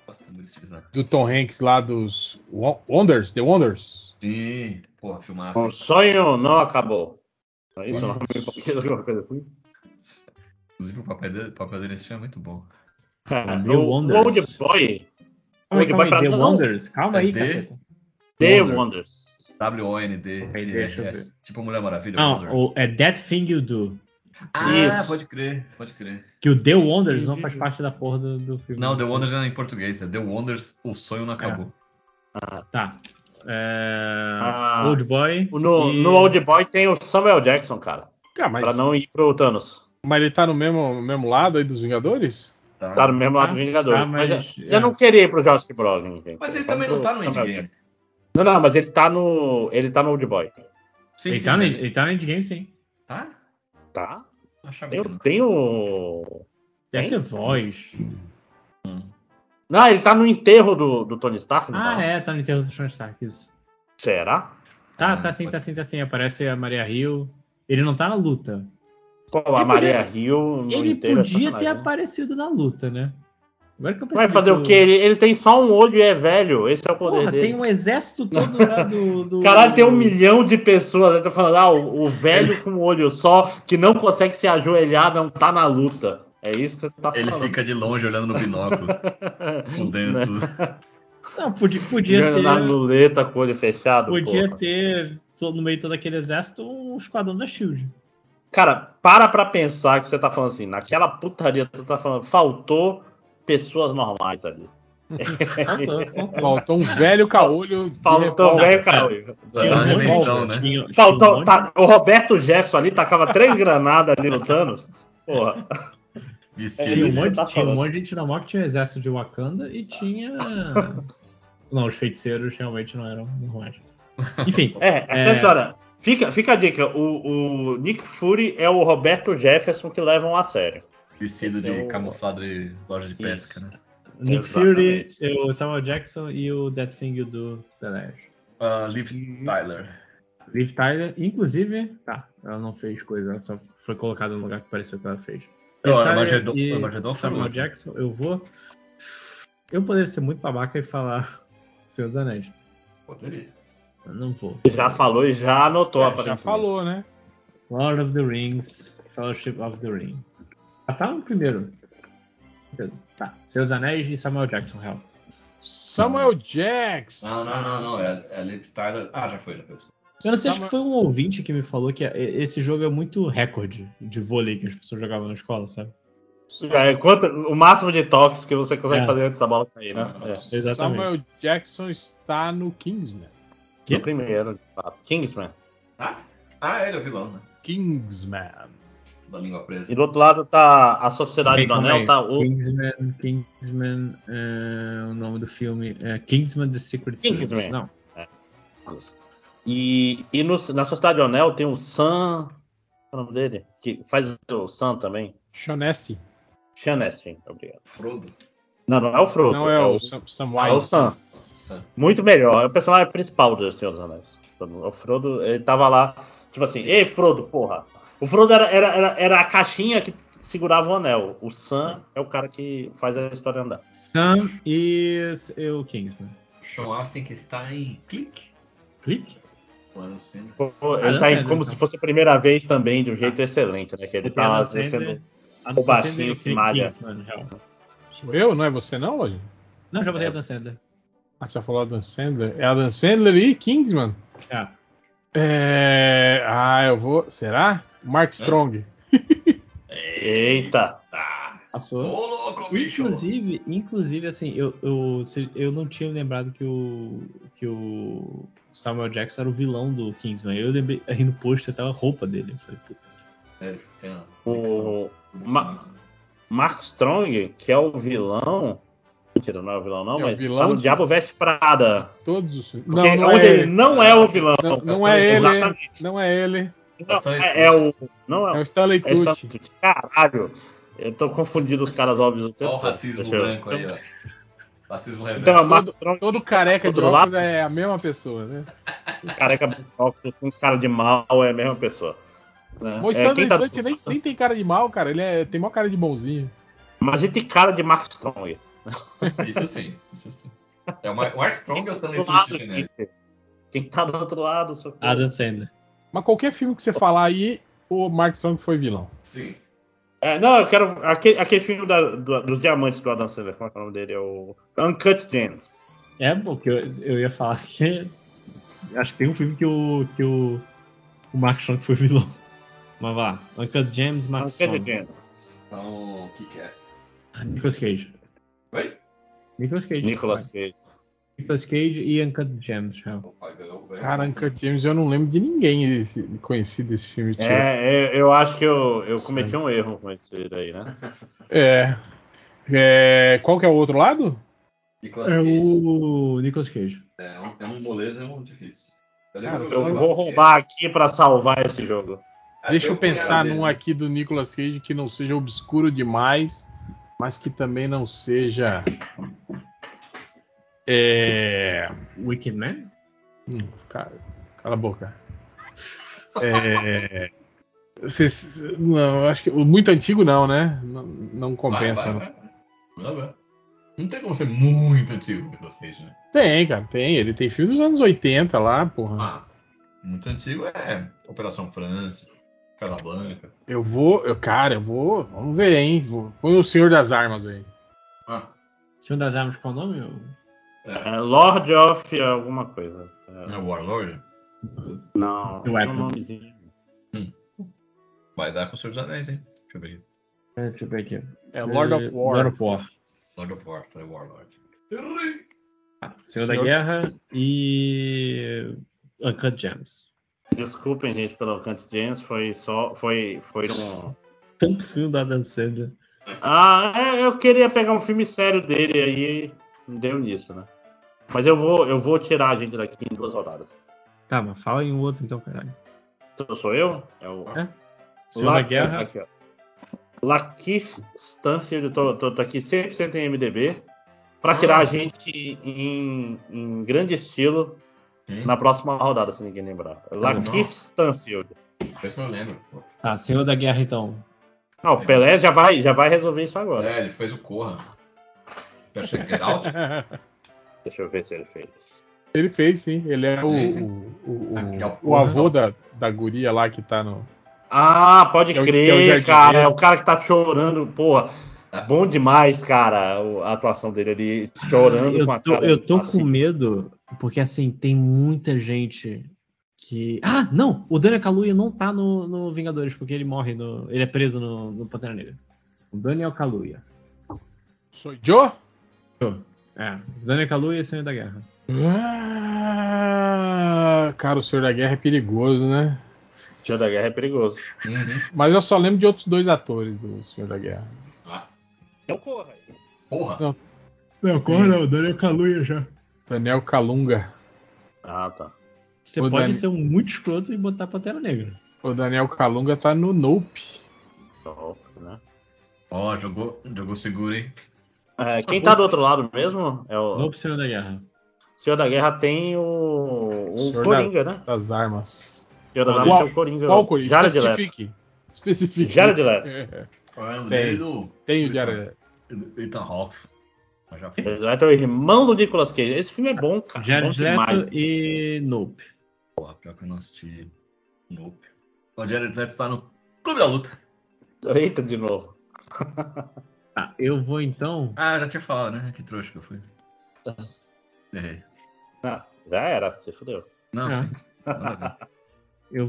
Gosto muito de Steve Zan.
do Tom Hanks lá dos Wo- Wonders, The Wonders.
Sim, porra, filmaço.
O sonho não acabou. Não é Isso, não é alguma coisa assim.
Inclusive o papel dele, o papel dele nesse filme é muito bom.
É,
Cara,
The
É, o o
Wonders.
Old Boy,
Calma aí,
Old Boy
calma aí. The
pra- não.
Wonders? Calma
É
aí,
The-
caceta.
The
Wonder.
Wonders.
É.
W-O-N-D.
Ok, deixa eu
E-R-S. Tipo Mulher Maravilha. Wonder.
Não, o- é That Thing You Do.
Ah,
Isso.
pode crer, pode crer.
Que o The Wonders não faz parte da porra do, do filme.
Uhum. Não, The Wonders era em português, é The Wonders, o sonho não acabou.
Tá. É,
Ah.
Old Boy.
No,
e-
no Old Boy tem o Samuel Jackson, cara.
Ah, mas,
Pra não ir pro Thanos.
mas ele tá no mesmo, no mesmo lado aí dos Vingadores?
Tá no mesmo lado
Ah,
do Vingadores.
tá,
mas
mas-
eu,
é.
eu não queria ir pro Josh Brolin. gente.
Mas ele
Eu vou
também não
pro
tá no
Samuel
endgame.
Jackson. Não, não, mas ele tá no. Ele tá no Old Boy.
Sim,
Ele
sim.
tá, no,
mas-
ele tá no Endgame, sim.
Tá?
Tá?
Achava
Eu
que não.
tenho.
Deve ser
Tem?
voz.
Hum,
Não, ele tá no enterro do, do Tony Stark, não
Ah,
tá?
é, tá no enterro do Sean Stark, isso.
Será?
Tá,
Ah,
tá sim,
pode-
tá sim, tá sim. Aparece a Maria Hill. Ele não tá na luta.
Pô, a
Ele
Maria Hill no
Ele
enterro é
podia ter
sacanagem, né?
aparecido na luta, né? Agora que eu
Vai
percebi
fazer
que
o quê? Ele, ele tem só um olho e é velho. Esse é o poder
Porra,
dele.
tem um exército todo lá do. do...
Caralho, tem um milhão de pessoas né, tá falando, ah, o, o velho com um olho só, que não consegue se ajoelhar, não tá na luta. É isso que você tá
Ele
falando.
fica de longe olhando no binóculo, fudendo tudo.
Não, podia, podia
Jogando na
ter.
luleta com o olho fechado.
Podia
porra.
ter, to- no meio de todo aquele exército, um esquadrão da Shield.
Cara, para pra pensar que você tá falando assim, naquela putaria que você tá falando, faltou pessoas normais ali.
Faltou, faltou.
Faltou um velho caolho. de
Faltou
revólver.
velho, cara.
um
Pra dar uma remissão, né?
Tinha- tinha um
Faltou,
monte-
tá, o Roberto Jefferson ali tacava três granadas ali no Thanos. Porra.
Tinha
Vestido.
um,
isso que
monte,
tá
tinha um
falando.
monte de Dinamarca, tinha o exército de Wakanda e tinha. não, os feiticeiros realmente não eram normais. Enfim,
É, aquela
É.
história. Fica, fica a dica. O, o Nick Fury é o Roberto Jefferson que levam a sério.
Vestido de
Então-
camuflado de loja de pesca, né?
Nick
Exatamente.
Fury, o Samuel Jackson e o That Thing You Do The Last.
Ah, Liv Tyler.
Liv Tyler, inclusive, tá, ela não fez coisa, ela só foi colocada no lugar que pareceu que ela fez.
é
Não,
Liv
era
Tyler
Armagedon-
e
Armagedon foi
Samuel
outro.
né?
Jackson, eu vou. Eu poderia ser muito babaca e falar Senhor dos Anéis.
Poderia.
Eu não vou.
Já falou e já anotou,
É, já
aparentemente.
falou, né?
Lord of the Rings, Fellowship of the Ring. Ah, tá no primeiro. Beleza, Tá. Seus Anéis e Samuel Jackson, real.
Samuel Jackson.
Não, não, não, não. É, é Liv Tyler. Ah, já foi, já foi.
Eu não sei, acho que
Samuel-
foi um ouvinte que me falou que é- esse jogo é muito recorde de vôlei que as pessoas jogavam na escola, sabe?
É, quanto- o máximo de toques que você consegue
É.
fazer antes da bola cair, né? É, exatamente.
Samuel Jackson está no Kingsman.
Que? primeiro, de fato. Kingsman.
Ah, ah, ele é o vilão, né?
Kingsman.
Da língua presa.
E do outro lado tá a Sociedade
Bem,
do
calma
Anel,
aí.
tá o
Kingsman, Kingsman, é, o nome do filme é Kingsman The Secret
Kingsman.
Service. Não,
E, e no- na Sociedade do Anel tem o Sam. Qual é o nome dele? Que faz o Sam também.
Shonesti.
Sean Astin, obrigado.
Frodo.
Não, não é o Frodo.
Não é o Sam, Sam Wise.
é o Sam. Muito melhor. É o personagem principal do Senhor dos Anéis. O Frodo, ele tava lá, tipo assim, ei, Frodo, porra. O Frodo era, era, era, era a caixinha que segurava o anel. O Sam é o cara que faz a história andar.
Sam e, e o Kingsman.
Sean Austin que está em clique.
Clique?
Lá no cinema.
Ele tá em,
Adam
como
Sandler,
se fosse a primeira vez também, de um jeito excelente, né? Que ele tá lá
Adam Sandler-
sendo.
Adam
o baixinho
Sandler
que
tem
malha.
Kingsman, real.
Sou eu? Não é você não, hoje?
Não, já botei
É.
Adam Sandler.
Ah, já falou Adam Sandler. É Adam Sandler e Kingsman.
É.
É... Ah, eu vou... Será? Mark
É.
Strong.
Eita!
Tá. Ô,
Passou.
louco, bicho.
Inclusive, inclusive, assim, eu, eu, se- eu não tinha lembrado que o, que o Samuel Jackson era o vilão do Kingsman. Eu lembrei, aí no pôster tava a roupa dele. Eu falei, puta.
É, ele tem uma conexão.
O Ma- Mark Strong, que é o vilão. Mentira, não é o vilão, não,
É o
mas
vilão
tá no
de-
Diabo Veste Prada.
Todos os... Não,
Porque onde ele não é o vilão.
Não, não é ele.
Exatamente.
Não é ele.
Não,
Stanley
é, é o. Não
É
é,
o Stanley
é Stanley
Tucci.
Tucci. Caralho! Eu tô confundindo os caras óbvios.
Olha o racismo branco aí, ó. Racismo
Então,
reverso.
a Mark Strong,
Todo careca de
Outro lado.
óculos é a mesma pessoa, né?
careca branco, um cara de mal, é a mesma pessoa. Né?
Mas o
É, quem
Stanley
tá-
Tucci nem, nem tem cara de mal, cara. Ele é- tem maior cara de bonzinho.
Mas ele tem cara de Mark Strong.
Isso sim, isso sim. É o Mar- o Mark Strong é o Stanley
Do lado,
Tucci, né?
gente. Quem tá do outro lado, seu filho.
Adam Sandler.
Mas qualquer filme que você falar aí, o Mark Strong foi vilão.
Sim.
É, não, eu quero. Aquele, aquele filme da- do- dos diamantes do Adam Sandler, como é que é o nome dele? É o Uncut Gems.
É, porque eu, eu ia falar que. Acho que tem um filme que o. que o. O Mark Strong foi vilão. Mas vá. Uncut James, Mark
Uncut
Strong.
Gems.
Então, o que que é essa?
Nicolas Cage.
Oi?
Nicolas Cage.
Nicolas Cage.
Nicolas Cage e Uncut Gems, real.
Opa, ganhou, ganhou.
Caraca, James, eu não lembro de ninguém desse- conhecido desse filme. tipo. tio.
É, eu, eu acho que eu, eu cometi um erro com esse daí, né?
É. É, Qual que é o outro lado?
Nicolas
É
Cage.
o Nicolas Cage.
É um, é um moleza, é um difícil. Eu lembro
Cara,
do
Eu
Nicolas
vou
Cage.
roubar aqui pra salvar esse jogo.
Ah,
Deixa eu
fui
pensar
olhar
num
dele.
aqui do Nicolas Cage que não seja obscuro demais, mas que também não seja. É.
Wicked Man?
Hum, cara, cala a boca. É. Vocês, não, acho que o muito antigo não, né? Não, não
Vai,
compensa. né?
vai,
não.
vai. Vai, vai. Não tem como ser muito antigo o Nicolas Cage, né?
Tem, cara, tem. Ele tem filme dos anos 80 lá, porra.
Ah, muito antigo é Operação França, Casablanca.
Eu vou, eu, cara, eu vou. Vamos ver, hein? Vou- põe o Senhor das Armas aí.
Ah,
Senhor das Armas, qual o nome?
é.
É Lord of alguma coisa.
Não é Warlord?
Não,
The
tem um
Weapons.
nomezinho.
Vai dar com os seus anéis, hein? Deixa eu ver. aqui.
É, deixa eu ver aqui.
É Lord
É,
of War.
Lord of War.
Lord of War, é Warlord.
Senhor da
Senhor-
Guerra e. Uncut Gems.
Desculpem, gente, pelo Uncut Gems, foi só. Foi, foi um.
Tanto filme da Dan Sandler.
Ah, é, eu queria pegar um filme sério dele aí. Não deu nisso, né? Mas eu vou, eu vou tirar a gente daqui em duas rodadas.
Tá, mas fala em outro então, caralho.
Então sou eu? É o.
É. Senhor da Guerra.
Aqui, ó. Lakeith Stanfield, eu tô, tô, tô aqui 100% em MDB. Pra
Ah.
tirar a gente em, em grande estilo
Hum,
na próxima rodada, se ninguém lembrar. Lakeith Stanfield.
Esse eu lembro.
Tá, Senhor da Guerra então.
Não, o Pelé já vai, já vai resolver isso agora.
É, ele fez o Corra. Deixa eu ver, Get Out?
Deixa eu ver se ele fez.
ele fez, sim. Ele é o,
Fez, hein?
o, o-
Ah, que é o
o
porra.
avô da, da guria lá que tá no.
Ah, pode
É o- é o
crer,
jardineiro.
cara. É o cara que tá chorando, porra. Bom demais, cara, o- a atuação dele ali, chorando
eu
com a
tô,
cara.
eu tô
assim.
com medo, porque assim, tem muita gente que. Ah, não! O Daniel Kaluuya não tá no, no Vingadores, porque ele morre no. Ele é preso no, no Pantera Negra. com Daniel Kaluuya.
Sou Joe?
É, Daniel Kaluuya e Senhor da Guerra.
Ah, cara, o Senhor da Guerra é perigoso, né?
Senhor da Guerra é perigoso.
Uhum.
Mas eu só lembro de outros dois atores do Senhor da Guerra.
Ah,
Então corra. aí.
porra.
Não.
Não, como
É.
não? é Daniel Kaluuya já.
Daniel Calunga.
Ah, tá.
Você
Ô,
pode
Dani.
ser um muito escroto e botar Pantera Negra.
O Daniel Calunga tá no Nope.
Então, né?
Ó, jogou, jogou seguro, hein?
É, quem tá do outro lado mesmo é o
Nope, Senhor da Guerra.
Senhor da Guerra tem o, o
Senhor da-
Coringa, né?
Das armas.
Senhor da
Qual-
Guerra tem o Coringa.
Qual o Coringa?
Jared Leto.
Especifique. Especifique.
Jared Leto.
É,
Qual é o nome
Tem.
dele do,
Tem o Jared Leto.
do Ethan Hawks? Mas já foi.
Jared Leto é o irmão do Nicolas Cage. Esse filme é bom,
tá,
cara. bom
Jared
demais.
Leto e Nope.
Porra, pior que eu não assisti. Nope. O Jared Leto tá no Clube da Luta.
Eita, de novo.
Tá, eu vou então.
Ah, já tinha falado, né? Que trouxa que eu fui. Errei.
Ah, já era, se fudeu.
Não,
Ah.
sim. Nada a ver.
Eu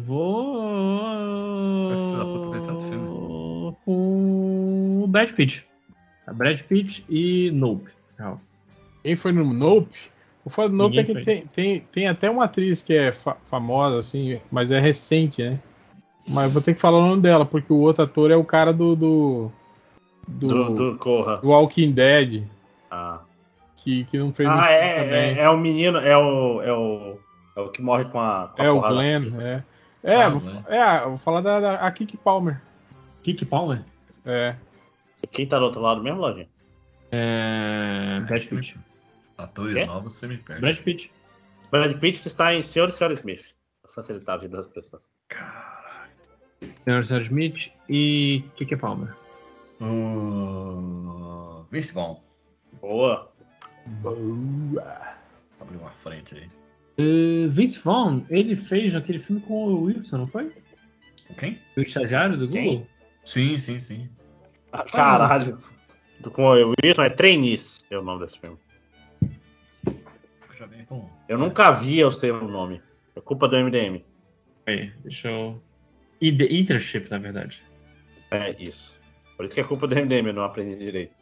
vou.
Vai se filho da puta ver tanto filme.
Com o Brad Pitt. Tá, Brad Pitt e Nope. Não.
Quem foi no Nope? O foda do Nope
Ninguém
é que
foi.
tem, tem, tem até uma atriz que é fa- famosa, assim, mas é recente, né? Mas vou ter que falar o nome dela, porque o outro ator é o cara do. Do, do,
Do, do Corra.
do Walking Dead,
Ah,
que, que não fez
Ah,
muito
é,
também.
é, é o menino, é o, é o. É o que morre com a. Com a
É o
porrada.
Glenn, é. É,
Ah,
vou,
Glenn.
fa- é, eu vou falar da, da a Kiki Palmer.
Kick Palmer?
É.
Quem tá do outro lado mesmo, Lojinha?
É. Brad
Você me-
Pitt.
Atores
Quê?
novos, você me perde.
Brad Pitt.
Brad Pitt que está em Senhor e Senhora Smith. Pra facilitar a vida das pessoas.
Senhor Sarah Smith e Kick Palmer.
O... Vince Vaughn.
Boa. Uhum.
Boa.
Abriu uma frente aí.
Uh, Vince Vaughn, ele fez aquele filme com o Wilson, não foi?
Com Quem?
O estagiário do
Quem?
Google?
Sim, sim, sim.
Ah, caralho. Com o Wilson é Trainees, é o nome desse filme.
Eu já vim com...
Eu
É.
nunca vi eu sei o nome. É culpa do MDM.
Aí, deixa eu. E The Internship, na verdade.
É isso. Por isso que é culpa do MDM, eu não aprendi direito.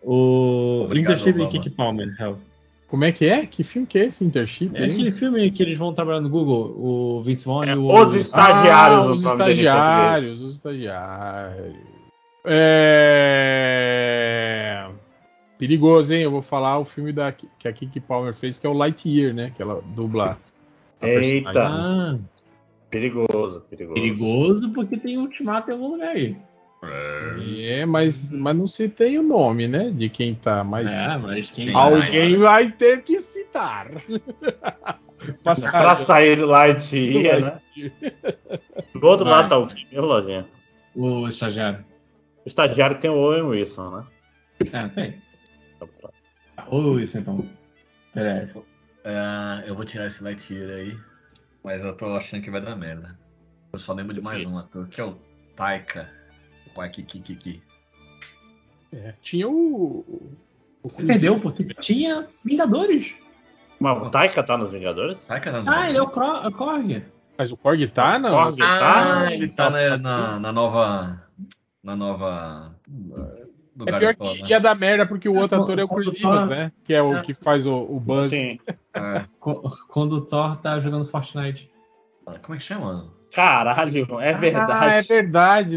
O
Obrigado,
Internship
Obama.
e Kick Palmer, hell.
Como é que é? Que filme que é esse? Intership?
É
hein?
aquele filme que eles vão trabalhar no Google, o Vince Vaughn
É,
e o.
Os
Ah,
Estagiários,
os
o nome dele em
estagiários, os estagiários. É... Perigoso, hein? Eu vou falar o filme da, que a Kiki Palmer fez, que é o Lightyear, né? Que ela dubla. a personagem.
Eita.
Ah,
Perigoso, perigoso.
perigoso porque tem Ultimato em algum lugar aí.
É, mas, mas não citei o nome, né? De quem tá, mas
É, mas quem.
Tem
alguém vai ter que citar.
Pra sair de Lightyear, né?
né?
Do outro
Vai.
lado tá o quê, Lojinha?
O estagiário.
O estagiário que tem o Owen Wilson, né?
É, tem. O Wilson, então. Pera aí.
Ah, eu vou tirar esse Lightyear aí, mas eu tô achando que vai dar merda. Eu só lembro de mais
Difícil.
um ator, que é o Taika Waikiki.
É, tinha o. o
Você perdeu porque tinha Vingadores.
Mas o Taika tá nos Vingadores?
Taika tá no
Ah, ele é o
Vingadores?
Kro- o Korg.
Mas o Korg tá, não?
Korg.
Ah,
Tá?
ele tá na, na, na nova... Na nova... Do né?
É pior que
né?
ia dar merda porque o outro
É,
ator é o
quando
Chris
fala-
Evans, né? Que é o
É.
que faz o, o Buzz.
Sim.
É.
Co- Quando o Thor tá jogando Fortnite.
Como é que chama?
Caralho, é
Ah, é
verdade.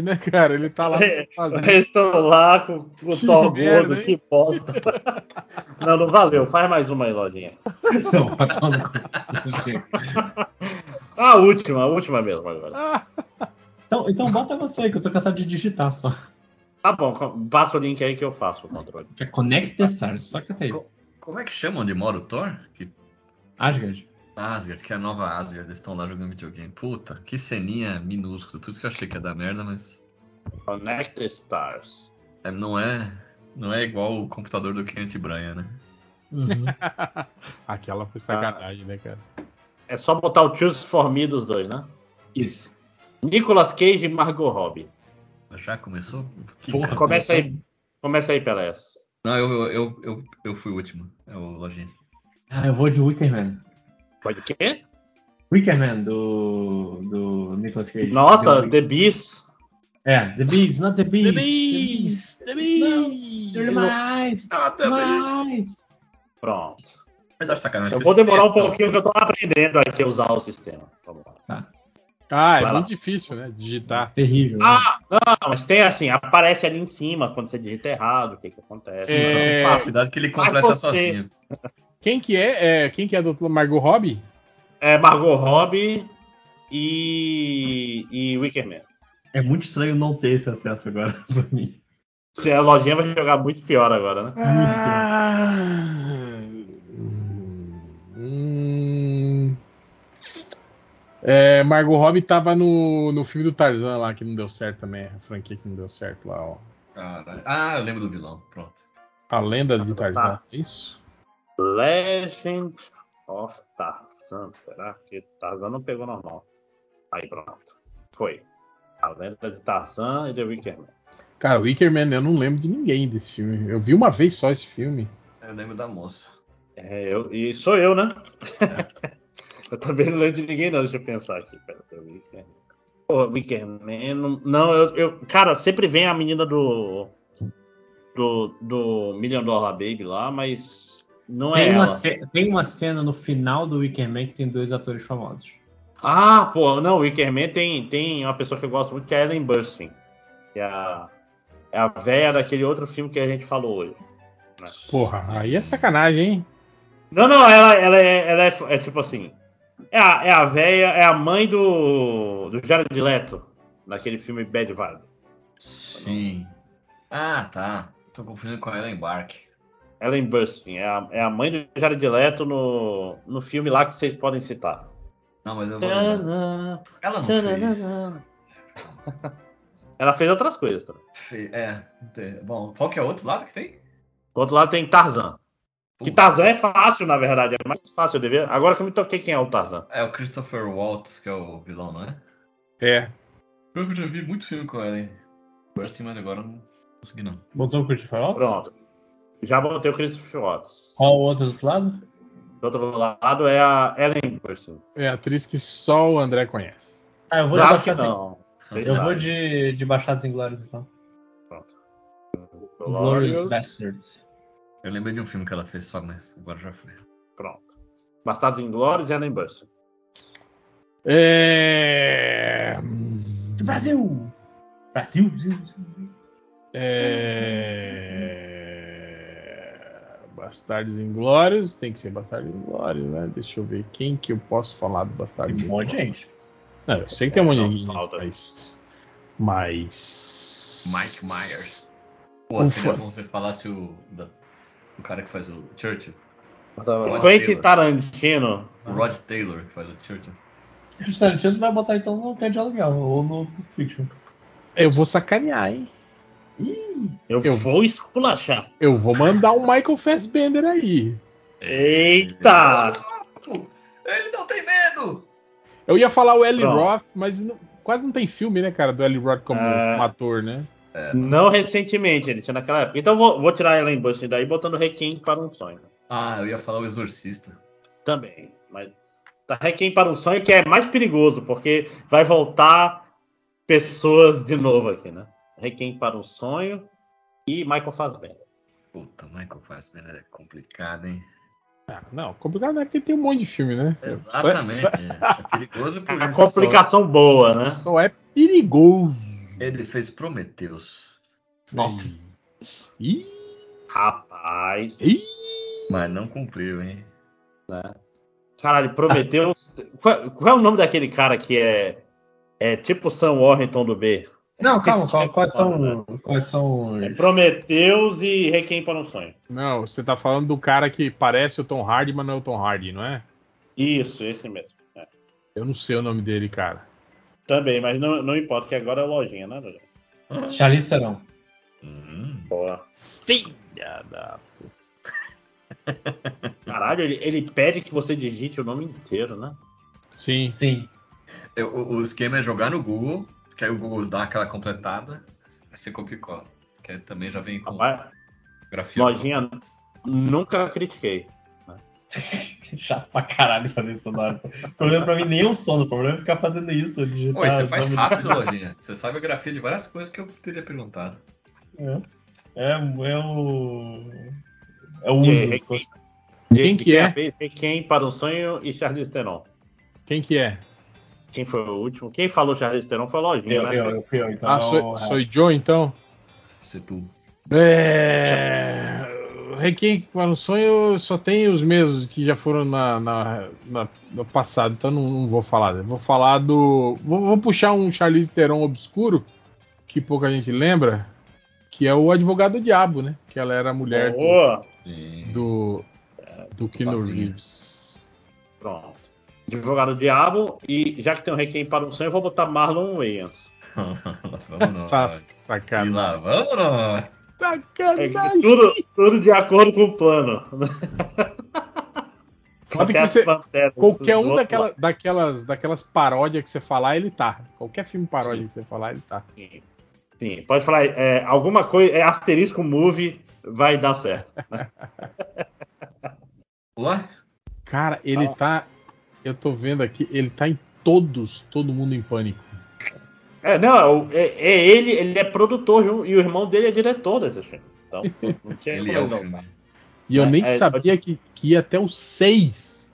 verdade, né, cara? Ele tá lá
É.
fazendo.
Eles estão lá com, com o
Que
Thor
merda,
gordo,
hein?
que bosta. Não, não valeu. Faz mais uma aí, Lojinha.
Não, vai tomar no cu. Isso não chega.
A última, a última mesmo agora.
Ah,
Então, então bota você, que eu tô cansado de digitar só.
Tá bom, co- passa o link aí que eu faço o controle.
Que é Connect the Stars, só que até aí.
Como é que chama onde mora o Thor? Que
Asgard.
Asgard, que é a nova Asgard, eles estão lá jogando videogame. Puta, que ceninha minúscula. Por isso que eu achei que ia dar merda, mas
Connect the Stars.
é, não é não é igual o computador do Kenneth Branagh, né?
Aquela foi sacanagem, né, cara?
É só botar o Choose for Me dos dois, né?
Isso.
Nicolas Cage e Margot Robbie.
Já começou? Que
Porra,
cara.
Começa aí, começa aí, Pelé.
Não, eu, eu, eu, eu, eu fui o último. É o Lojinha.
Ah, eu vou de Wickerman.
Pode o quê?
Wickerman do, do Nicolas Cage.
Nossa,
The,
The Beast.
É, The Beast, not The Beast.
The Beast! Tá The Beast!
Não,
mais!
Mas...
Pronto.
Mas acho sacanagem.
Eu vou demorar um pouquinho que eu tô aprendendo aqui a usar o sistema. Tá Vamos lá.
Ah, é
Vai lá.
muito difícil, né? Digitar.
Terrível. né?
Ah, não, mas tem assim, aparece ali em cima quando você digita errado, o que que acontece.
Sim, só tem que
É.
tomar cuidado que ele completa
Mas
sozinho.
vocês-
Quem que é? é quem que é a doutora Margot Robbie?
É Margot Robbie e, e Wickerman.
É muito estranho não ter esse acesso agora pra mim.
Se a lojinha vai jogar muito pior agora, né?
Ah, Hum. É, Margot Robbie tava no, no filme do Tarzan lá, que não deu certo também, a franquia que não deu certo lá, ó.
Caralho. Ah, eu lembro do vilão. Pronto.
A lenda de Tarzan, é isso?
É, Legend of Tarzan. tá Será que Tarzan não pegou normal? Aí pronto. Foi. A lenda de Tarzan e The Wickerman.
Cara, Wickerman, eu não lembro de ninguém desse filme. Eu vi uma vez só esse filme.
Eu lembro da moça.
É, eu, e sou eu, né? eu também não lembro de ninguém, não. Deixa eu pensar aqui. Pera, The Wicker Man. Pô, Wicker Man, Não, não, eu, eu- Cara, sempre vem a menina do. Do, do Million Dollar Baby lá, mas. Não é
Tem uma,
ela.
ce- tem uma cena no final do Wickerman que tem dois atores famosos.
Ah, pô, não, o Wickerman tem, tem uma pessoa que eu gosto muito, que é a Ellen Burstyn. Que é a, é a véia daquele outro filme que a gente falou hoje. né?
Porra, aí é sacanagem, hein?
Não, não, ela, ela, é, ela é, é tipo assim. É a, é a véia, é a mãe do, do Jared Leto, naquele filme Bad Vibe.
Sim. Ah, tá. Tô confundindo com a Ellen Bark.
Ellen Burstyn, é a, é a mãe do Jared Leto no, no filme lá que vocês podem citar.
Não, mas eu vou lembrar.
Tadã,
Ela não fez.
tadã. Ela fez outras coisas também.
Fe- É. de- Bom, qual que é o outro lado que tem?
Do outro lado tem Tarzan. Que
Puta.
Tarzan é fácil, na verdade. É mais fácil de ver. Agora que eu me toquei quem é o Tarzan.
É o Christopher Waltz, que é o vilão, não é?
É.
Eu já vi muito filme com ela, hein? Bursting, mas agora eu não consegui, não.
Botou o Christopher Waltz?
Pronto. Já botei o Christopher Watts.
Qual o outro do outro lado?
Do outro lado é a Ellen Burstyn.
É a atriz que só o André conhece.
Ah, eu vou de
Claro que
Baixados-
não. Vocês
Eu vou
sabem.
de, de Baixados Inglórios, então. Glorious
Glorious.
Bastards.
Eu lembrei de um filme que ela fez só, mas agora já foi.
Pronto. Bastardos Inglórios e Ellen Burstyn.
É.
Do Brasil! Brasil!
É... Bastardos Inglórios, tem que ser Bastardos Inglórios, né? Deixa eu ver quem que eu posso falar do Bastardos
Tem um monte de
Inglórios.
gente.
Não, eu sei que tem um monte
Não,
de gente,
falta.
mas... Mas...
Mike Myers. Pô,
Ufa.
seria bom você falasse o, da- o cara que faz o Churchill. Rod
Quentin
Taylor.
Tarantino.
O Rod Taylor, que faz o Churchill.
O Tarantino vai botar então no Cães de Aluguel ou no Pulp Fiction.
Eu vou sacanear, hein?
Eu,
Eu-
vou esculachar.
Eu vou mandar o Michael Fassbender aí.
Eita!
Ele não tem medo!
Eu ia falar o Eli
Pronto.
Roth, mas não- quase não tem filme, né, cara, do Eli Roth como,
É.
como ator, né?
Não recentemente, ele tinha naquela época. Então vou, vou tirar a Ellen Burstyn daí, botando Requiem para um sonho.
Ah, eu ia falar o Exorcista.
Também. Mas tá Requiem para um sonho que é mais perigoso, porque vai voltar pessoas de novo aqui, né? Requiem para um sonho e Michael Fassbender.
Puta, Michael Fassbender é complicado, hein?
Ah, não, complicado é porque tem um monte de filme, né?
Exatamente. É perigoso por
A
isso.
complicação boa, né?
Só é perigoso.
só. Ele fez Prometheus.
Nossa.
Ih,
Rapaz.
Mas não cumpriu, hein?
Caralho, prometeu. qual, qual é o nome daquele cara que é. É tipo Sam Warrington do B?
Não,
calma,
calma,
qual-
quais são, quais são
É Prometeus e Requiem para um Sonho.
não, você tá falando do cara que parece o Tom Hardy, mas não é o Tom Hardy, não é?
Isso, esse mesmo.
Eu não sei o nome dele, cara.
Também, mas não, não importa, que agora é lojinha, né, Lojinha?
Charlize Theron.
Hum,
Boa.
Filha da.
Caralho, ele, ele pede que você digite o nome inteiro, né?
Sim.
Sim.
eu- o, o esquema é jogar no Google, que aí o Google dá aquela completada, aí você copia e cola. Que aí também já vem com
Rapaz,
grafia.
lojinha nunca critiquei.
chato pra caralho fazer isso na hora. O problema pra mim nem é o sono, o problema é ficar fazendo isso. tá digitar,
Oi,
tá
você faz
sabe?
rápido, Lojinha. Você sabe a grafia de várias coisas que eu teria perguntado.
É, é o. É o
É,
uso.
requiem.
Quem que é?
Quem para o sonho e Charlize Theron.
Quem que é?
Quem foi o último? Quem falou Charlize Theron foi a Lojinha,
Eu,
né?
eu, eu fui eu, então.
ah,
não,
sou, sou Joe, então?
Se tu.
É. Requiem para um sonho só tem os mesmos que já foram na, na, na- no passado, então não, não vou falar. Eu Vou falar do. Vou, vou puxar um Charlize Theron obscuro, que pouca gente lembra, que é o Advogado do Diabo, né? Que ela era a mulher do,
Boa.
Sim.
do, do Keanu
facinho.
Reeves.
Pronto. Advogado Diabo. E já que tem um Requiem para o sonho, eu vou botar Marlon Wayans.
vamos nós.
Sa-
E
Sacanagem.
lá, vamos nós.
É,
Sacanagem.
tudo, tudo de acordo com o plano.
Foda que
Até as
você-
panteras
Qualquer
do
um
outro
daquela-
lado.
daquelas, daquelas paródias que você falar, ele tá. Qualquer filme paródia que você falar, ele tá.
Sim, pode falar. é, alguma coisa. É asterisco movie vai dar certo.
Lá?
Cara, ele
Ah.
tá. Eu tô vendo aqui, ele tá em todos, todo mundo em pânico.
É, não, é o- é, é ele, ele é produtor jun- e o irmão dele é diretor desse filme. Então, não tinha
Ele
como
é o
não.
filme.
E eu
É,
nem
é,
sabia que, que ia até o 6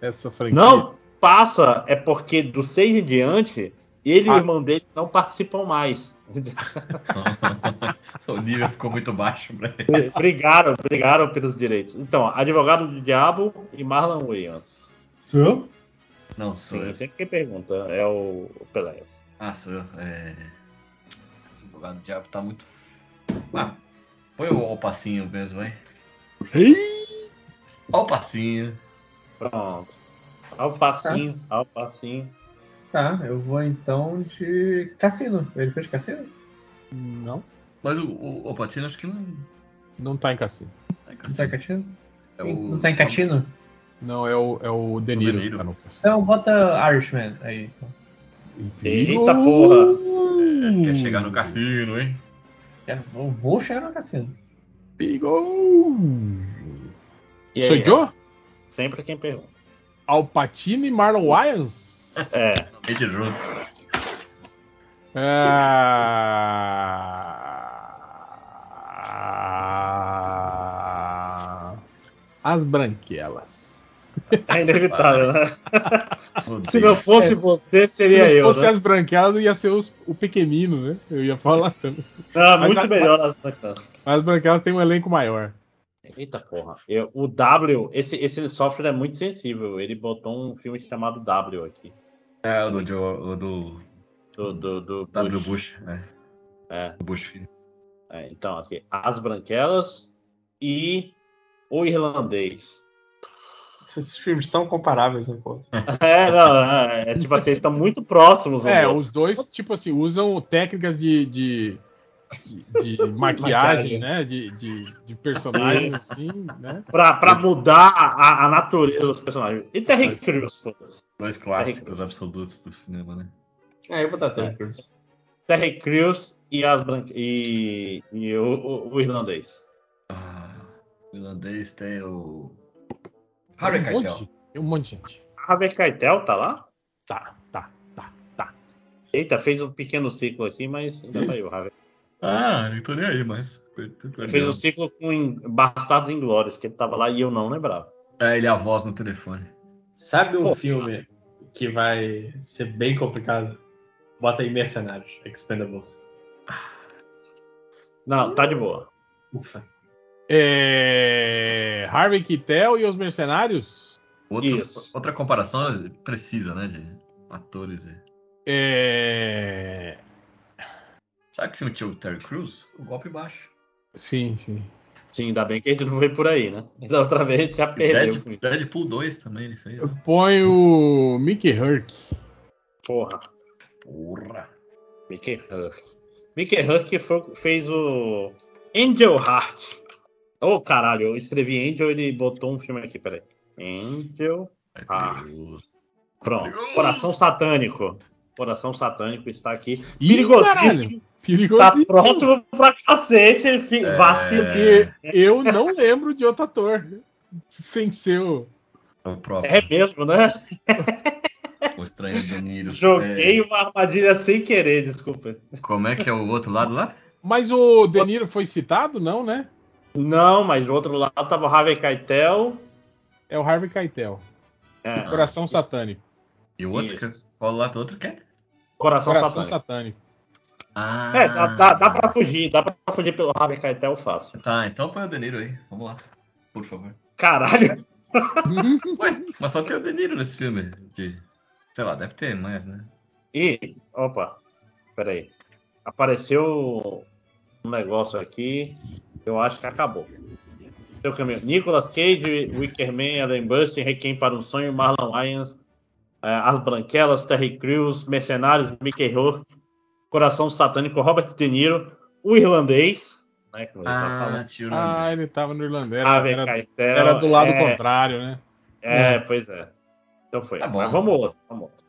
essa franquia.
Não passa, é porque do 6 em diante, ele e
Ah.
o irmão dele não participam mais.
o nível ficou muito baixo pra ele.
brigaram, brigaram pelos direitos. Então, advogado do diabo e Marlon Williams.
Sou eu?
Não, sou
Sim,
eu.
sempre quem pergunta é o o Pelé.
Ah, sou eu. É... O advogado do diabo tá muito. Ah, põe o Alpacinho mesmo, hein? Alpacinho.
Pronto. Ao passinho, ao passinho.
Tá, eu vou então de cassino. Ele fez cassino?
Não,
Mas o, o Alpacino acho que não.
não tá em cassino.
É
Não tá em catino?
É o-
Não tá em catino?
Não, é o, é o De
O
Niro.
De Niro.
Tá no cassino.
Então bota Irishman aí. então.
É. Eita porra!
É, quer chegar no cassino, hein?
É, eu vou chegar no cassino.
Perigoso.
E
Sou
aí, é.
Joe?
Sempre quem pergunta.
Alpatino e Marlon Wayans?
É.
Made juntos.
É. Ah... As branquelas.
É inevitável, né? Se
Odeio.
não fosse você, seria
É. Se
eu.
fosse
né?
as branquelas, ia ser os- o pequenino, né? Eu ia falar também.
Não,
mas
muito
a-
melhor. né,
Mas as branquelas têm um elenco maior.
Eita porra. Eu- o W, esse, esse software é muito sensível. Ele botou um filme chamado W aqui.
É, o do, Joe- o do
Do, do, do
W.
Hum. Bush.
Bush. né?
É.
O Bush filho.
É, então, aqui. As Branquelas e O Irlandês.
Esses filmes tão comparáveis um com o outro.
É, não, é, é tipo assim, eles estão muito próximos. um
É,
do outro.
os dois, tipo assim, usam técnicas de, de, de- de maquiagem, né? De, de, de personagens, assim, né?
Pra, pra mudar a, a natureza dos personagens. E tem Rick Crews, foda-se.
Dois clássicos absolutos do cinema, né?
É, eu vou botar Tom Cruise.
Terry Crews e, as bran... e, e o, o- o irlandês.
Ah, o irlandês tem o.
Tem
Harry
um monte,
Keitel.
de- tem um monte de gente.
Harvey Keitel tá lá?
Tá, tá, tá, tá.
Eita, fez um pequeno ciclo aqui, mas ainda saiu o Harvey.
Ah, não tô nem aí, mas.
Fez um ciclo com em- Bastardos Inglórios, que ele tava lá e eu não lembrava.
É, ele é a voz no telefone.
Sabe um
Pô.
filme que vai ser bem complicado? Bota aí Mercenários, Expendables.
Não, tá de boa.
Ufa.
É... Harvey Keitel e os Mercenários?
Outro-
Isso.
Outra comparação precisa, né, de atores. aí.
É...
Sabe que filme tinha o Terry Crews? O golpe baixo.
Sim, sim.
Sim, ainda bem que a gente não foi por aí, né? Da outra vez a gente já
E Dead-
perdeu. com
Deadpool,
isso.
2 também ele fez.
Eu
Né?
ponho o Mickey Herc.
Porra.
Porra!
Mickey Huck. Mickey Huck que foi- fez o Angel Heart. Ô, caralho, eu escrevi Angel, ele botou um filme aqui, peraí. Angel
É
Ah.
perigoso.
Pronto.
Perigoso.
Coração satânico. Coração satânico está aqui.
Ih,
Perigosíssimo. Tá
Perigosíssimo.
próximo pra cacete. Ele fi-
É.
vacilou.
E eu não lembro de outro ator sem ser o,
O próprio.
É mesmo, né?
O estranho do Niro.
Joguei
É,
uma armadilha sem querer, desculpa.
Como é que é o outro lado lá?
Mas o De Niro foi citado? Não, né?
Não, mas do outro lado tava o Harvey Keitel.
É o Harvey Keitel.
É,
Coração
isso.
satânico.
Ah, E o outro?
Isso.
que- Qual lado do outro que é?
Coração,
Coração
Coração
satânico.
Ah,
É, dá, dá, dá pra fugir, dá pra fugir pelo Harvey Keitel fácil.
Tá, então põe o De Niro aí. Vamos lá. Por favor.
Caralho,
Ué, mas só tem o De Niro nesse filme. De... Sei lá, deve ter mais, né?
E, opa, peraí. Apareceu um negócio aqui. Eu acho que acabou. Seu caminho. Nicolas Cage, Wickerman, Ellen Burstyn, Requiem para um Sonho, Marlon Wayans, eh, As Branquelas, Terry Crews, Mercenários, Mickey Rourke, Coração Satânico, Robert De Niro, o Irlandês, né, que eu já
Ah,
falei,
tio
Ah, ele tava no Irlandês. Era,
Harvey
era,
Keitel,
era do lado
é,
contrário, né?
É, pois é. Então foi.
Tá bom.
Mas vamos outro, vamos outro.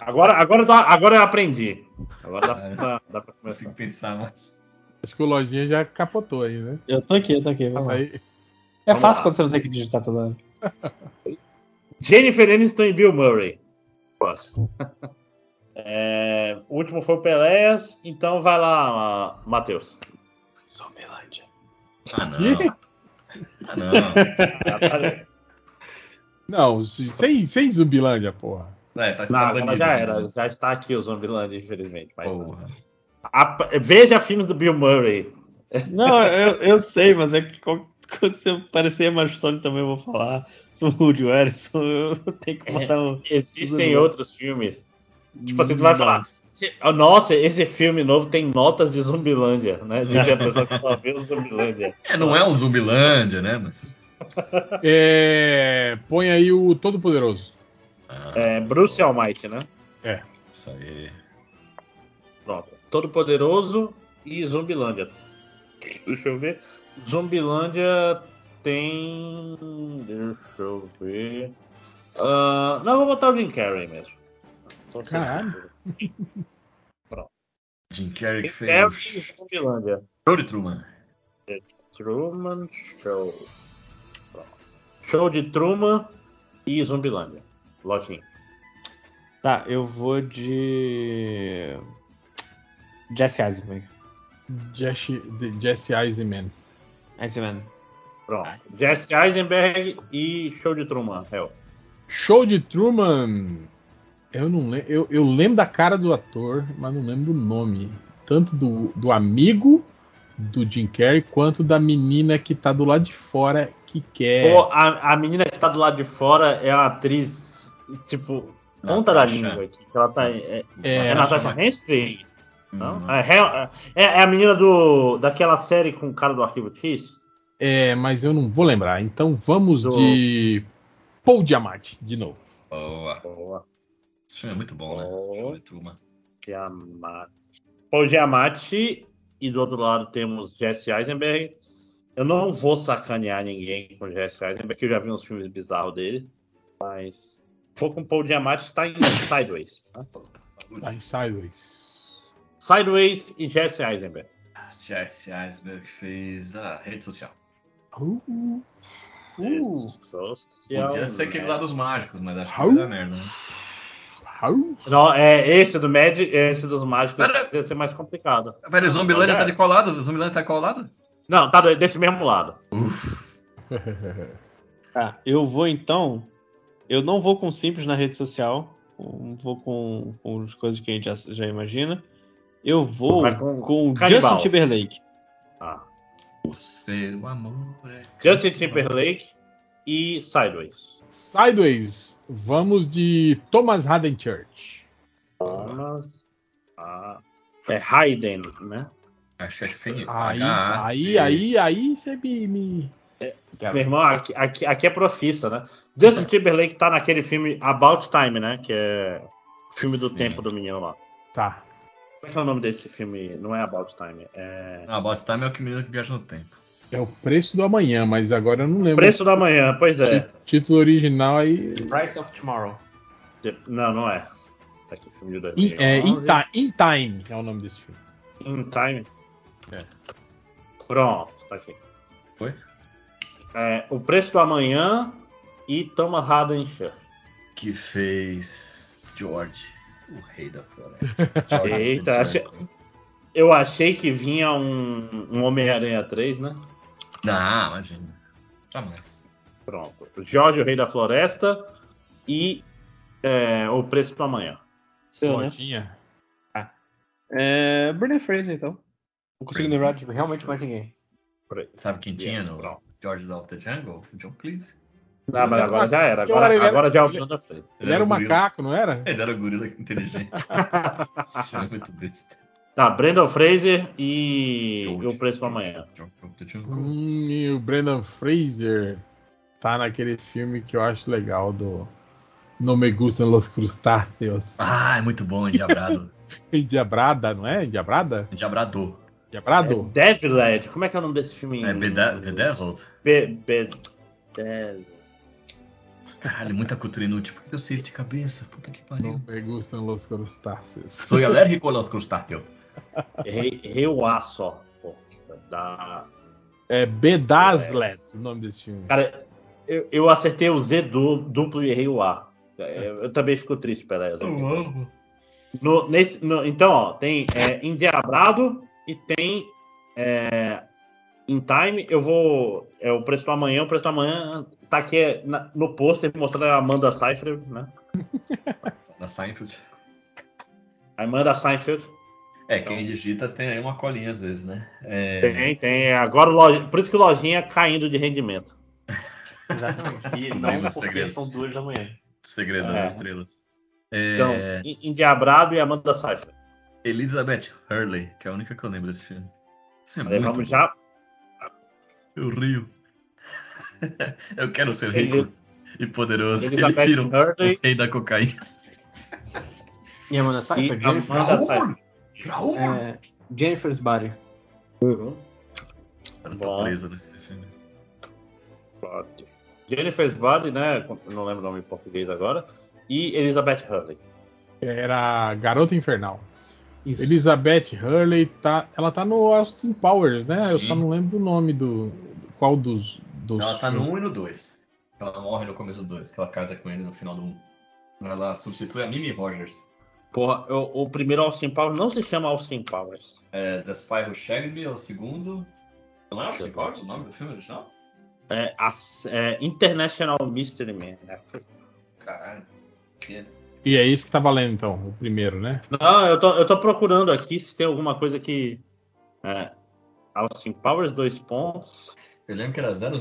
Agora, agora, dá- agora eu aprendi. Agora dá, pra- dá pra
não consigo
começar.
pensar mais.
Acho que o Lojinha já capotou aí, né? Tá
Eu tô aqui, eu tô
Tá
aqui.
Tá
vamos lá.
Aí,
É
Vamos
fácil
lá.
quando você não tem que digitar toda hora.
Jennifer Aniston e Bill Murray. Próximo. É, o último foi o Pelé, então vai lá, Matheus.
Zumbilândia.
Ah, não. Ah, não.
tá
não, se- sem, sem Zumbilândia, porra.
É, tá,
Não,
tá
agora
banido,
já
né?
era. Já está aqui o Zumbilândia, infelizmente. mas-
Porra.
A- veja filmes do Bill Murray.
Não, eu, eu sei, mas é que qual- quando você aparecer mais história também eu vou falar. Sou o Woody Harrison, eu tenho
É.
que botar um.
é
Existem outros filmes Tipo assim, tu vai falar. Nossa, esse filme novo tem notas de Zumbilândia, né? Diz a pessoa que só viu Zumbilândia.
É, não é um Zumbilândia, né? Mas.
É, põe aí o Todo-Poderoso.
Ah,
É Bruce Almighty, né?
Isso aí.
Pronto. Todo-Poderoso e Zumbilândia. Deixa eu ver. Zumbilândia tem. Deixa eu ver. Ah, não, vou botar o Jim Carrey mesmo. Só pra vocês
Caralho.
verem.
Jim Carrey que
Jim
fez
Carrey
o
e
show
Zumbilândia.
de Truman.
Truman Show. Pronto. Show de Truman e Zumbilândia. Lojinha.
Tá, eu vou de. Jesse Eisenberg.
Jesse, de- Jesse Eisenman.
Eisenman.
Pronto. Jesse Eisenberg e Show de Truman, Hel.
Show de Truman. Eu não lembro. Eu, eu lembro da cara do ator, mas não lembro o nome. Tanto do, do amigo do Jim Carrey, quanto da menina que tá do lado de fora que quer.
Pô, a, a menina que tá do lado de fora é uma atriz, tipo, ponta da
Natasha.
língua aqui. que Ela tá. É,
É,
é,
Ah,
acho
Natasha
Mac-
Henstring? Não?
Hum,
É, Hel- é- é a menina do, daquela série com o cara do Arquivo X?
É, mas eu não vou lembrar. Então vamos
Do-
de Paul Diamante de novo.
Boa.
Boa.
Esse filme é muito bom,
Boa.
né? Show de Truman.
Giamatti. Paul Giamatti. E do outro lado temos Jesse Eisenberg. Eu não vou sacanear ninguém com Jesse Eisenberg, que eu já vi uns filmes bizarros dele. Mas. Vou com Paul Giamatti, tá em Sideways. tá?
Tá em Sideways.
Sideways e Jesse Eisenberg.
Ah, Jesse Eisenberg fez a rede social.
Uh,
Uh,
Podia ser aquele lá dos mágicos, mas acho que
Raul?
vai dar merda, né?
au.
Não, é esse do Mad, esse dos mágicos
Pera-
deve ser mais complicado.
Pera, o Zumbilândia
Mas
tá
é.
de qual lado? O Zumbilândia tá de qual lado?
Não, tá do- desse mesmo lado.
Tá, eu vou então. Eu não vou com simples na rede social. eu Vou com, com as coisas que a gente já, já imagina. Eu vou
Vai com
com,
Canibal.
Justin Timberlake.
Ah.
O seu amor é...
Justin Timberlake e Sideways.
Sideways. Vamos de Thomas Haden Church.
Thomas. Ah, é Hayden, né?
Acho que é sem
Aí,
H,
aí,
É.
E.
aí, aí você me. me-
Meu irmão, aqui, aqui, aqui é profissa, né? Justin Timberlake tá naquele filme About Time, né? Que é o filme do
Sim.
tempo do menino lá.
Tá.
Como é que é o nome desse filme? Não é About Time. É.
Ah, Boss Time é o que menino que viaja no tempo.
É o preço do amanhã, mas agora eu não lembro.
Preço da Manhã, pois
o
é.
ti- título original aí.
Price of Tomorrow.
Não, não é. Tá aqui, filme de
In,
2011.
é, in, Ti- In Time é o nome desse filme.
In Time.
É.
Pronto, tá aqui.
Foi?
É, o preço do amanhã e Thomas Hadenscher.
Que fez George, o rei da floresta. George
Eita, achei- eu achei que vinha um, um Homem-Aranha 3, né?
Não, imagina. Jamais.
Pronto. Jorge, o Rei da Floresta e é, O Preço para Amanhã.
Seu, né? É, Brendan Fraser, então. Não consigo lembrar de realmente mais ninguém.
Sabe quem tinha no George of the Jungle? O John Cleese.
Não, Ah, mas agora já era.
Que hora
Agora,
ele era?
agora já é o Bruno da Frente.
Ele era um
gorila.
macaco, não era?
Ele era o gorila inteligente. Isso é muito besta.
Tá, Brendan Fraser e
George,
e O Preço para Amanhã.
George of the Jungle.
Hum, e o Brendan Fraser tá naquele filme que eu acho legal do No Me Gustan Los Crustáceos.
Ah, é muito bom, Endiabrado.
Endiabrada, não é? Endiabrada?
Endiabrador.
É
Endiabrado?
Deviled. Como é que é o nome desse filme? em-
É Beda- Bedazzled?
Be- Be- Dev-
Caralho, muita cultura inútil. Por que eu sei isso de cabeça? Puta que
No
pariu.
Me Gustan Los Crustáceos.
Sou alérgico aos crustáceos.
Rei Rei Aço, ó. Pô, da-
É Bedazlet
É.
o nome desse filme.
Cara, eu, eu acertei o Z du- duplo e errei o A. É, Eu, também fico triste pela essa.
amo.
No- nesse- no- então, ó, tem é, Endiabrado e tem é, In Time. Eu vou. É o preço do amanhã. O preço do amanhã tá aqui é, na- no pôster mostrando a Amanda Seyfried, né?
Da Seinfeld.
A Amanda Seyfried.
É, quem digita tem aí uma colinha às vezes, né? É,
Tem, tem. Agora, o Loj- por isso que o Lojinha é caindo de rendimento.
Exatamente.
Não,
não
meu
porque
segredo.
são duas da manhã.
Segredo
É.
das Estrelas. É,
Então, En- Endiabrado e Amanda Seyfried.
Elizabeth Hurley, que é a única que eu lembro desse filme. Isso é muito
Levamos
bom.
já.
Eu rio. eu quero ser rico
Ele-
e poderoso.
Elizabeth
Ele vira um-
Hurley
o rei da cocaína.
E Amanda
e
Seyfried?
Amanda Seyfried.
Raul!
É, Jennifer's Body.
Uhum. Ela tá
Bom.
presa nesse filme.
Body. Jennifer's Body, né? Não lembro o nome em português agora. E Elizabeth Hurley.
Era Garota Infernal.
Isso.
Elizabeth Hurley tá. Ela tá no Austin Powers, né? Eu
Sim.
só não lembro o nome do. do- Qual dos. dos
Ela tá no
filmes.
1 e no 2. Ela morre no começo do 2, que ela casa com ele no final do 1. Ela substitui a Mimi Rogers.
Porra, o, o primeiro Austin Powers não se chama Austin Powers.
É, The Spy Who Shagged Me é o segundo. Não é o Austin Powers o nome do filme original?
É, as- é International Mystery Man. né?
Caralho. Que...
E é isso que tá valendo, então, o primeiro, né?
Não, eu tô, eu tô procurando aqui se tem alguma coisa que. É, Austin Powers, dois pontos.
Eu lembro que era 000,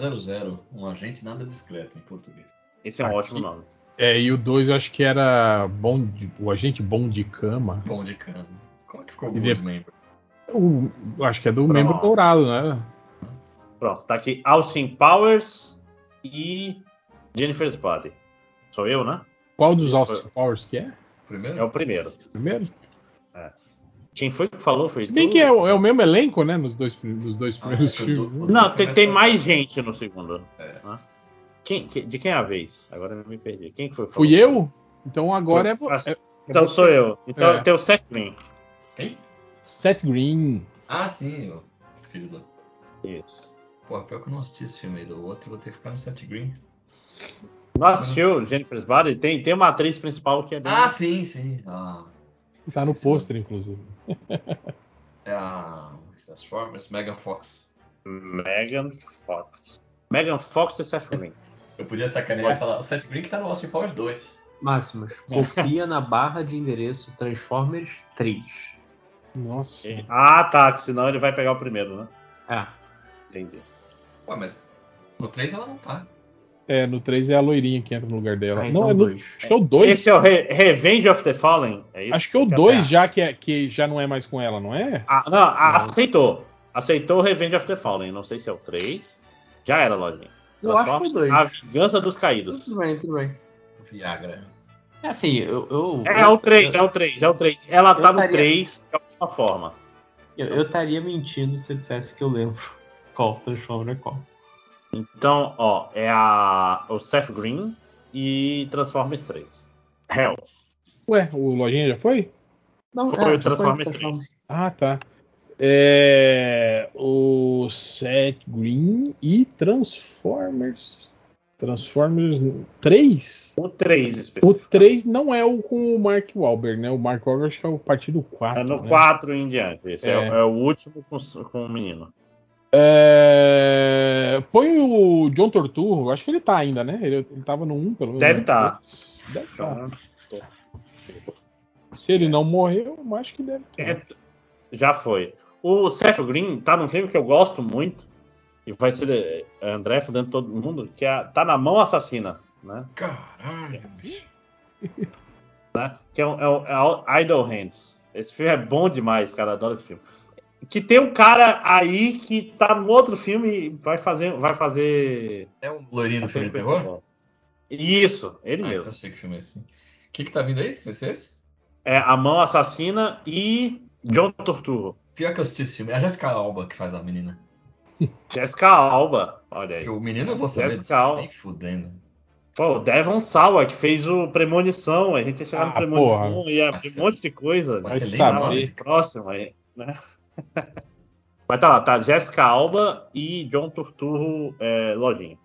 um agente nada discreto em português.
Esse é um
Tá Aqui.
ótimo nome.
É, e o 2 eu acho que era bom de- o agente bom de cama.
Bom de cano. Como é que ficou o
E
Gold Member?
O- eu acho que é do membro dourado, né?
Pronto, tá aqui Austin Powers e Jennifer's Body. Sou eu, né?
Qual dos Austin Powers que é?
Primeiro?
É o primeiro.
Primeiro?
Quem foi que falou foi
Se bem
tu?
que é, o- é o mesmo elenco, né? Nos dois, prim- nos dois
Ah,
primeiros
é que o
filmes.
do-
né?
Não, tem, tem mais gente no segundo.
É.
né? Quem- que- de quem é a vez? Agora eu me perdi. Quem que foi? que
Fui
falou?
eu? Então agora é, vo-
Ah,
é
Então
você.
sou eu. Então
É.
tem o Seth Green.
Quem?
Seth Green.
Ah, sim, o filho do.
Isso.
Porra, pior que eu não assisti esse filme aí do outro, vou ter que ficar no Seth Green.
Não assistiu Jennifer's Body? Tem, tem uma atriz principal que é bem.
Ah, sim, sim. Ah,
Tá no
Sim, sim.
pôster, inclusive.
é a. Transformers, Mega Fox.
Megan Fox. Megan Fox e Seth Green.
Eu podia sacanear e falar, o Seth Green que tá no Austin Powers 2.
Máximas. Confia na barra de endereço Transformers 3.
Nossa.
Ah, tá. que Senão ele vai pegar o primeiro, né?
É.
Entendi.
Ué, mas no 3 ela não tá.
É, no 3 é a loirinha que entra no lugar dela.
Ah,
não,
então
é no,
dois.
acho que é o 2.
Esse é o Re- Revenge of the Fallen? É isso?
Acho que é o
Fica
2
certo.
já que, é, que já não é mais com ela, não é?
Ah, não, a-
Não.
aceitou. Aceitou o Revenge of the Fallen. Não sei se é o 3. Já era, Lojinha.
Eu acho que é o dois.
A Vingança dos Caídos.
Tudo bem, tudo bem.
Viagra.
É assim, eu. eu
É, é o 3, é o 3, é o 3. Ela tá
Eu
no
estaria-
3 de alguma forma.
Eu eu estaria mentindo se eu dissesse que eu lembro qual Transformer é qual.
Então, ó, é a, o Seth Green e Transformers 3. Hell.
Ué, o Lojinha já foi?
Não, tipo,
Foi o
Então, é, já
Transformers
Ah, tá. É, o Seth Green e Transformers Transformers 3?
O 3
O 3 não é o com o Mark Wahlberg, né? O Mark Wahlberg acho que é o partido 4.
É no
né?
4 em diante. Esse é.
É.
o- é o último com, com o menino.
É, Põe o John Torturro, acho que ele tá ainda, né? Ele, ele tava no 1, pelo menos.
Deve
né?
estar.
Deve tá. Se ele não morreu, eu acho que deve tá. estar.
É, já foi. O Seth Green tá num filme que eu gosto muito. E vai ser é, André fudendo todo mundo, que é, tá na mão assassina, né?
Caralho, É, bicho.
né? Que é, um- é um- é um Idle Hands. Esse filme é bom demais, cara. Adoro esse filme. Que tem um cara aí que tá no outro filme e vai fazer. Vai fazer...
É um loirinho
Tá
do filme de terror?
Isso, ele
Ah,
mesmo.
então eu sei que filme é esse. O que que tá vindo aí? Esse, esse?
É A Mão Assassina e John Torturro.
Pior que eu assisti esse filme. É a Jessica Alba que faz a menina.
Jessica Alba, olha aí.
Porque o menino eu vou saber
É. Jessica
disso,
Alba.
nem fudendo.
Pô, o Devon Sawa, que fez o Premonição. A gente ia chegar
Ah,
no Premonição
porra.
e ia
Vai
ter
ser-
um monte de coisa.
vai ser
tava
legal,
mais
hein?
próximo aí, né? Mas tá lá, tá Jessica Alba e John Turturro é, Lojinha.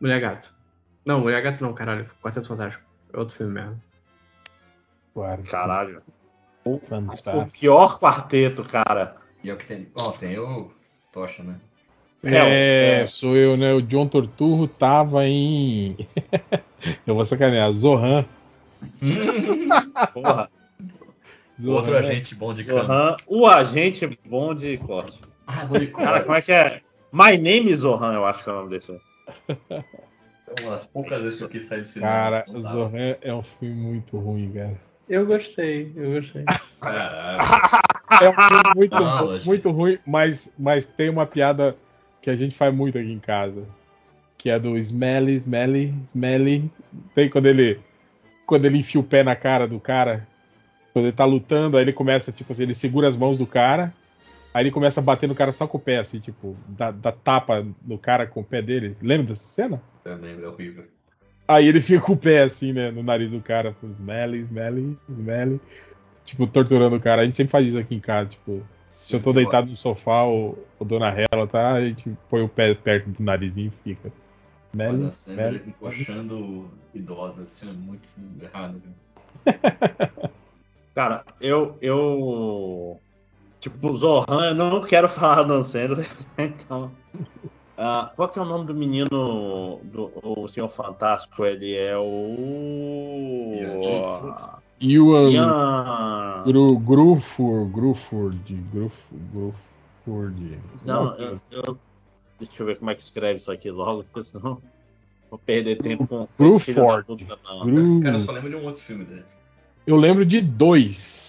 Mulher Gato. Não, Mulher Gato não, caralho. Quarteto Fantástico. É outro filme mesmo.
Claro.
Caralho. um O
Fantástico.
pior quarteto, cara.
E é o que tem. Ó, tem o Tocha, né?
É,
É, é.
sou eu, né? O John Torturro tava em. eu vou sacanear. Zohan.
Porra.
Zohan. é
né?
Outro agente bom de cama.
Zohan, o agente bom de corte.
Ah, bom de cama.
Cara, como é que é? My name is Zohan, eu acho que é o nome desse.
É Uma das poucas vezes que eu quis sair do cinema.
Cara,
né? Não dava.
Zohan é um filme muito ruim, cara.
Eu gostei, eu gostei.
Caralho.
É um filme muito,
Ah,
ru-
lógico.
muito ruim, mas, mas tem uma piada que a gente faz muito aqui em casa. Que é do Smelly, Smelly, Smelly. Tem quando ele. Quando ele enfia o pé na cara do cara. Quando ele tá lutando, aí ele começa, tipo assim, ele segura as mãos do cara. Aí ele começa a bater no cara só com o pé, assim, tipo, dá, dá tapa no cara com o pé dele. Lembra dessa cena?
Eu lembro, é horrível.
Aí ele fica com o pé assim, né, no nariz do cara, pô, smelly, smelly, smelly. Tipo, torturando o cara. A gente sempre faz isso aqui em casa, tipo, se eu tô deitado no sofá, o, o Dona Hela tá, a gente põe o pé perto do narizinho e fica. Né?
Mas a
Smelly,
Sam, né? ele
smelly.
encoxando idosa, isso é muito errado. né? viu?
Cara, eu. eu... Tipo, Zohan, eu não quero falar do Sandler, então. ah, qual que é o nome do menino do o Senhor Fantástico? Ele é o.
Ian.
Ewan
Ian.
Gru, Grufur, Gruford, Gruf, Gruford. é
Não, eu, eu- Deixa eu ver como é que escreve isso aqui logo, porque senão vou perder tempo com com esse filho da
Bruford.
puta, não.
Gru...
Cara, eu só lembro de um outro filme dele.
Eu lembro de dois.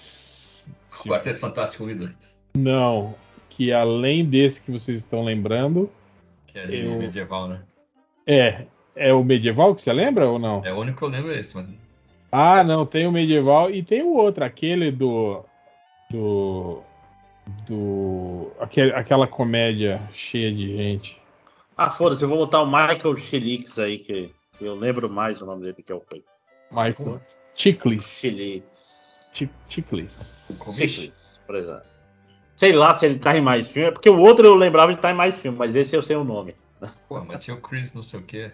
Quarteto Fantástico 1 e 2.
Não, que além desse que vocês estão lembrando,
Que é de
Eu-
medieval, né?
É, é o medieval que você lembra ou não?
É o único que eu lembro é esse, mano.
Ah, não, tem o medieval e tem o outro, aquele do do do aquele, aquela comédia cheia de gente.
Ah, foda-se, eu vou botar o Michael Chilix aí, que que eu lembro mais o nome dele que é o
Michael Chiklis.
Chilix.
Chi- Chiklis.
Chicles, por exemplo. Sei lá se ele tá em mais filme, é porque o outro eu lembrava de estar em mais filme, mas esse eu sei o nome.
Pô, mas tinha o Chris não sei o quê.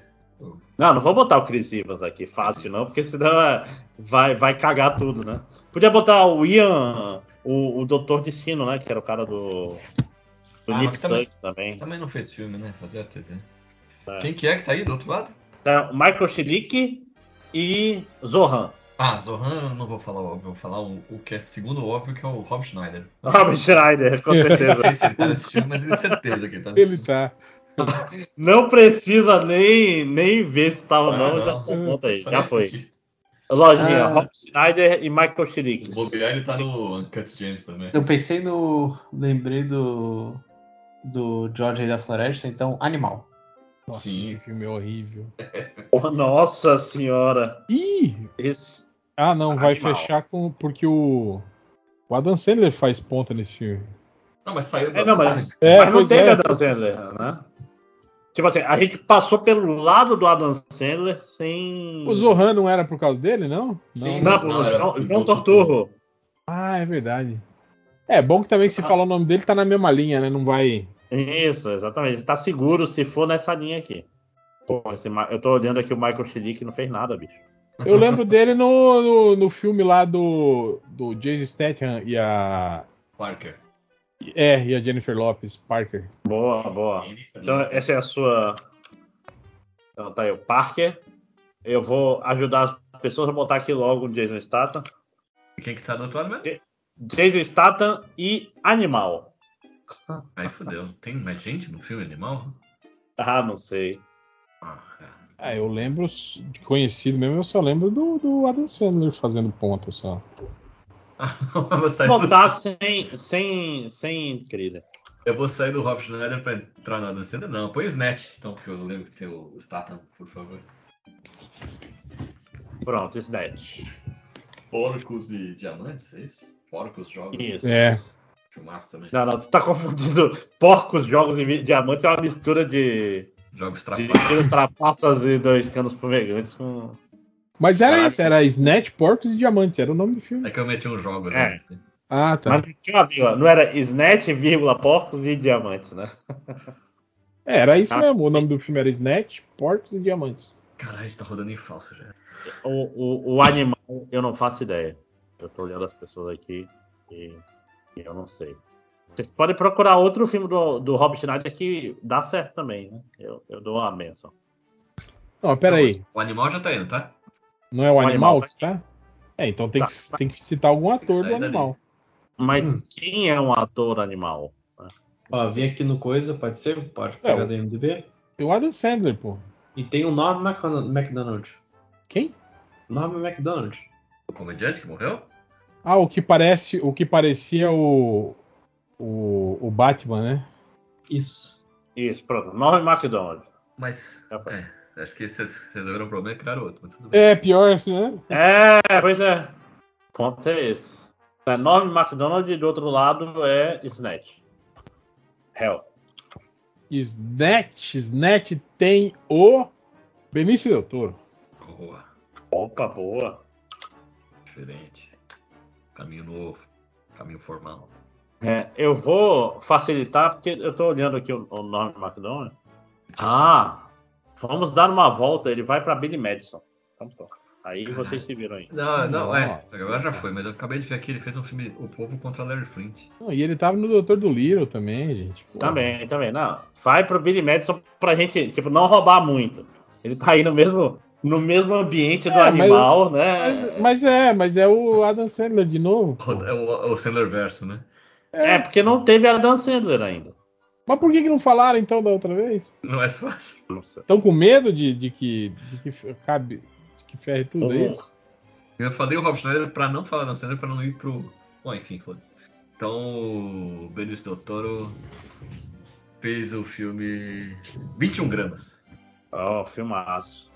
Não, não vou botar o Chris Evans aqui, fácil não, porque senão é, vai, vai cagar tudo, né? Podia botar o Ian, o, o Doutor Destino, né? Que era o cara do. Do
Ah,
Nip
mas também-
Tuck também.
Também não fez filme, né? Fazia TV.
É.
Quem que é que tá aí do outro lado?
Tá, Michael Schlick e Zohan.
Ah, Zohan, eu não vou falar o óbvio, eu vou falar o, o que é segundo óbvio, que é o Rob Schneider.
Robert Schneider, com
Eu não
certeza.
sei se ele tá nesse filme, mas eu tenho certeza que ele tá nesse
Ele
filme.
tá.
Não precisa nem, nem ver se tá ou
Ah,
não,
não,
já conta aí,
Só
já
nem
foi.
assisti.
Lojinha,
Ah.
Rob Schneider e Michael
Se
Schlick.
bobear, ele tá no Uncut James também.
Eu pensei no. Lembrei do. Do George Rei da Floresta, então, animal.
Nossa,
Sim.
esse filme é horrível.
Oh, Nossa senhora.
Ih,
Esse...
ah não, vai
Animal.
fechar com porque o o Adam Sandler faz ponta nesse filme.
Não, mas saiu do
É, não, mas,
É,
mas não
pois
teve
é.
Adam Sandler, né? Tipo assim, a gente passou pelo lado do Adam Sandler sem.
O Zohan não era por causa dele, não?
Sim.
Não,
Não, era
João,
do
João
Dr.
Torturro.
Ah, é verdade. É bom que também que se falar o nome dele tá na mesma linha, né? Não vai.
Isso, exatamente. Tá seguro se for nessa linha aqui. Porra, esse Ma- eu tô olhando aqui o Michael Chilic não fez nada, bicho.
Eu lembro dele no, no, no filme lá do, do Jason Statham e a.
Parker.
É, e a Jennifer Lopez Parker.
Boa, boa. Então essa é a sua. Então tá aí o Parker. Eu vou ajudar as pessoas a botar aqui logo o Jason Statham.
Quem que tá do outro lado mesmo?
Jason Statham e Animal.
Aí fodeu. Tem mais gente no filme animal? é.
Ah, não sei.
Ah, eu lembro s- de conhecido mesmo, eu só lembro do, do Adam Sandler fazendo ponta só.
Tá
Vou botar sem, sem, sem querida.
Eu vou sair do Rob Schneider pra entrar na dançada? Não, põe o Snatch, então, porque eu lembro que tem o Statham, por favor.
Pronto, Snatch.
Porcos e diamantes, é isso? Porcos jogos.
Isso.
É.
Filmaço também.
Não, não, você tá confundindo porcos, jogos e vi- diamantes. É uma mistura de.
Jogos
trapaças. De, de trapaças e dois canos fumegantes com.
Mas era isso, era Snatch, Porcos e Diamantes, era o nome do filme.
É que eu meti uns jogos. né?
É.
Ah, tá.
Mas não tinha uma vírgula, não era Snatch, vírgula, porcos e diamantes, né?
É, era isso
Ah.
mesmo, o nome do filme era Snatch, Porcos e Diamantes.
Caralho, isso tá rodando em falso já.
O, o, o animal, eu não faço ideia. Eu tô olhando as pessoas aqui e, e eu não sei. Vocês podem procurar outro filme do, do Rob Schneider que dá certo também, né? Eu, eu dou a menção.
Não, mas pera aí,
O animal já tá indo, tá?
não é o,
O
animal,
animal
que tá? É, então tem,
Tá.
que, tem que citar algum ator do
sair dali.
animal.
Mas quem é um ator animal?
Ó, vim aqui no Coisa, pode ser? Pode pegar
É, o-
do MDB.
Tem o Adam Sandler, pô.
E tem o Norman Macdonald- McDonald.
Quem?
Norman McDonald.
O comediante que morreu?
Ah, o que parece, o que parecia o, o, o Batman, né?
Isso.
Isso, pronto. Norman MacDonald.
Mas.
Já foi.
É, acho que vocês resolveram o problema e criaram outro, mas tudo bem.
É, pior, né?
É, pois é. O ponto é esse. É Norman MacDonald e do outro lado é Snatch. Hell.
Snatch, Snatch tem o Benício Del Toro.
É.
Boa.
Opa, boa.
Diferente. Caminho novo. Caminho formal.
É, eu vou facilitar, porque eu tô olhando aqui o, o nome do McDonald's. Ah, vamos dar uma volta. Ele vai pra Billy Madison. Então, pô, aí vocês se viram aí.
Não, não,
Não.
é. Agora já foi, mas eu acabei de ver aqui, ele fez um filme O Povo contra Larry Flint.
Não, e ele tava no Doutor do Little também, gente. Pô.
Também, também. Não, vai pro Billy Madison pra gente, tipo, não roubar muito. Ele tá aí no mesmo, no mesmo ambiente do
É, mas-
animal, né?
Mas, mas é, mas é o Adam Sandler de novo. pô.
É o, é o Sandler Verso, né?
É, porque não teve a Dan Sandler ainda.
Mas por que, que não falaram então da outra vez?
Não é fácil.
Não sei.
Estão com medo de, de que de que fe- cabe, de que ferre tudo é
Uhum.
isso?
Eu falei o Rob Schneider pra não falar da Sandler, pra não ir pro. Bom, enfim, foda-se. Então, o Benício Del Toro fez o filme 21 gramas.
Ó, filmaço.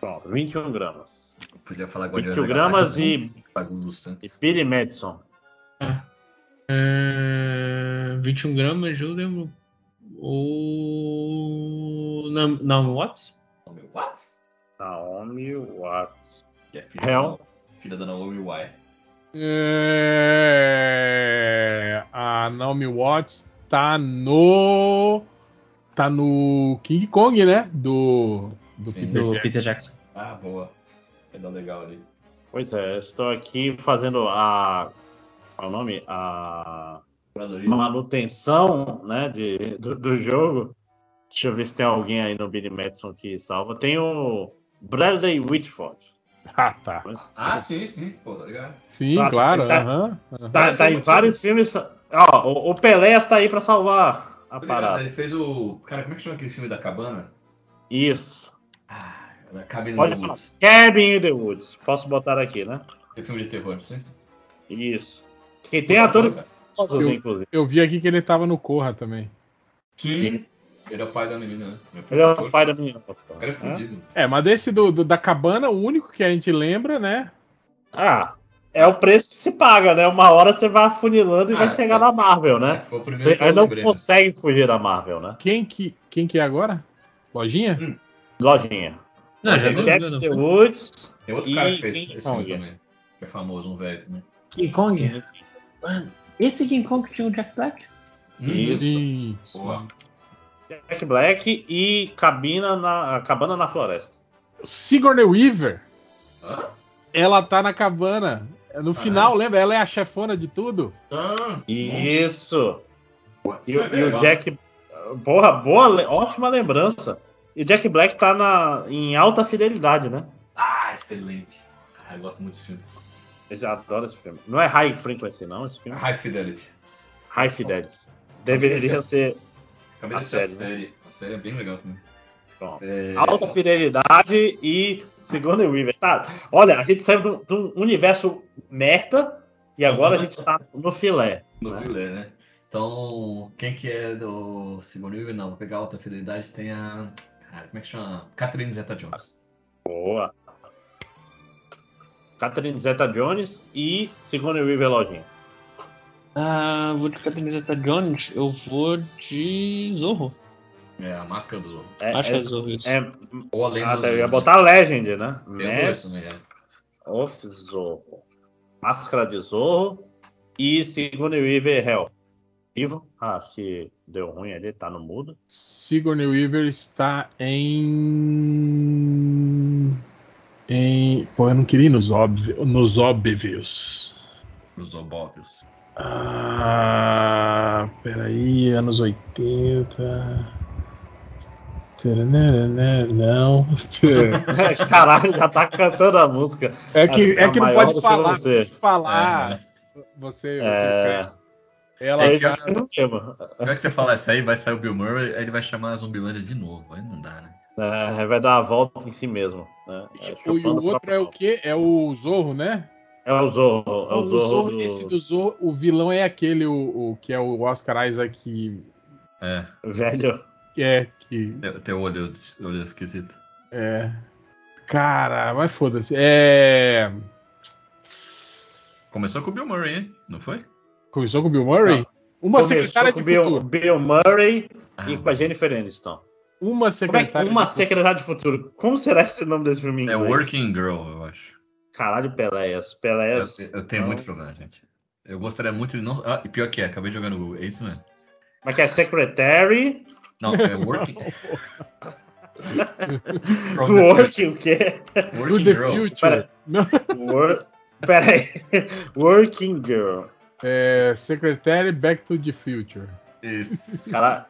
Pronto, 21 gramas.
Eu podia falar agora
21 gramas e,
Faz um dos
e
Santos.
Billy Madison.
É, 21 gramas, eu lembro. O. Nam- Naomi Watts?
Naomi Watts?
Naomi Watts.
Que é filha,
Hell.
da- filha da Naomi Watts.
É, a Naomi Watts tá no. Tá no King Kong, né? Do. Do
Sim.
Peter
Do
Jackson.
Peter Jackson.
Ah, boa. É da legal ali.
Pois é, eu estou aqui fazendo a. Qual é o nome? A
Curadoria.
manutenção né, de, do, do jogo. Deixa eu ver se tem alguém aí no Billy Madison que salva. Tem o Bradley Whitford. é.
Ah, tá.
Ah, sim, sim. Pô, tá ligado?
Sim,
Tá,
claro.
tá-
aham, aham.
Tá, tá em vários filmes. Ó, o, o Pelé está aí para salvar
Tá
a
ligado?
parada.
Ele fez o. Cara, como é que chama aquele filme da cabana?
Isso.
Ah, da Cabin
Pode
in the
falar.
Woods.
Cabin in the Woods. Posso botar aqui, né?
É filme de terror, não sei se.
Isso. Que tem atores famosos,
Eu-
inclusive.
Eu vi aqui que ele tava no Corra também.
Sim. Ele é o pai da menina, né?
Ele é o pai da né? menina.
O cara é fudido.
É, mas desse do, do- da cabana, o único que a gente lembra, né?
Ah, é o preço que se paga, né? Uma hora você vai afunilando e
Ah,
vai chegar
é.
na Marvel, né?
Foi o
Você
primeiro que eu
aí não
lembrei. né?
consegue fugir da Marvel, né?
Quem que, quem que é agora? Lojinha?
Hum.
Lojinha.
Não, é já
Jack
não,
Jack
não,
the Woods.
Tem outro cara que fez
King
esse filme
Kong.
também. Que é famoso, um velho também.
King Kong?
é
Mano, esse King Kong tinha o Jack Black?
Hum,
Isso.
Sim, sim.
Boa.
Jack Black e Cabina na, Cabana na Floresta.
Sigourney Weaver. Ela tá na cabana. No final, lembra? Ela é a chefona de tudo.
Isso. E, o-
isso é
e o
legal.
Jack. Porra, boa, le- ótima lembrança. E o Jack Black tá na, em alta fidelidade, né?
Ah, excelente. Ah, eu gosto muito desse filme.
Eu adoro esse filme. Não é High Frequency, não, esse filme?
High Fidelity.
High Fidelity.
Acabei
Deveria
de-
ser.
Acabei de
a
assistir a
série, né?
série. A série é bem legal também.
Pronto.
É...
Alta fidelidade e Sigourney Weaver. Tá, olha, a gente saiu de um- de um universo merda e agora a
Uhum.
gente tá no filé.
No filé, né? Então, quem que é do Sigourney Weaver? Não, vou pegar a alta fidelidade. Tem a... Caralho, como é que chama? Catherine Zeta-Jones.
Boa. Catherine Zeta-Jones e Sigourney Weaver Lojinha.
Ah, vou de Catherine Zeta-Jones, eu vou de Zorro.
É, a Máscara do Zorro.
É,
Acho que é
é-
Zorro isso.
É,
Ou a Lenda
ah,
do
tá, eu ia
Zorro,
botar Legend, né?
Tem os dois também, é.
of Zorro. Máscara de Zorro e Sigourney Weaver Hell. Vivo? Ah, acho que deu ruim ali, tá no mudo.
Sigourney Weaver está em. Em. Pô, eu não queria ir nos, óbvi... nos óbvios.
Os Obóvios.
Ah, peraí, anos 80. Taranana, Não.
Caralho, já tá cantando a música.
É que, é que não
Maior
pode
do eu
falar,
não sei.
pode falar. Você, você
É,
escreve. Ela
né? é,
já.
esse é o tema.
Pior que você falar isso aí, vai sair o Bill Murray, aí ele vai chamar a Zumbilândia de novo. Aí não dá, né?
É, vai dar a volta em si mesmo. né? É,
O, e
chupando
o outro é o quê? É o Zorro, né?
É o Zorro. É o Zorro. do-
Esse do Zorro, o vilão é aquele o, o que é o Oscar Isaac que
É.
Velho.
que é que
Teu, teu olho, olho esquisito.
é. Cara, mas foda-se. É,
Começou com o Bill Murray, hein? Não foi?
começou com o Bill Murray?
Não.
Uma
Começou
secretária
com
de
Bill,
futuro.
Bill Murray
Ah,
e com a Jennifer Aniston.
Uma
Como é que-
secretária.
uma
de futuro.
secretária de futuro. Como será esse nome desse filme? em
É
inglês?
Working Girl, eu acho.
Caralho, Peléas.
Eu,
Peléas.
eu tenho
Não.
muito problema, gente. Eu gostaria muito de não. Ah, e pior que é, acabei de jogar no Google. É isso mesmo.
Mas que é Secretary.
Não, é Working. From the
Work, o quê?
future.
Do
Working
The
Girl.
Future.
Pera-
Não,
Work. Pera aí. Working Girl.
é, secretária Back to the Future.
Isso.
Cara,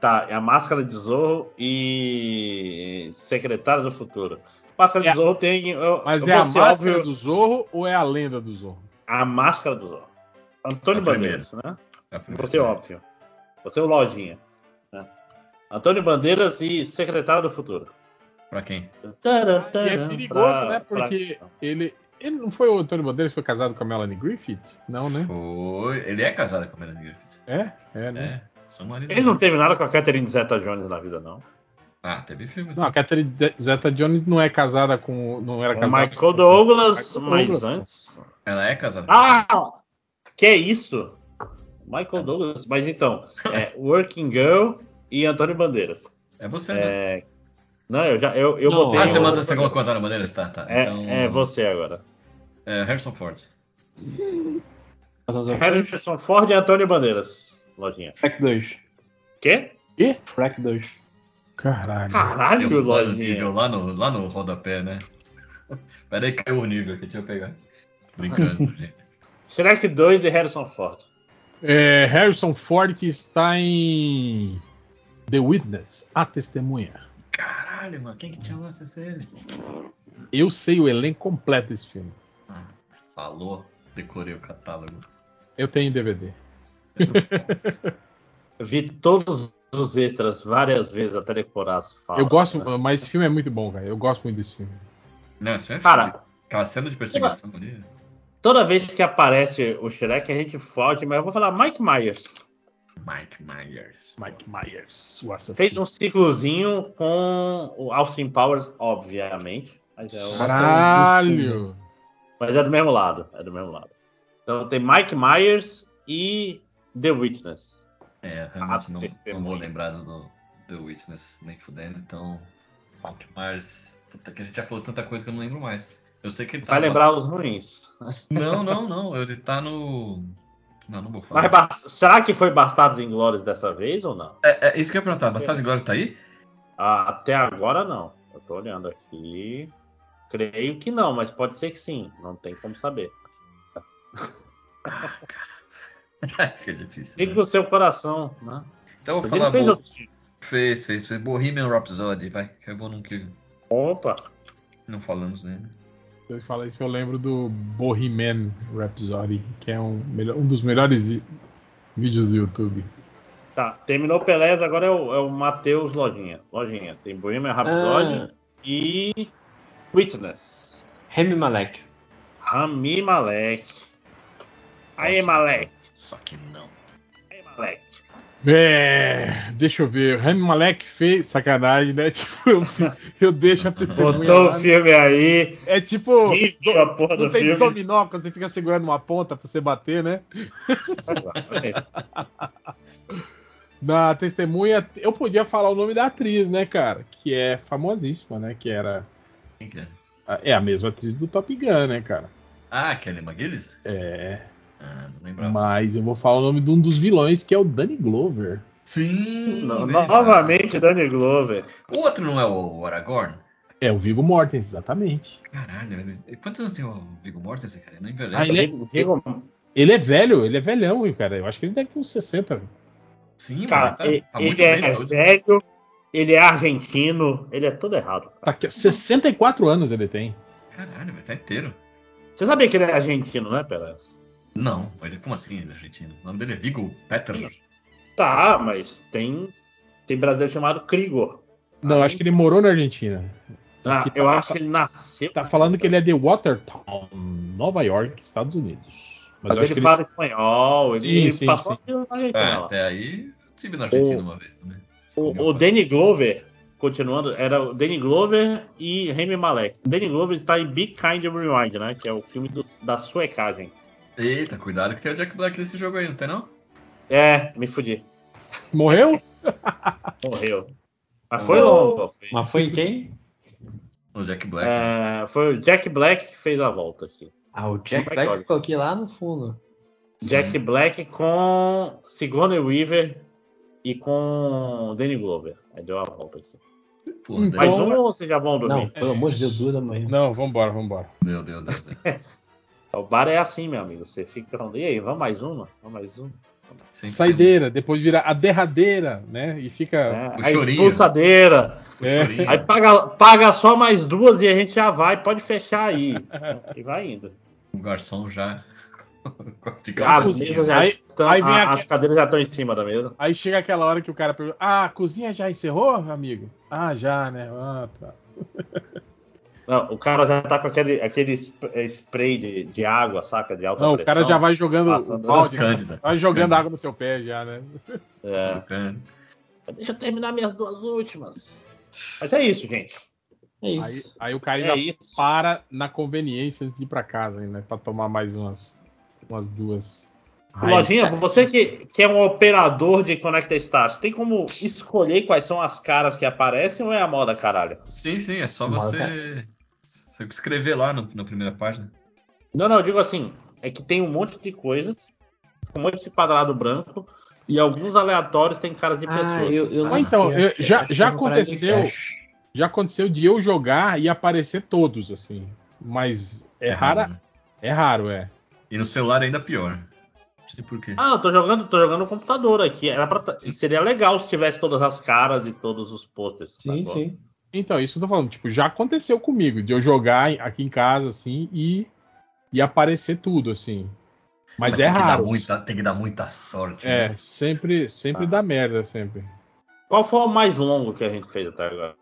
tá, é a máscara de Zorro e secretária do futuro. Máscara
É.
de Zorro tem. Eu,
Mas
eu
é a
vou ser
máscara
óbvio,
do Zorro ou é a lenda do Zorro?
A máscara do Zorro. Antônio
A primeira.
Bandeiras, né?
É a primeira.
Você, óbvio. Você, o Lojinha. né? Antônio Bandeiras e secretário do futuro.
Pra quem?
E
Taran,
é
taran,
perigoso,
pra-
né? Porque
pra-
ele. Ele não foi o Antônio Bandeira que foi casado com a Melanie Griffith? Não, né?
Foi. Ele é casado com a Melanie Griffith.
É? É, né?
É. São marido.
Ele não teve nada com a Catherine Zeta Jones na vida, não.
Ah, teve filmes.
Não, a Catherine Zeta Jones não é casada com. Não era
O
casada
Michael
com-
Douglas,
Michael
mas
Douglas.
antes.
Ela é casada.
Ah! Que é isso? Michael Douglas. Mas então, é Working Girl e Antônio Bandeiras.
É você, né?
É, Não, eu já eu, eu
Não.
botei.
Ah, você,
o-
manda, você colocou a Antônia Bandeiras? Tá, tá.
É,
então,
é você agora.
é, Harrison Ford.
Harrison Ford e Antônio Bandeiras. Lojinha.
Shrek 2.
Quê?
Shrek 2.
Caralho.
Caralho,
Derrubando o nível
Lojinha.
lá no, lá no rodapé, né? Peraí, caiu o nível aqui, deixa eu pegar. Brincando, gente.
Shrek 2 e Harrison Ford.
É, Harrison Ford que está em. The Witness, a testemunha.
Caralho, mano, quem que tinha lança esse ele?
Eu sei o elenco completo desse filme.
Ah, falou, decorei o catálogo.
Eu tenho em DVD.
Vi todos os extras várias vezes até decorar as falas.
eu gosto, Ah, mas esse filme é muito bom, cara. Eu gosto muito desse filme.
Não, isso é
Cara,
Aquela cena de perseguição ali.
toda vez que aparece o Shrek, a gente foge, mas eu vou falar Mike Myers.
Mike Myers.
Mike Myers, o assassino.
Fez um ciclozinho com o Austin Powers, obviamente. Mas é, o-
Caralho!
mas é do mesmo lado. É do mesmo lado. Então tem Mike Myers e The Witness.
É,
Ah,
realmente não, não vou
testemunha.
lembrar do The Witness nem fudendo, então. Mike Myers. Puta que a gente já falou tanta coisa que eu não lembro mais. Eu sei que ele tá
Vai
no-
lembrar os ruins.
Não, não, não. Ele tá no. Não, não vou falar.
Mas ba- será que foi Bastardos Inglórios dessa vez ou não?
É, é isso que eu ia perguntar. Bastardos Inglórios tá aí?
Ah, até agora não. Eu tô olhando aqui. Creio que não, mas pode ser que sim. Não tem como saber.
Fica difícil. né?
Siga o seu coração, né?
Então eu É. vou
Ele
falar.
fez
bo-
outro filme.
Fez, fez, fez. Bohemian Rhapsody, vai. Que eu vou num que
Opa!
não falamos nele.
Você fala isso, eu lembro do Bohemian Rhapsody, que é um, melhor- um dos melhores i- vídeos do YouTube.
Tá, terminou o Pelés, agora é o, é o Matheus Lojinha. Lojinha. Tem Bohemian
Ah.
Rhapsody e Witness.
Remy Malek.
Rami Malek. Aê, Malek.
Só que não.
Aê, Malek.
É, deixa eu ver. Rami Malek fez sacanagem, né? Tipo, eu, eu deixo a testemunha.
Botou o
lá, né?
filme aí.
É tipo.
Que
do-
a porra
Não
do
tem
filme.
dominó quando você fica segurando uma ponta pra você bater, né? Na testemunha, eu podia falar o nome da atriz, né, cara? Que é famosíssima, né? Que era.
Quem que é?
É a mesma atriz do Top Gun, né, cara?
Ah, Kelly McGillis?
É.
Ah, não lembrava.
Mas eu vou falar o nome de um dos vilões, que é o Danny Glover.
Sim!
No-
verdade.
novamente, Danny Glover.
O outro não é o Aragorn?
É o Vigo Mortensen, exatamente.
Caralho, ele- quantos anos tem o Viggo Mortensen, cara? Ele não envelhece.
Ah, ele é-
Viggo- Viggo-
Ele é velho, ele é velhão, cara. Eu acho que ele deve ter uns 60.
Sim,
Cara,
mas ele
ele,
tá, tá muito bem.
é
de saúde.
velho, ele é argentino, ele é todo errado.
Tá aqui, ó, 64 anos ele tem.
Caralho, velho, tá inteiro.
Você sabia que ele é argentino, né, Pera?
Não, ele, como assim ele é argentino? O nome dele é Viggo Petter.
Tá, mas tem, tem brasileiro chamado Krigor.
Não, acho que ele morou na Argentina.
Ah,
Aqui tá-
eu acho que ele nasceu.
Tá falando que ele é de Watertown, Nova York, Estados Unidos. Mas,
Mas
eu acho
ele
que
fala espanhol, ele
Sim, sim,
passou
sim.
aqui na Argentina.
É,
lá.
até aí eu tive na Argentina
O-
uma vez também.
O, o Danny Glover, continuando, era o Danny Glover e Remy Malek. O Danny Glover está em Big Kind of Rewind, né? Que é o filme do- da suecagem.
Eita, cuidado que tem o Jack Black nesse jogo aí, não tem não?
É, me fudi.
ele morreu?
Morreu. Mas foi longo. Foi,
Mas foi em quem?
O Jack Black.
É, foi o Jack Black que fez a volta aqui.
Ah, o Jack
Como é que
Black
olha?
eu coloquei lá no fundo.
Jack Black com Sigourney Weaver e com Danny Glover. Aí deu a volta aqui.
Porra,
Hum,
Mais
Deus,
Bom,
um
é-
ou vocês já vão
Não,
dormir?
pelo amor de Deus, dura amanhã.
Não, vambora, vambora.
Deus, Deus, Deus, Deus.
O bar é assim, meu amigo. Você fica falando, e aí, vamos mais uma? Vamos mais uma?
Sem
Saideira, depois vira a derradeira, né? E fica.
É,
o
a
chorinho.
expulsadeira.
É.
pena, o chorinho.
Aí paga, paga só mais duas e a gente já vai. Pode fechar aí. e vai indo.
O um garçom já.
Ah,
de
As
calça
cozinha.
mesas já
Aí-
estão.
aí vem
a-
aqui-
As cadeiras já estão em cima da mesa.
Aí chega aquela hora que o cara pergunta: Ah, a cozinha já encerrou, amigo? Ah, já, né? Ah, tá.
Não, o cara já tá com aquele, aquele sp- eh, spray de, de água, saca? De alta
Não, o
pressão.
cara já vai jogando o
Passando-
balde, né?
Cândida.
vai jogando água no seu pé já, né?
É. Deixa eu terminar minhas duas últimas. Mas é isso, gente.
É
Aí,
isso.
aí o cara
É
ainda
isso.
para na conveniência antes de ir pra casa, né? Pra tomar mais umas, umas duas.
Lojinha, você que, que é um operador de Connected Stars, tem como escolher quais são as caras que aparecem ou é a moda, caralho?
Sim, sim, é só
Bora,
você. Você escrever lá no- na primeira página.
Não, não, eu digo assim, é que tem um monte de coisas, um monte de quadrado branco, e alguns aleatórios têm caras de pessoas.
Ah, eu, eu
Ah,
não
então,
sei,
eu-
acho que-
já-
acho que é
já
eu vou parar de
aconteceu.
ligar.
Já aconteceu de eu jogar e aparecer todos, assim. Mas é,
Uhum.
Hum.
rara, é raro, é.
E no celular ainda pior. Não sei por quê.
Ah, eu tô jogando, tô jogando no computador aqui. Era pra, ta- seria legal se tivesse todas as caras e todos os posters.
Sim,
sacou?
sim.
Então, isso que eu tô falando, tipo, já aconteceu comigo, de eu jogar em- aqui em casa, assim, e, e aparecer tudo, assim. Mas, é
tem que dar
raro.
muita- tem que dar muita sorte. né?
É, sempre, sempre
Ah.
dá merda, sempre.
Qual foi o mais longo que a gente fez até agora?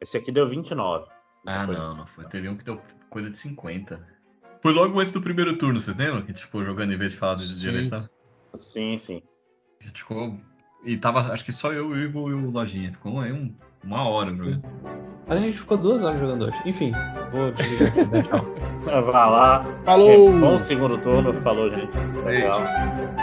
Esse aqui deu 29.
Ah, não, não foi. Teve um que deu coisa de 50. Foi logo antes do primeiro turno, vocês lembram? Que tipo, jogando em vez de falar de
Sim.
direção.
Sim, sim.
Que ficou. E tava, acho que só eu, o Ivo e o Lojinha. Ficou aí um- uma hora jogando.
Mas a gente ficou duas horas jogando hoje. Enfim, vou desligar aqui. Dá tchau.
Vai lá.
Falou!
É, Bom segundo turno. Falou, gente.
Beijo.
Tchau.